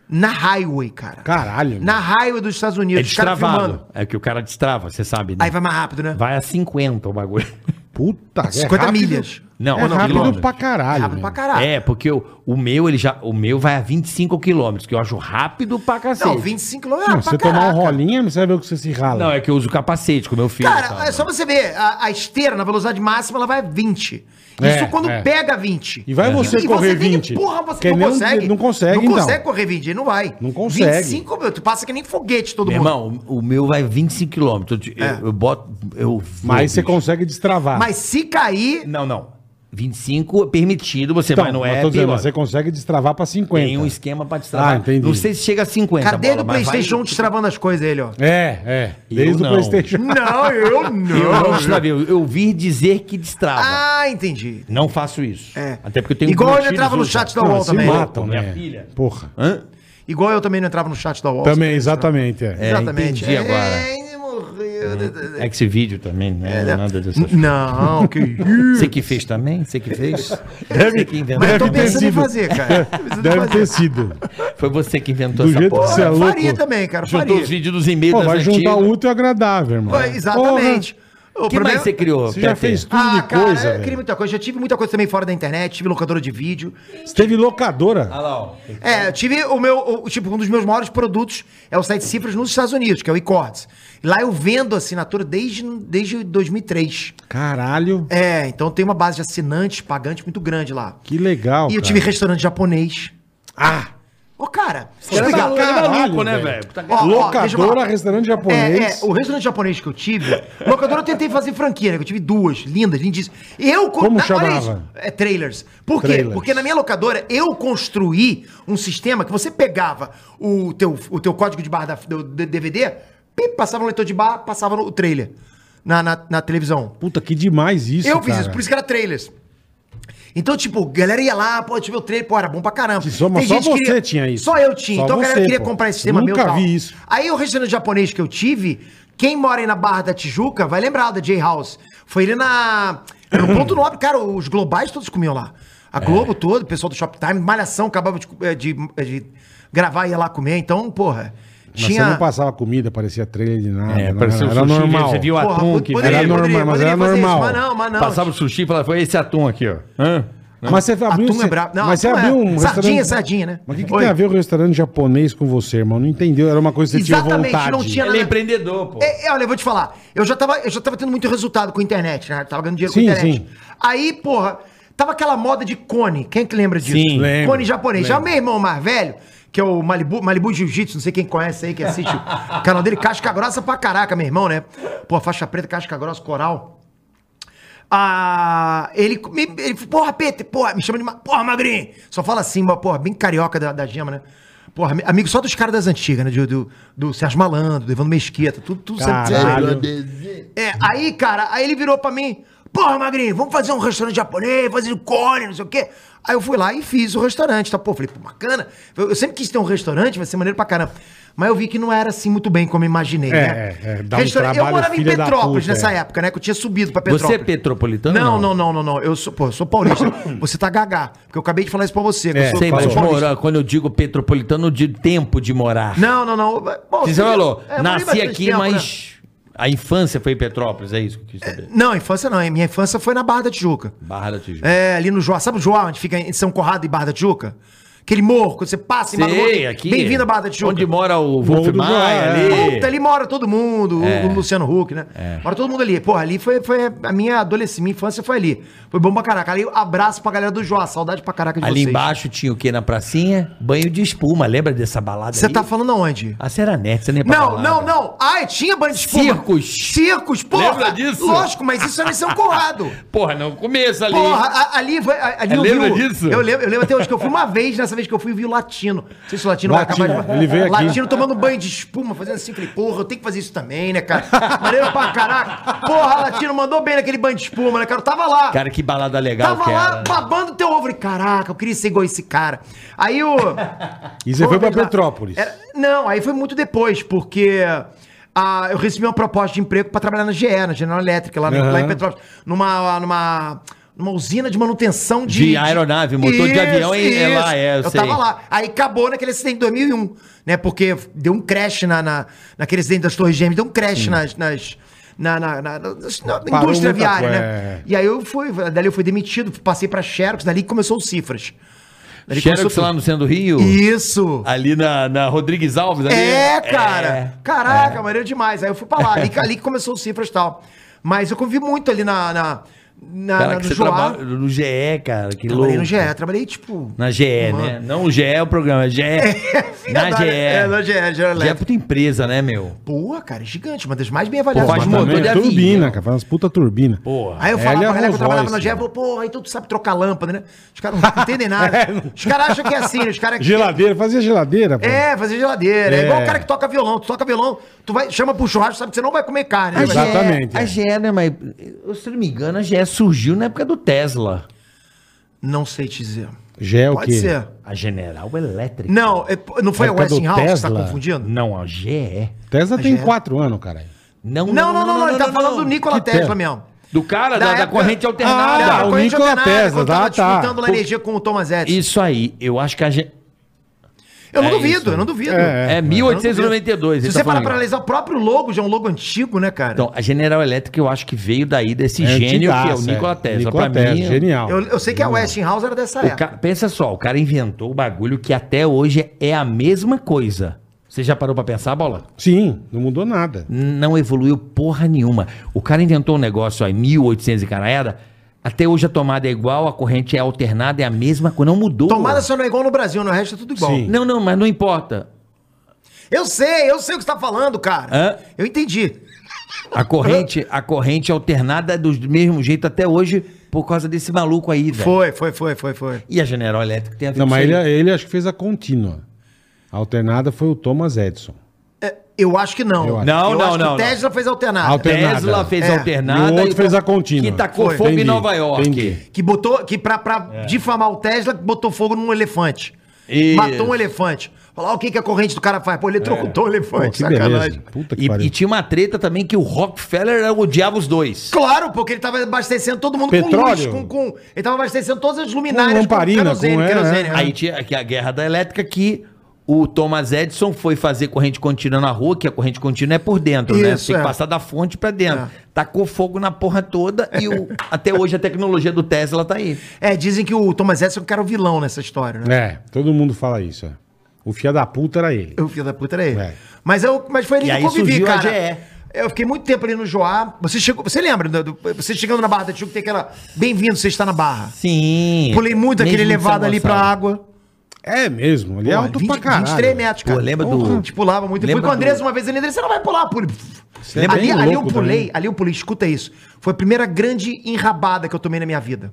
Speaker 2: na highway, cara.
Speaker 3: Caralho.
Speaker 2: Na highway dos Estados Unidos.
Speaker 4: É
Speaker 2: os caras
Speaker 4: destravado.
Speaker 2: filmando.
Speaker 4: É que o cara destrava, você sabe, né?
Speaker 2: Aí vai mais rápido, né?
Speaker 4: Vai a 50 o bagulho.
Speaker 3: Puta, é
Speaker 2: 50
Speaker 3: rápido.
Speaker 2: milhas.
Speaker 4: Não,
Speaker 3: é
Speaker 4: não,
Speaker 3: rápido
Speaker 4: quilômetros.
Speaker 3: pra caralho.
Speaker 2: rápido
Speaker 3: meu.
Speaker 2: pra caraca.
Speaker 4: É, porque o, o meu, ele já. O meu vai a 25 km, que eu acho rápido pra cacete.
Speaker 2: Não,
Speaker 4: Não,
Speaker 2: 25 km é
Speaker 3: Não,
Speaker 2: pra
Speaker 3: você
Speaker 2: caraca.
Speaker 3: tomar um rolinha, você vai ver o que você se rala.
Speaker 4: é que eu uso capacete com meu filho.
Speaker 2: Cara,
Speaker 3: tá
Speaker 4: sabe?
Speaker 2: é só você ver, a, a esteira na velocidade máxima ela vai a 20. Isso
Speaker 3: É,
Speaker 2: quando
Speaker 3: é.
Speaker 2: pega 20.
Speaker 3: E vai você correr
Speaker 2: tem que-
Speaker 3: 20.
Speaker 2: porra, você
Speaker 3: Porque
Speaker 2: não,
Speaker 3: nem-
Speaker 2: consegue.
Speaker 3: não consegue,
Speaker 2: Não
Speaker 3: então.
Speaker 2: consegue correr 20, ele não vai.
Speaker 3: Não consegue.
Speaker 2: 25, meu, tu passa que nem foguete todo
Speaker 4: Meu
Speaker 2: mundo.
Speaker 4: irmão, o o meu vai 25 km. Eu, te- eu-
Speaker 2: É.
Speaker 4: eu boto. Eu vou,
Speaker 3: Mas você
Speaker 4: bicho.
Speaker 3: consegue destravar.
Speaker 2: Mas se cair,
Speaker 4: Não, não. 25 é permitido, você
Speaker 3: Então,
Speaker 4: vai no
Speaker 3: mas
Speaker 4: app.
Speaker 3: tô dizendo,
Speaker 4: ó,
Speaker 3: mas você consegue destravar pra 50.
Speaker 4: Tem um esquema pra destravar.
Speaker 3: Ah, entendi.
Speaker 4: Não sei se chega a 50.
Speaker 2: cadê do
Speaker 4: Bola, mas vai-
Speaker 2: Playstation 1 destravando as coisas ele, ó?
Speaker 3: É, é. Desde o
Speaker 4: não.
Speaker 3: Playstation.
Speaker 2: Não, eu
Speaker 4: Eu não
Speaker 2: não.
Speaker 4: destravei. Eu, eu vi dizer que destrava.
Speaker 2: ah, entendi.
Speaker 4: Não faço isso.
Speaker 2: É.
Speaker 4: Até porque eu tenho
Speaker 2: Igual
Speaker 4: meus
Speaker 2: eu entrava no
Speaker 4: filhos
Speaker 2: chat
Speaker 4: usam.
Speaker 2: da UOL
Speaker 3: se
Speaker 2: também.
Speaker 3: matam,
Speaker 4: Minha
Speaker 3: né?
Speaker 4: filha.
Speaker 3: Porra.
Speaker 4: Hã?
Speaker 2: Igual eu também não entrava no chat da UOL.
Speaker 3: Também, exatamente. É.
Speaker 4: É,
Speaker 2: Exatamente.
Speaker 4: entendi agora.
Speaker 2: É, ele morreu.
Speaker 4: É que esse vídeo também, né?
Speaker 2: É,
Speaker 4: Nada dessas coisas.
Speaker 2: Não, que isso.
Speaker 4: Você que fez também? Você que fez?
Speaker 3: Deve,
Speaker 4: Você que inventou.
Speaker 2: Mas eu tô
Speaker 3: deve ter
Speaker 2: pensando em
Speaker 3: sido. É,
Speaker 2: fazer, cara. Tô pensando em
Speaker 3: Deve
Speaker 2: fazer.
Speaker 3: ter sido.
Speaker 4: Foi você que inventou
Speaker 3: Do
Speaker 4: essa
Speaker 3: jeito
Speaker 4: porra.
Speaker 3: que você é
Speaker 2: eu faria
Speaker 3: louco.
Speaker 2: também, cara.
Speaker 4: Juntou os
Speaker 2: Faria.
Speaker 4: vídeos dos e-mails
Speaker 3: Pô,
Speaker 4: das
Speaker 3: vai juntar
Speaker 4: antigas.
Speaker 3: o útil e o agradável, irmão.
Speaker 2: Ué, Exatamente.
Speaker 3: Porra.
Speaker 2: O é
Speaker 4: O que mais você criou?
Speaker 3: Você já
Speaker 4: Pepe?
Speaker 3: fez tudo
Speaker 2: Ah,
Speaker 3: de
Speaker 2: cara,
Speaker 3: coisa,
Speaker 2: eu criei
Speaker 3: velho.
Speaker 2: muita coisa. Já tive muita coisa também fora da internet, tive locadora de vídeo.
Speaker 3: Você teve locadora.
Speaker 4: Olha Ah, lá, ó.
Speaker 2: É, eu tive o meu, o- tipo, um dos meus maiores produtos é o site Cifras nos Estados Unidos, que é o iCords. Lá eu vendo assinatura desde, desde 2003.
Speaker 3: Caralho,
Speaker 2: É, então tem uma base de assinantes, pagantes muito grande lá.
Speaker 3: que legal,
Speaker 2: e eu
Speaker 3: cara.
Speaker 2: tive restaurante japonês.
Speaker 3: Ah,
Speaker 2: Ô, cara,
Speaker 4: Você é maluco, é
Speaker 3: Caralho,
Speaker 4: maluco, né,
Speaker 3: velho.
Speaker 4: velho? Puta que-
Speaker 2: Ó, ó, deixa eu
Speaker 3: locadora,
Speaker 2: falar.
Speaker 3: restaurante
Speaker 2: É, é,
Speaker 3: japonês.
Speaker 2: o restaurante japonês que eu tive, locadora eu tentei fazer franquia, né? Que eu tive duas, lindas, lindíssimas. Eu con-
Speaker 3: Como
Speaker 2: na- olha
Speaker 3: chamava?
Speaker 2: isso, É, trailers. Por quê?
Speaker 3: Trailers.
Speaker 2: Porque na minha locadora eu construí um sistema que você pegava o teu, o teu código de barra da- do do DVD, pip, passava no leitor de barra, passava no trailer. Na, na, na televisão.
Speaker 3: Puta, que demais isso,
Speaker 2: eu fiz
Speaker 3: cara.
Speaker 2: isso, por isso que era trailers. Então, tipo, a galera ia lá, pô, deixa eu ver o trailer, pô, era bom pra caramba.
Speaker 3: Que só- mas só
Speaker 2: gente que
Speaker 3: você
Speaker 2: queria-
Speaker 3: tinha isso.
Speaker 2: Só eu tinha.
Speaker 3: Só
Speaker 2: então a galera
Speaker 3: você,
Speaker 2: queria
Speaker 3: pô.
Speaker 2: comprar esse sistema meu
Speaker 3: Nunca
Speaker 2: e tal.
Speaker 3: vi isso.
Speaker 2: Aí o restaurante japonês que eu tive, quem mora aí na Barra da Tijuca, vai lembrar da J House. Foi ele na. No ponto nobre, cara, os globais todos comiam lá. A
Speaker 3: É.
Speaker 2: Globo toda, o pessoal do Shoptime, Malhação, acabava de, eh, de, eh, de gravar e ia lá comer. Então, porra,
Speaker 3: Mas você não passava comida, parecia trailer de nada.
Speaker 4: É,
Speaker 3: não
Speaker 4: parecia
Speaker 3: era, era
Speaker 4: o sushi,
Speaker 3: normal.
Speaker 4: você viu o
Speaker 2: Porra,
Speaker 4: atum
Speaker 2: pod-
Speaker 4: que
Speaker 2: poderia,
Speaker 3: era
Speaker 4: veio,
Speaker 3: normal,
Speaker 2: poderia,
Speaker 3: mas era
Speaker 2: poderia fazer isso,
Speaker 3: normal.
Speaker 2: mas não, mas não.
Speaker 4: Passava o sushi e falava, foi esse atum aqui, ó. Hã?
Speaker 3: Mas você abriu,
Speaker 2: Atum é
Speaker 3: você-
Speaker 2: brabo. Não,
Speaker 3: mas você
Speaker 2: atum
Speaker 3: abriu
Speaker 2: é-
Speaker 3: um
Speaker 2: sardinha,
Speaker 3: restaurante-
Speaker 2: sardinha, né?
Speaker 3: Mas o que, que
Speaker 2: Oi.
Speaker 3: tem a ver o restaurante japonês com você, irmão? Não entendeu? Era uma coisa que você
Speaker 2: Exatamente,
Speaker 3: tinha vontade.
Speaker 2: não tinha
Speaker 4: Ele é empreendedor, pô.
Speaker 2: É, é, olha, eu vou te falar. Eu já, tava, eu já tava tendo muito resultado com a internet, né? Tava ganhando dinheiro
Speaker 3: Sim,
Speaker 2: com a internet.
Speaker 3: sim.
Speaker 2: Aí, porra, tava aquela moda de cone. Quem é que lembra disso?
Speaker 4: Sim,
Speaker 3: lembro,
Speaker 2: cone japonês. Já o meu irmão mais velho, que é o Malibu, Malibu Jiu-Jitsu, não sei quem conhece aí, que assiste o canal dele, casca grossa pra caraca, meu irmão, né? Pô, faixa preta, casca grossa, coral. Ah, ele, me, ele porra, Peter, porra, me chama de, ma- porra, magrinho. Só fala assim, uma porra, bem carioca da, da gema, né? Porra, ami- amigo só dos caras das antigas, né? Do, do, do Sérgio Malandro, do Evandro Mesquita, tudo, tudo
Speaker 3: Caralho.
Speaker 2: É, aí, cara, aí ele virou pra mim, porra, magrinho, vamos fazer um restaurante japonês, fazer um cone, não sei o quê. Aí eu fui lá e fiz o restaurante, tá? Pô, falei, pô, bacana. Eu, eu sempre quis ter um restaurante, vai ser maneiro pra caramba. Mas eu vi que não era assim muito bem como eu imaginei,
Speaker 3: É,
Speaker 2: né?
Speaker 3: é, é, dá um
Speaker 2: Restaura- eu
Speaker 3: trabalho,
Speaker 2: morava em
Speaker 3: filha da
Speaker 2: Petrópolis
Speaker 3: puta,
Speaker 2: nessa
Speaker 3: é.
Speaker 2: época, né? Que eu tinha subido pra Petrópolis.
Speaker 4: Você é petropolitano?
Speaker 2: Não, não, não, não, não. Eu sou, pô, eu sou paulista. você tá gagá. Porque eu acabei de falar isso pra você. que eu
Speaker 3: É,
Speaker 2: sou-
Speaker 4: Sei,
Speaker 2: eu
Speaker 4: mas
Speaker 2: sou paulista.
Speaker 4: mora, quando eu digo petropolitano, de tempo de morar.
Speaker 2: Não, não, não. Bom,
Speaker 4: Você
Speaker 2: eu-
Speaker 4: falou,
Speaker 2: é, eu morei
Speaker 4: nasci
Speaker 2: bastante
Speaker 4: aqui,
Speaker 2: tempo, né?
Speaker 4: mas a infância foi em Petrópolis, é isso que eu quis saber.
Speaker 2: Não, infância não. hein? Minha infância foi na Barra da Tijuca.
Speaker 4: Barra da Tijuca.
Speaker 2: É, ali no Joá. Sabe o Joá, onde fica em São Corrado e Barra da Tijuca? Aquele morro, quando você passa embaixo do
Speaker 4: Sei,
Speaker 2: morro.
Speaker 4: aqui.
Speaker 2: Bem-vindo à Barra da Tijuca.
Speaker 4: Onde mora o
Speaker 3: Morro
Speaker 4: Wolf
Speaker 3: do Goiás,
Speaker 4: Maia ali.
Speaker 2: É, Puta, ali mora todo mundo, o-
Speaker 4: É.
Speaker 2: o Luciano Huck, né? Mora todo mundo ali. Porra, ali foi, foi a minha adolescência, minha infância foi ali. Foi bom pra caraca. Ali, abraço pra galera do Joá, saudade pra caraca de
Speaker 4: Ali
Speaker 2: vocês.
Speaker 4: embaixo tinha o que na pracinha? Banho de espuma, lembra dessa balada
Speaker 2: Você
Speaker 4: aí?
Speaker 2: tá falando aonde?
Speaker 4: Ah, você era nerd, você nem ia pra
Speaker 2: Não,
Speaker 4: balada.
Speaker 2: não, não. Ah, tinha banho de espuma.
Speaker 4: Circos.
Speaker 2: Circos, porra.
Speaker 4: Lembra disso?
Speaker 2: Lógico, mas isso era em São Corrado.
Speaker 4: Porra, não, começo ali.
Speaker 2: Porra, a- ali vai. a- Ali
Speaker 4: É,
Speaker 2: eu
Speaker 4: lembra
Speaker 2: vi o-
Speaker 4: disso?
Speaker 2: Eu lembro, eu lembro até hoje que eu fui uma vez, nessa vez que eu fui, eu vi o Latino. Não sei se o Latino, vai
Speaker 3: Latino,
Speaker 2: acabar de.
Speaker 3: ele veio aqui.
Speaker 2: Latino tomando banho de espuma, fazendo assim. Falei, porra, eu tenho que fazer isso também, né, cara? Maneiro pra caraca. Porra, Latino mandou bem naquele banho de espuma, né, cara? Eu tava lá.
Speaker 4: Cara, que balada legal
Speaker 2: tava
Speaker 4: que
Speaker 2: lá
Speaker 4: era.
Speaker 2: babando teu ovo. Falei, caraca, eu queria ser igual esse cara. Aí o.
Speaker 3: E você
Speaker 2: Pô,
Speaker 3: foi pra
Speaker 2: lá.
Speaker 3: Petrópolis.
Speaker 2: Era- não, aí foi muito depois, porque ah, eu recebi uma proposta de emprego pra trabalhar na GE, na General Electric, lá, na-
Speaker 3: Aham.
Speaker 2: lá em Petrópolis, numa, numa, numa usina de manutenção de...
Speaker 4: De aeronave, motor de avião, hein? É lá, é, eu
Speaker 2: eu
Speaker 4: sei.
Speaker 2: tava lá. Aí acabou naquele acidente de 2001, né? Porque deu um crash na, na, naquele acidente das Torres Gêmeas, deu um crash nas... nas na, na, na- na- na indústria
Speaker 3: muita
Speaker 2: viária,
Speaker 3: coisa, é.
Speaker 2: né? E aí eu fui, dali eu fui demitido, passei pra Xerox, dali que começou o Cifras. Dali
Speaker 4: Xerox
Speaker 2: começou
Speaker 4: lá no centro do Rio?
Speaker 2: tudo. Isso!
Speaker 4: Ali na, na Rodrigues Alves. Ali.
Speaker 2: É, cara.
Speaker 4: É.
Speaker 2: Caraca, maneiro demais. Aí eu fui pra lá, ali, que- ali que começou o Cifras e tal. Mas eu convivi muito ali na, na, na,
Speaker 4: Cara,
Speaker 2: na-
Speaker 4: que
Speaker 2: no
Speaker 4: você
Speaker 2: Joá.
Speaker 4: trabalha no GE, cara. Que
Speaker 2: Trabalhei
Speaker 4: louco.
Speaker 2: no GE, trabalhei tipo...
Speaker 4: Na GE, né? Não o GE é o programa, é GE. na
Speaker 2: da-
Speaker 4: GE.
Speaker 2: é, na GE, General
Speaker 4: GE é
Speaker 2: Electric.
Speaker 4: puta empresa, né, meu?
Speaker 2: Boa, cara, é gigante, uma das mais bem
Speaker 3: Pô,
Speaker 2: avaliadas.
Speaker 3: mas
Speaker 4: faz
Speaker 2: Mas-
Speaker 4: motor
Speaker 3: também
Speaker 4: de
Speaker 3: é
Speaker 4: avião.
Speaker 3: turbina, cara. Faz umas puta turbina.
Speaker 4: Porra.
Speaker 2: Aí eu
Speaker 3: É,
Speaker 2: falava
Speaker 3: ele é
Speaker 2: pra galera que eu
Speaker 3: Rolls
Speaker 2: trabalhava na
Speaker 3: Royce,
Speaker 2: GE, eu
Speaker 3: cara.
Speaker 2: falei, porra, então tu sabe trocar lâmpada, né? Os caras não entendem nada. Os caras acham que é assim, né? os caras...
Speaker 3: Geladeira, fazia geladeira, pô.
Speaker 2: É, fazer geladeira. É.
Speaker 3: É.
Speaker 2: igual o cara que toca violão. Tu toca violão, tu vai, chama pro churrasco, sabe que você não vai comer carne. né?
Speaker 4: A
Speaker 2: Mas-
Speaker 4: GE,
Speaker 3: Exatamente, é.
Speaker 4: A GE, né, mas se eu não me engano, a GE surgiu na época do Tesla.
Speaker 2: Não sei te dizer.
Speaker 3: Já é o quê?
Speaker 2: Pode ser.
Speaker 4: A General Electric.
Speaker 2: Não, é- não foi a
Speaker 3: Época do
Speaker 2: Westinghouse que você tá
Speaker 3: Tesla?
Speaker 2: confundindo?
Speaker 4: Não, a GE.
Speaker 3: Tesla tem
Speaker 2: já é.
Speaker 3: quatro anos, cara.
Speaker 4: Não,
Speaker 2: Não, não, não, não, ele tá falando do Nikola
Speaker 3: Que
Speaker 2: Tesla
Speaker 3: Tesla?
Speaker 2: mesmo.
Speaker 4: Do cara, da, da
Speaker 2: época-
Speaker 4: corrente alternada.
Speaker 3: Ah,
Speaker 2: Da
Speaker 3: tá, o
Speaker 2: corrente
Speaker 3: Nikola
Speaker 2: alternada,
Speaker 3: Tesla,
Speaker 2: quando tava
Speaker 3: tá, tá.
Speaker 2: disputando lá energia com o Thomas Edison.
Speaker 4: Isso aí, eu acho que a GE...
Speaker 2: Eu não
Speaker 4: É
Speaker 2: duvido,
Speaker 4: isso.
Speaker 2: eu não duvido.
Speaker 3: É,
Speaker 4: É, 1892.
Speaker 2: Se
Speaker 4: ele
Speaker 2: você
Speaker 4: tá
Speaker 2: parar
Speaker 4: falando.
Speaker 2: pra analisar, o próprio logo já é um logo antigo, né, cara?
Speaker 4: Então, a General Electric eu acho que veio daí desse
Speaker 3: É
Speaker 4: gênio que é o
Speaker 3: antigaça,
Speaker 4: Nikola Tesla.
Speaker 3: Nikola
Speaker 4: pra
Speaker 3: Tesla, é
Speaker 4: mim, é um
Speaker 3: genial.
Speaker 2: eu, eu sei que a Westinghouse era dessa
Speaker 4: o
Speaker 2: época.
Speaker 4: ca- pensa só, o cara inventou o bagulho que até hoje é a mesma coisa. Você já parou pra pensar, Bola?
Speaker 3: Sim, não mudou nada.
Speaker 4: Não evoluiu porra nenhuma. O cara inventou um negócio aí, 1800 e caralhada, até hoje a tomada é igual, a corrente é alternada, é a mesma coisa, não mudou.
Speaker 2: Tomada só não é igual no Brasil, no resto é tudo igual.
Speaker 3: Sim.
Speaker 4: Não, não, mas não importa.
Speaker 2: Eu sei, eu sei o que você tá falando, cara.
Speaker 4: Hã?
Speaker 2: Eu entendi.
Speaker 4: A corrente, a corrente alternada é do mesmo jeito até hoje por causa desse maluco aí, velho.
Speaker 2: Foi, foi, foi, foi, foi.
Speaker 4: E a General Electric tem a ver
Speaker 3: Não,
Speaker 4: com
Speaker 3: mas
Speaker 4: isso
Speaker 3: ele, é
Speaker 4: aí.
Speaker 3: ele acho que fez a contínua. A alternada foi o Thomas Edison.
Speaker 2: É, eu acho que não.
Speaker 3: Eu acho.
Speaker 4: Não,
Speaker 2: eu
Speaker 4: não,
Speaker 2: acho
Speaker 4: não,
Speaker 2: que o Tesla fez alternado.
Speaker 3: Alter-
Speaker 4: Tesla
Speaker 3: alternada.
Speaker 4: fez
Speaker 2: É.
Speaker 4: alternada.
Speaker 3: E o outro
Speaker 4: ta-
Speaker 3: fez a contínua.
Speaker 4: Que tacou
Speaker 2: Foi.
Speaker 4: fogo em
Speaker 3: Entendi,
Speaker 4: Nova York.
Speaker 3: entendi.
Speaker 2: Que botou, que pra, pra
Speaker 3: É.
Speaker 2: difamar o Tesla, botou fogo num elefante.
Speaker 4: Isso.
Speaker 2: Matou um elefante. Falar o que, que a corrente do cara faz. Pô, eletrocutou um
Speaker 3: É. Pô,
Speaker 2: elefante,
Speaker 3: que beleza.
Speaker 2: sacanagem.
Speaker 3: Puta que
Speaker 4: E,
Speaker 3: pariu.
Speaker 4: e tinha uma treta também que o Rockefeller odiava os dois.
Speaker 2: Claro, porque ele tava abastecendo todo mundo
Speaker 3: Petróleo?
Speaker 2: com luz, com, com- Ele tava abastecendo todas as luminárias
Speaker 3: lamparina, com- é, é.
Speaker 4: Aí tinha aqui a guerra da elétrica que o Thomas Edison foi fazer corrente contínua na rua, que a corrente contínua é por dentro, né?
Speaker 2: Isso,
Speaker 4: Tem
Speaker 2: é.
Speaker 4: que passar da fonte pra dentro. Tacou fogo na porra toda e o- até hoje a tecnologia do Tesla tá aí.
Speaker 2: É, dizem que o Thomas Edison que era o vilão nessa história, né?
Speaker 3: É, todo mundo fala isso. é. O fia da puta era ele.
Speaker 2: O filho da puta era ele.
Speaker 3: É.
Speaker 2: Mas, eu, mas foi ali
Speaker 4: E
Speaker 2: que eu
Speaker 4: aí
Speaker 2: convivi,
Speaker 4: surgiu a
Speaker 2: cara.
Speaker 4: GE.
Speaker 2: Eu fiquei muito tempo ali no Joá. Você chegou, você lembra? do- do- você chegando na Barra da Tijuca, tem aquela. Bem-vindo, você está na Barra.
Speaker 4: Sim.
Speaker 2: Pulei muito aquele elevado ali pra água.
Speaker 3: É mesmo, ele é alto pra caralho.
Speaker 2: 23 metros, cara.
Speaker 4: Pô, lembra do-
Speaker 2: A gente pulava muito. Eu fui
Speaker 4: Lembra
Speaker 2: com o Andrés
Speaker 4: do-
Speaker 2: uma vez. Ele, Andrés, você não vai pular, pule.
Speaker 3: lembra
Speaker 2: Ali,
Speaker 3: bem
Speaker 2: ali eu
Speaker 3: louco
Speaker 2: pulei,
Speaker 3: também.
Speaker 2: ali eu pulei. Escuta isso. Foi a primeira grande enrabada que eu tomei na minha vida.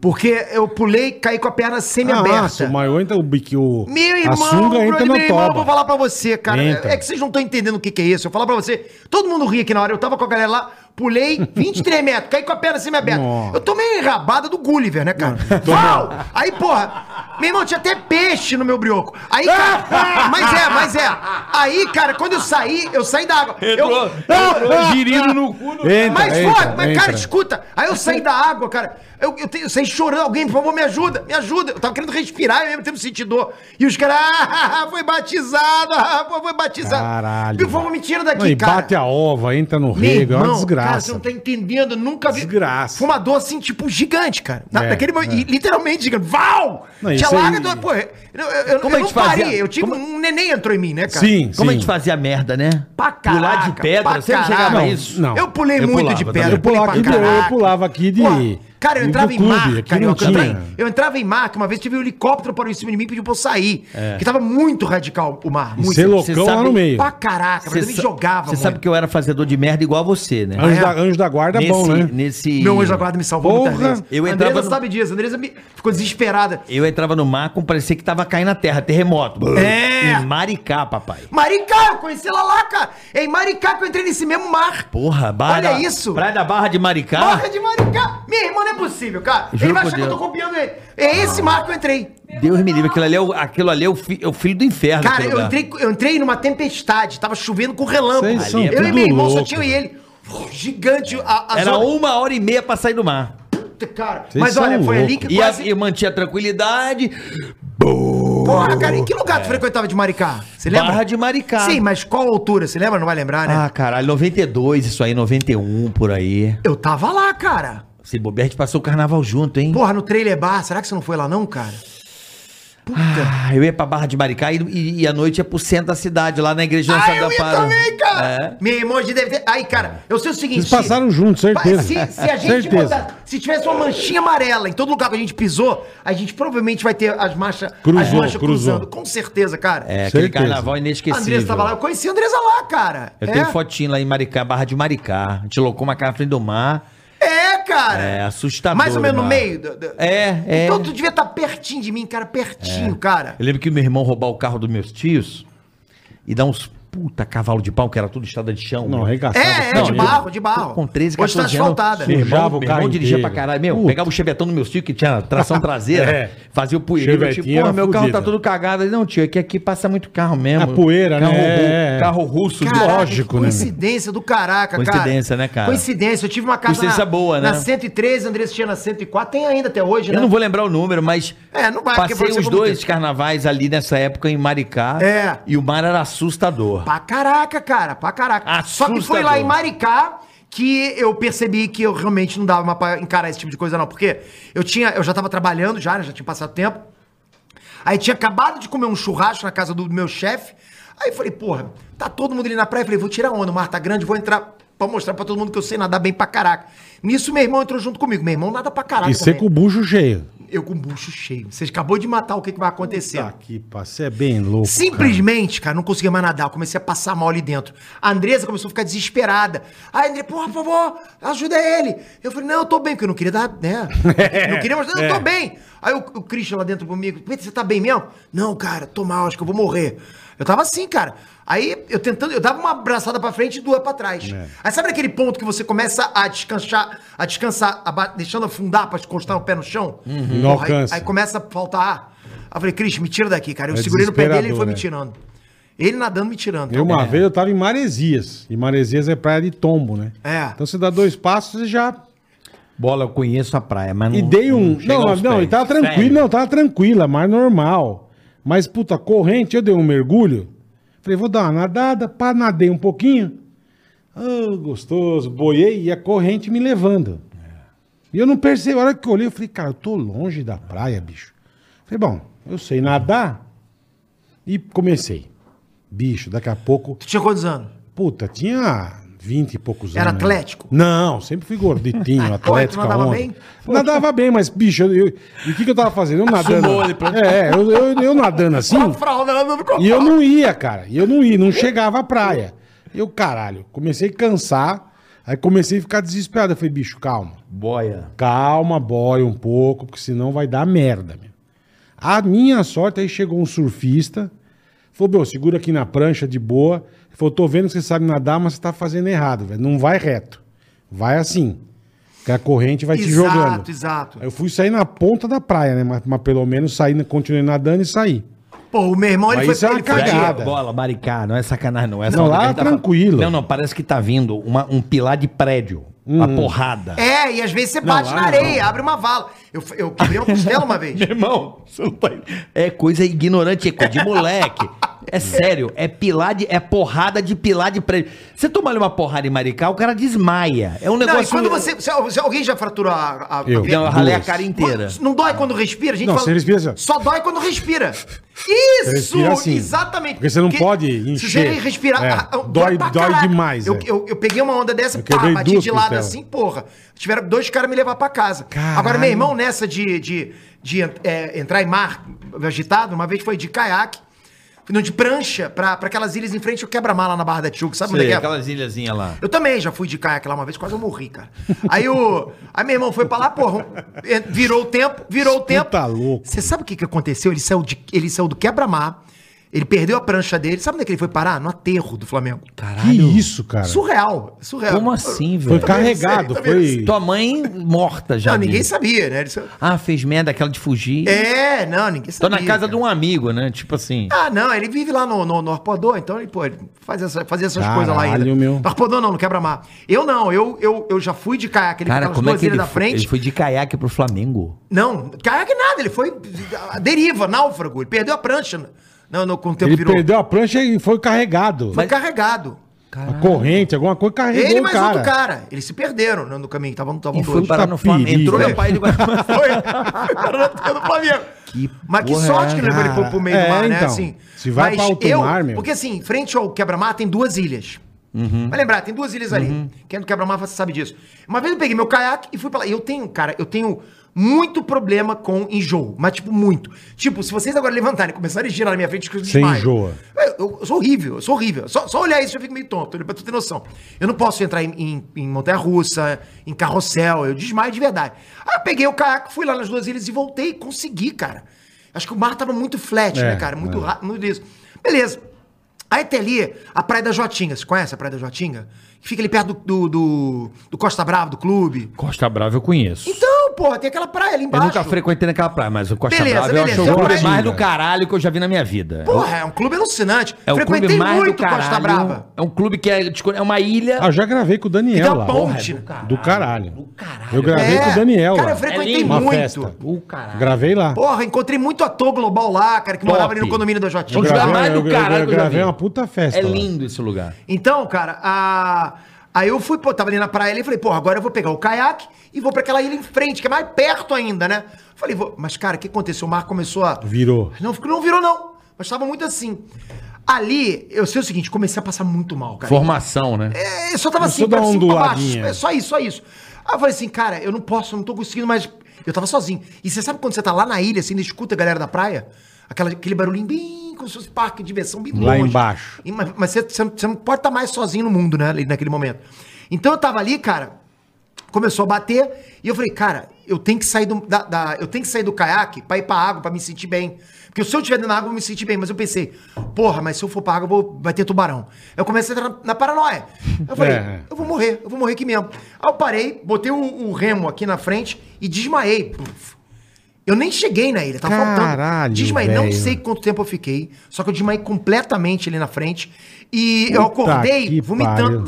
Speaker 2: Porque eu pulei, caí com a perna
Speaker 3: Ah,
Speaker 2: semi-aberta.
Speaker 3: se o maior entra o biquinho.
Speaker 2: Meu
Speaker 3: a
Speaker 2: irmão,
Speaker 3: sunga entra
Speaker 2: brother,
Speaker 3: na
Speaker 2: meu irmão, eu vou
Speaker 3: toba.
Speaker 2: falar pra você, cara.
Speaker 3: Entra.
Speaker 2: É que vocês não estão entendendo o que, que é isso. Eu falar pra você, todo mundo ri aqui na hora. Eu tava com a galera lá, pulei 23 metros, caí com a perna semi-aberta.
Speaker 3: Nossa.
Speaker 2: Eu tomei a rabada do Gulliver, né, cara? Uau! Aí, porra, meu irmão, tinha até peixe no meu brioco. Aí, cara, mas é, mas é. Aí, cara, quando eu saí, eu saí da água.
Speaker 5: Entrou,
Speaker 2: eu,
Speaker 5: entrou girindo no cu. No...
Speaker 3: Entra,
Speaker 2: mas
Speaker 3: entra,
Speaker 2: foi, É mas cara,
Speaker 3: entra.
Speaker 2: escuta. Aí eu saí da água, cara. Eu, eu, te- eu saí chorando. Alguém, por favor, me ajuda, me ajuda. Eu tava querendo respirar, eu mesmo tempo senti dor. E os caras, ah, foi batizado, ah, foi batizado.
Speaker 3: Caralho.
Speaker 2: Por favor, me tira daqui,
Speaker 3: Não, e
Speaker 2: cara.
Speaker 3: bate a ova, entra
Speaker 2: Meu
Speaker 3: no rego, é uma
Speaker 2: irmão, Cara, você
Speaker 3: desgraça.
Speaker 2: não tá entendendo, eu nunca vi.
Speaker 3: Desgraça.
Speaker 2: Fumador assim, tipo, gigante, cara. Na,
Speaker 3: É,
Speaker 2: naquele momento,
Speaker 3: é.
Speaker 2: e literalmente gigante. Val!
Speaker 3: Não,
Speaker 2: Tinha
Speaker 3: isso aí- é
Speaker 2: larga do. Pô, eu, eu, eu,
Speaker 4: Como
Speaker 2: eu
Speaker 4: a
Speaker 2: não
Speaker 4: gente fazia?
Speaker 2: parei. Eu tive
Speaker 4: Como-
Speaker 2: um neném entrou em mim, né, cara?
Speaker 3: Sim,
Speaker 4: Como a
Speaker 3: sim.
Speaker 4: gente fazia merda, né?
Speaker 2: Pra
Speaker 4: Pular
Speaker 2: caraca,
Speaker 4: de pedra,
Speaker 2: pra
Speaker 4: você não chegava
Speaker 2: caraca.
Speaker 4: a
Speaker 3: Não,
Speaker 4: isso?
Speaker 3: não.
Speaker 2: Eu pulei
Speaker 4: Eu
Speaker 2: muito
Speaker 4: pulava
Speaker 2: de
Speaker 4: também.
Speaker 2: pedra.
Speaker 3: Eu pulava
Speaker 2: pulei pra
Speaker 3: aqui de- eu
Speaker 2: caraca.
Speaker 3: pulava aqui de-
Speaker 2: Porra, cara, eu
Speaker 3: do
Speaker 2: entrava em
Speaker 3: clube,
Speaker 2: mar,
Speaker 3: aqui
Speaker 2: carioca.
Speaker 3: não
Speaker 2: Eu entrava,
Speaker 3: tinha.
Speaker 2: em, eu entrava em mar, que uma vez tive um helicóptero parou em cima de mim e pediu pra eu sair.
Speaker 4: É.
Speaker 2: Porque tava muito radical o mar.
Speaker 3: E
Speaker 2: Muito. é
Speaker 3: ser loucão
Speaker 4: sabe-
Speaker 3: lá no meio.
Speaker 2: Pra caraca, mas eu me
Speaker 4: sa-
Speaker 2: jogava,
Speaker 4: Você sabe que eu era fazedor de merda igual a você, né?
Speaker 3: Anjo,
Speaker 2: é?
Speaker 3: da, anjo da guarda é
Speaker 4: nesse,
Speaker 3: bom, né?
Speaker 4: Nesse...
Speaker 2: Meu anjo da guarda me salvou
Speaker 3: Porra,
Speaker 2: muitas vezes.
Speaker 4: eu
Speaker 2: A
Speaker 4: entrava
Speaker 2: Andresa
Speaker 4: no-
Speaker 2: sabe disso. A Andresa me- ficou desesperada.
Speaker 4: Eu entrava no mar com parecia que tava caindo a terra, terremoto.
Speaker 2: É.
Speaker 4: Em Maricá, papai.
Speaker 2: Maricá, eu conheci ela lá, cara. É em Maricá que eu entrei nesse mesmo mar.
Speaker 4: Porra, barra.
Speaker 2: Olha
Speaker 4: da-
Speaker 2: isso.
Speaker 4: Praia da Barra de Maricá.
Speaker 2: Barra de Maricá. Meu irmão, não é possível, cara. ele
Speaker 4: Tá. Juro
Speaker 2: vai
Speaker 4: por
Speaker 2: achar que eu tô
Speaker 4: Deus.
Speaker 2: copiando ele. É esse mar que eu entrei.
Speaker 4: Deus me livre, aquilo ali é o, aquilo ali é o, fi- é o filho do inferno.
Speaker 2: Cara,
Speaker 4: aquele
Speaker 2: eu
Speaker 4: lugar.
Speaker 2: entrei, eu entrei numa tempestade, tava chovendo com relâmpago.
Speaker 3: Vocês são
Speaker 2: eu e
Speaker 3: tudo
Speaker 2: meu irmão só
Speaker 3: louco.
Speaker 2: tinha eu e ele. Gigante, a, a
Speaker 4: Era um-
Speaker 2: zona-
Speaker 4: uma hora e meia pra sair do mar.
Speaker 2: Puta, cara.
Speaker 3: Vocês
Speaker 2: Mas
Speaker 3: são
Speaker 2: olha, foi ali
Speaker 3: louco.
Speaker 2: que
Speaker 4: E a-
Speaker 2: quase.
Speaker 4: eu mantinha a tranquilidade.
Speaker 2: Porra, cara, em que lugar tu frequentava de Maricá? Você lembra?
Speaker 4: É. Barra de Maricá.
Speaker 2: Sim, mas qual altura? Você lembra? Não vai lembrar, né?
Speaker 4: Ah, caralho, 92, isso aí, 91 por aí.
Speaker 2: Eu tava lá, cara.
Speaker 4: Se bobear, a gente passou o carnaval junto, hein?
Speaker 2: Porra, no trailer bar. Será que você não foi lá, não, cara? Puta.
Speaker 4: Ah, eu ia pra Barra de Maricá e, e, e à noite ia pro centro da cidade, lá na igreja
Speaker 2: Ah,
Speaker 4: Nossa
Speaker 2: eu
Speaker 4: da
Speaker 2: ia
Speaker 4: Para.
Speaker 2: também, cara!
Speaker 4: É.
Speaker 2: Minha irmã de deve ter. Aí, cara, eu sei o seguinte.
Speaker 3: Vocês passaram juntos, certeza.
Speaker 2: Se, se a gente
Speaker 3: certeza.
Speaker 2: botar- se tivesse uma manchinha amarela em todo lugar que a gente pisou, a gente provavelmente vai ter as marchas, as
Speaker 3: Cruzou,
Speaker 2: manchas
Speaker 3: cruzou.
Speaker 2: cruzando, com certeza, cara.
Speaker 4: É, aquele
Speaker 3: Certeza.
Speaker 4: carnaval
Speaker 2: a
Speaker 4: inesquecível.
Speaker 2: Andressa tava lá, eu conheci a Andressa lá, cara.
Speaker 4: Eu
Speaker 2: é.
Speaker 4: tenho fotinho lá em Maricá, Barra de Maricá. A gente locou uma cara na frente do mar.
Speaker 2: É, cara.
Speaker 4: É, assustador.
Speaker 2: Mais ou menos no
Speaker 4: mar.
Speaker 2: meio. do- do-
Speaker 4: É, é.
Speaker 2: Então tu devia estar pertinho de mim, cara, pertinho, cara.
Speaker 4: Eu lembro que meu irmão roubou o carro dos meus tios e dar uns puta cavalo de pau, que era tudo estrada de chão. né?
Speaker 3: Não,
Speaker 4: meu.
Speaker 3: arregaçava.
Speaker 2: É, é,
Speaker 3: Não,
Speaker 2: de
Speaker 3: eu-
Speaker 2: barro, de barro.
Speaker 4: Com 13,
Speaker 2: Hoje tá
Speaker 4: 14 anos.
Speaker 2: asfaltada.
Speaker 4: Meu irmão,
Speaker 3: Sujava o
Speaker 4: meu
Speaker 3: carro
Speaker 4: irmão dirigia
Speaker 3: inteiro.
Speaker 4: pra caralho. Meu,
Speaker 3: Puta.
Speaker 4: pegava o chevette do meu tio, que tinha tração traseira,
Speaker 3: É.
Speaker 4: fazia o poeira. Tipo,
Speaker 3: Chevetinho
Speaker 4: porra,
Speaker 3: era
Speaker 4: meu carro tá
Speaker 3: fudido.
Speaker 4: todo cagado. Ele, não, tio, é que aqui passa muito carro mesmo.
Speaker 3: A poeira, né?
Speaker 4: carro ru-
Speaker 3: É, é.
Speaker 4: Carro russo,
Speaker 2: Caraca,
Speaker 3: Lógico,
Speaker 2: que
Speaker 3: né,
Speaker 2: coincidência do caraca, cara.
Speaker 4: Coincidência, né, cara?
Speaker 2: Coincidência. Eu tive uma casa
Speaker 4: Coincidência
Speaker 2: na,
Speaker 4: boa, né?
Speaker 2: na 113, Andressa tinha na 104. Tem ainda até hoje,
Speaker 4: Eu
Speaker 2: né?
Speaker 4: não vou lembrar o número, mas
Speaker 2: É, não vai. porque
Speaker 4: Passei
Speaker 2: você
Speaker 4: os
Speaker 2: como
Speaker 4: dois
Speaker 2: tem-
Speaker 4: carnavais ali nessa época em Maricá.
Speaker 2: É.
Speaker 4: E o mar era assustador.
Speaker 2: Pra caraca, cara, pra caraca. Só que foi
Speaker 4: Assustador.
Speaker 2: lá em Maricá que eu percebi que eu realmente não dava mais pra encarar esse tipo de coisa, não. Porque eu tinha, eu já tava trabalhando já, né, já tinha passado tempo. Aí tinha acabado de comer um churrasco na casa do meu chefe. Aí eu falei, porra, tá todo mundo ali na praia. Eu falei, vou tirar onda, Marta Grande, vou entrar pra mostrar pra todo mundo que eu sei nadar bem pra caraca. Nisso, meu irmão entrou junto comigo. Meu irmão nada pra caraca
Speaker 3: E você com o bucho cheio.
Speaker 2: Eu com o bucho cheio. Você acabou de matar o que, que vai acontecer.
Speaker 3: Tá aqui, pá, você é bem louco. cara.
Speaker 2: Simplesmente, cara, não conseguia mais nadar. Eu comecei a passar mal ali dentro. A Andresa começou a ficar desesperada. Aí a Andresa, porra, por favor, ajuda ele. Eu falei, não, eu tô bem, porque eu não queria dar, né? não queria mostrar, eu
Speaker 3: é.
Speaker 2: tô bem. Aí o, o Christian lá dentro comigo, Pedro, você tá bem mesmo? Não, cara, tô mal, acho que eu vou morrer. Eu tava assim, cara. Aí eu tentando, eu dava uma abraçada pra frente e duas pra trás.
Speaker 3: É.
Speaker 2: Aí sabe aquele ponto que você começa a descansar, a descansar, aba- deixando afundar pra encostar o pé no chão?
Speaker 3: Uhum. Não
Speaker 2: Porra, aí-
Speaker 3: alcança.
Speaker 2: Aí, começa a faltar ar. Aí eu falei, Christian, me tira daqui, cara. Eu
Speaker 3: É
Speaker 2: segurei no pé dele e ele foi
Speaker 3: desesperador,
Speaker 2: me
Speaker 3: né?
Speaker 2: tirando. Ele nadando me tirando.
Speaker 3: Eu, uma vez eu tava em Maresias. E Maresias é praia de tombo, né?
Speaker 2: É.
Speaker 3: Então você dá dois passos e já.
Speaker 4: Bola, eu conheço a praia, mas
Speaker 3: E dei um.
Speaker 4: chega
Speaker 3: Não, não,
Speaker 4: aos pés.
Speaker 3: e tava tranquilo,
Speaker 4: Sério.
Speaker 3: não, tava tranquila, mar normal. Mas, puta, corrente, eu dei um mergulho. Falei, vou dar uma nadada, pá, nadei um pouquinho. Ah, gostoso, boiei e a corrente me levando.
Speaker 4: É.
Speaker 3: E eu não percebi. A hora que eu olhei, eu falei, cara, eu tô longe da praia, bicho. Falei, bom, eu sei nadar. E comecei. Bicho, daqui a pouco.
Speaker 2: Tu tinha quantos anos?
Speaker 3: Puta, tinha 20 e poucos
Speaker 2: Era
Speaker 3: anos. né?
Speaker 2: atlético?
Speaker 3: Não, sempre fui gorditinho,
Speaker 2: Pô,
Speaker 3: atlético.
Speaker 2: tu nadava
Speaker 3: onda.
Speaker 2: bem?
Speaker 3: Nadava bem, mas, bicho, eu- eu- e o que, que eu tava fazendo? Eu nadando. É, eu, eu, eu nadando assim.
Speaker 2: Com a fralda, nadando com a
Speaker 3: E eu
Speaker 2: fralda.
Speaker 3: não ia, cara. E eu não ia, não chegava à praia. Eu, caralho, comecei a cansar. Aí comecei a ficar desesperado. Eu falei, bicho, calma.
Speaker 4: Boia.
Speaker 3: Calma, boia um pouco, porque senão vai dar merda, meu. A minha sorte, aí chegou um surfista, falou, meu, segura aqui na prancha de boa. Ele falou, tô vendo que você sabe nadar, mas você tá fazendo errado, velho. Não vai reto. Vai assim. Que a corrente vai te
Speaker 2: Exato,
Speaker 3: jogando.
Speaker 2: exato.
Speaker 3: Aí Eu fui sair na ponta da praia, né? Mas, mas pelo menos saí, continuei nadando e saí.
Speaker 2: Pô, o meu irmão, ele
Speaker 3: Mas
Speaker 2: foi,
Speaker 3: isso é uma
Speaker 2: ele foi
Speaker 3: cagada.
Speaker 2: de-
Speaker 4: Aí, bola, Maricá, não é sacanagem, não. É
Speaker 3: Não, lá é tranquilo.
Speaker 4: Não, não, parece que tá vindo uma- um pilar de prédio. Uma
Speaker 2: Hum.
Speaker 4: porrada.
Speaker 2: É, e às vezes você bate
Speaker 3: lá
Speaker 2: na
Speaker 3: não.
Speaker 2: areia, abre uma vala. Eu, f- eu quebrei uma costela uma vez.
Speaker 4: irmão, você não tá... É coisa ignorante, é coisa de moleque. É sério, é pilar de... É porrada de pilar de prédio. Você tomar uma porrada em Maricá, o cara desmaia. É um negócio...
Speaker 2: Não, e quando você. se- se alguém já fraturou a. a-
Speaker 3: Eu.
Speaker 2: a-
Speaker 4: Não, eu ralei a
Speaker 3: Duas.
Speaker 4: cara inteira.
Speaker 2: Não dói quando respira, a gente
Speaker 3: Não,
Speaker 2: fala-
Speaker 3: você respira assim, ó.
Speaker 2: Só dói quando respira. Isso!
Speaker 3: respira assim.
Speaker 2: Exatamente.
Speaker 3: Porque você não pode
Speaker 2: Se você
Speaker 3: encher.
Speaker 2: respirar...
Speaker 3: É,
Speaker 2: ah, ah,
Speaker 3: dói-
Speaker 2: pra
Speaker 3: dói
Speaker 2: caralho.
Speaker 3: demais,
Speaker 2: Eu,
Speaker 3: é.
Speaker 2: eu, eu peguei uma onda dessa,
Speaker 3: Eu
Speaker 2: pá,
Speaker 3: quebrei
Speaker 2: bati
Speaker 3: duas
Speaker 2: de lado
Speaker 3: costelas.
Speaker 2: assim, porra. Tiveram dois caras me levar pra casa.
Speaker 3: Caralho.
Speaker 2: Agora, meu irmão, nessa de, de, de é, entrar em mar agitado, uma vez foi de caiaque, não, de prancha, pra, pra aquelas ilhas em frente ao quebra-mala na Barra da Tijuca, sabe onde é que
Speaker 4: Sei,
Speaker 2: é?
Speaker 4: aquelas ilhazinhas lá.
Speaker 2: Eu também já fui de caiaque lá uma vez, quase eu morri, cara. Aí o. Aí meu irmão foi pra lá, porra. eh, Virou o tempo, virou o tempo.
Speaker 3: Puta tá louco.
Speaker 2: Você sabe o que, que aconteceu? Ele saiu, de, ele saiu do quebra-mar, ele perdeu a prancha dele. Sabe onde é que ele foi parar? No aterro do Flamengo.
Speaker 3: Que isso, cara?
Speaker 2: Surreal, surreal.
Speaker 4: Como assim,
Speaker 3: Foi
Speaker 4: velho?
Speaker 3: carregado,
Speaker 2: também não sei.
Speaker 3: foi...
Speaker 4: Tua mãe morta já.
Speaker 2: Não, ninguém
Speaker 4: amigo.
Speaker 2: sabia, né? Ele saiu-
Speaker 4: Ah, fez merda aquela de fugir.
Speaker 2: É, não, ninguém
Speaker 4: Tô
Speaker 2: sabia.
Speaker 4: na casa
Speaker 2: cara.
Speaker 4: de um amigo, né? Tipo assim.
Speaker 2: Ah, não, ele vive lá no, no, no Arpodô, então ele, pô, ele faz, essa, faz essas
Speaker 3: Caralho,
Speaker 2: coisas lá ainda.
Speaker 3: meu.
Speaker 2: No Arpodô não, no quebra-mar. Eu não, eu, eu, eu já fui de caiaque. Ele
Speaker 4: Cara,
Speaker 2: ficava
Speaker 4: como é que
Speaker 2: ilhas
Speaker 4: ele,
Speaker 2: da
Speaker 4: fo-
Speaker 2: frente.
Speaker 4: ele foi de caiaque pro Flamengo?
Speaker 2: Não, caiaque nada, ele foi a deriva, náufrago, ele perdeu a prancha. Não, não com o tempo
Speaker 3: Ele
Speaker 2: virou.
Speaker 3: perdeu a prancha e foi carregado.
Speaker 2: Foi carregado.
Speaker 3: A corrente, alguma coisa, carregou
Speaker 2: ele
Speaker 3: o
Speaker 2: mais
Speaker 3: cara.
Speaker 2: outro cara. Eles se perderam né, no caminho, estavam estavam
Speaker 4: E foi
Speaker 2: dois.
Speaker 4: parar no Flamengo.
Speaker 3: perigo,
Speaker 4: Entrou na
Speaker 3: velho.
Speaker 4: pai do Guarani.
Speaker 2: Foi, foi parar no Flamengo.
Speaker 4: Que
Speaker 2: Mas que
Speaker 4: porra
Speaker 2: sorte
Speaker 4: é,
Speaker 2: que levou ele pro, pro meio
Speaker 3: cara?
Speaker 2: do mar,
Speaker 3: É,
Speaker 2: né?
Speaker 3: então.
Speaker 2: Assim.
Speaker 3: Se vai pra alto
Speaker 2: eu,
Speaker 3: mar, meu.
Speaker 2: Porque assim, em frente ao quebra-mar tem duas ilhas.
Speaker 4: Uhum.
Speaker 2: Vai lembrar, tem duas ilhas ali. Quem é do quebra-mar você sabe disso. Uma vez eu peguei meu caiaque e fui pra lá. E eu tenho, cara, eu tenho muito problema com enjoo. Mas, tipo, muito. Tipo, se vocês agora levantarem e começarem a girar na minha frente, eu
Speaker 3: Você enjoa.
Speaker 2: eu, É, eu- eu sou horrível, eu sou horrível. Só, só olhar isso eu fico meio tonto, pra tu ter noção. Eu não posso entrar em, em, em montanha-russa, em carrossel, eu desmaio de verdade. Aí eu peguei o caiaque, fui lá nas duas ilhas e voltei, consegui, cara. Acho que o mar tava muito flat,
Speaker 3: É,
Speaker 2: né, cara? Muito
Speaker 3: é.
Speaker 2: rápido, muito isso. Beleza. Aí tem ali a Praia da Jotinga, você conhece a Praia da Jotinga? Que fica ali perto do, do, do- do Costa Bravo, do clube.
Speaker 4: Costa Brava eu conheço.
Speaker 2: Então, Não, porra, tem aquela praia ali
Speaker 4: Eu
Speaker 2: embaixo.
Speaker 4: nunca frequentei naquela praia, mas o Costa
Speaker 2: Então, Beleza,
Speaker 4: Brava é um
Speaker 2: beleza,
Speaker 4: eu acho
Speaker 2: eu
Speaker 4: o clube
Speaker 2: acho.
Speaker 4: mais do caralho que eu já vi na minha vida.
Speaker 2: Porra, é um clube alucinante.
Speaker 4: é o clube
Speaker 2: Frequentei
Speaker 4: mais
Speaker 2: muito
Speaker 4: do caralho.
Speaker 2: Costa Brava.
Speaker 4: É um clube que é, descone- é uma ilha.
Speaker 3: Ah, eu já gravei com o
Speaker 2: Que dá
Speaker 3: Daniel lá.
Speaker 2: ponte.
Speaker 4: Porra, é
Speaker 3: Do caralho.
Speaker 4: Do caralho.
Speaker 3: Eu gravei com o Daniel
Speaker 2: É. Cara,
Speaker 3: lá.
Speaker 2: eu frequentei
Speaker 4: É lindo.
Speaker 3: Uma
Speaker 2: muito.
Speaker 3: festa.
Speaker 4: Do caralho.
Speaker 3: Gravei lá.
Speaker 2: Porra, encontrei muito ator global lá, cara, que
Speaker 4: Top.
Speaker 2: morava ali no condomínio da
Speaker 4: Eu
Speaker 2: Jotinha.
Speaker 4: lugar mais do
Speaker 3: eu, eu-
Speaker 4: caralho
Speaker 3: eu
Speaker 4: que eu já
Speaker 3: gravei
Speaker 4: vi.
Speaker 3: uma puta festa.
Speaker 4: É
Speaker 3: lá.
Speaker 4: lindo esse lugar.
Speaker 2: Então, cara, a... aí eu fui, pô, tava ali na praia ali e falei, porra, agora eu vou pegar o caiaque e vou pra aquela ilha em frente, que é mais perto ainda, né? Falei, vou... mas cara, o que aconteceu? O mar começou a.
Speaker 3: Virou.
Speaker 2: Não, ficou- não virou, não. Mas tava muito assim. Ali, eu sei o seguinte, comecei a passar muito mal, cara.
Speaker 4: Formação, né?
Speaker 2: É, eu só tava
Speaker 3: Começou
Speaker 2: assim,
Speaker 3: a dar um
Speaker 2: pra cima, pra
Speaker 3: onduladinha.
Speaker 2: É só isso, só isso. Aí eu falei assim, cara, eu não posso, eu não tô conseguindo mais. Eu tava sozinho. E você sabe quando você tá lá na ilha, assim, ainda escuta a galera da praia? Aquela, aquele barulhinho bem como se fosse parque de diversão, bem
Speaker 3: Lá
Speaker 2: longe.
Speaker 3: embaixo.
Speaker 2: E- mas mas você, você não- você não pode estar mais sozinho no mundo, né? ali Naquele momento. Então eu tava ali, cara, começou a bater e eu falei, cara, eu tenho que sair do, da, da- eu tenho que sair do caiaque pra ir pra água pra me sentir bem. Porque se eu estiver dentro da água, eu vou me sentir bem. Mas eu pensei, porra, mas se eu for pra água, eu vou, vai ter tubarão. Eu comecei a entrar na, na paranoia. Eu falei,
Speaker 3: É.
Speaker 2: eu vou morrer, eu vou morrer aqui mesmo. Aí eu parei, botei o, o remo aqui na frente e desmaiei. Puf. Eu nem cheguei na ilha, tava faltando.
Speaker 3: Caralho,
Speaker 2: Desmaiei, não
Speaker 3: velho.
Speaker 2: sei quanto tempo eu fiquei, só que eu desmaiei completamente ali na frente. E eu
Speaker 3: Puta
Speaker 2: acordei
Speaker 3: que
Speaker 2: vomitando.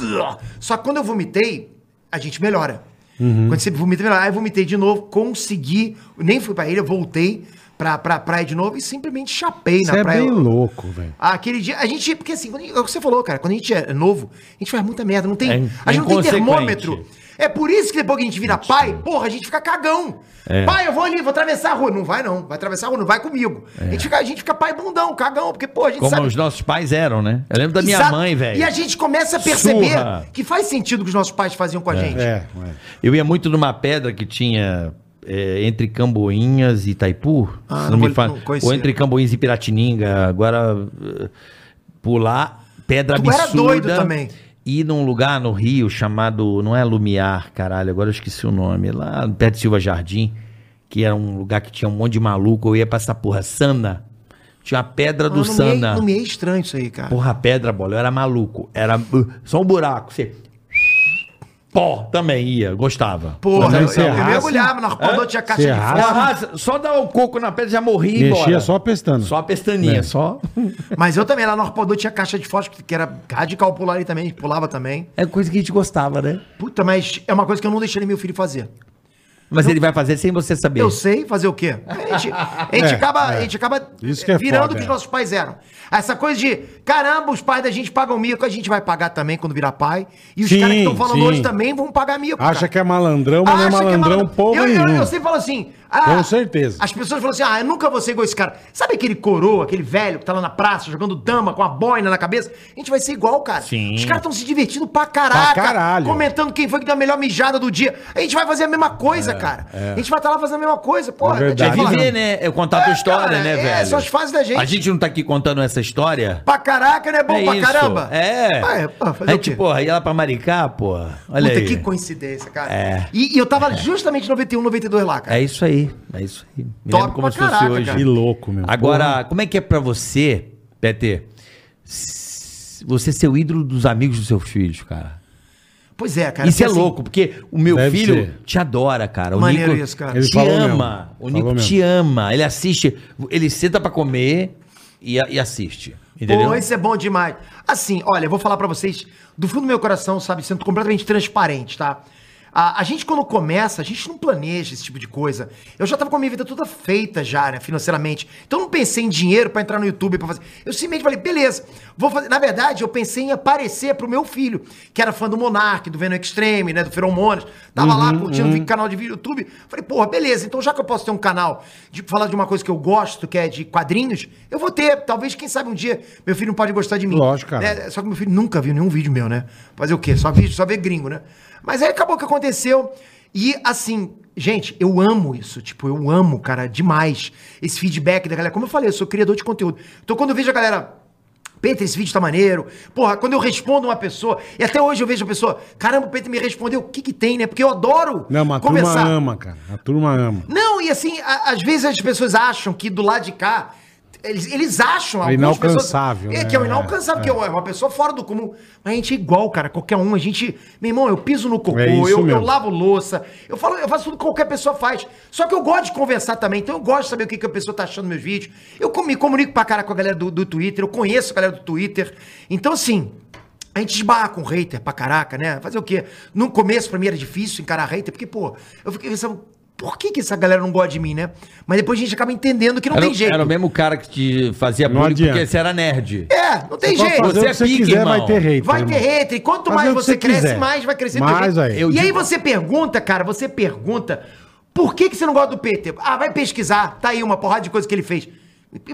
Speaker 2: Só que quando eu vomitei, a gente melhora. Uhum. Quando você vomita, melhora. Aí eu vomitei de novo, consegui, nem fui pra ilha, voltei pra, pra praia de novo e simplesmente chapei
Speaker 3: Você
Speaker 2: na
Speaker 3: é
Speaker 2: praia. Ah,
Speaker 3: bem louco, velho.
Speaker 2: Aquele dia, a gente, porque assim, quando, é o que você falou, cara, quando a gente é novo, a gente faz muita merda, não tem,
Speaker 4: É
Speaker 2: a gente não tem
Speaker 4: inconsequente.
Speaker 2: termômetro. É por isso que depois que a gente vira pai, porra, a gente fica cagão. Pai, eu vou ali, vou atravessar a rua. Não vai não, vai atravessar a rua, não vai comigo. A, gente fica, a gente fica pai bundão, cagão, porque, porra, a gente
Speaker 4: Como
Speaker 2: sabe...
Speaker 4: os nossos pais eram, né? Eu lembro da minha
Speaker 2: Exato.
Speaker 4: mãe, velho.
Speaker 2: E a gente começa a perceber
Speaker 4: Surra.
Speaker 2: que faz sentido o que os nossos pais faziam com a gente.
Speaker 3: É, é.
Speaker 4: Eu ia muito numa pedra que tinha é, entre Camboinhas e Itaipu.
Speaker 2: Ah,
Speaker 4: se
Speaker 2: não
Speaker 4: não me
Speaker 2: vou-
Speaker 4: fa-
Speaker 2: não conhecia.
Speaker 4: Ou entre Camboinhas e Piratininga. Agora, eh, pular pedra
Speaker 2: Tu era
Speaker 4: absurda.
Speaker 2: doido também.
Speaker 4: Ir num lugar no Rio chamado, não é Lumiar, caralho, agora eu esqueci o nome, é lá perto de Silva Jardim, que era um lugar que tinha um monte de maluco, eu ia pra essa porra, Sana. Tinha a pedra do
Speaker 2: Mano, não, me é,
Speaker 4: Sana.
Speaker 2: não me é estranho isso aí, cara.
Speaker 4: Porra, pedra, bola. Eu era maluco. Era uh, só um buraco. Você. Pó, também ia. Gostava.
Speaker 2: Porra, eu,
Speaker 3: Mas é aí
Speaker 2: eu, eu
Speaker 3: você
Speaker 2: mergulhava na quando eu tinha caixa
Speaker 3: Você
Speaker 2: de
Speaker 4: Eu
Speaker 3: rasga?
Speaker 2: fósforo.
Speaker 4: arrasa- só dar o coco na pedra já morria e
Speaker 3: Mexia
Speaker 4: embora.
Speaker 3: só pestando.
Speaker 4: Só a pestaninha,
Speaker 3: É.
Speaker 4: só.
Speaker 2: Mas eu também, lá no Arpodô tinha caixa de fósforo, que era radical pular ali também, pulava também.
Speaker 4: É coisa que a gente gostava, né?
Speaker 2: Puta, mas é uma coisa que eu não deixaria meu filho fazer.
Speaker 4: Mas ele vai fazer sem você saber.
Speaker 2: Eu sei fazer o quê? A gente, a gente
Speaker 3: É,
Speaker 2: acaba,
Speaker 3: é.
Speaker 2: A gente acaba
Speaker 3: Isso que é
Speaker 2: virando
Speaker 3: foda,
Speaker 2: o que os
Speaker 3: é.
Speaker 2: nossos pais eram. Essa coisa de, caramba, os pais da gente pagam mico, a gente vai pagar também quando virar pai. E os
Speaker 3: Sim,
Speaker 2: caras que estão falando
Speaker 3: sim.
Speaker 2: hoje também vão pagar mico.
Speaker 3: Acha
Speaker 2: cara.
Speaker 3: que é
Speaker 4: Então,
Speaker 3: malandrão, mas não é
Speaker 2: Acha que
Speaker 3: malandrão
Speaker 2: malandro.
Speaker 3: porra
Speaker 2: eu, eu,
Speaker 3: nenhuma.
Speaker 2: eu sempre falo assim. ah,
Speaker 3: Com certeza.
Speaker 2: As pessoas falam assim: ah, eu nunca vou ser igual esse cara. Sabe aquele coroa, aquele velho que tá lá na praça jogando dama com a boina na cabeça? A gente vai ser igual, cara.
Speaker 4: Sim.
Speaker 2: Os caras estão se divertindo pra caraca.
Speaker 3: Pra caralho.
Speaker 2: Comentando quem foi que deu a melhor mijada do dia. A gente vai fazer a mesma coisa, cara. A gente vai estar lá fazendo a mesma coisa. Porra,
Speaker 3: É verdade.
Speaker 4: É
Speaker 2: a gente vai-
Speaker 3: Fala.
Speaker 4: viver, né? É contar a
Speaker 2: É,
Speaker 4: tua história,
Speaker 2: cara,
Speaker 4: né,
Speaker 2: é,
Speaker 4: velho?
Speaker 2: são as fases da gente.
Speaker 4: A gente não tá aqui contando essa história.
Speaker 2: Pra caraca, não é bom
Speaker 4: é
Speaker 2: pra
Speaker 4: isso.
Speaker 2: caramba?
Speaker 4: É.
Speaker 2: Vai, pô, fazer
Speaker 4: a
Speaker 2: o quê?
Speaker 4: gente, porra, ia lá pra Maricá, porra. Olha
Speaker 2: Puta,
Speaker 4: aí.
Speaker 2: que coincidência, cara.
Speaker 4: É.
Speaker 2: E, e eu tava justamente em 91, 92 lá, cara.
Speaker 4: É isso aí. É isso aí. Me
Speaker 2: Top
Speaker 4: lembro como
Speaker 2: pra
Speaker 4: se fosse
Speaker 2: caraca,
Speaker 4: hoje.
Speaker 2: cara.
Speaker 3: Que louco, meu.
Speaker 4: Agora, como é que é pra você, PT, s- você ser o ídolo dos amigos dos seus filhos, cara?
Speaker 2: Pois é, cara.
Speaker 4: isso é
Speaker 2: porque, assim,
Speaker 4: louco, porque o meu
Speaker 3: Deve
Speaker 4: filho
Speaker 3: ser.
Speaker 4: te adora, cara. O
Speaker 2: Maneiro
Speaker 4: Nico
Speaker 2: isso, cara.
Speaker 3: Ele
Speaker 4: te
Speaker 3: falou
Speaker 4: ama.
Speaker 3: mesmo.
Speaker 4: O Nico
Speaker 3: Falou
Speaker 4: te ama. Ele assiste, ele senta pra comer e, a- e assiste. Entendeu?
Speaker 2: Pô, isso é bom demais. Assim, olha, eu vou falar pra vocês do fundo do meu coração, sabe, sendo completamente transparente, tá? A, a gente, quando começa, a gente não planeja esse tipo de coisa. Eu já tava com a minha vida toda feita já, né, financeiramente. Então eu não pensei em dinheiro pra entrar no YouTube pra fazer. Eu simplesmente falei, beleza, vou fazer. Na verdade, eu pensei em aparecer pro meu filho, que era fã do Monark, do Venom Extreme, né, do Feromonas. Tava
Speaker 3: Uhum,
Speaker 2: lá curtindo o canal de vídeo do YouTube. Falei, porra, beleza, então já que eu posso ter um canal de falar de uma coisa que eu gosto, que é de quadrinhos, eu vou ter. Talvez, quem sabe um dia, meu filho não pode gostar de mim.
Speaker 3: Lógico, cara.
Speaker 2: Né? Só que meu filho nunca viu nenhum vídeo meu, né? Fazer o quê? Só vídeo, só ver gringo, né? Mas aí acabou que aconteceu. E assim, gente, eu amo isso. Tipo, eu amo, cara, demais esse feedback da galera. Como eu falei, eu sou criador de conteúdo. Então quando eu vejo a galera. Peter, esse vídeo tá maneiro. Porra, quando eu respondo uma pessoa, e até hoje eu vejo a pessoa, caramba, o Peter me respondeu, o que que tem, né? Porque eu adoro
Speaker 3: Não, mas a turma ama, cara. A turma ama.
Speaker 2: não, e assim, a- às vezes as pessoas acham que do lado de cá Eles, eles acham
Speaker 3: É inalcançável,
Speaker 2: pessoas, é,
Speaker 3: né?
Speaker 2: que é um inalcançável,
Speaker 3: É.
Speaker 2: que é uma- é uma pessoa fora do comum. Mas a gente é igual, cara. Qualquer um. A gente. Meu irmão, eu piso no cocô,
Speaker 3: É isso
Speaker 2: eu, eu
Speaker 3: mesmo.
Speaker 2: lavo louça. Eu falo, eu faço tudo que qualquer pessoa faz. Só que eu gosto de conversar também, então eu gosto de saber o que, que a pessoa tá achando dos meus vídeos. Eu com- me comunico pra cara com a galera do, do Twitter, eu conheço a galera do Twitter. Então, assim. A gente esbarra com hater pra caraca, né? Fazer o quê? No começo, pra mim, era difícil encarar hater, porque, pô, eu fiquei pensando, por que, que essa galera não gosta de mim, né? Mas depois a gente acaba entendendo que não
Speaker 4: era,
Speaker 2: tem jeito.
Speaker 4: era o mesmo cara que te fazia
Speaker 3: Não
Speaker 4: bullying
Speaker 3: adianta.
Speaker 4: porque você era nerd.
Speaker 2: É, não tem jeito.
Speaker 3: Pode fazer o que
Speaker 4: Você
Speaker 3: você
Speaker 4: é pica,
Speaker 3: quiser,
Speaker 4: irmão.
Speaker 3: vai ter hater.
Speaker 2: Vai ter
Speaker 3: irmão.
Speaker 2: hater. E quanto
Speaker 3: Fazer
Speaker 2: mais
Speaker 3: o que
Speaker 2: você
Speaker 3: você
Speaker 2: cresce,
Speaker 3: quiser.
Speaker 2: mais vai crescer
Speaker 3: Mais
Speaker 2: jeito.
Speaker 3: aí.
Speaker 4: Eu
Speaker 2: E aí
Speaker 4: digo-
Speaker 2: você pergunta, cara, você pergunta, por que, que você não gosta do Peter? Ah, vai pesquisar. Tá aí uma porrada de coisa que ele fez.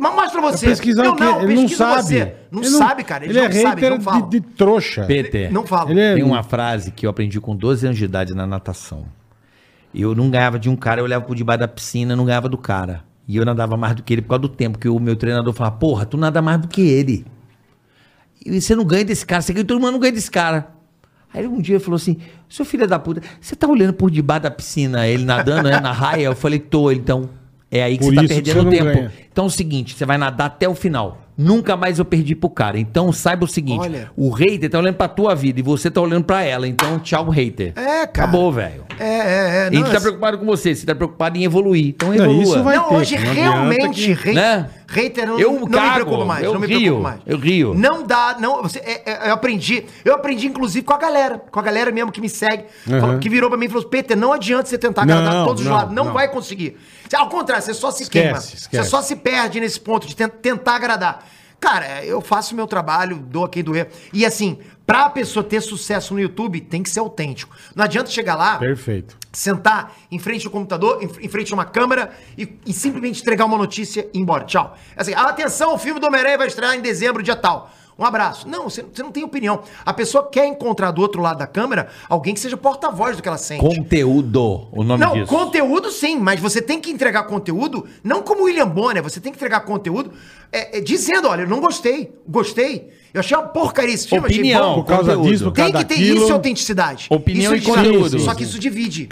Speaker 2: Mas mostra você.
Speaker 3: Pesquisar
Speaker 2: eu
Speaker 3: o quê?
Speaker 2: não,
Speaker 3: ele não
Speaker 2: pesquisa
Speaker 3: sabe.
Speaker 2: você. Não
Speaker 3: Ele
Speaker 2: sabe, então cara. Eles
Speaker 3: Ele, é
Speaker 2: não sabem,
Speaker 3: hater
Speaker 2: não falam.
Speaker 3: de, de trouxa.
Speaker 4: Peter,
Speaker 2: Não fala.
Speaker 3: Ele é-
Speaker 4: tem uma frase que eu aprendi com 12 anos de idade na natação. Eu não ganhava de um cara, eu olhava por debaixo da piscina, não ganhava do cara. E eu nadava mais do que ele por causa do tempo, que o meu treinador falava, porra, tu nada mais do que ele. E você não ganha desse cara, você ganha, todo mundo não ganha desse cara. Aí um dia ele falou assim, seu filho da puta, você tá olhando por debaixo da piscina, ele nadando, né, na raia? Eu falei, tô, então, é aí que
Speaker 3: Por
Speaker 4: você tá
Speaker 3: isso que você
Speaker 4: perdendo
Speaker 3: não
Speaker 4: tempo.
Speaker 3: ganha.
Speaker 4: Então é o seguinte, você vai nadar até o final. Nunca mais eu perdi pro cara. Então saiba o seguinte,
Speaker 2: Olha.
Speaker 4: o hater tá olhando pra tua vida e você tá olhando pra ela. Então tchau, hater.
Speaker 2: É, cara.
Speaker 4: Acabou, velho.
Speaker 2: É, é, é.
Speaker 4: Ele tá
Speaker 2: assim-
Speaker 4: preocupado com você, você tá preocupado em evoluir. Então
Speaker 3: Não,
Speaker 4: evolua.
Speaker 3: isso vai-
Speaker 2: Não,
Speaker 3: ter,
Speaker 2: hoje
Speaker 3: que não adianta
Speaker 2: realmente
Speaker 4: que-
Speaker 2: hater,
Speaker 4: né?
Speaker 2: hater não,
Speaker 4: Eu
Speaker 2: não me
Speaker 4: cago,
Speaker 2: preocupa mais.
Speaker 4: eu
Speaker 2: não me
Speaker 4: rio,
Speaker 2: preocupa mais.
Speaker 4: eu rio.
Speaker 2: Não dá, não. Você, é- é- eu aprendi, eu aprendi inclusive com a galera, com a galera mesmo que me segue,
Speaker 3: Uhum.
Speaker 2: falou- que virou pra mim e falou: assim, Peter, não adianta você tentar
Speaker 3: Não,
Speaker 2: agradar todos
Speaker 3: não,
Speaker 2: os lados, não,
Speaker 3: não.
Speaker 2: vai conseguir. Você- Ao contrário, você só se
Speaker 3: Esquece,
Speaker 2: queima, você
Speaker 3: esquece.
Speaker 2: só se perde nesse ponto de ten- tentar agradar. Cara, eu faço o meu trabalho, dou a quem doer. E assim, pra pessoa ter sucesso no YouTube, tem que ser autêntico. Não adianta chegar lá
Speaker 3: Perfeito.
Speaker 2: sentar em frente ao computador, em, em frente a uma câmera e, e simplesmente entregar uma notícia e ir embora. Tchau. É Assim, atenção, o filme do Homem-Aranha vai estrear em dezembro, dia tal. Um abraço. Não, você, você não tem opinião. A pessoa quer encontrar do outro lado da câmera alguém que seja porta-voz do que ela sente.
Speaker 4: Conteúdo, é o nome
Speaker 2: não,
Speaker 4: disso.
Speaker 2: conteúdo sim, mas você tem que entregar conteúdo, não como William Bonner, você tem que entregar conteúdo é, é, dizendo, olha, eu não gostei, gostei, eu achei uma porcaria esse filme, achei bom.
Speaker 4: Opinião.
Speaker 3: Por causa
Speaker 4: conteúdo.
Speaker 3: disso, por
Speaker 2: Tem
Speaker 3: causa
Speaker 2: que ter
Speaker 3: daquilo.
Speaker 2: isso é autenticidade.
Speaker 4: Opinião
Speaker 2: isso
Speaker 4: e
Speaker 2: é
Speaker 4: conteúdo.
Speaker 2: Só que isso divide.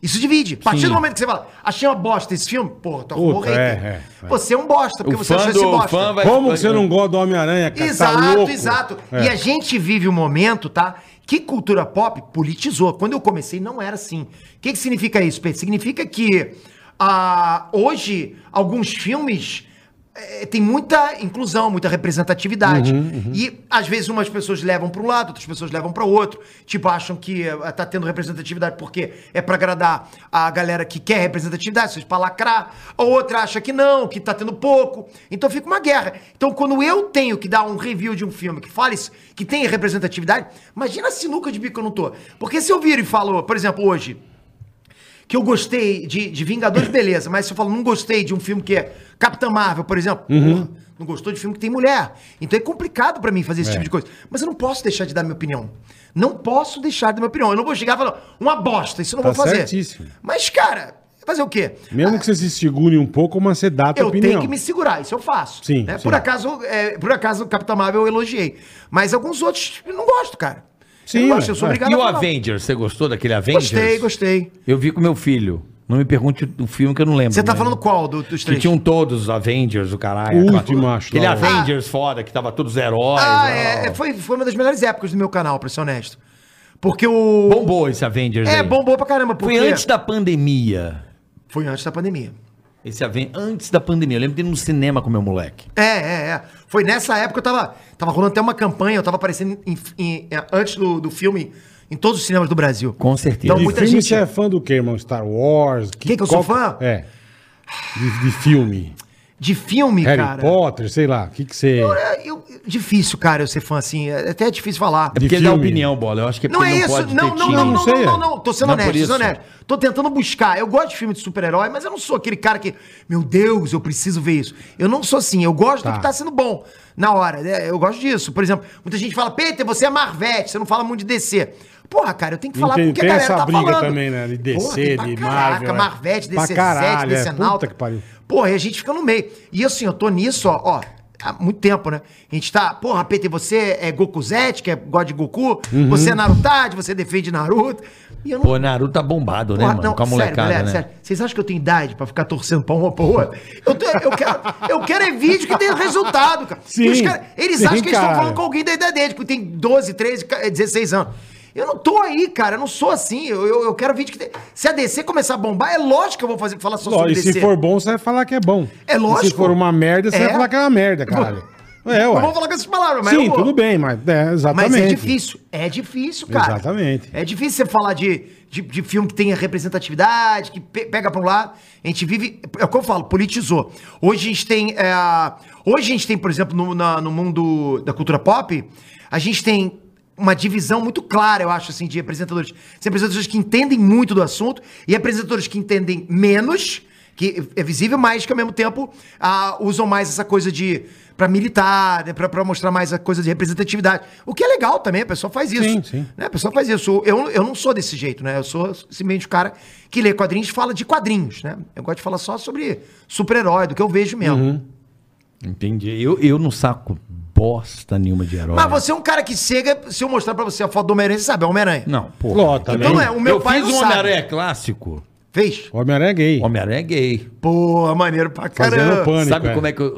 Speaker 2: Isso divide. A partir
Speaker 4: Sim.
Speaker 2: do momento que você fala, achei uma bosta esse filme, porra, tu arrumou
Speaker 3: Puta,
Speaker 2: hater.
Speaker 3: é, é, é.
Speaker 2: Você é um bosta, porque
Speaker 4: O
Speaker 2: você
Speaker 4: fã
Speaker 2: achou esse
Speaker 4: do-
Speaker 2: bosta.
Speaker 4: fã vai-
Speaker 3: Como que você não gosta do Homem-Aranha, cara? Tá
Speaker 2: Exato,
Speaker 3: louco.
Speaker 2: exato.
Speaker 3: É.
Speaker 2: E a gente vive um momento, tá? Que cultura pop politizou. Quando eu comecei, não era assim. O que, que significa isso, Pedro? Significa que ah, hoje alguns filmes. eh, tem muita inclusão, muita
Speaker 4: Uhum,
Speaker 2: representatividade. E às vezes umas pessoas levam para um lado, outras pessoas levam para o outro. Tipo, acham que eh, tá tendo representatividade porque é para agradar a galera que quer representatividade, seja para lacrar. A outra acha que não, que tá tendo pouco. Então fica uma guerra. Então quando eu tenho que dar um review de um filme que fale isso, que tenha representatividade, imagina a sinuca de bico que eu não tô. Porque se eu viro e falo, por exemplo, hoje, que eu gostei de, de Vingadores, beleza, mas se eu falo, não gostei de um filme que é Capitã Marvel, por exemplo,
Speaker 3: Uhum.
Speaker 2: porra, não gostou de filme que tem mulher. Então é complicado pra mim fazer esse
Speaker 3: É.
Speaker 2: tipo de coisa. Mas eu não posso deixar de dar minha opinião. Não posso deixar de dar minha opinião. Eu não vou chegar e falar, uma bosta, isso eu não
Speaker 3: Tá
Speaker 2: vou fazer.
Speaker 3: certíssimo.
Speaker 2: Mas, cara, fazer o quê? Ah,
Speaker 3: Mesmo que você se segure um pouco, mas você dá a tua
Speaker 2: Eu
Speaker 3: opinião.
Speaker 2: tenho que me segurar, isso eu faço.
Speaker 3: Sim,
Speaker 2: né?
Speaker 3: sim.
Speaker 2: Por acaso, é, por acaso, o Capitã Marvel eu elogiei. Mas alguns outros tipo, eu não gosto, cara.
Speaker 3: Sim, é.
Speaker 2: eu não gosto,
Speaker 3: ué,
Speaker 2: eu sou
Speaker 3: ué.
Speaker 2: obrigado
Speaker 4: E o
Speaker 2: falar.
Speaker 4: Avengers, você gostou daquele Avengers?
Speaker 2: Gostei, gostei.
Speaker 4: Eu vi com meu filho. Não me pergunte o filme que eu não lembro.
Speaker 2: Você tá
Speaker 3: Hum.
Speaker 4: né?
Speaker 2: falando qual do- dos
Speaker 3: um
Speaker 4: Que
Speaker 2: três?
Speaker 4: tinham todos os Avengers, o caralho.
Speaker 3: O
Speaker 4: aquela-
Speaker 3: último, acho,
Speaker 4: Aquele
Speaker 3: lá, lá.
Speaker 4: Avengers foda, que tava todos heróis.
Speaker 2: Ah,
Speaker 4: lá, lá,
Speaker 2: é,
Speaker 4: lá.
Speaker 2: é, foi, foi uma das melhores épocas do meu canal, pra ser honesto. Porque o.
Speaker 4: Bombou esse Avengers
Speaker 2: é,
Speaker 4: aí.
Speaker 2: bombou pra caramba. Porque
Speaker 4: Foi antes da pandemia.
Speaker 2: Foi antes da pandemia.
Speaker 4: Esse Aven antes da pandemia. Eu lembro de ir no cinema com meu moleque.
Speaker 2: É, é, é. Foi nessa época eu tava. Tava rolando até uma campanha, eu tava aparecendo em- em- é, antes do, do filme em todos os cinemas do Brasil.
Speaker 4: Com certeza.
Speaker 2: Então,
Speaker 3: De
Speaker 2: muita
Speaker 3: filme
Speaker 2: gente-
Speaker 3: você é fã do quê, irmão? Star Wars?
Speaker 2: Quem que eu sou
Speaker 3: qual-
Speaker 2: fã?
Speaker 3: É. De, de filme.
Speaker 2: De filme,
Speaker 3: Harry
Speaker 2: cara.
Speaker 3: Potter, sei lá. O que, que você...
Speaker 2: é, eu- difícil, cara, eu ser fã assim. É até difícil falar.
Speaker 4: É porque
Speaker 3: de
Speaker 4: ele dá
Speaker 3: filme.
Speaker 4: opinião, bola. Eu acho que é
Speaker 2: Não
Speaker 4: porque
Speaker 2: é
Speaker 4: ele
Speaker 2: isso,
Speaker 4: pode
Speaker 2: não,
Speaker 4: ter
Speaker 2: não,
Speaker 4: tido.
Speaker 2: não,
Speaker 3: Não
Speaker 2: não,
Speaker 3: sei.
Speaker 2: não, não, não. Tô sendo
Speaker 4: Não é por
Speaker 2: honesto, tô
Speaker 4: isso.
Speaker 2: sendo honesto. Tô tentando buscar. Eu gosto de filme de super-herói, mas eu não sou aquele cara que, meu Deus, eu preciso ver isso. Eu não sou assim, eu gosto
Speaker 3: Tá.
Speaker 2: do que tá sendo bom na hora. né? Eu gosto disso. Por exemplo, muita gente fala, Peter, você é Marvete, você não fala muito de DC. Porra, cara, eu tenho que falar
Speaker 3: Tem-
Speaker 2: com o que a
Speaker 3: tem
Speaker 2: galera
Speaker 3: essa
Speaker 2: tá
Speaker 3: briga
Speaker 2: falando.
Speaker 3: também, né? De DC,
Speaker 2: tem pra
Speaker 3: de Marvel, é.
Speaker 2: Marvete,
Speaker 3: Pra
Speaker 2: DC7,
Speaker 3: caralho, é.
Speaker 2: DC Nauta.
Speaker 3: Puta que pariu.
Speaker 2: Porra, e a gente fica no meio. E assim, eu tô nisso, ó, ó. há muito tempo, né? A gente tá, porra, Peter, você é Gokuzete, que é, gosta de Goku, você é Narutade, você defende Naruto. E eu não
Speaker 4: Pô, Naruto tá bombado, né,
Speaker 2: Porra,
Speaker 4: mano? Com a molecada,
Speaker 2: galera,
Speaker 4: né?
Speaker 2: sério. Vocês acham que eu tenho idade pra ficar torcendo pra uma ou pra outra? Eu, tô- eu quero, eu quero é vídeo que tenha resultado, cara.
Speaker 3: Sim,
Speaker 2: E os cara- eles
Speaker 3: sim,
Speaker 2: acham que eles estão
Speaker 3: cara.
Speaker 2: falando com alguém da idade deles, porque tem 12, 13, ca- 16 anos. Eu não tô aí, cara. Eu não sou assim. Eu, eu, eu quero vídeo que tenha... Se a DC começar a bombar, é lógico que eu vou fazer, falar só
Speaker 3: Ó,
Speaker 2: sobre
Speaker 3: e se
Speaker 2: DC.
Speaker 3: for bom, você vai falar que é bom.
Speaker 2: É
Speaker 3: E se
Speaker 2: lógico.
Speaker 3: for uma merda, você
Speaker 2: É.
Speaker 3: vai falar que é uma merda, caralho. É,
Speaker 2: Eu
Speaker 3: ué.
Speaker 2: vou Então falar com essas palavras, mas
Speaker 3: Sim,
Speaker 2: eu vou.
Speaker 3: tudo bem, mas é, exatamente.
Speaker 2: Mas é difícil. É difícil, cara.
Speaker 3: Exatamente.
Speaker 2: É difícil você falar de, de, de filme que tenha representatividade, que pe- pega pra um lado. A gente vive. É o que eu falo, politizou. Hoje a gente tem. é, hoje a gente tem, por exemplo, no, na- no mundo da cultura pop, a gente tem uma divisão muito clara, eu acho, assim, de apresentadores. Tem apresentadores que entendem muito do assunto e apresentadores que entendem menos que é visível, mas que ao mesmo tempo ah, usam mais essa coisa de pra militar, né, pra pra mostrar mais a coisa de representatividade. O que é legal também, a pessoa faz isso.
Speaker 3: Sim, sim.
Speaker 2: Né? A pessoa faz isso. Eu, eu não sou desse jeito, né? Eu sou simplesmente o cara que lê quadrinhos e fala de quadrinhos, né? Eu gosto de falar só sobre super-herói, do que eu vejo mesmo.
Speaker 4: Uhum. Entendi. Eu, eu não saco bosta nenhuma de herói.
Speaker 2: Mas você é um cara que chega, se eu mostrar pra você a foto do Homem-Aranha, você sabe, é o Homem-Aranha.
Speaker 4: Não, pô.
Speaker 3: Ló, também.
Speaker 2: Então é, o meu
Speaker 4: eu
Speaker 2: pai
Speaker 4: fiz
Speaker 2: não
Speaker 4: um
Speaker 2: sabe.
Speaker 4: Homem-Aranha clássico.
Speaker 2: Fez?
Speaker 3: Homem-Aranha é gay.
Speaker 4: Homem-Aranha é gay.
Speaker 2: Pô, maneiro pra
Speaker 3: Fazendo
Speaker 2: caramba.
Speaker 3: pano. Pânico,
Speaker 4: Sabe
Speaker 3: é.
Speaker 4: como é que eu,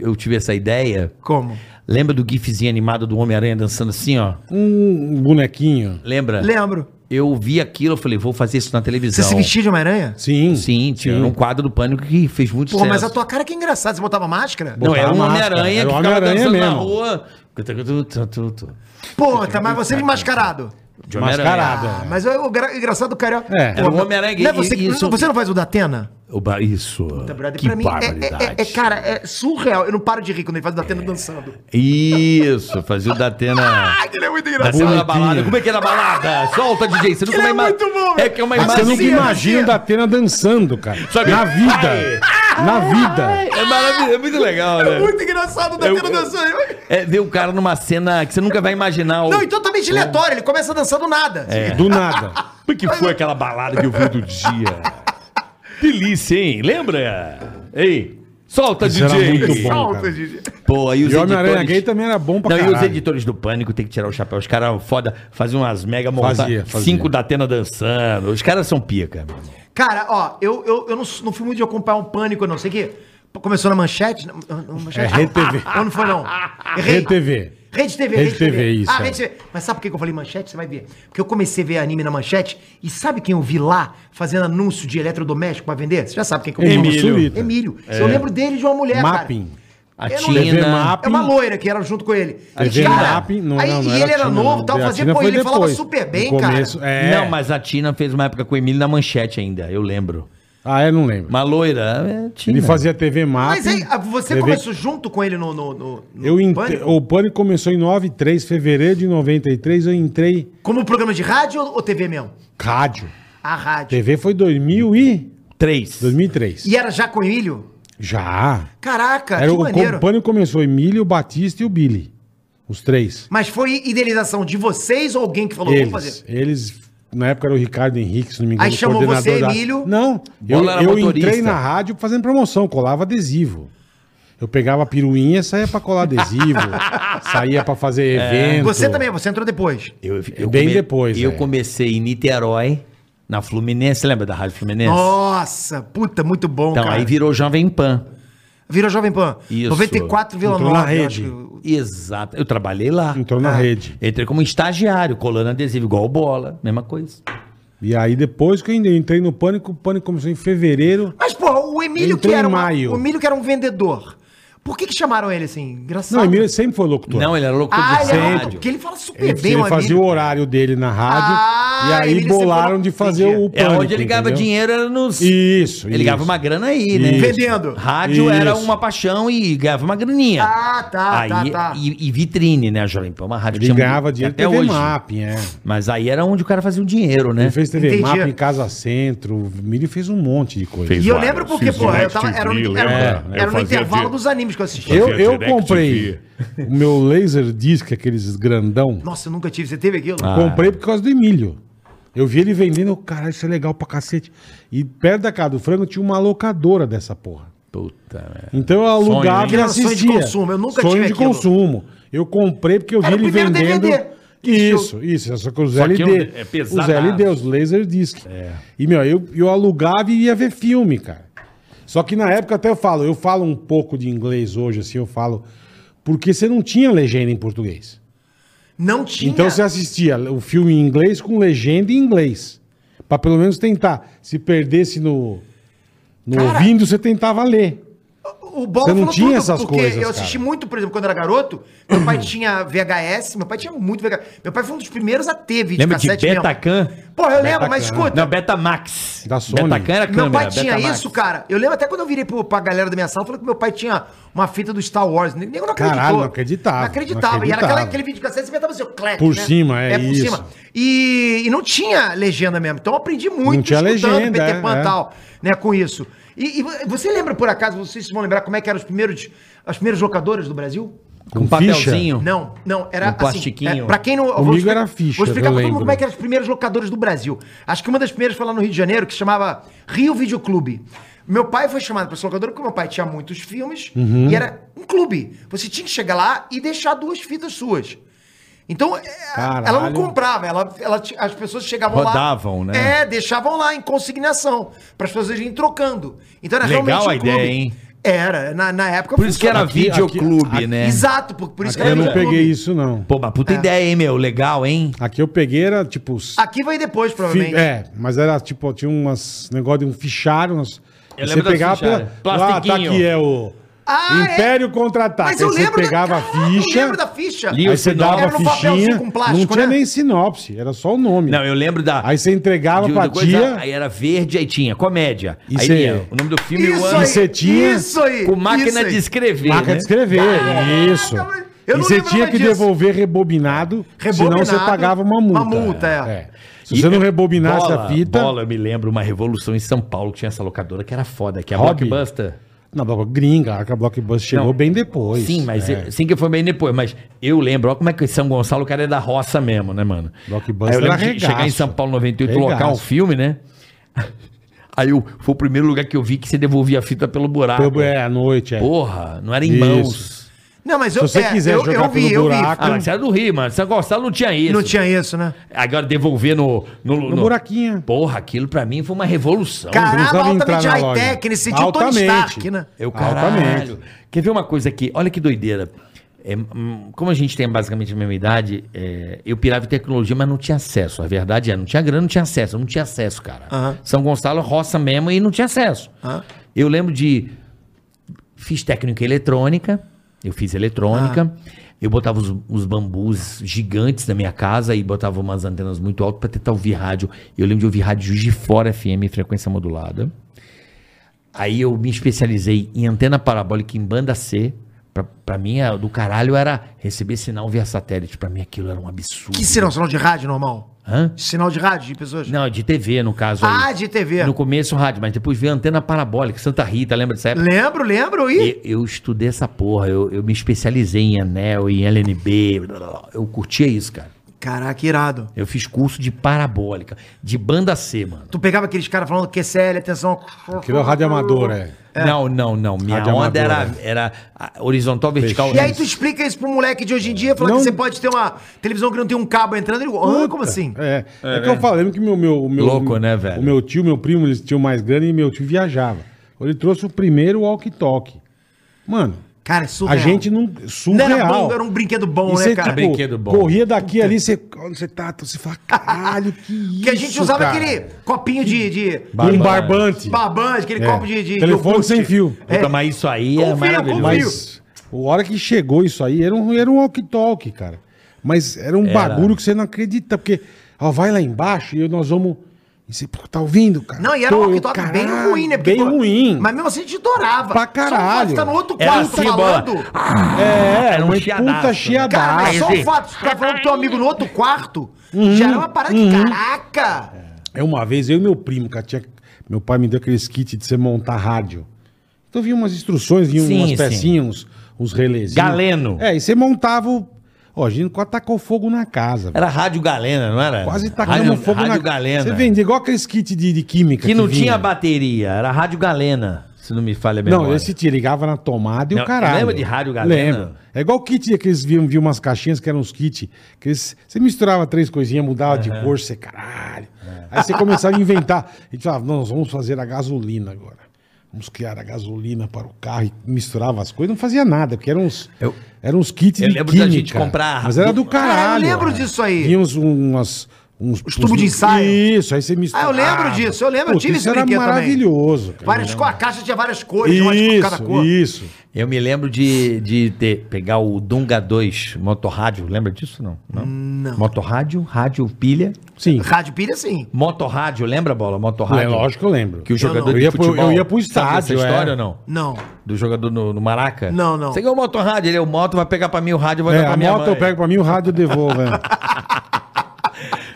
Speaker 4: eu, eu tive essa ideia?
Speaker 2: Como?
Speaker 4: Lembra do gifzinho animado do Homem-Aranha dançando assim, ó?
Speaker 3: Um bonequinho.
Speaker 4: Lembra?
Speaker 2: Lembro.
Speaker 4: Eu vi aquilo, eu falei, vou fazer isso na
Speaker 2: Você
Speaker 4: televisão.
Speaker 2: se vestia de Homem-Aranha?
Speaker 3: Sim.
Speaker 4: Sim, tinha um quadro do Pânico que fez muito
Speaker 2: Pô,
Speaker 4: sucesso.
Speaker 2: mas a tua cara que é engraçada. Você botava máscara?
Speaker 4: Não, era
Speaker 3: Botava
Speaker 4: um
Speaker 3: máscara,
Speaker 4: Homem-Aranha
Speaker 3: era
Speaker 4: que
Speaker 3: o
Speaker 4: ficava
Speaker 3: Homem-Aranha
Speaker 4: dançando na
Speaker 3: mesmo.
Speaker 4: rua. De
Speaker 2: Pô, tá, mas você é mascarado.
Speaker 4: Homem-Aranha.
Speaker 3: Mascarado.
Speaker 2: Ah, mas é o gra- engraçado do carioca.
Speaker 3: É.
Speaker 2: Pô,
Speaker 4: Era o
Speaker 2: não-
Speaker 4: Homem-Aranha
Speaker 2: não é
Speaker 4: gay,
Speaker 2: você,
Speaker 4: e isso-
Speaker 2: você não faz o da Atena?
Speaker 4: O ba- Isso.
Speaker 2: brother,
Speaker 4: que
Speaker 2: pra mim é-
Speaker 4: barbaridade.
Speaker 2: é, é- é, cara, é surreal. Eu não paro de rir quando ele faz o da Atena dançando.
Speaker 4: Isso, fazia o Datena.
Speaker 2: Ai, ele é muito engraçado.
Speaker 4: Datena na
Speaker 3: bonitinho.
Speaker 4: balada. Como é que é na balada? Solta, DJ. Você não
Speaker 2: Ele é
Speaker 4: ima-
Speaker 2: muito bom,
Speaker 4: É que é uma
Speaker 2: velho.
Speaker 3: Mas você
Speaker 2: Macia,
Speaker 3: nunca
Speaker 4: imagem.
Speaker 3: imagina
Speaker 2: macia.
Speaker 3: o Datena dançando, cara.
Speaker 4: Sabe?
Speaker 3: Na vida. Na vida.
Speaker 4: É maravilhoso, é muito legal,
Speaker 2: É
Speaker 4: né?
Speaker 2: muito engraçado o da Atena
Speaker 4: Eu-
Speaker 2: dançando.
Speaker 4: É ver o cara numa cena que você nunca vai imaginar. O...
Speaker 2: Não, e totalmente aleatório. Ele começa a dançar do nada.
Speaker 3: Do nada.
Speaker 4: Como é que foi aquela balada que eu vi do dia? Delícia, hein? Lembra? Ei, solta,
Speaker 3: Isso era
Speaker 4: DJ.
Speaker 3: muito bom.
Speaker 2: Solta,
Speaker 3: cara.
Speaker 2: Gigi.
Speaker 4: Pô, aí os
Speaker 3: E o Homem-Aranha
Speaker 4: editores...
Speaker 3: gay também era bom pra
Speaker 4: Não, e os
Speaker 3: caralho.
Speaker 4: editores do Pânico tem que tirar o chapéu. Os caras foda, faziam umas mega
Speaker 3: Fazia,
Speaker 4: montagens.
Speaker 3: fazia.
Speaker 4: Cinco da Atena dançando. Os caras são pica, mano.
Speaker 2: Cara, ó, eu, eu, eu não, não fui muito de acompanhar um pânico, não. Sei que começou na manchete. Não, não,
Speaker 3: É,
Speaker 2: manchete. Ah,
Speaker 3: Rede TV.
Speaker 2: Ou não foi, não? Errei.
Speaker 3: Rede TV.
Speaker 2: Rede TV,
Speaker 3: Rede TV, isso,
Speaker 2: Ah,
Speaker 3: é.
Speaker 2: Rede TV. Mas sabe por que que eu falei manchete? Você vai ver. Porque eu comecei a ver anime na manchete e sabe quem eu vi lá fazendo anúncio de eletrodoméstico pra vender? Você já sabe quem que eu vi.
Speaker 3: Emílio. É.
Speaker 2: Emílio. Eu lembro dele de uma mulher,
Speaker 3: Mapping.
Speaker 2: cara.
Speaker 4: A
Speaker 2: Eu não
Speaker 3: lembro.
Speaker 4: Tina...
Speaker 3: Map.
Speaker 2: É uma loira que era junto com ele.
Speaker 3: A
Speaker 2: E,
Speaker 3: TV
Speaker 2: cara,
Speaker 3: Mapping, não,
Speaker 2: aí,
Speaker 3: não, não
Speaker 2: e ele era
Speaker 3: Tina,
Speaker 2: novo,
Speaker 3: não.
Speaker 2: tal,
Speaker 3: A
Speaker 2: fazia,
Speaker 3: Tina
Speaker 2: pô,
Speaker 3: foi
Speaker 2: ele falava
Speaker 3: depois.
Speaker 2: super
Speaker 3: No
Speaker 2: bem,
Speaker 3: começo,
Speaker 2: cara.
Speaker 3: É.
Speaker 4: Não, mas a Tina fez uma época com o Emílio na manchete ainda, eu lembro.
Speaker 3: Ah, eu não lembro.
Speaker 4: Uma loira, é Tina.
Speaker 3: Ele fazia TV Map.
Speaker 2: né? Mas aí, ah, você
Speaker 3: TV
Speaker 2: começou junto com ele no. no, no- no
Speaker 3: Eu ent-
Speaker 2: Pânico?
Speaker 3: O Pânico começou em 9 3, fevereiro de 93, eu entrei
Speaker 2: Como programa de rádio ou ou TV mesmo?
Speaker 3: rádio.
Speaker 2: A rádio.
Speaker 3: TV foi 2000 e
Speaker 4: Três.
Speaker 3: 2003.
Speaker 2: E era já com o Emílio?
Speaker 3: Já.
Speaker 2: Caraca,
Speaker 3: Era
Speaker 2: que
Speaker 3: o,
Speaker 2: maneiro.
Speaker 3: o Pânico começou Emílio, Batista e o Billy. Os três.
Speaker 2: Mas foi idealização de vocês ou alguém que falou,
Speaker 3: eles,
Speaker 2: vamos fazer?
Speaker 3: eles, na época era o Ricardo Henrique, se não me engano,
Speaker 2: Aí chamou
Speaker 3: coordenador
Speaker 2: você,
Speaker 3: da-
Speaker 2: Emílio.
Speaker 3: Não, eu,
Speaker 4: Bola era
Speaker 3: eu
Speaker 4: motorista.
Speaker 3: entrei na rádio fazendo promoção, colava adesivo. Eu pegava a piruinha e saía pra colar adesivo, saía pra fazer
Speaker 4: É.
Speaker 3: evento.
Speaker 2: Você também, você entrou depois.
Speaker 4: Eu, eu
Speaker 3: Bem depois,
Speaker 4: Eu
Speaker 3: é.
Speaker 4: comecei em Niterói, na Fluminense. Você lembra da Rádio Fluminense?
Speaker 3: Oh,
Speaker 2: Nossa, puta, muito bom,
Speaker 4: então,
Speaker 2: cara.
Speaker 4: aí virou Jovem Pan.
Speaker 2: Virou Jovem Pan.
Speaker 4: Isso.
Speaker 2: 94,9.
Speaker 3: Entrou na rede.
Speaker 2: acho que-
Speaker 4: Exato. Eu trabalhei lá.
Speaker 3: Entrou
Speaker 2: Ah.
Speaker 3: na rede.
Speaker 4: Entrei como estagiário, colando adesivo, igual bola, mesma coisa.
Speaker 3: E aí depois que eu entrei no Pânico, o Pânico começou em fevereiro.
Speaker 2: Mas, porra, o Emílio
Speaker 3: Entrou
Speaker 2: que era
Speaker 3: em
Speaker 2: um,
Speaker 3: maio.
Speaker 2: o Emílio que era um vendedor. Por que, que chamaram ele assim? Engraçado.
Speaker 3: Não, o Emílio é sempre foi locutor.
Speaker 4: Não, ele era louco
Speaker 2: Ah,
Speaker 4: de
Speaker 2: ele é
Speaker 4: rádio.
Speaker 2: porque ele fala super
Speaker 3: ele,
Speaker 2: bem,
Speaker 3: ele
Speaker 2: o
Speaker 3: fazia
Speaker 2: Emílio.
Speaker 3: o horário dele na rádio
Speaker 2: Ah,
Speaker 3: e aí
Speaker 2: Emílio sempre
Speaker 3: bolaram
Speaker 2: falou-
Speaker 3: de fazer
Speaker 2: Entendi.
Speaker 3: o
Speaker 4: É
Speaker 3: Pânico.
Speaker 4: onde ele ganhava
Speaker 3: entendeu?
Speaker 4: dinheiro era nos.
Speaker 3: Isso,
Speaker 4: Ele ganhava
Speaker 3: isso.
Speaker 4: uma grana aí, né?
Speaker 3: Isso.
Speaker 2: Vendendo.
Speaker 4: Rádio
Speaker 3: Isso.
Speaker 4: era uma paixão e ganhava uma graninha.
Speaker 2: Ah, tá, tá,
Speaker 4: aí,
Speaker 2: tá.
Speaker 4: E, e vitrine, né, Jovem Pan? Uma rádio
Speaker 3: Ele
Speaker 4: tinha muito-
Speaker 3: ganhava dinheiro
Speaker 4: até
Speaker 3: TV
Speaker 4: hoje.
Speaker 3: Mapping, é.
Speaker 4: Mas aí era onde o cara fazia o dinheiro, né?
Speaker 3: Ele fez TV
Speaker 2: Entendi.
Speaker 3: Mapa em Casa Centro, o Emílio fez um monte de coisa.
Speaker 5: Fez.
Speaker 2: E eu
Speaker 5: Vários.
Speaker 2: lembro porque,
Speaker 5: Sim,
Speaker 2: pô, eu
Speaker 5: Direct
Speaker 2: tava, era, no,
Speaker 5: TV,
Speaker 2: era,
Speaker 5: lembra?
Speaker 2: era
Speaker 5: Eu
Speaker 2: no
Speaker 5: fazia
Speaker 2: intervalo
Speaker 5: dia-
Speaker 2: dos animes que eu assistia.
Speaker 3: É. Eu,
Speaker 5: Fazia
Speaker 3: eu
Speaker 5: Direct
Speaker 3: comprei o meu laser disc, aqueles grandão.
Speaker 2: Nossa, eu nunca tive. Você teve aquilo?
Speaker 3: Comprei por causa do Emílio. Eu vi ele vendendo, caralho, isso é legal pra cacete. E perto da casa do frango tinha uma locadora dessa porra.
Speaker 4: Puta né? merda.
Speaker 3: Então eu alugava
Speaker 5: hein?
Speaker 3: e
Speaker 2: Aquilo era sonho de
Speaker 3: assistia.
Speaker 2: consumo, eu nunca
Speaker 3: Sonho
Speaker 2: tive
Speaker 3: de
Speaker 2: aquilo.
Speaker 3: consumo. Eu comprei porque eu vi
Speaker 2: Era o
Speaker 3: ele
Speaker 2: primeiro
Speaker 3: vendendo.
Speaker 2: DVD.
Speaker 3: Isso, isso. Só que os
Speaker 5: Só
Speaker 3: LD.
Speaker 5: que é um- é pesadaço. É.
Speaker 3: os LD, os Laserdisc. E, meu, eu, eu alugava e ia ver filme, cara. Só que na época até eu falo, eu falo um pouco de inglês hoje, assim, eu falo. Porque você não tinha legenda em português.
Speaker 2: Não tinha.
Speaker 3: Então você assistia o filme em inglês com legenda em inglês. Pra pelo menos tentar. Se perdesse no, no
Speaker 2: Cara,
Speaker 3: ouvindo, você tentava ler.
Speaker 2: O Bola
Speaker 3: Você não
Speaker 2: falou
Speaker 3: tinha
Speaker 2: tudo,
Speaker 3: essas
Speaker 2: porque
Speaker 3: coisas,
Speaker 2: eu assisti
Speaker 3: cara.
Speaker 2: muito, por exemplo, quando eu era garoto, meu pai tinha VHS, meu pai tinha muito VHS. Meu pai foi um dos primeiros a ter vídeo
Speaker 4: Lembra de
Speaker 2: cassete mesmo.
Speaker 4: Betacam?
Speaker 2: Pô, eu lembro, mas
Speaker 3: Betacam.
Speaker 2: escuta.
Speaker 4: Não, Betamax.
Speaker 3: Da Sony.
Speaker 4: Betacam era câmera.
Speaker 2: Meu pai tinha
Speaker 4: Betamax.
Speaker 2: isso, cara. Eu lembro até quando eu virei pro, pra galera da minha sala, falei que meu pai tinha uma fita do Star Wars. Nem eu não acreditou.
Speaker 3: Caralho, não acreditava,
Speaker 2: Não acreditava.
Speaker 3: não
Speaker 2: E era aquela,
Speaker 3: acreditava.
Speaker 2: aquele vídeo cassete, você apertava seu né? clack,
Speaker 3: Por cima, é isso.
Speaker 2: E, e não tinha legenda mesmo. Então eu aprendi muito
Speaker 3: Não tinha legenda,
Speaker 2: Peter
Speaker 3: é,
Speaker 2: Pan e
Speaker 3: é.
Speaker 2: tal, né, com isso. E, e vo- você lembra, por acaso, vocês vão lembrar como é que eram os primeiros, as primeiras locadoras do Brasil?
Speaker 4: Com,
Speaker 3: Com
Speaker 4: papelzinho.
Speaker 2: Não, não, era
Speaker 4: Um
Speaker 2: assim,
Speaker 4: plastiquinho.
Speaker 2: é, pra quem não. eu vou
Speaker 3: Comigo
Speaker 2: explicar-
Speaker 3: era ficha,
Speaker 2: Vou explicar
Speaker 3: eu
Speaker 2: pra todo mundo
Speaker 3: lembro.
Speaker 2: como é que eram os primeiros locadores do Brasil. Acho que uma das primeiras foi lá no Rio de Janeiro, que se chamava Rio Videoclube. Meu pai foi chamado pra esse locador porque meu pai tinha muitos filmes
Speaker 3: Uhum.
Speaker 2: e era um clube. Você tinha que chegar lá e deixar duas fitas suas. Então, é,
Speaker 3: Caralho.
Speaker 2: ela não comprava, ela, ela ti- as pessoas chegavam lá.
Speaker 4: Rodavam, né?
Speaker 2: É, deixavam lá em consignação, para as pessoas irem trocando. Então era
Speaker 4: Legal
Speaker 2: realmente um
Speaker 4: a
Speaker 2: clube.
Speaker 4: ideia, hein?
Speaker 2: Era, na, na época
Speaker 4: Por isso que era
Speaker 3: Aqui,
Speaker 4: videoclube,
Speaker 3: aqui, aqui.
Speaker 4: né?
Speaker 2: Exato, por, por isso um
Speaker 3: Aqui eu não
Speaker 2: videoclube.
Speaker 3: peguei isso, não.
Speaker 4: Pô, mas
Speaker 2: É.
Speaker 4: puta ideia, hein, meu? Legal, hein?
Speaker 3: Aqui eu peguei era tipo. os
Speaker 2: Aqui vai depois,
Speaker 3: fi-
Speaker 2: provavelmente.
Speaker 3: É, mas era tipo, tinha umas negócio de um fichário. Umas,
Speaker 4: Eu
Speaker 3: você
Speaker 4: lembro das
Speaker 3: pegava pela.
Speaker 4: fichárias.
Speaker 3: Ah, tá
Speaker 4: Plastiquinho.
Speaker 3: aqui, é o.
Speaker 2: Ah, é.
Speaker 3: Império contra-ataque. tá, Aí
Speaker 2: Mas eu
Speaker 3: você
Speaker 2: lembro
Speaker 3: pegava
Speaker 2: da...
Speaker 3: a
Speaker 2: Caraca,
Speaker 3: ficha.
Speaker 2: Eu lembro da ficha. um
Speaker 4: Li-
Speaker 3: Aí você
Speaker 4: Era
Speaker 3: dava a
Speaker 4: num
Speaker 3: fichinha.
Speaker 2: papelzinho com plástico,
Speaker 3: não tinha
Speaker 2: né?
Speaker 3: nem sinopse, era só o nome.
Speaker 4: Não, eu lembro da.
Speaker 3: Aí você entregava
Speaker 4: de-
Speaker 3: pra
Speaker 4: do coisa-
Speaker 3: tia.
Speaker 4: Aí era verde, aí tinha comédia.
Speaker 3: E
Speaker 4: aí
Speaker 3: cê-
Speaker 4: tinha o nome do filme e o
Speaker 3: aí.
Speaker 4: ano.
Speaker 3: você tinha
Speaker 2: Isso aí.
Speaker 4: Com máquina
Speaker 2: isso aí.
Speaker 4: de escrever.
Speaker 3: Marca
Speaker 4: né?
Speaker 3: de escrever, isso.
Speaker 2: mas Ah, é, eu
Speaker 3: e
Speaker 2: não
Speaker 3: você
Speaker 2: lembro
Speaker 3: tinha
Speaker 2: nada
Speaker 3: que
Speaker 2: disso.
Speaker 3: devolver rebobinado,
Speaker 2: Rebobinado,
Speaker 3: senão você pagava uma multa.
Speaker 2: uma multa, é.
Speaker 3: Se você
Speaker 4: E-
Speaker 3: não rebobinasse
Speaker 4: bola,
Speaker 3: a fita...
Speaker 4: Bola, eu me lembro uma revolução em São Paulo que tinha essa locadora que era foda, que é a
Speaker 3: Hobby?
Speaker 4: Blockbuster.
Speaker 3: Na Bloco Gringa, a Arca Blockbuster chegou
Speaker 4: Não.
Speaker 3: bem depois.
Speaker 4: Sim, mas
Speaker 3: É.
Speaker 4: eu- sim que foi bem depois, mas eu lembro, olha como é que São Gonçalo, o cara é da roça mesmo, né, mano?
Speaker 3: Blockbuster
Speaker 4: Aí eu lembro
Speaker 3: era
Speaker 4: de chegar em
Speaker 3: regaço. É
Speaker 4: São Paulo 98
Speaker 3: Regaço.
Speaker 4: locar um filme, né? Aí eu, foi o primeiro lugar que eu vi que você devolvia a fita pelo buraco.
Speaker 3: Pô, é, à noite, é.
Speaker 4: Porra, não era em
Speaker 3: Isso.
Speaker 4: mãos.
Speaker 2: Não, mas eu, é,
Speaker 3: Se você quiser
Speaker 2: eu,
Speaker 3: jogar
Speaker 2: eu vi,
Speaker 3: pelo
Speaker 2: eu vi.
Speaker 3: buraco,
Speaker 4: Ah, mas você era do Rio, mano. São Gonçalo não tinha isso.
Speaker 2: Não tinha isso, né?
Speaker 4: Agora devolver no. No,
Speaker 3: No buraquinho.
Speaker 4: Porra, aquilo pra mim foi uma revolução.
Speaker 2: Caralho,
Speaker 3: Você não precisava
Speaker 2: altamente
Speaker 3: entrar na
Speaker 2: high-tech,
Speaker 3: loja.
Speaker 2: ele sentiu o Tony
Speaker 3: Altamente.
Speaker 2: Stark, né?
Speaker 4: Eu,
Speaker 3: Altamente.
Speaker 4: caralho. Quer ver uma coisa aqui? Olha que doideira. É, hum, como a gente tem basicamente a mesma idade, é, eu pirava em tecnologia, mas não tinha acesso. A verdade é, não tinha grana, não tinha acesso. Não tinha acesso, cara.
Speaker 2: Aham.
Speaker 4: São Gonçalo, roça mesmo e não tinha acesso.
Speaker 2: Aham.
Speaker 4: Eu lembro de... Fiz técnica em eletrônica. Eu fiz eletrônica.
Speaker 2: Ah.
Speaker 4: Eu botava os, os bambus gigantes na minha casa e botava umas antenas muito altas pra tentar ouvir rádio. Eu lembro de ouvir rádio Juiz de Fora FM, frequência modulada. Aí eu me especializei em antena parabólica em banda C. Pra, pra mim, a do caralho era receber sinal via satélite. Pra mim, aquilo era um absurdo.
Speaker 2: Que sinal? Sinal de rádio normal?
Speaker 4: Hã?
Speaker 2: Sinal de rádio de pessoas?
Speaker 4: Não, de TV, no caso. aí.
Speaker 2: Ah, de TV.
Speaker 4: No começo, rádio, mas depois veio antena parabólica, Santa Rita, lembra dessa época?
Speaker 2: Lembro, lembro. E...
Speaker 4: E- Eu, estudei essa porra, eu, eu me especializei em anel, em LNB, blá, blá, blá. eu curtia isso, cara.
Speaker 2: Caraca, irado.
Speaker 4: Eu fiz curso de parabólica, de banda C, mano.
Speaker 2: Tu pegava aqueles caras falando QCL, atenção.
Speaker 3: Aquilo é o rádio amador, é.
Speaker 4: Não, não, não. Minha
Speaker 3: Rádio
Speaker 4: onda era,
Speaker 3: amadora.
Speaker 4: era ah, horizontal, vertical.
Speaker 2: E aí tu explica isso pro moleque de hoje em dia, falando
Speaker 3: É Não-
Speaker 2: que você pode ter uma televisão que não tem um cabo entrando. Ele, ah, como assim?
Speaker 3: É, é, que eu falei que meu, meu, o meu...
Speaker 4: Louco, né, velho?
Speaker 3: O meu tio, meu primo, eles tinham mais grana e meu tio viajava. Ele trouxe o primeiro walkie-talkie. Mano,
Speaker 2: Cara, é
Speaker 3: a
Speaker 2: surreal.
Speaker 3: gente não...
Speaker 2: Não
Speaker 3: Surreal.
Speaker 2: era bom, era um brinquedo bom,
Speaker 3: E
Speaker 2: né,
Speaker 3: você,
Speaker 2: cara?
Speaker 3: tipo,
Speaker 4: Brinquedo bom.
Speaker 3: corria daqui ali, você, quando você tá, você fala, caralho, que isso,
Speaker 2: Porque a gente usava
Speaker 3: cara.
Speaker 2: aquele copinho de. de
Speaker 3: Um barbante.
Speaker 2: babante, aquele
Speaker 3: É.
Speaker 2: copo de. de
Speaker 3: Telefone
Speaker 2: iogurte.
Speaker 3: sem fio.
Speaker 4: Puta, mas isso aí é
Speaker 2: Confio,
Speaker 4: maravilhoso.
Speaker 2: confio.
Speaker 3: Mas a hora que chegou isso aí, era um, era um walkie-talkie, cara. Mas era um
Speaker 4: Era.
Speaker 3: bagulho que você não acredita, porque, ó, vai lá embaixo e nós vamos... E você, pô, tá ouvindo, cara?
Speaker 2: Não, e era um
Speaker 3: Tô,
Speaker 2: walkie-talkie bem
Speaker 3: caralho,
Speaker 2: ruim, né?
Speaker 3: Bem
Speaker 2: pô,
Speaker 3: ruim.
Speaker 2: Mas mesmo assim a gente adorava.
Speaker 3: Pra
Speaker 2: Só não
Speaker 3: caralho.
Speaker 2: pode estar tá no outro
Speaker 4: Era
Speaker 2: quarto
Speaker 4: assim,
Speaker 2: falando.
Speaker 4: bola.
Speaker 3: É,
Speaker 4: Era um
Speaker 3: uma
Speaker 4: chiadaço,
Speaker 3: puta
Speaker 4: né?
Speaker 3: chiadaço.
Speaker 2: Cara, mas só
Speaker 4: esse-
Speaker 2: o fato de ficar falando com teu amigo no outro quarto
Speaker 3: Uhum.
Speaker 2: já era uma parada de caraca.
Speaker 3: É uma vez eu e meu primo, cara, tinha- meu pai me deu aqueles kits de você montar rádio. Então vinha umas instruções, vinha
Speaker 4: Sim,
Speaker 3: umas
Speaker 4: sim.
Speaker 3: pecinhas, uns, uns relezinhos.
Speaker 4: Galeno.
Speaker 3: É, e você montava o. Ó, a gente quase tacou fogo na casa. velho.
Speaker 4: Era Rádio Galena, não era?
Speaker 3: Quase tacando
Speaker 4: É. rádio,
Speaker 3: fogo
Speaker 4: rádio
Speaker 3: na
Speaker 4: Galena.
Speaker 3: Você vendia igual aqueles kits de, de química.
Speaker 4: Que não
Speaker 3: vinha.
Speaker 4: tinha bateria, era Rádio Galena. se não me falha a memória.
Speaker 3: Não, esse te ligava na tomada e
Speaker 4: Não,
Speaker 3: o caralho.
Speaker 4: lembra de rádio galena?
Speaker 3: Lembro. É igual kit que eles viam, viam umas caixinhas que eram uns kit. Que eles- você misturava três coisinhas, mudava de cor, você caralho. Aí você começava a inventar. A gente falava, "Não, nós vamos fazer a gasolina agora. Vamos criar a gasolina para o carro e misturava as coisas. Não fazia nada, porque eram uns,
Speaker 4: Eu-
Speaker 3: eram uns kits
Speaker 4: Eu
Speaker 3: de
Speaker 4: lembro da gente
Speaker 3: química.
Speaker 4: comprar-
Speaker 3: Mas era do caralho.
Speaker 2: Ah, eu lembro disso aí.
Speaker 3: Vinha uns... umas- uns-
Speaker 2: Os tubos de ensaio.
Speaker 3: Isso, aí você
Speaker 2: Ah,
Speaker 3: misturava.
Speaker 2: eu lembro disso, eu lembro, eu
Speaker 3: Puta,
Speaker 2: tive
Speaker 3: isso
Speaker 2: esse
Speaker 3: era
Speaker 2: brinquedo também.
Speaker 3: maravilhoso. cara.
Speaker 2: Várias cores, a caixa tinha várias cores, tinha uma de cada
Speaker 3: Isso,
Speaker 2: cor.
Speaker 3: isso.
Speaker 4: Eu me lembro de, de ter, pegar o Dunga 2, motorrádio, lembra disso não? Não. não. Motorrádio, rádio pilha.
Speaker 3: Sim.
Speaker 2: Rádio pilha, sim.
Speaker 4: Motorrádio, lembra bola? Motorrádio.
Speaker 3: É lógico que eu lembro.
Speaker 4: Que o jogador
Speaker 3: não. Eu
Speaker 4: de
Speaker 3: ia pro-
Speaker 4: futebol...
Speaker 3: eu ia pro
Speaker 4: Sabe
Speaker 3: estádio,
Speaker 4: Essa
Speaker 3: é.
Speaker 4: história ou não?
Speaker 2: Não.
Speaker 4: Do jogador no, no Maraca?
Speaker 2: Não, não.
Speaker 4: Você ganhou o motorrádio, ele é o moto, vai pegar pra mim o rádio, vai
Speaker 3: É,
Speaker 4: dar pra
Speaker 3: a
Speaker 4: minha
Speaker 3: moto
Speaker 4: mãe.
Speaker 3: eu pego pra mim, o rádio eu devolvo. é.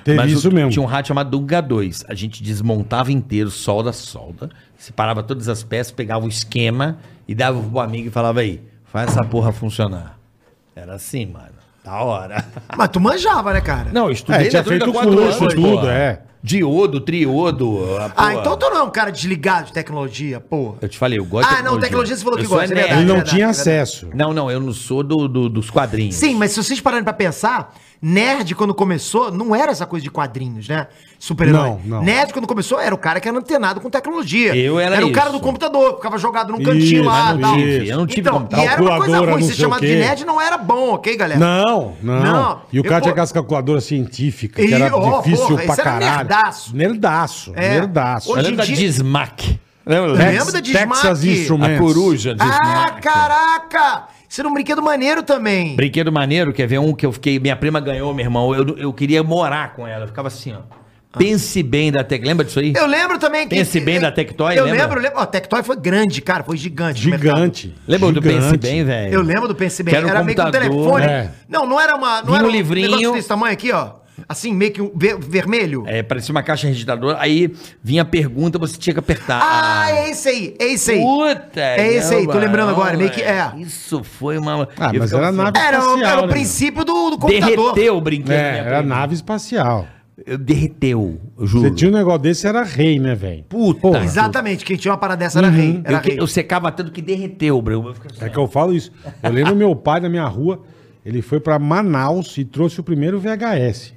Speaker 3: Teve
Speaker 4: Mas
Speaker 3: isso
Speaker 4: o-
Speaker 3: mesmo.
Speaker 4: Tinha um rádio chamado Dunga 2. A gente desmontava inteiro, solda, solda, separava todas as peças, pegava o esquema e dava pro amigo e falava aí, faz essa porra funcionar. Era assim, mano. Da hora.
Speaker 2: Mas tu manjava, né, cara?
Speaker 4: Não, eu
Speaker 3: É,
Speaker 4: estudei
Speaker 3: tinha
Speaker 4: eletrônica
Speaker 3: feito
Speaker 4: há quatro
Speaker 3: curso, tudo, é.
Speaker 4: Diodo, triodo. a
Speaker 2: Ah,
Speaker 4: porra.
Speaker 2: então tu não é um cara desligado de tecnologia, porra.
Speaker 4: Eu te falei, eu gosto
Speaker 2: Ah, não, tecnologia você falou que
Speaker 4: Eu sou
Speaker 2: gosta, é
Speaker 4: nerd.
Speaker 3: Ele não
Speaker 2: verdade,
Speaker 3: tinha
Speaker 2: verdade.
Speaker 3: acesso.
Speaker 4: Não, não, eu não sou do, do- dos quadrinhos.
Speaker 2: Sim, mas se vocês pararem pra pensar, nerd quando começou não era essa coisa de quadrinhos, né? Super-herói.
Speaker 3: Não, não.
Speaker 2: Nerd quando começou era o cara que era antenado com tecnologia.
Speaker 4: Eu era
Speaker 2: o cara
Speaker 4: isso.
Speaker 2: do computador, ficava jogado num
Speaker 3: Isso,
Speaker 2: cantinho lá e
Speaker 3: mas não
Speaker 2: tal.
Speaker 3: tive,
Speaker 4: eu não tive
Speaker 2: então,
Speaker 4: computador.
Speaker 2: e era uma coisa
Speaker 3: Calculadora,
Speaker 2: ruim,
Speaker 3: não
Speaker 2: ser
Speaker 3: sei o
Speaker 2: chamado de
Speaker 3: quê.
Speaker 2: nerd não era bom, ok, galera?
Speaker 3: Não, não.
Speaker 2: Não.
Speaker 3: E
Speaker 2: Eu,
Speaker 3: o cara
Speaker 2: pô-
Speaker 3: tinha aquelas calculadoras científicas, que
Speaker 2: Ih,
Speaker 3: era
Speaker 2: ó,
Speaker 3: difícil
Speaker 2: porra,
Speaker 3: pra
Speaker 2: esse era
Speaker 3: caralho.
Speaker 2: nerdaço.
Speaker 3: Nerdaço.
Speaker 2: É.
Speaker 3: Nerdaço.
Speaker 4: Eu
Speaker 2: Hoje
Speaker 4: lembro
Speaker 2: em
Speaker 4: da
Speaker 2: dia-
Speaker 4: Dismac.
Speaker 2: Lembra
Speaker 3: Tex-
Speaker 2: da Dismac?
Speaker 3: Texas Instruments.
Speaker 5: A coruja.
Speaker 2: Ah, caraca! Isso era um brinquedo maneiro também.
Speaker 4: Brinquedo maneiro, quer ver um que eu fiquei. Minha prima ganhou, meu irmão. Eu, eu queria morar com ela. Eu ficava assim, ó. Pense bem da Tec. Lembra disso aí?
Speaker 2: Ah. Eu lembro também que.
Speaker 4: Pense bem da Tectoy,
Speaker 2: Eu
Speaker 4: lembra?
Speaker 2: lembro, eu lembro. Ó, a Tectoy foi grande, cara, foi gigante. no mercado.
Speaker 3: Gigante.
Speaker 4: Lembra do
Speaker 3: gigante.
Speaker 4: Pense bem, velho?
Speaker 2: tá? Eu lembro do Pense bem.
Speaker 4: Que era um computador,
Speaker 2: telefone.
Speaker 3: é.
Speaker 2: Não, não era uma. Não
Speaker 4: Vinha
Speaker 2: era
Speaker 4: um livrinho.
Speaker 2: negócio desse tamanho aqui, ó. Assim, meio que um ver- vermelho.
Speaker 4: É, parecia uma caixa registradora. Aí vinha a pergunta, você tinha que apertar.
Speaker 2: Ah, é esse aí, é esse aí.
Speaker 4: Puta!
Speaker 2: É esse aí, tô lembrando agora, meio que- é.
Speaker 4: Isso foi uma.
Speaker 3: Ah,
Speaker 4: Eu
Speaker 3: mas
Speaker 4: ficava
Speaker 3: era
Speaker 4: assim,
Speaker 3: nave
Speaker 2: Era, o-
Speaker 3: espacial.
Speaker 2: era o
Speaker 3: né,
Speaker 2: princípio do, do
Speaker 4: ó,
Speaker 2: É computador.
Speaker 4: Derreteu o
Speaker 3: meu?
Speaker 4: brinquedo.
Speaker 3: É,
Speaker 4: minha
Speaker 3: era
Speaker 4: prima.
Speaker 3: nave espacial.
Speaker 4: Eu derreteu, eu juro.
Speaker 3: Você tinha um negócio desse, era rei, né, velho?
Speaker 4: Puta.
Speaker 3: Porra.
Speaker 2: Exatamente, quem tinha uma parada dessa era
Speaker 3: um
Speaker 2: rei. Era
Speaker 4: Uhum. eu, que-
Speaker 2: rei.
Speaker 4: eu secava tanto que derreteu, bro. Eu ficava assim,
Speaker 3: É que eu falo isso. Eu lembro meu pai na minha rua, ele foi pra Manaus e trouxe o primeiro VHS.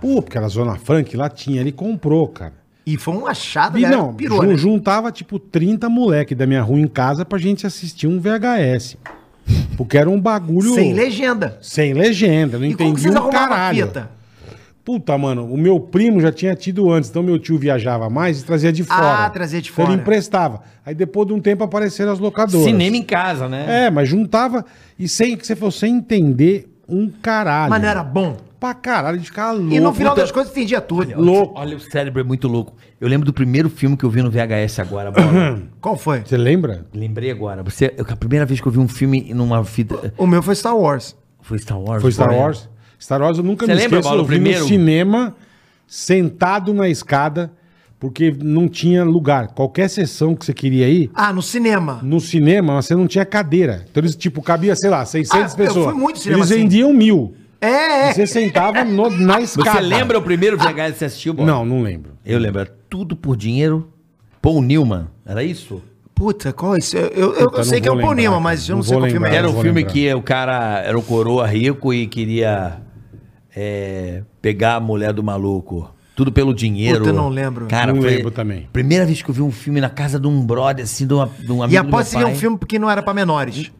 Speaker 3: Pô, porque era Zona Frank, lá tinha, ele comprou, cara.
Speaker 2: E foi um achado,
Speaker 3: E
Speaker 2: galera,
Speaker 3: não,
Speaker 2: pirou,
Speaker 3: jun-
Speaker 2: né?
Speaker 3: juntava tipo 30 moleque da minha rua em casa pra gente assistir um VHS. Porque era um bagulho.
Speaker 2: Sem legenda.
Speaker 3: Sem legenda, não
Speaker 2: E como que
Speaker 3: entendi
Speaker 2: vocês
Speaker 3: um
Speaker 2: arrumavam a
Speaker 3: caralho.
Speaker 2: fita?
Speaker 3: Puta, mano, o meu primo já tinha tido antes, então meu tio viajava mais e trazia de fora.
Speaker 2: Ah, trazia de
Speaker 3: Então
Speaker 2: fora.
Speaker 3: Ele emprestava. Aí depois de um tempo apareceram as locadoras.
Speaker 4: Cinema em casa, né?
Speaker 3: É, mas juntava e sem que você fosse sem entender um caralho.
Speaker 2: Mas não era bom.
Speaker 3: Pra caralho, de ficar louco.
Speaker 2: E no final das coisas entendia tudo.
Speaker 3: Louco.
Speaker 4: Olha, o cérebro é muito louco. Eu lembro do primeiro filme que eu vi no VHS agora,
Speaker 3: Uhum.
Speaker 4: bola.
Speaker 2: Qual foi?
Speaker 3: Você lembra?
Speaker 4: Lembrei agora. Você, eu- a primeira vez que eu vi um filme numa fita.
Speaker 2: O meu foi Star Wars.
Speaker 4: Foi Star Wars.
Speaker 3: Foi Star
Speaker 4: bola?
Speaker 3: Wars. Star Wars eu nunca
Speaker 4: Você
Speaker 3: me
Speaker 4: lembra,
Speaker 3: esqueço,
Speaker 4: Paulo,
Speaker 3: eu
Speaker 4: o
Speaker 3: vi
Speaker 4: primeiro?
Speaker 3: no cinema, sentado na escada, porque não tinha lugar. Qualquer sessão que você queria ir,
Speaker 2: Ah, no cinema.
Speaker 3: no cinema, mas você não tinha cadeira. Então eles, tipo, cabia, sei lá, 600
Speaker 2: Ah, eu
Speaker 3: pessoas.
Speaker 2: fui muito cinema
Speaker 3: eles
Speaker 2: assim.
Speaker 3: vendiam mil.
Speaker 2: É, é.
Speaker 3: Você sentava no- na
Speaker 4: Você
Speaker 3: escada.
Speaker 4: lembra o primeiro VHS que você assistiu, bola?
Speaker 3: Ah, Não, não lembro.
Speaker 4: Eu lembro. Era Tudo por dinheiro. Paul Newman. Era isso?
Speaker 2: Puta, qual é isso? Eu, eu, eu
Speaker 3: Puta,
Speaker 2: sei
Speaker 3: não
Speaker 2: que é
Speaker 3: vou
Speaker 2: o Ponima,
Speaker 3: lembrar,
Speaker 2: mas eu não,
Speaker 3: não
Speaker 2: sei
Speaker 3: vou
Speaker 2: qual filme
Speaker 3: lembrar.
Speaker 2: é.
Speaker 4: era
Speaker 3: vou
Speaker 4: um filme
Speaker 3: lembrar.
Speaker 4: que o cara era o coroa rico e queria é, pegar a mulher do maluco. Tudo pelo dinheiro.
Speaker 2: Puta, eu não lembro.
Speaker 4: Cara,
Speaker 3: Não
Speaker 4: foi
Speaker 3: lembro também.
Speaker 4: Primeira vez que eu vi um filme na casa de um brother, assim, de, uma, de um amigo
Speaker 2: E
Speaker 4: do meu
Speaker 2: após seria
Speaker 4: pai.
Speaker 2: um filme porque não era pra menores.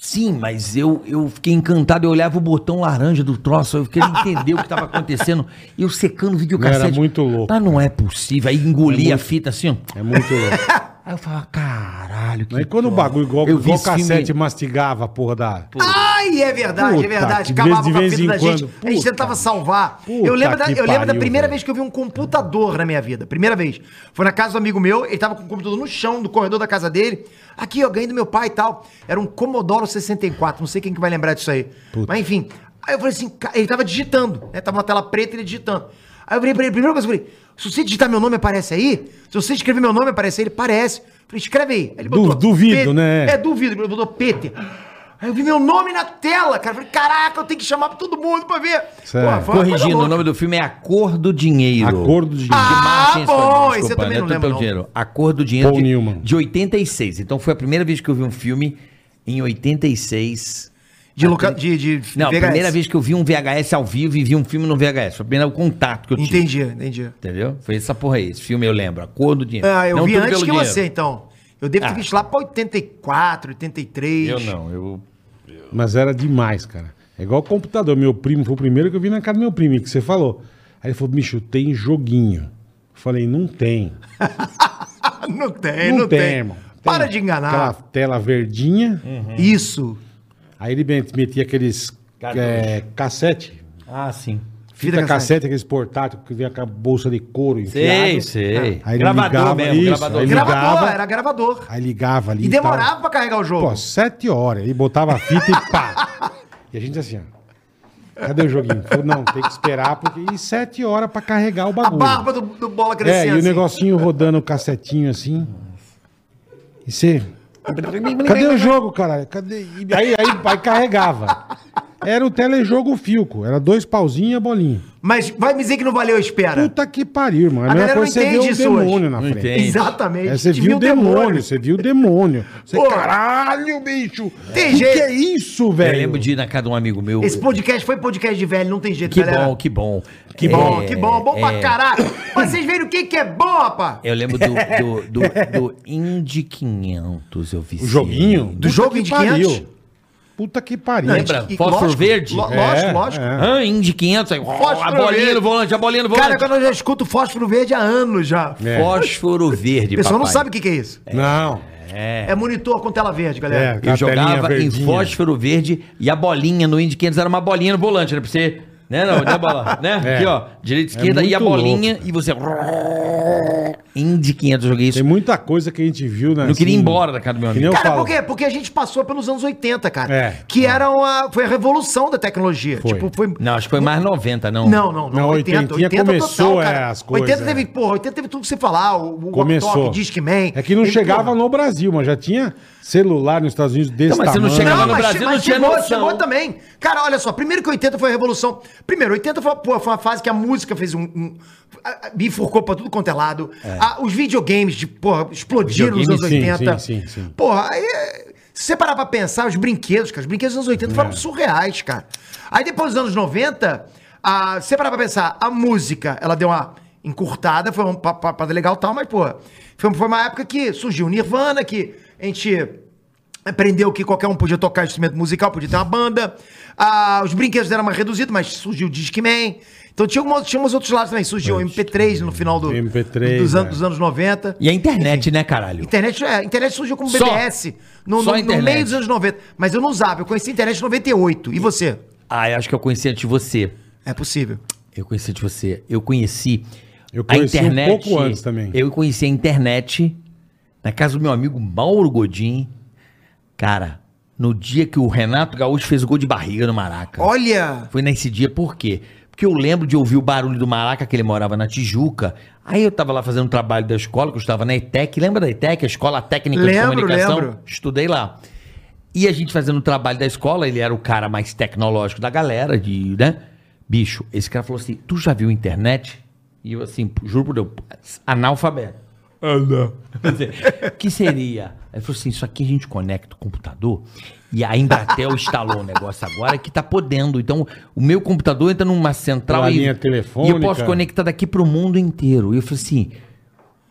Speaker 4: Sim, mas eu, eu fiquei encantado. Eu olhava o botão laranja do troço, eu queria entender o que estava acontecendo. E eu secando o videocassete.
Speaker 3: Era muito louco,
Speaker 4: Mas não é possível. Aí engoli a fita assim, ó.
Speaker 3: É muito louco.
Speaker 4: Aí eu falava, caralho, que
Speaker 3: Mas Né? quando o bagulho igual,
Speaker 4: Eu vi
Speaker 3: igual o
Speaker 4: esse filme-
Speaker 3: cassete mastigava a porra da.
Speaker 2: Ai, é verdade,
Speaker 3: Puta,
Speaker 2: é verdade.
Speaker 3: de vez-
Speaker 2: Acabava
Speaker 3: de
Speaker 2: com a
Speaker 3: vez
Speaker 2: vida
Speaker 3: em
Speaker 2: da gente.
Speaker 3: quando.
Speaker 2: a gente
Speaker 3: Puta.
Speaker 2: tentava salvar.
Speaker 3: Puta
Speaker 2: eu lembro, da,
Speaker 3: que
Speaker 2: eu lembro da
Speaker 3: pariu,
Speaker 2: primeira
Speaker 3: velho.
Speaker 2: vez que eu vi um computador na minha vida. Primeira vez. Foi na casa do amigo meu, ele tava com o computador no chão do corredor da casa dele. Aqui, ó, ganhei do meu pai e tal. Era um Commodore 64, não sei quem que vai lembrar disso aí. Mas enfim. Aí eu falei assim, ca- ele tava digitando, né? Tava uma tela preta ele digitando. Aí eu falei pra ele, primeira coisa, eu falei, se você digitar meu nome aparece aí? Se você escrever meu nome aparece aí? Ele, parece. Eu falei, escreve aí. Aí ele
Speaker 3: Du- duvido,
Speaker 2: Pe-
Speaker 3: né?
Speaker 2: É, duvido. Ele botou Peter. Aí eu vi meu nome na tela, cara. Falei, caraca, eu tenho que chamar pra todo mundo pra ver.
Speaker 3: Sério?
Speaker 2: Porra, foi uma coisa
Speaker 4: Corrigindo, o
Speaker 2: louca.
Speaker 4: nome do filme é A Cor do Dinheiro.
Speaker 3: Acordo de.
Speaker 2: Ah,
Speaker 4: Martin
Speaker 2: bom,
Speaker 4: Scorsese,
Speaker 2: esse eu também não
Speaker 4: tô
Speaker 2: lembro,
Speaker 4: pelo
Speaker 2: não.
Speaker 4: Dinheiro. né, A Cor do Dinheiro
Speaker 3: Paul
Speaker 4: de,
Speaker 3: Newman.
Speaker 4: de 86. Então foi a primeira vez que eu vi um filme em 86.
Speaker 2: De, loca... de, de
Speaker 4: Não, a
Speaker 2: VHS.
Speaker 4: primeira vez que eu vi um VHS ao vivo e vi um filme no VHS. Foi o primeiro contato que eu tive.
Speaker 2: Entendi, entendi.
Speaker 4: Entendeu? Foi essa porra aí. Esse filme eu lembro. A Cor do Dinheiro.
Speaker 2: Ah, eu
Speaker 4: Não
Speaker 2: vi
Speaker 4: Tudo
Speaker 2: antes
Speaker 4: Pelo
Speaker 2: que
Speaker 4: Dinheiro.
Speaker 2: você, então. Eu devo ter
Speaker 4: Ah.
Speaker 2: visto lá pra 84, 83.
Speaker 4: Eu não. Eu...
Speaker 3: Mas era demais, cara. É igual computador. Meu primo foi o primeiro que eu vi na casa do meu primo, que você falou. Aí ele falou, bicho, tem joguinho. Eu falei, não tem.
Speaker 2: não tem, não, tem. Para de enganar. Hum.
Speaker 3: Aquela tela verdinha.
Speaker 4: Uhum.
Speaker 2: Isso.
Speaker 3: Aí ele met- metia aqueles
Speaker 4: Cartucho.
Speaker 3: é, cassete.
Speaker 4: Ah, sim.
Speaker 3: Fita,
Speaker 2: Fita
Speaker 3: cassete, aqueles portátil que vinha com a bolsa de couro
Speaker 4: Sei,
Speaker 3: enfiada.
Speaker 4: sei.
Speaker 3: Aí ele
Speaker 4: Ah, gravador
Speaker 3: ligava,
Speaker 4: mesmo,
Speaker 3: isso,
Speaker 4: gravador.
Speaker 3: aí ele-
Speaker 2: Gravador,
Speaker 3: ligava.
Speaker 2: era gravador.
Speaker 3: Aí ligava ali.
Speaker 2: E
Speaker 3: tal.
Speaker 2: demorava pra carregar o jogo.
Speaker 3: Pô, sete horas. Aí botava a fita e pá. e a gente assim, ó. Cadê o joguinho? Falou, não, tem que esperar, porque. E sete horas pra carregar o
Speaker 2: a
Speaker 3: bagulho.
Speaker 2: barba do, do bola
Speaker 3: É,
Speaker 2: crescendo.
Speaker 3: e o
Speaker 2: assim.
Speaker 3: negocinho rodando o cacetinho assim. E você. Cadê o jogo, caralho? Cadê? E aí, aí, aí carregava. Era o telejogo Filco. Era dois pauzinhos e a bolinha.
Speaker 2: Mas vai me dizer que não valeu a espera.
Speaker 3: Puta que pariu, irmão. É a
Speaker 2: A
Speaker 3: mesma
Speaker 2: galera não
Speaker 3: coisa você ver
Speaker 2: entende
Speaker 3: o
Speaker 2: isso hoje.
Speaker 3: demônio na
Speaker 4: Não
Speaker 3: frente.
Speaker 4: entende.
Speaker 2: Exatamente.
Speaker 3: Aí É, você viu o demônio, você viu o demônio. Você,
Speaker 2: Pô.
Speaker 3: caralho, bicho.
Speaker 2: Tem
Speaker 3: o
Speaker 2: jeito.
Speaker 3: que é isso,
Speaker 4: Eu
Speaker 3: velho?
Speaker 4: lembro de ir na casa de um amigo meu.
Speaker 2: Esse podcast foi podcast de velho, não tem jeito,
Speaker 4: Que
Speaker 2: galera.
Speaker 4: bom, que bom.
Speaker 2: Que bom, que bom, bom pra
Speaker 4: é.
Speaker 2: caralho. Mas vocês viram o que que é bom, rapaz?
Speaker 4: Eu lembro do, do, do, do Indy 500, eu vi.
Speaker 3: O joguinho?
Speaker 4: sim.
Speaker 2: Do jogo
Speaker 3: que
Speaker 2: de
Speaker 3: pariu.
Speaker 2: 500?
Speaker 3: Puta que pariu.
Speaker 4: Lembra?
Speaker 2: E
Speaker 4: Fósforo
Speaker 2: lógico,
Speaker 4: verde?
Speaker 2: lo-
Speaker 3: É,
Speaker 2: Lógico, lógico.
Speaker 3: é.
Speaker 4: Ah, Indy 500. Aí, a
Speaker 2: Fósforo
Speaker 4: bolinha
Speaker 2: verde.
Speaker 4: no volante, a bolinha no volante.
Speaker 2: Cara, quando eu já escuto fósforo verde há anos já.
Speaker 3: É.
Speaker 4: Fósforo verde,
Speaker 2: O pessoal não
Speaker 4: papai.
Speaker 2: sabe o que que é isso.
Speaker 3: Não.
Speaker 2: É monitor com tela verde, galera.
Speaker 3: com a
Speaker 4: Eu jogava
Speaker 3: telinha
Speaker 4: em
Speaker 3: verdinha.
Speaker 4: fósforo verde e a bolinha no Indy 500 era uma bolinha no volante, né? Pra você... Né, não, né, bola? Né?
Speaker 3: É.
Speaker 4: Aqui, ó. Direita, esquerda e a
Speaker 3: muito
Speaker 4: bolinha e você... Indy 500, eu joguei isso.
Speaker 3: Tem muita coisa que a gente viu né, assim, na.
Speaker 4: Não queria ir embora da casa do meu
Speaker 3: Que nem
Speaker 4: amigo.
Speaker 3: eu
Speaker 2: Cara,
Speaker 3: falo.
Speaker 2: por quê? Porque a gente passou pelos anos 80, cara.
Speaker 3: É.
Speaker 2: Que era uma, foi a revolução da tecnologia.
Speaker 3: Foi.
Speaker 2: Tipo, foi
Speaker 4: Não, acho que foi mais 90, não.
Speaker 2: Não, não,
Speaker 3: Na
Speaker 2: não. 80,
Speaker 3: 80 começou,
Speaker 2: cara.
Speaker 3: é, as coisas,
Speaker 2: 80 teve,
Speaker 3: é.
Speaker 2: porra, 80 teve tudo que você falar, o, o
Speaker 3: Começou.
Speaker 2: Discman.
Speaker 3: É que não
Speaker 2: Teve,
Speaker 3: chegava
Speaker 2: porra.
Speaker 3: no Brasil, mas já tinha celular nos Estados Unidos desse
Speaker 4: Então, mas você não
Speaker 3: tamanho.
Speaker 4: chegava
Speaker 2: Não,
Speaker 4: no
Speaker 2: mas,
Speaker 4: Brasil,
Speaker 2: mas
Speaker 4: não tinha
Speaker 2: chegou,
Speaker 4: noção.
Speaker 2: chegou também. Cara, olha só, primeiro que 80 foi a revolução. Primeiro, 80 foi, pô, foi uma fase que a música fez um. um a- a- bifurcou pra tudo quanto é lado. Ah, os videogames, de, porra, explodiram nos anos
Speaker 3: Videogame, sim,
Speaker 2: 80.
Speaker 3: sim, sim, sim.
Speaker 2: Porra, aí. é, Se você parar pra pensar, os brinquedos, cara, os brinquedos dos anos 80 foram surreais, cara. Aí depois dos anos 90, a, se você parar pra pensar, a música, ela deu uma encurtada, foi uma pa- pa- parada legal e tal, mas, porra, foi, foi uma época que surgiu o Nirvana, que a gente aprendeu que qualquer um podia tocar instrumento musical, podia ter uma banda. Ah, os brinquedos eram mais reduzidos, mas surgiu o Discman. Então tinha, algumas, tinha uns outros lados também. Surgiu o MP3 no final do,
Speaker 3: MP3,
Speaker 2: dos, an-
Speaker 3: é.
Speaker 2: dos anos 90.
Speaker 4: E a internet, né, caralho?
Speaker 2: Internet, é, internet surgiu como
Speaker 4: Só.
Speaker 2: BBS no,
Speaker 4: Só
Speaker 2: no- no
Speaker 4: internet.
Speaker 2: meio dos anos 90. Mas eu não usava, eu conheci a internet em 98. E você?
Speaker 4: Ah, eu acho que eu conheci antes de você.
Speaker 2: É possível.
Speaker 4: Eu conheci antes de você. Eu conheci,
Speaker 3: Eu conheci um pouco antes também.
Speaker 4: Eu conheci a internet na casa do meu amigo Mauro Godin. Cara, no dia que o Renato Gaúcho fez o gol de barriga no Maraca.
Speaker 2: Olha!
Speaker 4: Foi nesse dia, por quê? Porque eu lembro de ouvir o barulho do Maraca, que ele morava na Tijuca. Aí eu tava lá fazendo um trabalho da escola, que eu estava na ETEC. Lembra da ETEC, a Escola Técnica
Speaker 2: Lembro,
Speaker 4: de Comunicação?
Speaker 2: lembro.
Speaker 4: Estudei lá. E a gente fazendo o trabalho da escola, ele era o cara mais tecnológico da galera, de, né? Bicho, esse cara falou assim, tu já viu internet? E eu assim, juro por Deus, analfabeto.
Speaker 3: Ah,
Speaker 4: Quer dizer, que seria? Ele falou assim: isso aqui a gente conecta o computador e a Embratel instalou um negócio agora que tá podendo. Então, o meu computador entra numa central
Speaker 3: Pela
Speaker 4: e,
Speaker 3: linha
Speaker 4: e eu posso
Speaker 3: telefônica.
Speaker 4: conectar daqui pro mundo inteiro. E eu falei assim: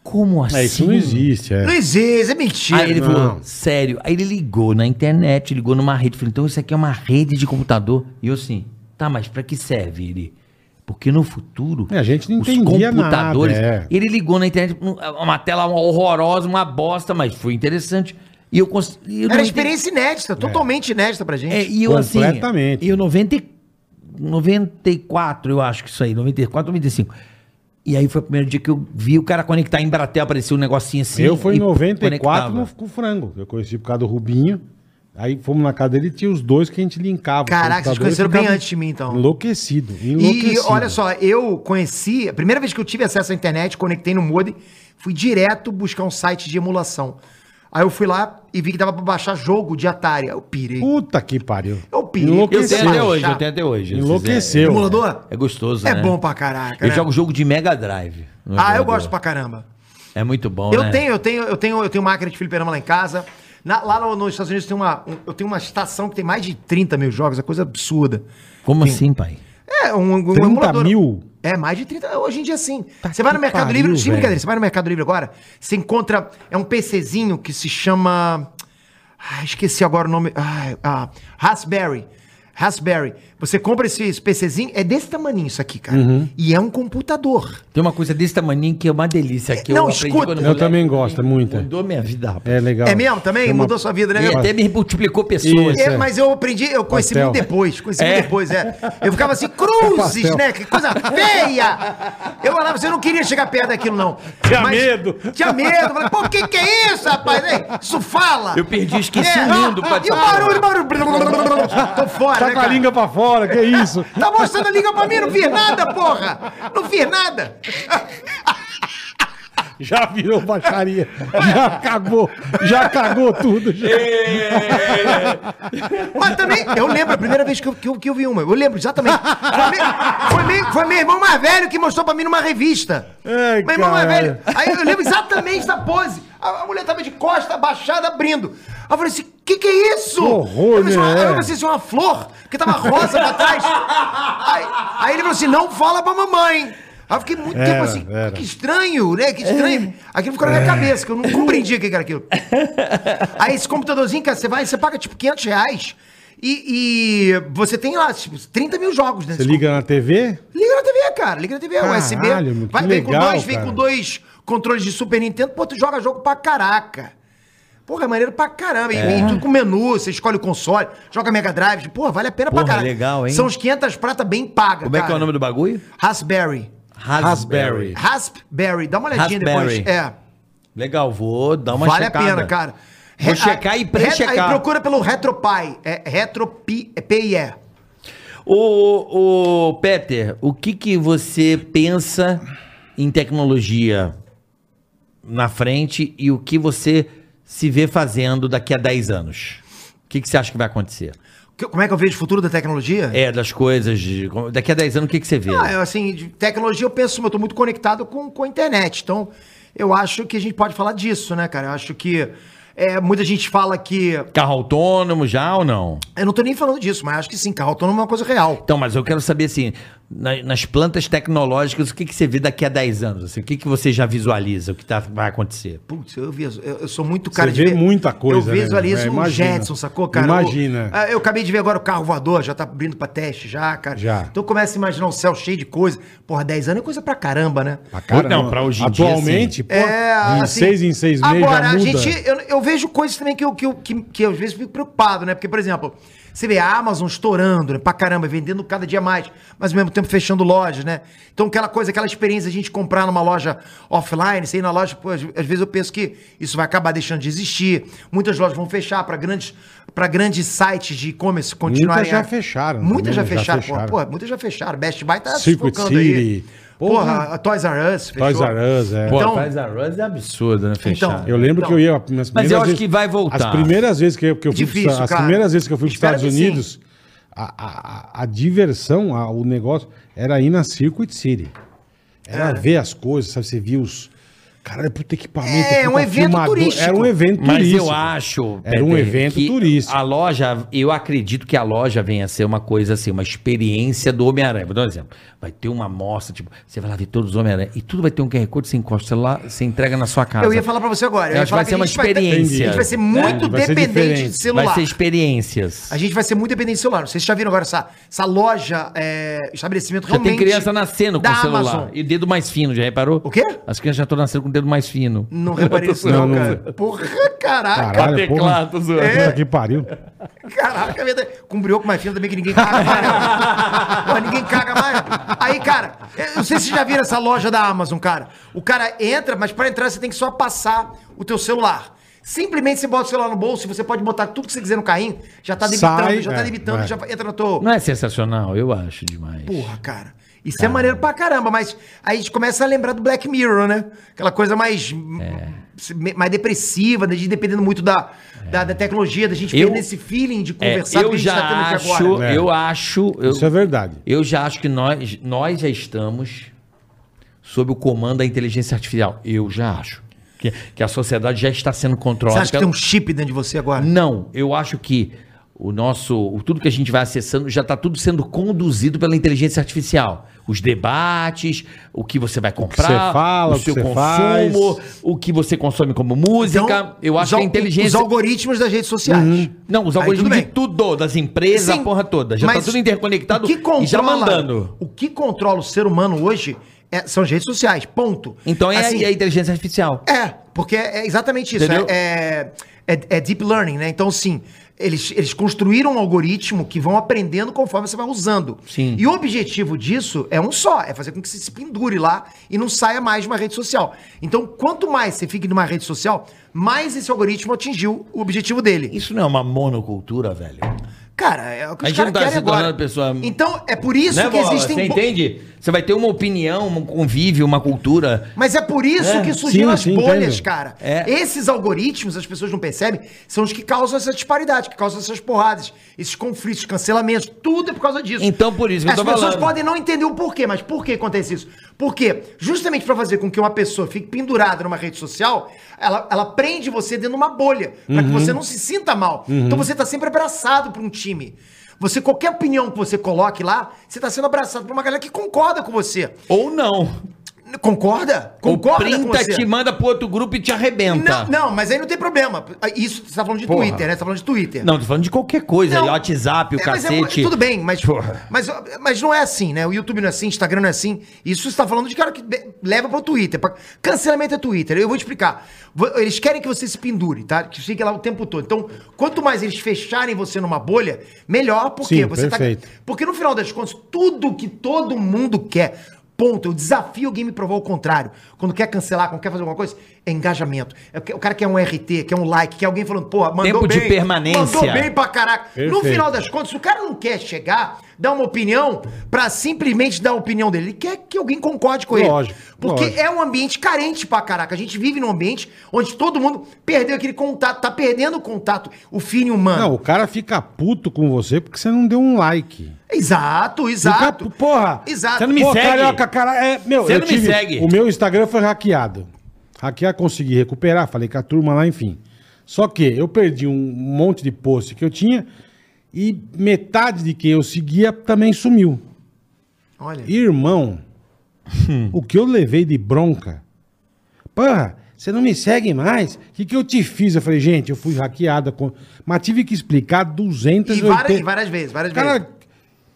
Speaker 4: como assim?
Speaker 3: É, isso não existe, é.
Speaker 2: Não existe, é mentira.
Speaker 4: Aí ele
Speaker 3: Não.
Speaker 4: falou, sério. Aí ele ligou na internet, ligou numa rede. Falei, então isso aqui é uma rede de computador. E eu assim, tá, mas pra que serve ele? Porque no futuro,
Speaker 3: É, a gente não
Speaker 4: os
Speaker 3: entendia
Speaker 4: computadores.
Speaker 3: nada, é.
Speaker 4: Ele ligou na internet, um- uma tela horrorosa, uma bosta, mas foi interessante. E eu, cons- e eu
Speaker 2: Era
Speaker 4: não
Speaker 2: uma
Speaker 4: entendi-
Speaker 2: experiência inédita, totalmente inédita pra gente.
Speaker 4: É, e eu assim.
Speaker 3: Completamente.
Speaker 4: Eu 90, e- 94, eu acho que isso aí, 94, 95. E aí foi o primeiro dia que eu vi o cara conectar em Bratel, apareceu um negocinho assim.
Speaker 3: eu fui
Speaker 4: e
Speaker 3: em 94
Speaker 4: conectava.
Speaker 3: no Fico Frango. Eu conheci por causa do Rubinho. Aí fomos na casa dele e tinha os dois que a gente linkava.
Speaker 2: Caraca, vocês
Speaker 3: O computador
Speaker 2: conheceram bem
Speaker 3: ficava
Speaker 2: antes de mim, então.
Speaker 3: Enlouquecido, enlouquecido.
Speaker 2: E olha só, eu conheci, a primeira vez que eu tive acesso à internet, conectei no modem, fui direto buscar um site de emulação. Aí eu fui lá e vi que dava pra baixar jogo de Atari. Aí eu pirei.
Speaker 3: Puta que pariu.
Speaker 2: Eu pirei.
Speaker 4: Eu
Speaker 3: Enlouqueceu.
Speaker 4: tenho até hoje, eu tenho até hoje. se
Speaker 3: Enlouqueceu.
Speaker 2: Emulador?
Speaker 4: quiser. É gostoso,
Speaker 2: É
Speaker 4: né?
Speaker 2: bom pra caraca.
Speaker 4: Eu
Speaker 2: né?
Speaker 4: jogo jogo de Mega Drive.
Speaker 2: Ah, eu
Speaker 4: no emulador.
Speaker 2: gosto pra caramba.
Speaker 4: É muito bom,
Speaker 2: Eu
Speaker 4: né?
Speaker 2: tenho, eu tenho, eu tenho, eu tenho máquina de fliperama lá em casa. Na- lá no- nos Estados Unidos tem uma, um- eu tenho uma estação que tem mais de 30 mil jogos, é coisa absurda.
Speaker 4: Como assim, pai?
Speaker 2: É, um, um
Speaker 3: 30 mil?
Speaker 2: É, mais de 30. Hoje em dia, sim.
Speaker 3: Tá
Speaker 2: você vai
Speaker 3: que
Speaker 2: no Mercado
Speaker 3: pariu,
Speaker 2: Livre, sem
Speaker 3: velho.
Speaker 2: brincadeira, você vai no Mercado Livre agora, você encontra, é um PCzinho que se chama, ah, esqueci agora o nome, ah, ah, Raspberry. Raspberry. Você compra esse, esse PCzinho, é desse tamaninho isso aqui, cara.
Speaker 3: Uhum.
Speaker 2: E é um computador.
Speaker 4: Tem uma coisa desse tamanho que é uma delícia. Que
Speaker 2: Não,
Speaker 4: eu aprendi
Speaker 2: escuta.
Speaker 4: quando
Speaker 3: Eu
Speaker 4: moleque,
Speaker 3: também gosto, é muita.
Speaker 4: Mudou minha vida, rapaz.
Speaker 3: É legal.
Speaker 2: É mesmo também?
Speaker 3: Tem uma-
Speaker 2: Mudou sua vida, né?
Speaker 4: E
Speaker 2: meu?
Speaker 4: até me multiplicou pessoas.
Speaker 3: Isso.
Speaker 2: É,
Speaker 3: é.
Speaker 2: mas eu aprendi, eu conheci
Speaker 3: Pastel.
Speaker 2: muito depois, conheci muito
Speaker 4: É.
Speaker 2: depois, é. Eu ficava assim, cruzes,
Speaker 3: Pastel.
Speaker 2: né? Que coisa feia! Eu falava assim, eu não queria chegar perto daquilo, não.
Speaker 3: Tinha medo.
Speaker 2: Tinha medo. Eu Falei, pô, o que que é isso, rapaz? Ei, Isso fala!
Speaker 4: Eu perdi, esqueci
Speaker 2: É.
Speaker 4: o mundo pra
Speaker 2: E o barulho, barulho. Tô fora,
Speaker 3: Tá
Speaker 2: né,
Speaker 3: com a
Speaker 2: cara?
Speaker 3: língua pra fora, que é isso?
Speaker 2: Tá mostrando a língua pra mim, não fiz nada, porra! Não fiz nada!
Speaker 3: Já virou baixaria. Já cagou. Já cagou tudo. já.
Speaker 2: Mas também, eu lembro a primeira vez que eu, que eu, que eu vi uma. Eu lembro exatamente. Foi meu, foi, meu, foi meu irmão mais velho que mostrou pra mim numa revista.
Speaker 3: Ai,
Speaker 2: meu irmão mais
Speaker 3: caralho.
Speaker 2: velho. Aí eu lembro exatamente da pose. A, a mulher tava de costa, baixada, abrindo. Aí eu falei assim: que que é isso?
Speaker 3: Que horror,
Speaker 2: eu pensei,
Speaker 3: né?
Speaker 2: uma, eu pensei assim, uma flor, que tava rosa pra trás. Aí, aí ele falou assim: não fala pra mamãe. Aí eu fiquei muito
Speaker 3: Era,
Speaker 2: tempo assim,
Speaker 3: era. É.
Speaker 2: que estranho, né? Que estranho. Aquilo ficou na minha cabeça, que eu não compreendia o que que era aquilo. Aí esse computadorzinho, cara, você vai, você paga tipo 500 reais e, e você tem lá, tipo, 30 mil jogos
Speaker 3: Você
Speaker 2: dentro desse
Speaker 3: liga na TV?
Speaker 2: compu- liga na TV, cara. Liga na TV,
Speaker 3: Caralho,
Speaker 2: USB.
Speaker 3: mano, que
Speaker 2: Vai, vem
Speaker 3: legal,
Speaker 2: com dois, vem
Speaker 3: cara.
Speaker 2: com dois controles de Super Nintendo, pô, tu joga jogo pra caraca. Porra, é maneiro pra caramba. E- E, tudo com menu, você escolhe o console, joga Mega Drive. Porra, vale a pena
Speaker 4: Porra,
Speaker 2: pra caralho.
Speaker 4: legal, hein?
Speaker 2: São os 500 prata bem paga,
Speaker 4: Como é que é o nome do bagulho?
Speaker 2: Raspberry.
Speaker 4: Raspberry.
Speaker 2: Raspberry. Dá uma olhadinha
Speaker 4: Raspberry.
Speaker 2: depois. É.
Speaker 4: Legal, vou dar uma
Speaker 2: vale
Speaker 4: checada.
Speaker 2: a pena, cara.
Speaker 4: Vou
Speaker 2: Re-
Speaker 4: checar e
Speaker 2: re-
Speaker 4: pré-checar.
Speaker 2: Aí procura pelo RetroPie. É RetroPie. É PIE.
Speaker 4: Ô, ô, Peter, o que que você pensa em tecnologia na frente e o que você se vê fazendo daqui a 10 anos? O que, que você acha que vai acontecer?
Speaker 2: Que- Como é que eu vejo o futuro da tecnologia?
Speaker 4: É, das coisas. de- como- daqui a 10 anos, o que, que você vê?
Speaker 2: Ah, eu, assim, de tecnologia eu penso, eu tô muito conectado com, com a internet. Então, eu acho que a gente pode falar disso, né, cara? Eu acho que é, muita gente fala que.
Speaker 4: Carro autônomo já ou não?
Speaker 2: Eu não tô nem falando disso, mas acho que sim, carro autônomo é uma coisa real.
Speaker 4: Então, mas eu quero saber assim, na- nas plantas tecnológicas, o que, que você vê daqui a 10 anos? Assim, o que, que você já visualiza, o que tá- vai acontecer?
Speaker 2: Putz, eu, viso, eu, eu sou muito cara
Speaker 3: Você vê muita coisa,
Speaker 2: Eu
Speaker 3: né?
Speaker 2: visualizo
Speaker 3: É,
Speaker 2: um
Speaker 3: imagina.
Speaker 2: Jetson, sacou, cara?
Speaker 3: Imagina.
Speaker 2: Eu, ah, eu acabei de ver agora o carro voador, já tá abrindo pra teste já, cara.
Speaker 3: Já.
Speaker 2: Então começa a imaginar um céu cheio de coisa. Porra, 10 anos é coisa pra caramba, né?
Speaker 3: Pra caramba.
Speaker 4: Não, pra hoje em dia,
Speaker 3: Atualmente, pô, de
Speaker 2: assim,
Speaker 3: seis em seis meses
Speaker 2: Agora,
Speaker 3: já
Speaker 2: a
Speaker 3: muda.
Speaker 2: gente. Eu, eu vejo coisas também que eu, que, eu, que, que eu, às vezes fico preocupado, né? Porque, por exemplo, você vê a Amazon estourando né? pra caramba, vendendo cada dia mais, mas ao mesmo tempo fechando lojas, né? Então, aquela coisa, aquela experiência de a gente comprar numa loja offline, você ir na loja, pô, às, às vezes eu penso que isso vai acabar deixando de existir. Muitas lojas vão fechar pra grandes. Para grandes sites de e-commerce continuarem.
Speaker 3: Muitas já
Speaker 2: a-
Speaker 3: fecharam
Speaker 2: Muitas já
Speaker 3: também, já
Speaker 2: fecharam.
Speaker 3: fecharam.
Speaker 2: Porra, porra, muitas já fecharam. Best Buy tá
Speaker 3: Circuit
Speaker 2: sufocando
Speaker 3: City.
Speaker 2: Porra,
Speaker 3: Porra.
Speaker 2: a Toys R Us fechou.
Speaker 3: Toys R Us, é.
Speaker 4: Pô,
Speaker 2: Então-
Speaker 4: faz a Rose é absurdo, né? Fechar.
Speaker 3: Eu lembro
Speaker 2: Então,
Speaker 3: que eu ia. Mas
Speaker 4: eu acho que vai voltar.
Speaker 3: As primeiras vezes que eu, que eu fui
Speaker 2: Difícil,
Speaker 3: pros- as
Speaker 2: cara.
Speaker 3: primeiras vezes que eu fui para os
Speaker 2: Espero
Speaker 3: Estados
Speaker 2: que sim.
Speaker 3: Unidos, a, a- a- a diversão, a- o negócio era ir na Circuit City. Era ver as coisas, sabe? Você viu os. Caralho, puta equipamento.
Speaker 2: É,
Speaker 3: puta
Speaker 2: um evento turístico.
Speaker 3: Era um evento
Speaker 4: Mas
Speaker 3: turístico.
Speaker 4: eu acho.
Speaker 3: Era um evento
Speaker 4: que
Speaker 3: turístico.
Speaker 4: A loja, eu acredito que a loja venha a ser uma coisa assim, uma experiência do Homem-Aranha. Vou dar um exemplo. Vai ter uma amostra, tipo, você vai lá ver todos os Homem-Aranha e tudo vai ter um QR Code, você encosta lá, você entrega na sua casa.
Speaker 2: Eu ia falar pra você agora.
Speaker 4: Eu
Speaker 2: ia
Speaker 4: acho que
Speaker 2: falar
Speaker 4: vai ser uma
Speaker 2: a gente vai ter-
Speaker 4: experiência.
Speaker 2: a gente vai ser
Speaker 3: É,
Speaker 2: muito
Speaker 3: vai ser
Speaker 2: dependente
Speaker 3: diferente.
Speaker 2: de celular.
Speaker 4: Vai ser experiências.
Speaker 2: A gente vai ser muito dependente de celular. Vocês já viram agora essa, essa loja, é, estabelecimento
Speaker 4: Já
Speaker 2: realmente.
Speaker 4: tem criança nascendo com
Speaker 2: da
Speaker 4: o celular.
Speaker 2: Amazon.
Speaker 4: E dedo mais fino, já reparou?
Speaker 2: O quê?
Speaker 4: As crianças já estão nascendo com o dedo mais fino.
Speaker 2: Não reparei isso, não,
Speaker 3: Não, não.
Speaker 2: cara. Porra, caraca.
Speaker 3: Caralho,
Speaker 4: Cadê
Speaker 3: porra.
Speaker 4: Cláudio, tá zoando?
Speaker 3: Puta que pariu.
Speaker 2: Caraca, é verdade. com brioco mais fino também que ninguém caga mais. né? Pô, ninguém caga mais. Aí, cara, eu não sei se vocês já viram essa loja da Amazon, cara. O cara entra, mas pra entrar você tem que só passar o teu celular. Simplesmente você bota o celular no bolso e você pode botar tudo que você quiser no carrinho. Já tá debitando,
Speaker 3: Sai,
Speaker 2: já tá
Speaker 3: é,
Speaker 2: debitando,
Speaker 3: é.
Speaker 2: já entra no teu...
Speaker 4: Não é sensacional? Eu acho demais.
Speaker 2: Porra, cara. Isso é maneiro pra caramba, mas aí a gente começa a lembrar do Black Mirror, né? Aquela coisa mais,
Speaker 4: É.
Speaker 2: me- mais depressiva, da gente dependendo muito da, da, da tecnologia, da gente
Speaker 4: Eu-
Speaker 2: perder esse feeling de
Speaker 4: É,
Speaker 2: conversar
Speaker 4: eu,
Speaker 2: que
Speaker 4: já
Speaker 2: tá aqui
Speaker 4: acho,
Speaker 3: agora.
Speaker 4: eu acho, eu
Speaker 3: Isso é verdade.
Speaker 4: Eu já acho que nós, nós já estamos sob o comando da inteligência artificial. Eu já acho. Que, que a sociedade já está sendo
Speaker 2: Você
Speaker 4: controlada.
Speaker 2: acha que tem um chip dentro de você agora?
Speaker 4: Não, eu acho que o nosso, o- tudo que a gente vai acessando já está tudo sendo conduzido pela inteligência artificial. Os debates, o que você vai comprar,
Speaker 3: você fala, o que
Speaker 4: seu
Speaker 3: você
Speaker 4: consumo,
Speaker 3: faz.
Speaker 4: o que você consome como música. eu
Speaker 2: Então, os
Speaker 4: acho que a
Speaker 2: al- Os
Speaker 4: inteligência Uhum.
Speaker 2: algoritmos das redes sociais.
Speaker 4: não, os
Speaker 2: Aí tudo
Speaker 4: algoritmos de
Speaker 2: bem.
Speaker 4: tudo, das empresas,
Speaker 2: Sim,
Speaker 4: a porra toda. Já tá
Speaker 2: mas
Speaker 4: tudo interconectado
Speaker 2: o que controla,
Speaker 4: e já mandando.
Speaker 2: O que controla o ser humano hoje é- são as redes sociais, ponto.
Speaker 4: Então é
Speaker 2: Assim,
Speaker 4: aí a inteligência artificial.
Speaker 2: É, porque é exatamente isso.
Speaker 4: Entendeu?
Speaker 2: É, é- é- é deep learning, né? Então, sim, eles, eles construíram um algoritmo que vão aprendendo conforme você vai usando.
Speaker 4: Sim.
Speaker 2: E o objetivo disso é um só: é fazer com que você se pendure lá e não saia mais de uma rede social. Então, quanto mais você fique numa rede social, mais esse algoritmo atingiu o objetivo dele.
Speaker 4: Isso não é uma monocultura, velho.
Speaker 2: Cara, é o que
Speaker 4: A
Speaker 2: os
Speaker 4: gente
Speaker 2: caras
Speaker 4: não tá
Speaker 2: querem
Speaker 4: se tornando
Speaker 2: agora.
Speaker 4: pessoa-
Speaker 2: Então, é por isso
Speaker 4: né,
Speaker 2: que
Speaker 4: Bola?
Speaker 2: existem...
Speaker 4: Você
Speaker 2: bo-
Speaker 4: entende? Você vai ter uma opinião, um convívio, uma cultura.
Speaker 2: Mas é por isso
Speaker 4: É,
Speaker 2: que surgiram
Speaker 3: sim,
Speaker 2: as
Speaker 3: sim,
Speaker 2: bolhas,
Speaker 3: entendo.
Speaker 2: cara.
Speaker 4: É.
Speaker 2: Esses algoritmos, as pessoas não percebem, são os que causam essa disparidade, que causam essas porradas, esses conflitos, cancelamentos, tudo é por causa disso.
Speaker 4: Então, por isso que eu
Speaker 2: as
Speaker 4: tô
Speaker 2: pessoas
Speaker 4: falando.
Speaker 2: podem não entender o porquê, mas por que acontece isso? Porque, justamente pra fazer com que uma pessoa fique pendurada numa rede social, ela, ela prende você dentro de uma bolha, pra que
Speaker 4: Uhum.
Speaker 2: você não se sinta mal. Então você tá sempre abraçado por um time. Você, qualquer opinião que você coloque lá, você tá sendo abraçado por uma galera que concorda com você.
Speaker 4: Ou não.
Speaker 2: Concorda?
Speaker 4: Ou
Speaker 2: Concorda
Speaker 4: printa, te manda pro outro grupo e te arrebenta.
Speaker 2: Não, não, mas aí não tem problema. Isso você tá falando de
Speaker 3: Porra.
Speaker 2: Twitter, né? Você tá falando de Twitter.
Speaker 4: Não, tô falando de qualquer coisa.
Speaker 2: Não.
Speaker 4: WhatsApp, o
Speaker 2: É, mas é-
Speaker 4: cacete.
Speaker 2: tudo bem, mas,
Speaker 4: Porra.
Speaker 2: mas, mas não é assim, né? O YouTube não é assim, o Instagram não é assim. Isso você tá falando de cara que be- leva pro Twitter. pra- Cancelamento é Twitter. Eu vou te explicar. Vo- Eles querem que você se pendure, tá? Que fique lá o tempo todo. Então, quanto mais eles fecharem você numa bolha, melhor, porque
Speaker 3: Sim,
Speaker 2: você
Speaker 3: perfeito.
Speaker 2: tá. Porque no final das contas, tudo que todo mundo quer. Ponto. Eu desafio alguém me provar o contrário. Quando quer cancelar, quando quer fazer alguma coisa, é engajamento. É que- O cara quer um RT, quer um like, quer alguém falando, pô, mandou
Speaker 4: Tempo de
Speaker 2: bem,
Speaker 4: permanência.
Speaker 2: Mandou bem pra caraca. No
Speaker 3: Perfeito.
Speaker 2: final das contas, o cara não quer chegar, dar uma opinião, pra simplesmente dar a opinião dele. Ele quer que alguém concorde com ele.
Speaker 3: Lógico,
Speaker 2: Porque
Speaker 3: lógico.
Speaker 2: é um ambiente carente pra caraca. A gente vive num ambiente onde todo mundo perdeu aquele contato, tá perdendo o contato, o feeling humano.
Speaker 3: Não, o cara fica puto com você porque você não deu um like.
Speaker 2: Exato, exato.
Speaker 3: Fica- porra.
Speaker 2: Exato.
Speaker 4: Você não me
Speaker 3: Pô,
Speaker 4: segue?
Speaker 3: carioca, cara, é, meu,
Speaker 4: Você
Speaker 3: eu
Speaker 4: não me segue?
Speaker 3: O meu Instagram foi hackeado. Hackear, consegui recuperar, falei com a turma lá, enfim. Só que eu perdi um monte de post que eu tinha e metade de quem eu seguia também sumiu.
Speaker 2: Olha.
Speaker 3: Irmão,
Speaker 4: Hum.
Speaker 3: o que eu levei de bronca? Porra, você não me segue mais? O que, que eu te fiz? Eu falei, gente, eu fui hackeada. Com... Mas tive que explicar 280...
Speaker 2: E várias, e várias vezes, várias vezes.
Speaker 3: Cara,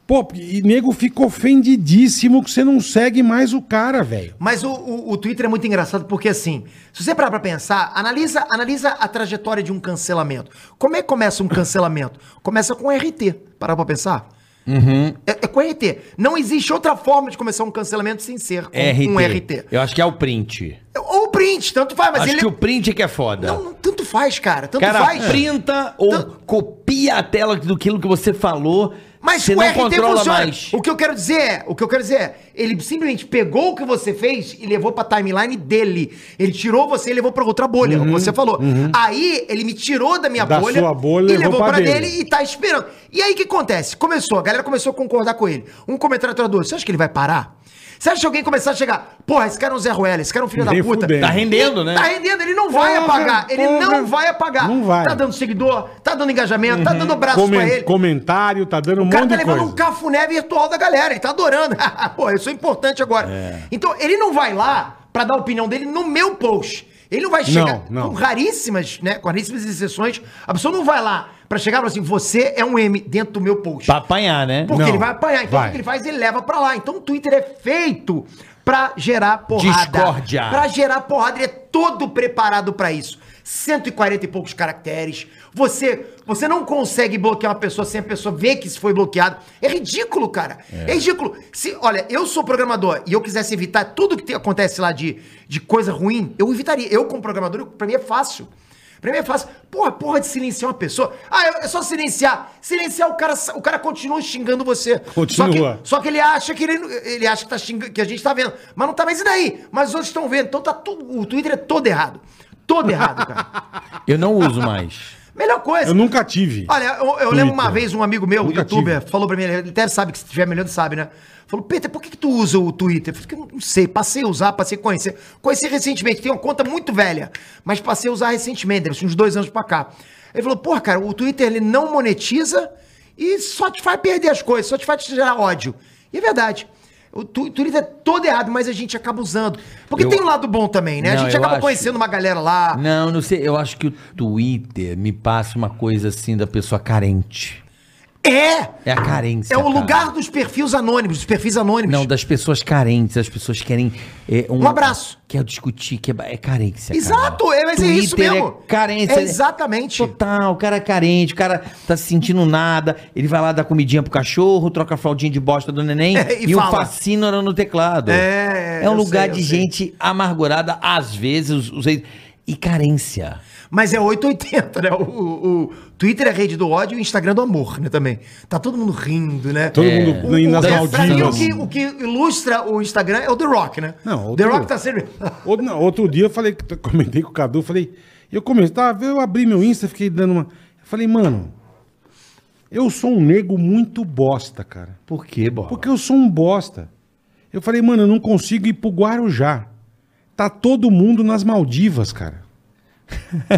Speaker 3: pô, e nego fica ofendidíssimo que você não segue mais o cara, velho.
Speaker 2: Mas o, o, o Twitter é muito engraçado porque, assim, se você parar pra pensar, analisa, analisa a trajetória de um cancelamento. Como é que começa um cancelamento? Começa com RT. Parar pra pensar?
Speaker 4: Uhum.
Speaker 2: É, é com RT. Não existe outra forma de começar um cancelamento sem ser com
Speaker 4: RT.
Speaker 2: um RT.
Speaker 4: Eu acho que é o print.
Speaker 2: Ou print, tanto faz, mas
Speaker 4: acho
Speaker 2: ele.
Speaker 4: que o print é que é foda.
Speaker 2: Não, não, tanto faz, cara. Tanto
Speaker 4: cara
Speaker 2: faz.
Speaker 4: printa ou
Speaker 2: Tanto-
Speaker 4: copia a tela do que que você falou.
Speaker 2: Mas
Speaker 4: você
Speaker 2: o
Speaker 4: não
Speaker 2: RT
Speaker 4: controla
Speaker 2: funciona.
Speaker 4: mais.
Speaker 2: O que eu quero dizer é, o que eu quero dizer é, ele simplesmente pegou o que você fez e levou pra timeline dele. Ele tirou você e levou pra outra bolha, como você falou. Aí ele me tirou da minha
Speaker 3: Uhum, Da
Speaker 2: bolha
Speaker 3: sua bolha,
Speaker 2: e
Speaker 3: levou
Speaker 2: levou
Speaker 3: pra
Speaker 2: pra
Speaker 3: dele.
Speaker 2: dele e tá esperando. E aí o que acontece? Começou, a galera começou a concordar com ele. Um comentário você acha que ele vai parar? Você acha que alguém começar a chegar, porra, esse cara é um Zé Ruela, esse cara é um filho
Speaker 3: Nem
Speaker 2: da puta.
Speaker 3: fudendo.
Speaker 4: Tá rendendo,
Speaker 2: Ele
Speaker 4: né?
Speaker 2: Tá rendendo, ele não vai
Speaker 3: Porra,
Speaker 2: apagar. Ele
Speaker 3: porra.
Speaker 2: não vai apagar.
Speaker 3: Não vai. Uhum.
Speaker 2: Tá dando seguidor, tá dando engajamento, tá dando braço pra
Speaker 3: Comen-
Speaker 2: ele.
Speaker 3: Comentário, tá dando um
Speaker 2: O cara
Speaker 3: monte
Speaker 2: tá
Speaker 3: de
Speaker 2: levando
Speaker 3: coisa.
Speaker 2: um cafuné virtual da galera, ele tá adorando. Pô, eu sou importante agora.
Speaker 3: É.
Speaker 2: Então, ele não vai lá pra dar a opinião dele no meu post. Ele não vai chegar,
Speaker 3: não.
Speaker 2: com raríssimas, né, com raríssimas exceções, a pessoa não vai lá pra chegar e falar assim, você é um M dentro do meu post.
Speaker 4: Pra apanhar, né?
Speaker 2: Porque
Speaker 3: Não,
Speaker 2: ele vai apanhar, então
Speaker 3: vai.
Speaker 2: o que ele faz, ele leva pra lá. Então o Twitter é feito pra gerar porrada.
Speaker 4: Discórdia.
Speaker 2: Pra gerar porrada, ele é todo preparado pra isso. 140 e poucos caracteres. Você você não consegue bloquear uma pessoa sem a pessoa ver que se foi bloqueado. É ridículo, cara. É, ridículo. Se, olha, eu sou programador e eu quisesse evitar tudo que te- acontece lá de, de coisa ruim, eu evitaria. Eu, como programador, eu- pra mim é fácil. Pra mim é fácil. Porra, porra de silenciar uma pessoa. Ah, é- é só silenciar. Silenciar o cara, o cara continua xingando você. Só
Speaker 3: Continua.
Speaker 2: que, só que ele acha que ele, ele acha que tá xingando, que a gente tá vendo. Mas não tá mais e daí? Mas os outros estão vendo. Então tá tudo, o Twitter é todo errado. Todo errado, cara.
Speaker 4: Eu não uso mais.
Speaker 2: Melhor coisa.
Speaker 3: Eu nunca tive.
Speaker 2: Olha, eu, eu
Speaker 3: Twitter.
Speaker 2: lembro uma vez um amigo meu,
Speaker 3: Nunca
Speaker 2: youtuber, falou pra mim, ele até sabe que se estiver me olhando, sabe, né? Falou, Peter, por que, que tu usa o Twitter? Eu falei, "Eu não sei, passei a usar, passei a conhecer. Conheci recentemente, tem uma conta muito velha, mas passei a usar recentemente, deve ser uns dois anos pra cá. Ele falou, porra, cara, o Twitter ele não monetiza e só te faz perder as coisas, só te faz te gerar ódio. E é verdade. O tu- Twitter é todo errado, mas a gente acaba usando. Porque
Speaker 4: Eu-
Speaker 2: tem um lado bom também, né?
Speaker 4: Não,
Speaker 2: a gente
Speaker 4: eu
Speaker 2: acaba
Speaker 4: acho-
Speaker 2: conhecendo uma galera lá.
Speaker 4: Não, não sei. Eu acho que o Twitter me passa uma coisa assim da pessoa carente.
Speaker 2: É!
Speaker 4: É a carência.
Speaker 2: É o
Speaker 4: cara.
Speaker 2: lugar dos perfis anônimos, dos perfis anônimos.
Speaker 4: Não, das pessoas carentes. As pessoas querem. é,
Speaker 2: Um abraço.
Speaker 4: Quer discutir, que é, ba- é carência.
Speaker 2: Exato,
Speaker 4: cara.
Speaker 2: é, mas é isso
Speaker 4: Twitter
Speaker 2: mesmo.
Speaker 4: É carência.
Speaker 2: É exatamente.
Speaker 4: Total, o cara é carente, o cara tá se sentindo nada. Ele vai lá dar comidinha pro cachorro, troca a fraldinha de bosta do neném
Speaker 2: É, e
Speaker 4: e, o
Speaker 2: fala.
Speaker 4: fascino era no teclado.
Speaker 2: É,
Speaker 4: É um
Speaker 2: eu
Speaker 4: lugar
Speaker 2: sei, eu
Speaker 4: de
Speaker 2: sei.
Speaker 4: gente amargurada, às vezes, os, os- e carência.
Speaker 2: Mas é 880, né? O, o- o Twitter é a rede do ódio e o Instagram do amor, né? Também. Tá todo mundo rindo, né?
Speaker 3: Todo
Speaker 2: É.
Speaker 3: mundo
Speaker 2: O-
Speaker 3: indo nas
Speaker 2: o- pra mim, o
Speaker 3: Maldivas.
Speaker 2: que, o que ilustra o Instagram é o The Rock, né?
Speaker 3: Não, o
Speaker 2: The
Speaker 3: The
Speaker 2: Rock
Speaker 3: Rock.
Speaker 2: tá sempre.
Speaker 3: Outro, não, outro dia eu falei, que- comentei com o Cadu, falei, eu comecei, tava, eu abri meu Insta, fiquei dando uma. Eu falei, mano, eu sou um nego muito bosta, cara.
Speaker 4: Por quê, Bob?
Speaker 3: Porque eu sou um bosta. Eu falei, mano, eu não consigo ir pro Guarujá. Tá todo mundo nas Maldivas, cara.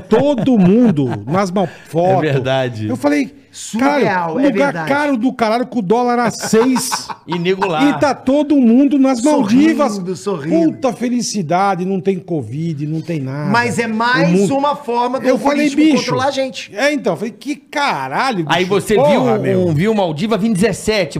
Speaker 3: Todo mundo nas Maldivas.
Speaker 4: É verdade.
Speaker 3: Eu falei,
Speaker 2: Surreal,
Speaker 3: cara,
Speaker 2: é
Speaker 3: lugar
Speaker 2: verdade.
Speaker 3: caro do caralho com o dólar a seis.
Speaker 4: E nego lá.
Speaker 3: E tá todo mundo nas
Speaker 2: Sorrindo,
Speaker 3: Maldivas.
Speaker 2: sorrindo.
Speaker 3: Puta felicidade, não tem Covid, não tem nada.
Speaker 2: Mas é
Speaker 3: O
Speaker 2: mais
Speaker 3: mundo-
Speaker 2: uma forma do
Speaker 3: Eu falei,
Speaker 2: algoritmo
Speaker 3: bicho.
Speaker 2: controlar a gente.
Speaker 3: É, então, eu falei, que caralho.
Speaker 4: Aí
Speaker 3: bicho,
Speaker 4: você
Speaker 3: porra,
Speaker 4: viu, um, viu Maldiva, vim 17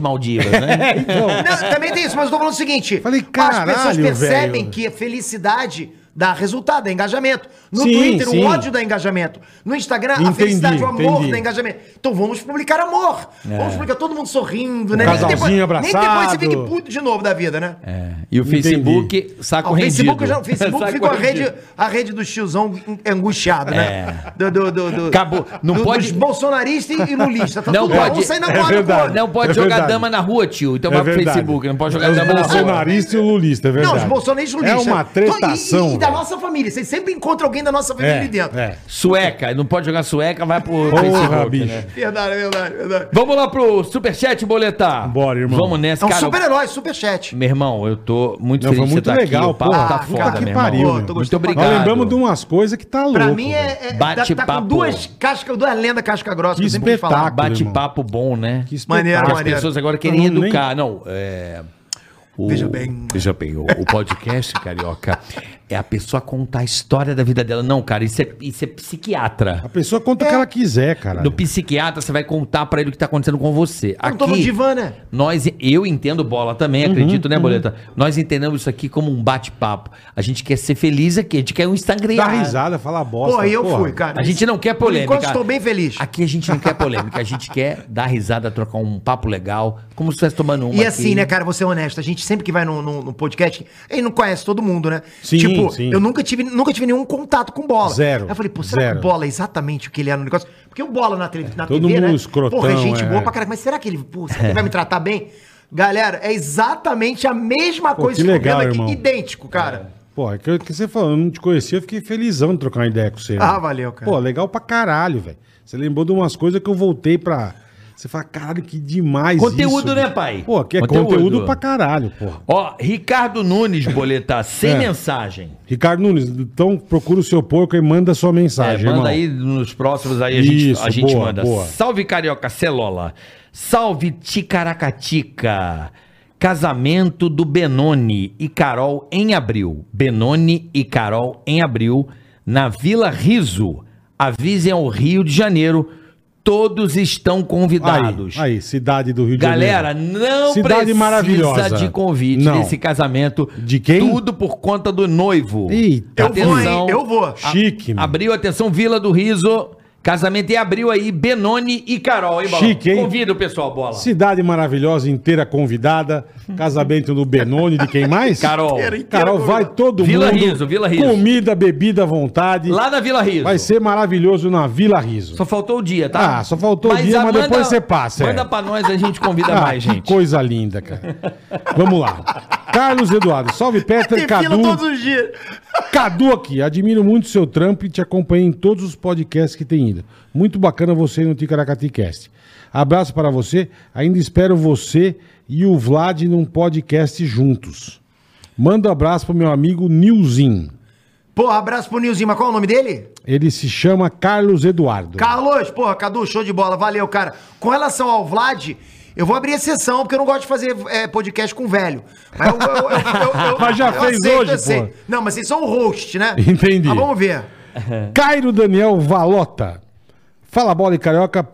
Speaker 4: Maldivas, né?
Speaker 3: Então,
Speaker 2: Não, também tem isso, mas eu tô falando o seguinte:
Speaker 3: Falei,
Speaker 2: as pessoas
Speaker 3: caralho,
Speaker 2: percebem
Speaker 3: velho.
Speaker 2: que a felicidade dá resultado, dá engajamento. No
Speaker 3: Sim,
Speaker 2: Twitter,
Speaker 3: sim.
Speaker 2: o ódio dá engajamento. No Instagram, a
Speaker 3: Entendi,
Speaker 2: felicidade, o amor
Speaker 3: entendi. É.
Speaker 2: dá engajamento. Então vamos publicar amor. Vamos publicar todo mundo sorrindo, né?
Speaker 3: Um casalzinho
Speaker 2: nem, depois, nem depois você
Speaker 3: abraçado.
Speaker 2: fica puto de novo da vida, né?
Speaker 4: É. E o Facebook, saco
Speaker 2: Ah, o
Speaker 4: rendido.
Speaker 2: Facebook, já, o Facebook
Speaker 4: Saco
Speaker 2: ficou a
Speaker 4: rendido.
Speaker 2: rede, a rede do tiozão angustiado, né?
Speaker 3: É.
Speaker 2: Do, do, do, do-
Speaker 4: Acabou. Não
Speaker 2: do- Dos
Speaker 4: pode-
Speaker 2: bolsonaristas e lulistas. Tá
Speaker 4: Não
Speaker 2: tudo
Speaker 4: pode.
Speaker 2: um saindo na
Speaker 3: É
Speaker 2: porta do
Speaker 3: verdade.
Speaker 2: outro.
Speaker 4: Não pode
Speaker 3: É
Speaker 4: jogar
Speaker 3: verdade.
Speaker 4: dama na rua, tio. Então
Speaker 3: É
Speaker 4: vai pro
Speaker 3: verdade.
Speaker 4: Facebook. Não pode jogar
Speaker 3: É os
Speaker 4: dama na rua.
Speaker 3: bolsonarista e o lulista, é verdade.
Speaker 2: Não, os bolsonaristas
Speaker 3: É
Speaker 2: lulistas.
Speaker 3: uma tretação.
Speaker 2: E, e da
Speaker 3: velho.
Speaker 2: nossa família. Você sempre encontra alguém da nossa família ali dentro.
Speaker 3: é.
Speaker 4: Sueca. Não pode jogar sueca, vai pro
Speaker 3: Porra,
Speaker 4: Facebook,
Speaker 3: bicho.
Speaker 4: né?
Speaker 2: Verdade, verdade, verdade.
Speaker 4: Vamos lá pro Superchat, boletar.
Speaker 3: Bora, irmão.
Speaker 4: Vamos nessa,
Speaker 2: É um
Speaker 4: cara.
Speaker 2: super-herói, superchat.
Speaker 4: Meu irmão, eu tô muito
Speaker 3: Não, foi
Speaker 4: feliz de você
Speaker 3: muito
Speaker 4: estar aqui.
Speaker 3: legal,
Speaker 4: O papo
Speaker 3: porra.
Speaker 4: tá
Speaker 3: Puta
Speaker 4: foda,
Speaker 3: que
Speaker 4: meu irmão.
Speaker 3: pariu, meu.
Speaker 2: Tô
Speaker 4: Muito
Speaker 2: gostando pra
Speaker 4: obrigado.
Speaker 3: Nós lembramos de umas coisas que tá louco.
Speaker 2: Pra mim
Speaker 3: velho.
Speaker 2: é. é tá,
Speaker 4: Bate
Speaker 2: tá com
Speaker 4: papo.
Speaker 2: duas cascas, duas lendas casca grossa
Speaker 3: Que
Speaker 2: sempre ouvi falar.
Speaker 3: espetáculo.
Speaker 4: Bate-papo bom, né?
Speaker 3: Que espetáculo.
Speaker 2: Maneiro,
Speaker 4: As
Speaker 2: maneiro.
Speaker 4: pessoas agora querem
Speaker 3: Eu não- nem-
Speaker 4: educar. Não, é... o-
Speaker 2: Veja bem.
Speaker 4: Veja bem, o, o podcast, Carioca, é a pessoa contar a história da vida dela. Não, cara, isso é, isso é
Speaker 3: A
Speaker 4: psiquiatra.
Speaker 3: pessoa conta o
Speaker 2: É.
Speaker 3: que ela quiser, cara.
Speaker 4: No psiquiatra, você vai contar pra ele o que tá acontecendo com você.
Speaker 2: Eu não tô no
Speaker 4: Aqui,
Speaker 2: divã, né?
Speaker 4: Nós, eu entendo bola também, acredito, né, Boleta? Nós entendemos isso aqui como um bate-papo. A gente quer ser feliz aqui, a gente quer um Instagram.
Speaker 3: Dá risada, fala bosta.
Speaker 2: Pô, aí eu
Speaker 3: porra.
Speaker 2: fui, cara.
Speaker 4: A gente não quer
Speaker 2: Por
Speaker 4: polêmica.
Speaker 2: Enquanto estou bem feliz.
Speaker 4: Aqui a gente não quer polêmica, a gente quer dar risada, trocar um papo legal, como se estivesse tomando uma
Speaker 2: E
Speaker 4: aqui.
Speaker 2: assim, né, cara, vou ser honesto, a gente sempre que vai num, num- num podcast, ele não conhece todo mundo, né?
Speaker 3: Sim,
Speaker 2: tipo,
Speaker 3: sim.
Speaker 2: eu nunca tive, nunca tive nenhum contato com bola.
Speaker 3: Zero,
Speaker 2: Aí eu falei, pô, será
Speaker 3: zero.
Speaker 2: que o bola é exatamente o que ele é no negócio? Porque o bola na, tele, na
Speaker 3: Todo
Speaker 2: TV,
Speaker 3: mundo
Speaker 2: né?
Speaker 3: escrotão,
Speaker 2: Porra, é gente
Speaker 3: é.
Speaker 2: boa pra caralho, mas será que ele, pô, será que ele vai me tratar bem? Galera, é exatamente a mesma
Speaker 3: Pô,
Speaker 2: coisa
Speaker 3: que
Speaker 2: eu tô
Speaker 3: legal, irmão.
Speaker 2: idêntico, cara.
Speaker 3: Pô, é que, é que você falou, eu não te conhecia, eu fiquei felizão de trocar uma ideia com você.
Speaker 2: Ah,
Speaker 3: né?
Speaker 2: valeu, cara.
Speaker 3: Pô, legal pra caralho, velho. Você lembrou de umas coisas que eu voltei pra... Você fala, caralho, que demais
Speaker 4: Conteúdo, né,
Speaker 3: bicho.
Speaker 4: pai?
Speaker 3: Pô, que é
Speaker 4: Conteúdo.
Speaker 3: conteúdo, pra caralho, porra.
Speaker 4: Ó, Ricardo Nunes, Boleta, sem
Speaker 3: É.
Speaker 4: mensagem.
Speaker 3: Ricardo Nunes, então procura o seu porco e manda sua
Speaker 4: É,
Speaker 3: mensagem,
Speaker 4: manda
Speaker 3: irmão.
Speaker 4: aí nos próximos, aí a gente,
Speaker 3: Tá, Isso,
Speaker 4: a gente
Speaker 3: boa,
Speaker 4: manda.
Speaker 3: boa.
Speaker 4: Salve Carioca Celola. Salve Ticaracatica. Casamento do Benoni e Carol em abril. Benoni e Carol em abril, na Vila Riso. Avisem ao Rio de Janeiro. Todos estão convidados.
Speaker 3: Aí, aí, cidade do Rio de
Speaker 4: Galera,
Speaker 3: Janeiro.
Speaker 4: não
Speaker 3: Cidade
Speaker 4: precisa
Speaker 3: maravilhosa.
Speaker 4: de convite
Speaker 3: Não.
Speaker 4: nesse casamento.
Speaker 3: De quem?
Speaker 4: Tudo por conta do noivo.
Speaker 3: Eita.
Speaker 2: Eu vou, hein? Eu vou.
Speaker 3: Chique,
Speaker 4: A-
Speaker 3: mano.
Speaker 4: Abriu, atenção, Vila do Riso. Casamento em abril aí, Benoni e Carol, hein, Bola?
Speaker 3: Chique, hein?
Speaker 4: Convida o pessoal, Bola.
Speaker 3: Cidade maravilhosa, inteira convidada. Casamento do Benoni, de quem mais?
Speaker 4: Carol.
Speaker 3: Carol, vai todo
Speaker 4: Vila
Speaker 3: mundo.
Speaker 4: Riso, Vila Riso.
Speaker 3: Comida, bebida à vontade.
Speaker 4: Lá na Vila Riso.
Speaker 3: Vai ser maravilhoso na Vila Riso.
Speaker 4: Só faltou o dia, tá?
Speaker 3: Ah, só faltou o dia,
Speaker 4: ah,
Speaker 3: mas
Speaker 4: manda-
Speaker 3: depois você passa, é.
Speaker 4: Manda pra nós, a gente convida
Speaker 3: Ah,
Speaker 4: mais,
Speaker 3: que
Speaker 4: gente.
Speaker 3: coisa linda, cara. Vamos lá. Carlos Eduardo, salve Petra,
Speaker 2: Tem
Speaker 3: Cadu.
Speaker 2: fila todos os dias.
Speaker 3: Cadu aqui, admiro muito seu trampo e te acompanho em todos os podcasts que tem ido. Muito bacana você no Ticaracatecast. Abraço para você, ainda espero você e o Vlad num podcast juntos. Manda um abraço pro meu amigo Nilzinho.
Speaker 2: Porra, abraço pro Nilzinho, mas qual é o nome dele?
Speaker 3: Ele se chama Carlos Eduardo.
Speaker 2: Carlos, porra, Cadu, show de bola, valeu, cara. Com relação ao Vlad, eu vou abrir exceção, porque eu não gosto de fazer é, podcast com velho. Mas, eu, eu- eu- eu- eu-
Speaker 3: Mas já
Speaker 2: eu
Speaker 3: fez hoje,
Speaker 2: aceito.
Speaker 3: pô.
Speaker 2: Não, mas vocês são o host, né?
Speaker 3: Entendi.
Speaker 2: Mas vamos ver.
Speaker 3: Cairo Daniel Valota. Fala bola e carioca.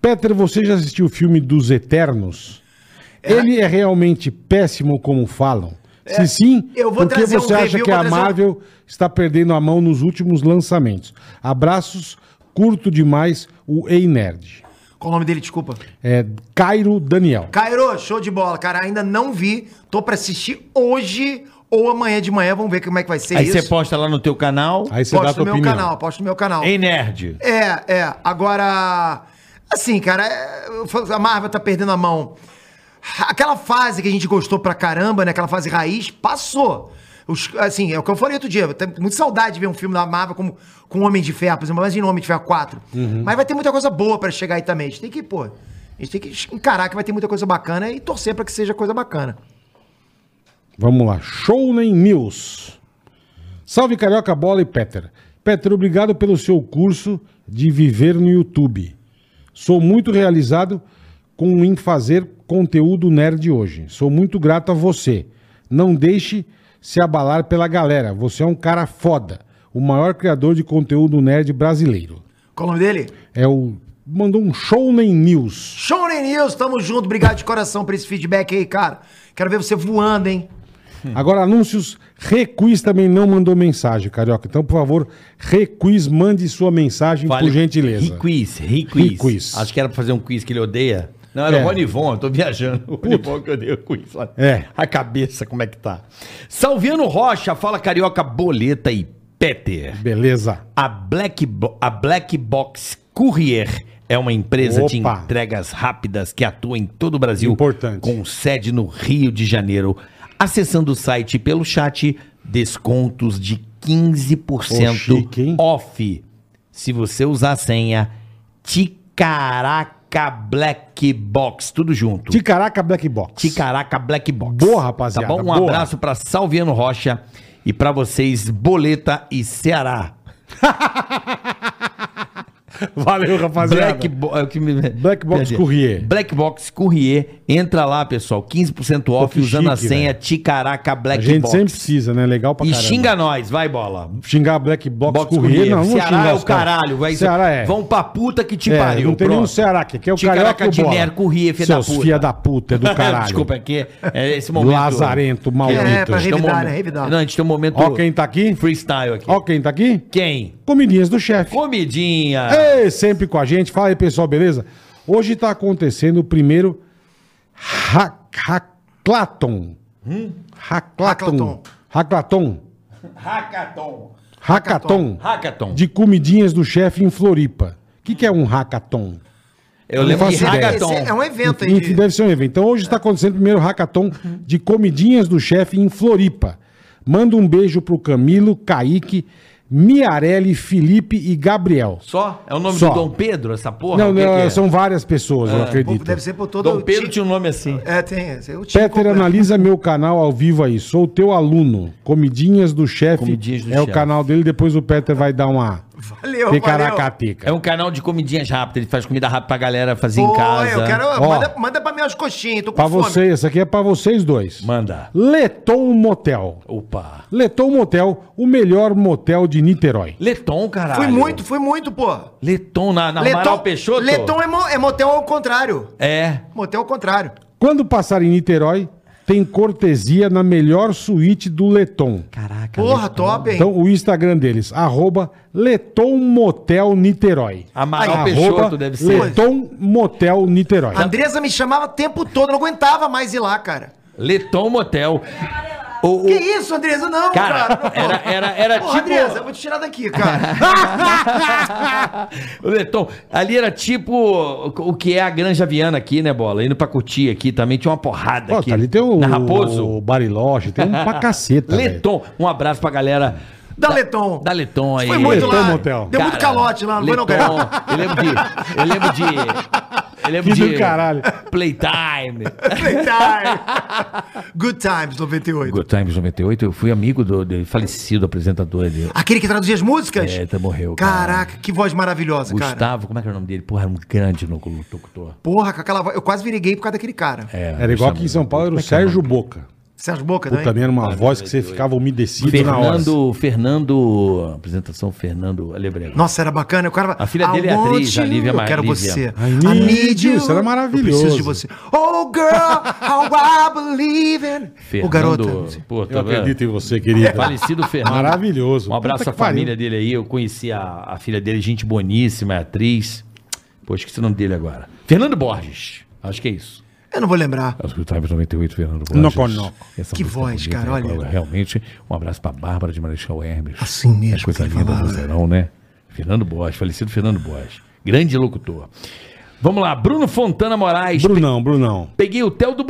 Speaker 3: Peter, você já assistiu o filme dos Eternos? Ele é realmente péssimo como falam? Se sim,
Speaker 2: É. eu vou
Speaker 3: por que
Speaker 2: trazer um
Speaker 3: você acha
Speaker 2: review,
Speaker 3: que
Speaker 2: vou
Speaker 3: a
Speaker 2: trazer um-
Speaker 3: Marvel está perdendo a mão nos últimos lançamentos? Abraços, curto demais o Ei Nerd.
Speaker 2: Qual o nome dele, desculpa?
Speaker 3: É Cairo Daniel.
Speaker 2: Cairo, show de bola, cara. Ainda não vi. Tô pra assistir hoje ou amanhã de manhã. Vamos ver como é que vai ser
Speaker 4: Aí
Speaker 2: isso.
Speaker 4: você posta lá no teu canal.
Speaker 3: Aí você dá a
Speaker 2: Posto
Speaker 3: tua
Speaker 2: no meu
Speaker 3: opinião.
Speaker 2: canal, posto no meu canal.
Speaker 4: Ei, nerd.
Speaker 2: É, é. Agora, assim, cara, é, a Marvel tá perdendo a mão. Aquela fase que a gente gostou pra caramba, né? Aquela fase raiz, passou. Os- assim, é o que eu falei outro dia. Eu tenho muita saudade de ver um filme da Marvel como, com Homem de Ferro, por exemplo. Imagina Homem de Ferro 4. Mas vai ter muita coisa boa pra chegar aí também. A gente tem que, pô... A gente tem que encarar que vai ter muita coisa bacana e torcer pra que seja coisa bacana.
Speaker 3: Vamos lá, Shownen News. Salve Carioca Bola e Peter. Peter, obrigado pelo seu curso de viver no YouTube. Sou muito realizado com em fazer conteúdo nerd hoje. Sou muito grato a você. Não deixe se abalar pela galera. Você é um cara foda, o maior criador de conteúdo nerd brasileiro.
Speaker 2: Qual o nome dele?
Speaker 3: É o mandou um Shownen News.
Speaker 2: Shonen News, tamo junto. Obrigado de coração por esse feedback aí, cara. Quero ver você voando, hein?
Speaker 3: Hum. Agora, anúncios. Requiz também não mandou mensagem, Carioca. Então, por favor, Requiz, mande sua mensagem, por gentileza.
Speaker 4: Riquiz, Riquiz.
Speaker 3: Riquiz.
Speaker 4: Acho que era pra fazer um quiz que ele odeia. Não, era
Speaker 3: É.
Speaker 4: o Ronivon, eu tô viajando. O Ronivon que odeia o quiz. lá.
Speaker 3: É.
Speaker 4: A cabeça, como é que tá? Salviano Rocha, fala carioca, boleta e Peter.
Speaker 3: Beleza.
Speaker 4: A Black, Bo- a Black Box Courier é uma empresa de
Speaker 3: Opa.
Speaker 4: entregas rápidas que atua em todo o Brasil.
Speaker 3: Importante.
Speaker 4: Com sede no Rio de Janeiro. Acessando o site pelo chat, descontos de 15%
Speaker 3: Ô, chique, hein?
Speaker 4: off. Se você usar a senha Ticaraca Black Box. Tudo junto.
Speaker 3: Ticaraca Black Box.
Speaker 4: Ticaraca Black Box.
Speaker 3: Boa, rapaziada,
Speaker 4: Tá bom? Um
Speaker 3: boa.
Speaker 4: abraço pra Salviano Rocha e pra vocês, Boleta e Ceará.
Speaker 3: Valeu, rapaziada.
Speaker 4: Black, Bo- é o que me-
Speaker 3: Black Box
Speaker 4: Perdi.
Speaker 3: Courier.
Speaker 4: Black Box Courier. Entra lá, pessoal. 15% off
Speaker 3: que
Speaker 4: usando a
Speaker 3: chique,
Speaker 4: senha Ticaraca
Speaker 3: a
Speaker 4: Black
Speaker 3: gente
Speaker 4: Box.
Speaker 3: sempre precisa, né? Legal pra
Speaker 4: e
Speaker 3: caramba.
Speaker 4: xinga nós, vai bola.
Speaker 3: Xingar Black Box,
Speaker 4: Box
Speaker 3: Correia.
Speaker 4: Courier.
Speaker 3: Não, não vou
Speaker 4: Ceará
Speaker 3: xingar
Speaker 4: é o
Speaker 3: os caras.
Speaker 4: caralho. Vai,
Speaker 3: Ceará é.
Speaker 4: Vão pra puta que te
Speaker 3: É,
Speaker 4: pariu.
Speaker 3: não tem
Speaker 4: pronto.
Speaker 3: nenhum Ceará aqui, que é o
Speaker 4: Ticaraca
Speaker 3: Carioca e o
Speaker 4: de
Speaker 3: Bola.
Speaker 4: Nero, Courier, filho
Speaker 3: Seus
Speaker 4: da puta.
Speaker 3: filha da puta, é do caralho.
Speaker 4: Desculpa, aqui é esse momento.
Speaker 3: Lazarento, maldito.
Speaker 2: É, pra
Speaker 4: A gente tem um
Speaker 2: revidar,
Speaker 4: momento-
Speaker 2: né? Revidar.
Speaker 4: Não, a gente tem um momento
Speaker 3: Ó quem tá aqui.
Speaker 4: freestyle aqui.
Speaker 3: Ó quem tá aqui.
Speaker 4: Quem?
Speaker 3: Comidinhas do chefe.
Speaker 4: Comidinha.
Speaker 3: Ei, sempre com a gente. Fala aí, pessoal, beleza? Hoje tá acontecendo o primeiro ha- Hackathon. Hackathon.
Speaker 2: Hackathon.
Speaker 3: Hackathon.
Speaker 4: Hackathon.
Speaker 3: Hackathon.
Speaker 4: Hackathon.
Speaker 3: De comidinhas do chefe em Floripa. O que, que é um hackathon?
Speaker 4: Eu
Speaker 3: Não
Speaker 4: lembro
Speaker 3: faço
Speaker 4: de
Speaker 3: ideia.
Speaker 4: Hackathon.
Speaker 2: Esse é um evento aí.
Speaker 3: Enfim,
Speaker 2: de-
Speaker 3: deve ser um evento. Então hoje está acontecendo o primeiro hackathon de comidinhas do chefe em Floripa. Manda um beijo pro Camilo, Kaique, Miarelli, Felipe e Gabriel.
Speaker 4: Só? É o nome
Speaker 3: Só.
Speaker 4: do Dom Pedro, essa porra?
Speaker 3: não,
Speaker 4: O que
Speaker 3: não,
Speaker 4: que é?
Speaker 3: são várias pessoas, eu
Speaker 2: Pô,
Speaker 3: acredito.
Speaker 2: Deve ser por todo
Speaker 4: Dom Pedro
Speaker 2: ti-
Speaker 4: tinha um nome assim.
Speaker 2: É, tem. esse é o time
Speaker 3: Peter,
Speaker 2: completo.
Speaker 3: analisa meu canal ao vivo aí. Sou teu aluno. Comidinhas do chefe.
Speaker 4: Comidinhas do
Speaker 3: é o
Speaker 4: Chefe.
Speaker 3: canal dele. Depois o Peter vai dar uma
Speaker 2: Valeu, valeu.
Speaker 3: picaracateca.
Speaker 4: É um canal de comidinhas rápidas, ele faz comida rápida pra galera fazer
Speaker 2: Pô,
Speaker 4: em casa.
Speaker 2: eu quero.
Speaker 3: Ó.
Speaker 2: Manda, manda pra mim as coxinhas, tô com
Speaker 3: Pra
Speaker 2: fome.
Speaker 3: você, essa aqui é pra vocês dois.
Speaker 4: Manda.
Speaker 3: Leton Motel.
Speaker 4: Opa.
Speaker 3: Leton Motel, o melhor motel de Niterói.
Speaker 4: Leton, caralho.
Speaker 2: Fui muito, fui muito, pô.
Speaker 4: Leton na, na Amaral Peixoto?
Speaker 2: Leton é, mo- é motel é ao contrário.
Speaker 4: É.
Speaker 2: Motel ao contrário.
Speaker 3: Quando passar em Niterói, tem cortesia na melhor suíte do Leton.
Speaker 4: Caraca.
Speaker 2: Porra,
Speaker 4: Leton.
Speaker 2: top, hein?
Speaker 3: Então, o Instagram deles, arroba Leton Motel Niterói.
Speaker 4: Amaral
Speaker 3: Arroba
Speaker 4: Peixoto deve ser. Tá
Speaker 3: Leton Motel Niterói.
Speaker 2: A Andresa me chamava o tempo todo, não aguentava mais ir lá, cara.
Speaker 5: Leton Motel.
Speaker 4: O- o-
Speaker 2: Que isso, Andresa? Não,
Speaker 4: Cara,
Speaker 2: cara. não.
Speaker 4: era- era- era
Speaker 2: Porra,
Speaker 4: tipo-
Speaker 2: Andresa, eu vou te tirar daqui, cara.
Speaker 4: O Leton, ali era tipo o o que é a Granja Viana aqui, né, Bola? Indo pra curtir aqui também, tinha uma porrada
Speaker 3: Ó,
Speaker 4: aqui.
Speaker 3: tá ali tem o,
Speaker 4: Na Raposo.
Speaker 3: o Bariloche, tem um pra caceta. velho.
Speaker 4: Leton, um abraço pra galera.
Speaker 2: Da Leton.
Speaker 4: Da Leton aí.
Speaker 2: Foi muito
Speaker 3: Leton
Speaker 2: lá.
Speaker 3: Motel.
Speaker 2: Deu muito
Speaker 4: Cara,
Speaker 2: calote lá, não foi não,
Speaker 4: Leton,
Speaker 2: cara?
Speaker 4: Eu lembro de. Eu lembro de. Eu lembro
Speaker 3: Que do
Speaker 4: de.
Speaker 3: caralho.
Speaker 4: Playtime.
Speaker 2: Good time. Good Times 98.
Speaker 4: Good Times 98, eu fui amigo do, do falecido apresentador ali.
Speaker 2: Aquele que traduzia as músicas?
Speaker 4: É, tá, morreu, cara.
Speaker 2: Caraca, que voz maravilhosa, cara.
Speaker 4: Gustavo, como é que era o nome dele? Porra, era um grande no locutor.
Speaker 2: Porra, com aquela voz. Eu quase virei gay por causa daquele cara.
Speaker 4: É.
Speaker 3: Era igual aqui em São Paulo, era o Sérgio Boca.
Speaker 2: Sérgio Boca,
Speaker 3: Puta,
Speaker 2: né?
Speaker 3: também era uma voz que você ficava umedecido na hora.
Speaker 4: Fernando, Fernando, apresentação Fernando Alebrego.
Speaker 2: Nossa, era bacana. O cara...
Speaker 4: A filha dele é
Speaker 2: I want
Speaker 4: atriz, a
Speaker 2: you,
Speaker 4: Lívia
Speaker 2: Eu quero
Speaker 4: Lívia.
Speaker 2: você.
Speaker 3: I need you. Isso era maravilhoso.
Speaker 2: Eu preciso de você. Oh, girl, how I believe in... Ô, garota.
Speaker 4: Pô, tá
Speaker 3: Eu
Speaker 4: vendo? É,
Speaker 3: acredito em você, querida.
Speaker 4: Falecido Fernando.
Speaker 3: Maravilhoso.
Speaker 4: Um abraço
Speaker 3: Puta
Speaker 4: à
Speaker 3: que pariu.
Speaker 4: família dele aí. Eu conheci a, a filha dele, gente boníssima, é atriz. Pô, esqueci o nome dele agora. Fernando Borges. Acho que é isso.
Speaker 2: Eu não vou lembrar.
Speaker 4: Acho que o Time 98, Fernando Borges.
Speaker 3: Noco, noco.
Speaker 4: Essa
Speaker 2: Que
Speaker 4: música
Speaker 2: voz,
Speaker 4: bonita,
Speaker 2: cara,
Speaker 4: né?
Speaker 2: olha.
Speaker 4: Realmente, um abraço pra Bárbara de Marechal Hermes.
Speaker 2: Assim mesmo
Speaker 4: É coisa
Speaker 2: que
Speaker 4: linda
Speaker 2: fala,
Speaker 4: do Zerão, né? Fernando Borges, falecido Fernando Borges. Grande locutor. Vamos lá, Bruno Fontana Moraes.
Speaker 3: Brunão, Brunão.
Speaker 4: Peguei o Theo do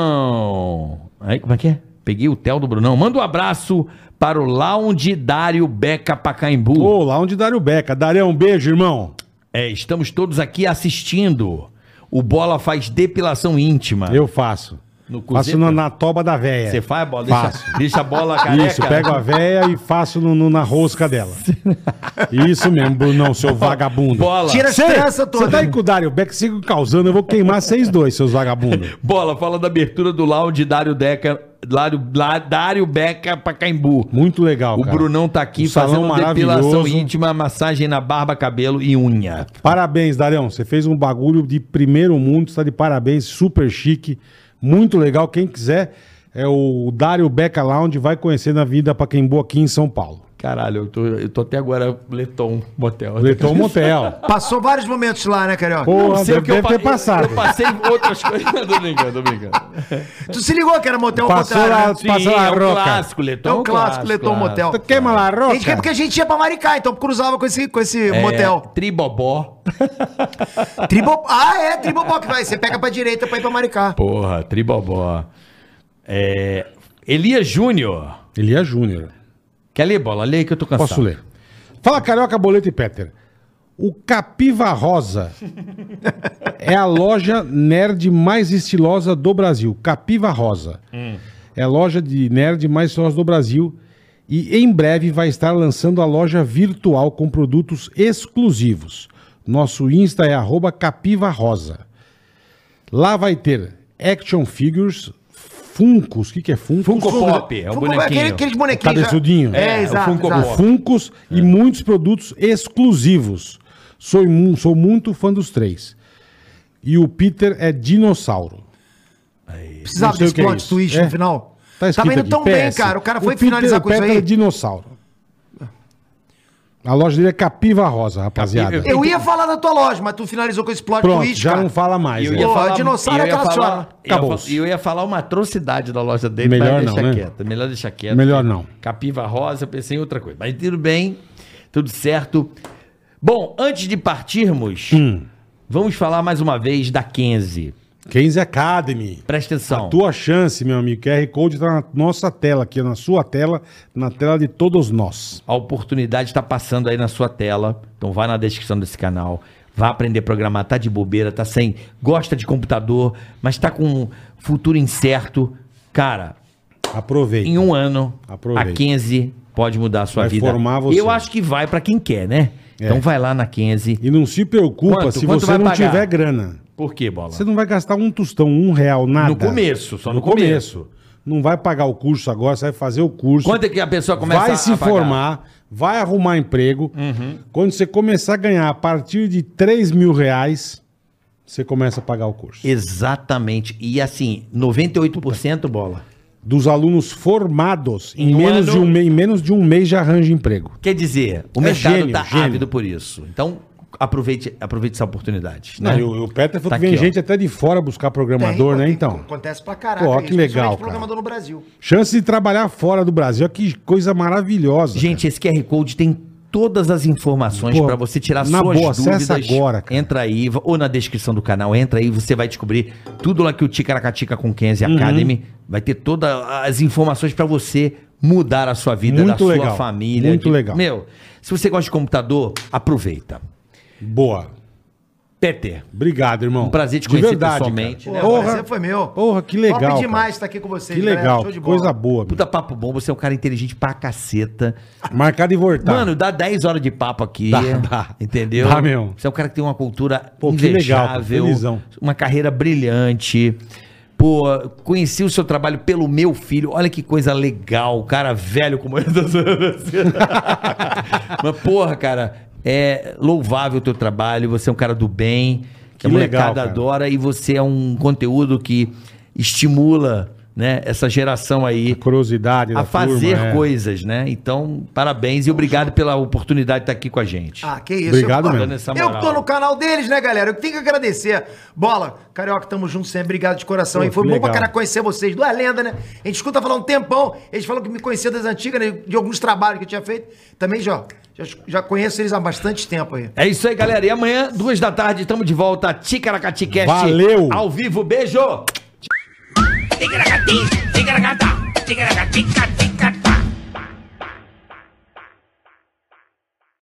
Speaker 4: Brunão. Aí, como é que é? Peguei o Theo do Brunão. Manda um abraço para o Lounge Dário Beca Pacaembu.
Speaker 3: Ô, lá onde Dário Beca. Darião, um beijo, irmão.
Speaker 4: É, estamos todos aqui assistindo. O Bola faz depilação íntima.
Speaker 3: Eu faço.
Speaker 4: No
Speaker 3: faço
Speaker 4: Cuseta?
Speaker 3: na, na toba da véia.
Speaker 4: Você faz, Bola? Deixa,
Speaker 3: Faço.
Speaker 4: deixa a bola careca.
Speaker 3: Isso, pego a véia e faço no- no- na rosca dela. Isso mesmo, Brunão, seu vagabundo.
Speaker 4: Bola.
Speaker 2: Tira as tranças
Speaker 3: Você
Speaker 2: todas.
Speaker 3: tá aí com o Dário Beck, sigo causando, eu vou queimar vocês dois, seus vagabundos.
Speaker 4: Bola, fala da abertura do Lounge Dário Deca. Dário, Lá- Dário Beca Pacaembu.
Speaker 3: Muito legal,
Speaker 4: O
Speaker 3: cara.
Speaker 4: Brunão tá aqui
Speaker 3: Um salão
Speaker 4: fazendo depilação
Speaker 3: maravilhoso.
Speaker 4: íntima, massagem na barba, cabelo e unha.
Speaker 3: Parabéns, Darião. Você fez um bagulho de primeiro mundo, está de parabéns, super chique, muito legal. Quem quiser é o Dário Beca Lounge, vai conhecer na vida pra quem boa aqui em São Paulo.
Speaker 4: Caralho, eu tô, eu tô até agora Leton Motel.
Speaker 3: Letou Motel.
Speaker 2: Passou vários momentos lá, né, Carioca?
Speaker 3: Porra,
Speaker 4: Sei o
Speaker 3: deve,
Speaker 4: que eu
Speaker 3: deve
Speaker 4: pa-
Speaker 3: ter passado.
Speaker 4: Eu, eu passei outras coisas. tô brincando, tô brincando.
Speaker 2: Tu se ligou que era motel
Speaker 3: Ah, Passou
Speaker 2: contrário,
Speaker 3: lá-
Speaker 2: né?
Speaker 3: Sim, Passa lá,
Speaker 4: é um
Speaker 3: Roca.
Speaker 4: clássico, Leton.
Speaker 2: É um clássico, Leton Motel.
Speaker 3: Tu Queima lá, a
Speaker 2: A
Speaker 3: roca.
Speaker 2: gente, porque a gente ia pra Maricá, então cruzava com esse, com esse
Speaker 4: É,
Speaker 2: motel.
Speaker 4: Tribobó.
Speaker 2: Tribo... Ah, é, Tribopó que vai. Você pega pra direita pra ir pra Maricá.
Speaker 4: Porra, Tribobó. É, Elias Júnior.
Speaker 3: Elia Júnior.
Speaker 4: Quer ler, Bola? Lê aí que eu tô cansado.
Speaker 3: Posso ler. Fala, Carioca, Boleto e Peter. O Capiva Rosa é a loja nerd mais estilosa do Brasil. Capiva Rosa.
Speaker 4: Hum.
Speaker 3: É a loja de nerd mais estilosa do Brasil. E em breve vai estar lançando a loja virtual com produtos exclusivos. Nosso Insta é arroba Capiva Rosa. Lá vai ter action figures, Funcos. O que, que é Funko?
Speaker 4: Funko Pop, é o
Speaker 2: Funko-
Speaker 4: bonequinho.
Speaker 2: Aquele, aqueles
Speaker 3: Tá
Speaker 2: bonequinhos.
Speaker 3: Cabeçudinho.
Speaker 2: já- É,
Speaker 4: É, o
Speaker 2: exato.
Speaker 4: Funko
Speaker 2: exato.
Speaker 4: Pop. É.
Speaker 3: Funcos e muitos produtos exclusivos. Sou, mu- sou muito fã dos três. E o Peter é dinossauro.
Speaker 2: Precisava
Speaker 3: Não sei
Speaker 2: desse
Speaker 3: o que é
Speaker 2: plot
Speaker 3: isso.
Speaker 2: twist
Speaker 3: É.
Speaker 2: no final.
Speaker 3: Tá escrito
Speaker 2: Tava indo
Speaker 3: aqui,
Speaker 2: tão bem,
Speaker 3: PS.
Speaker 2: cara. O cara foi
Speaker 3: Peter-
Speaker 2: finalizar com isso
Speaker 3: Peter é
Speaker 2: aí.
Speaker 3: dinossauro. A loja dele é Capiva Rosa, rapaziada.
Speaker 4: Capiva-
Speaker 2: Eu ia falar da tua loja, mas tu finalizou com esse plot
Speaker 3: Pronto,
Speaker 2: twist,
Speaker 3: já
Speaker 2: cara.
Speaker 3: não fala
Speaker 4: E
Speaker 3: mais.
Speaker 4: eu
Speaker 3: né?
Speaker 4: ia
Speaker 2: Porra,
Speaker 4: falar,
Speaker 2: dinossauro é
Speaker 4: eu ia
Speaker 2: aquela
Speaker 4: falar-
Speaker 2: senhora.
Speaker 4: eu ia
Speaker 3: Acabou.
Speaker 4: fa- Eu ia falar uma atrocidade da loja dele, mas
Speaker 3: Melhor
Speaker 4: deixa
Speaker 3: não, né?
Speaker 4: quieto. Melhor deixar quieto.
Speaker 3: Melhor não.
Speaker 4: Capiva rosa, eu pensei em outra coisa. Mas tudo bem, tudo certo. Bom, antes de partirmos,
Speaker 3: Hum.
Speaker 4: vamos falar mais uma vez da Kenzie.
Speaker 3: Kenzie Academy.
Speaker 4: Presta atenção.
Speaker 3: Tua chance, meu amigo. QR Code tá na nossa tela aqui, na sua tela, na tela de todos nós.
Speaker 4: A oportunidade está passando aí na sua tela. Então vai na descrição desse canal. Vai aprender a programar, tá de bobeira, tá sem. Gosta de computador, mas tá com um futuro incerto. Cara,
Speaker 3: Aproveita.
Speaker 4: em um ano,
Speaker 3: Aproveita.
Speaker 4: a 15 pode mudar a sua
Speaker 3: Vai
Speaker 4: vida.
Speaker 3: formar você. É.
Speaker 4: Eu acho que vai pra quem quer, né? Então vai lá na 15.
Speaker 3: E não se preocupa
Speaker 4: Quanto?
Speaker 3: se
Speaker 4: Quanto
Speaker 3: você
Speaker 4: vai
Speaker 3: não
Speaker 4: pagar?
Speaker 3: tiver grana.
Speaker 4: Por quê, bola?
Speaker 3: Você não vai gastar um tostão, um real, nada.
Speaker 4: No começo, só no começo.
Speaker 3: Não vai pagar o curso agora, você vai fazer o curso.
Speaker 4: Quanto é que a pessoa começa
Speaker 3: vai
Speaker 4: a
Speaker 3: se
Speaker 4: pagar?
Speaker 3: formar, vai Uhum. arrumar emprego. Quando você começar a ganhar a partir de 3 mil reais, você começa a pagar o curso.
Speaker 4: Exatamente. E assim, 98% bola.
Speaker 3: Dos alunos formados, em,
Speaker 4: Em um
Speaker 3: menos de
Speaker 4: ano-
Speaker 3: um mês, em menos de um mês já arranja emprego.
Speaker 4: Quer dizer, o
Speaker 3: É
Speaker 4: mercado
Speaker 3: gênio,
Speaker 4: está
Speaker 3: gênio.
Speaker 4: ávido por isso. Então, aproveite, aproveite essa oportunidade.
Speaker 3: Não,
Speaker 4: né?
Speaker 3: e o, e o Petra falou
Speaker 4: Tá
Speaker 3: que vem
Speaker 4: aqui, ó.
Speaker 3: gente até de fora buscar programador,
Speaker 2: Tem,
Speaker 3: né?
Speaker 2: tem,
Speaker 3: Então.
Speaker 2: Acontece pra caraca.
Speaker 3: Pô,
Speaker 2: isso,
Speaker 3: que
Speaker 2: principalmente
Speaker 3: legal, cara.
Speaker 2: programador no Brasil.
Speaker 3: Chance de trabalhar fora do Brasil. Olha que coisa maravilhosa.
Speaker 4: Gente, esse QR Code tem todas as informações
Speaker 3: Pô,
Speaker 4: para você tirar
Speaker 3: na
Speaker 4: suas
Speaker 3: boa,
Speaker 4: dúvidas.
Speaker 3: acessa agora, cara.
Speaker 4: Entra aí, va- ou na descrição do canal, entra aí, você vai descobrir tudo lá que o Ticaracatica com Kenzie
Speaker 3: Uhum.
Speaker 4: Academy vai ter todas as informações para você mudar a sua vida,
Speaker 3: Muito
Speaker 4: da sua
Speaker 3: legal,
Speaker 4: família.
Speaker 3: muito
Speaker 4: de-
Speaker 3: legal.
Speaker 4: Meu, se você gosta de computador, aproveita.
Speaker 3: Boa.
Speaker 4: Peter,
Speaker 3: Obrigado, irmão.
Speaker 4: Um prazer te
Speaker 3: De
Speaker 4: conhecer
Speaker 3: verdade,
Speaker 4: pessoalmente,
Speaker 3: cara.
Speaker 4: né?
Speaker 2: Porra,
Speaker 3: Porra,
Speaker 2: prazer foi meu.
Speaker 3: porra, que legal,
Speaker 2: Top
Speaker 3: cara.
Speaker 2: demais estar aqui com vocês.
Speaker 3: que
Speaker 2: galera.
Speaker 3: legal.
Speaker 2: Show de
Speaker 3: que
Speaker 2: bola.
Speaker 3: coisa boa. bicho.
Speaker 4: puta papo bom, você é um cara inteligente pra caceta.
Speaker 3: Marcado e voltar.
Speaker 4: Mano, dá 10 horas de papo aqui.
Speaker 3: Dá, dá.
Speaker 4: Entendeu?
Speaker 3: Dá mesmo.
Speaker 4: Você é um cara que tem uma cultura
Speaker 3: Pô, que legal, cara.
Speaker 4: invejável.
Speaker 3: Felizão.
Speaker 4: uma carreira brilhante. Pô, conheci o seu trabalho pelo meu filho. Olha que coisa legal. Cara velho como eu tô zoando assim. Mas, porra, cara, é louvável o teu trabalho. Você é um cara do bem. Que
Speaker 3: Que
Speaker 4: a molecada
Speaker 3: legal, cara.
Speaker 4: adora. E você é um conteúdo que estimula né, essa geração aí
Speaker 3: Curiosidade da
Speaker 4: a fazer
Speaker 3: turma, é.
Speaker 4: coisas, né? Então, parabéns e obrigado pela oportunidade de estar aqui com a gente.
Speaker 2: Ah, que isso.
Speaker 3: Obrigado
Speaker 2: eu,
Speaker 3: mesmo.
Speaker 4: Dando essa
Speaker 2: Eu
Speaker 4: moral.
Speaker 2: que tô no canal deles, né, galera? Eu tenho que agradecer. Bola, Carioca, tamo junto sempre. Obrigado de coração.
Speaker 3: Pô,
Speaker 2: e foi
Speaker 3: que
Speaker 2: bom
Speaker 3: legal.
Speaker 2: pra cara conhecer vocês. Duas lendas, né? A gente escuta falar um tempão. Eles falam que me conheciam das antigas, né? De alguns trabalhos que eu tinha feito. Também já, já, já conheço eles há bastante tempo aí.
Speaker 4: É isso aí, galera. E amanhã, duas da tarde, estamos de volta. Ticaracatecast.
Speaker 3: Valeu!
Speaker 4: Ao vivo. Beijo!
Speaker 1: Tigra gatinho, tigra gata, tigra gatica,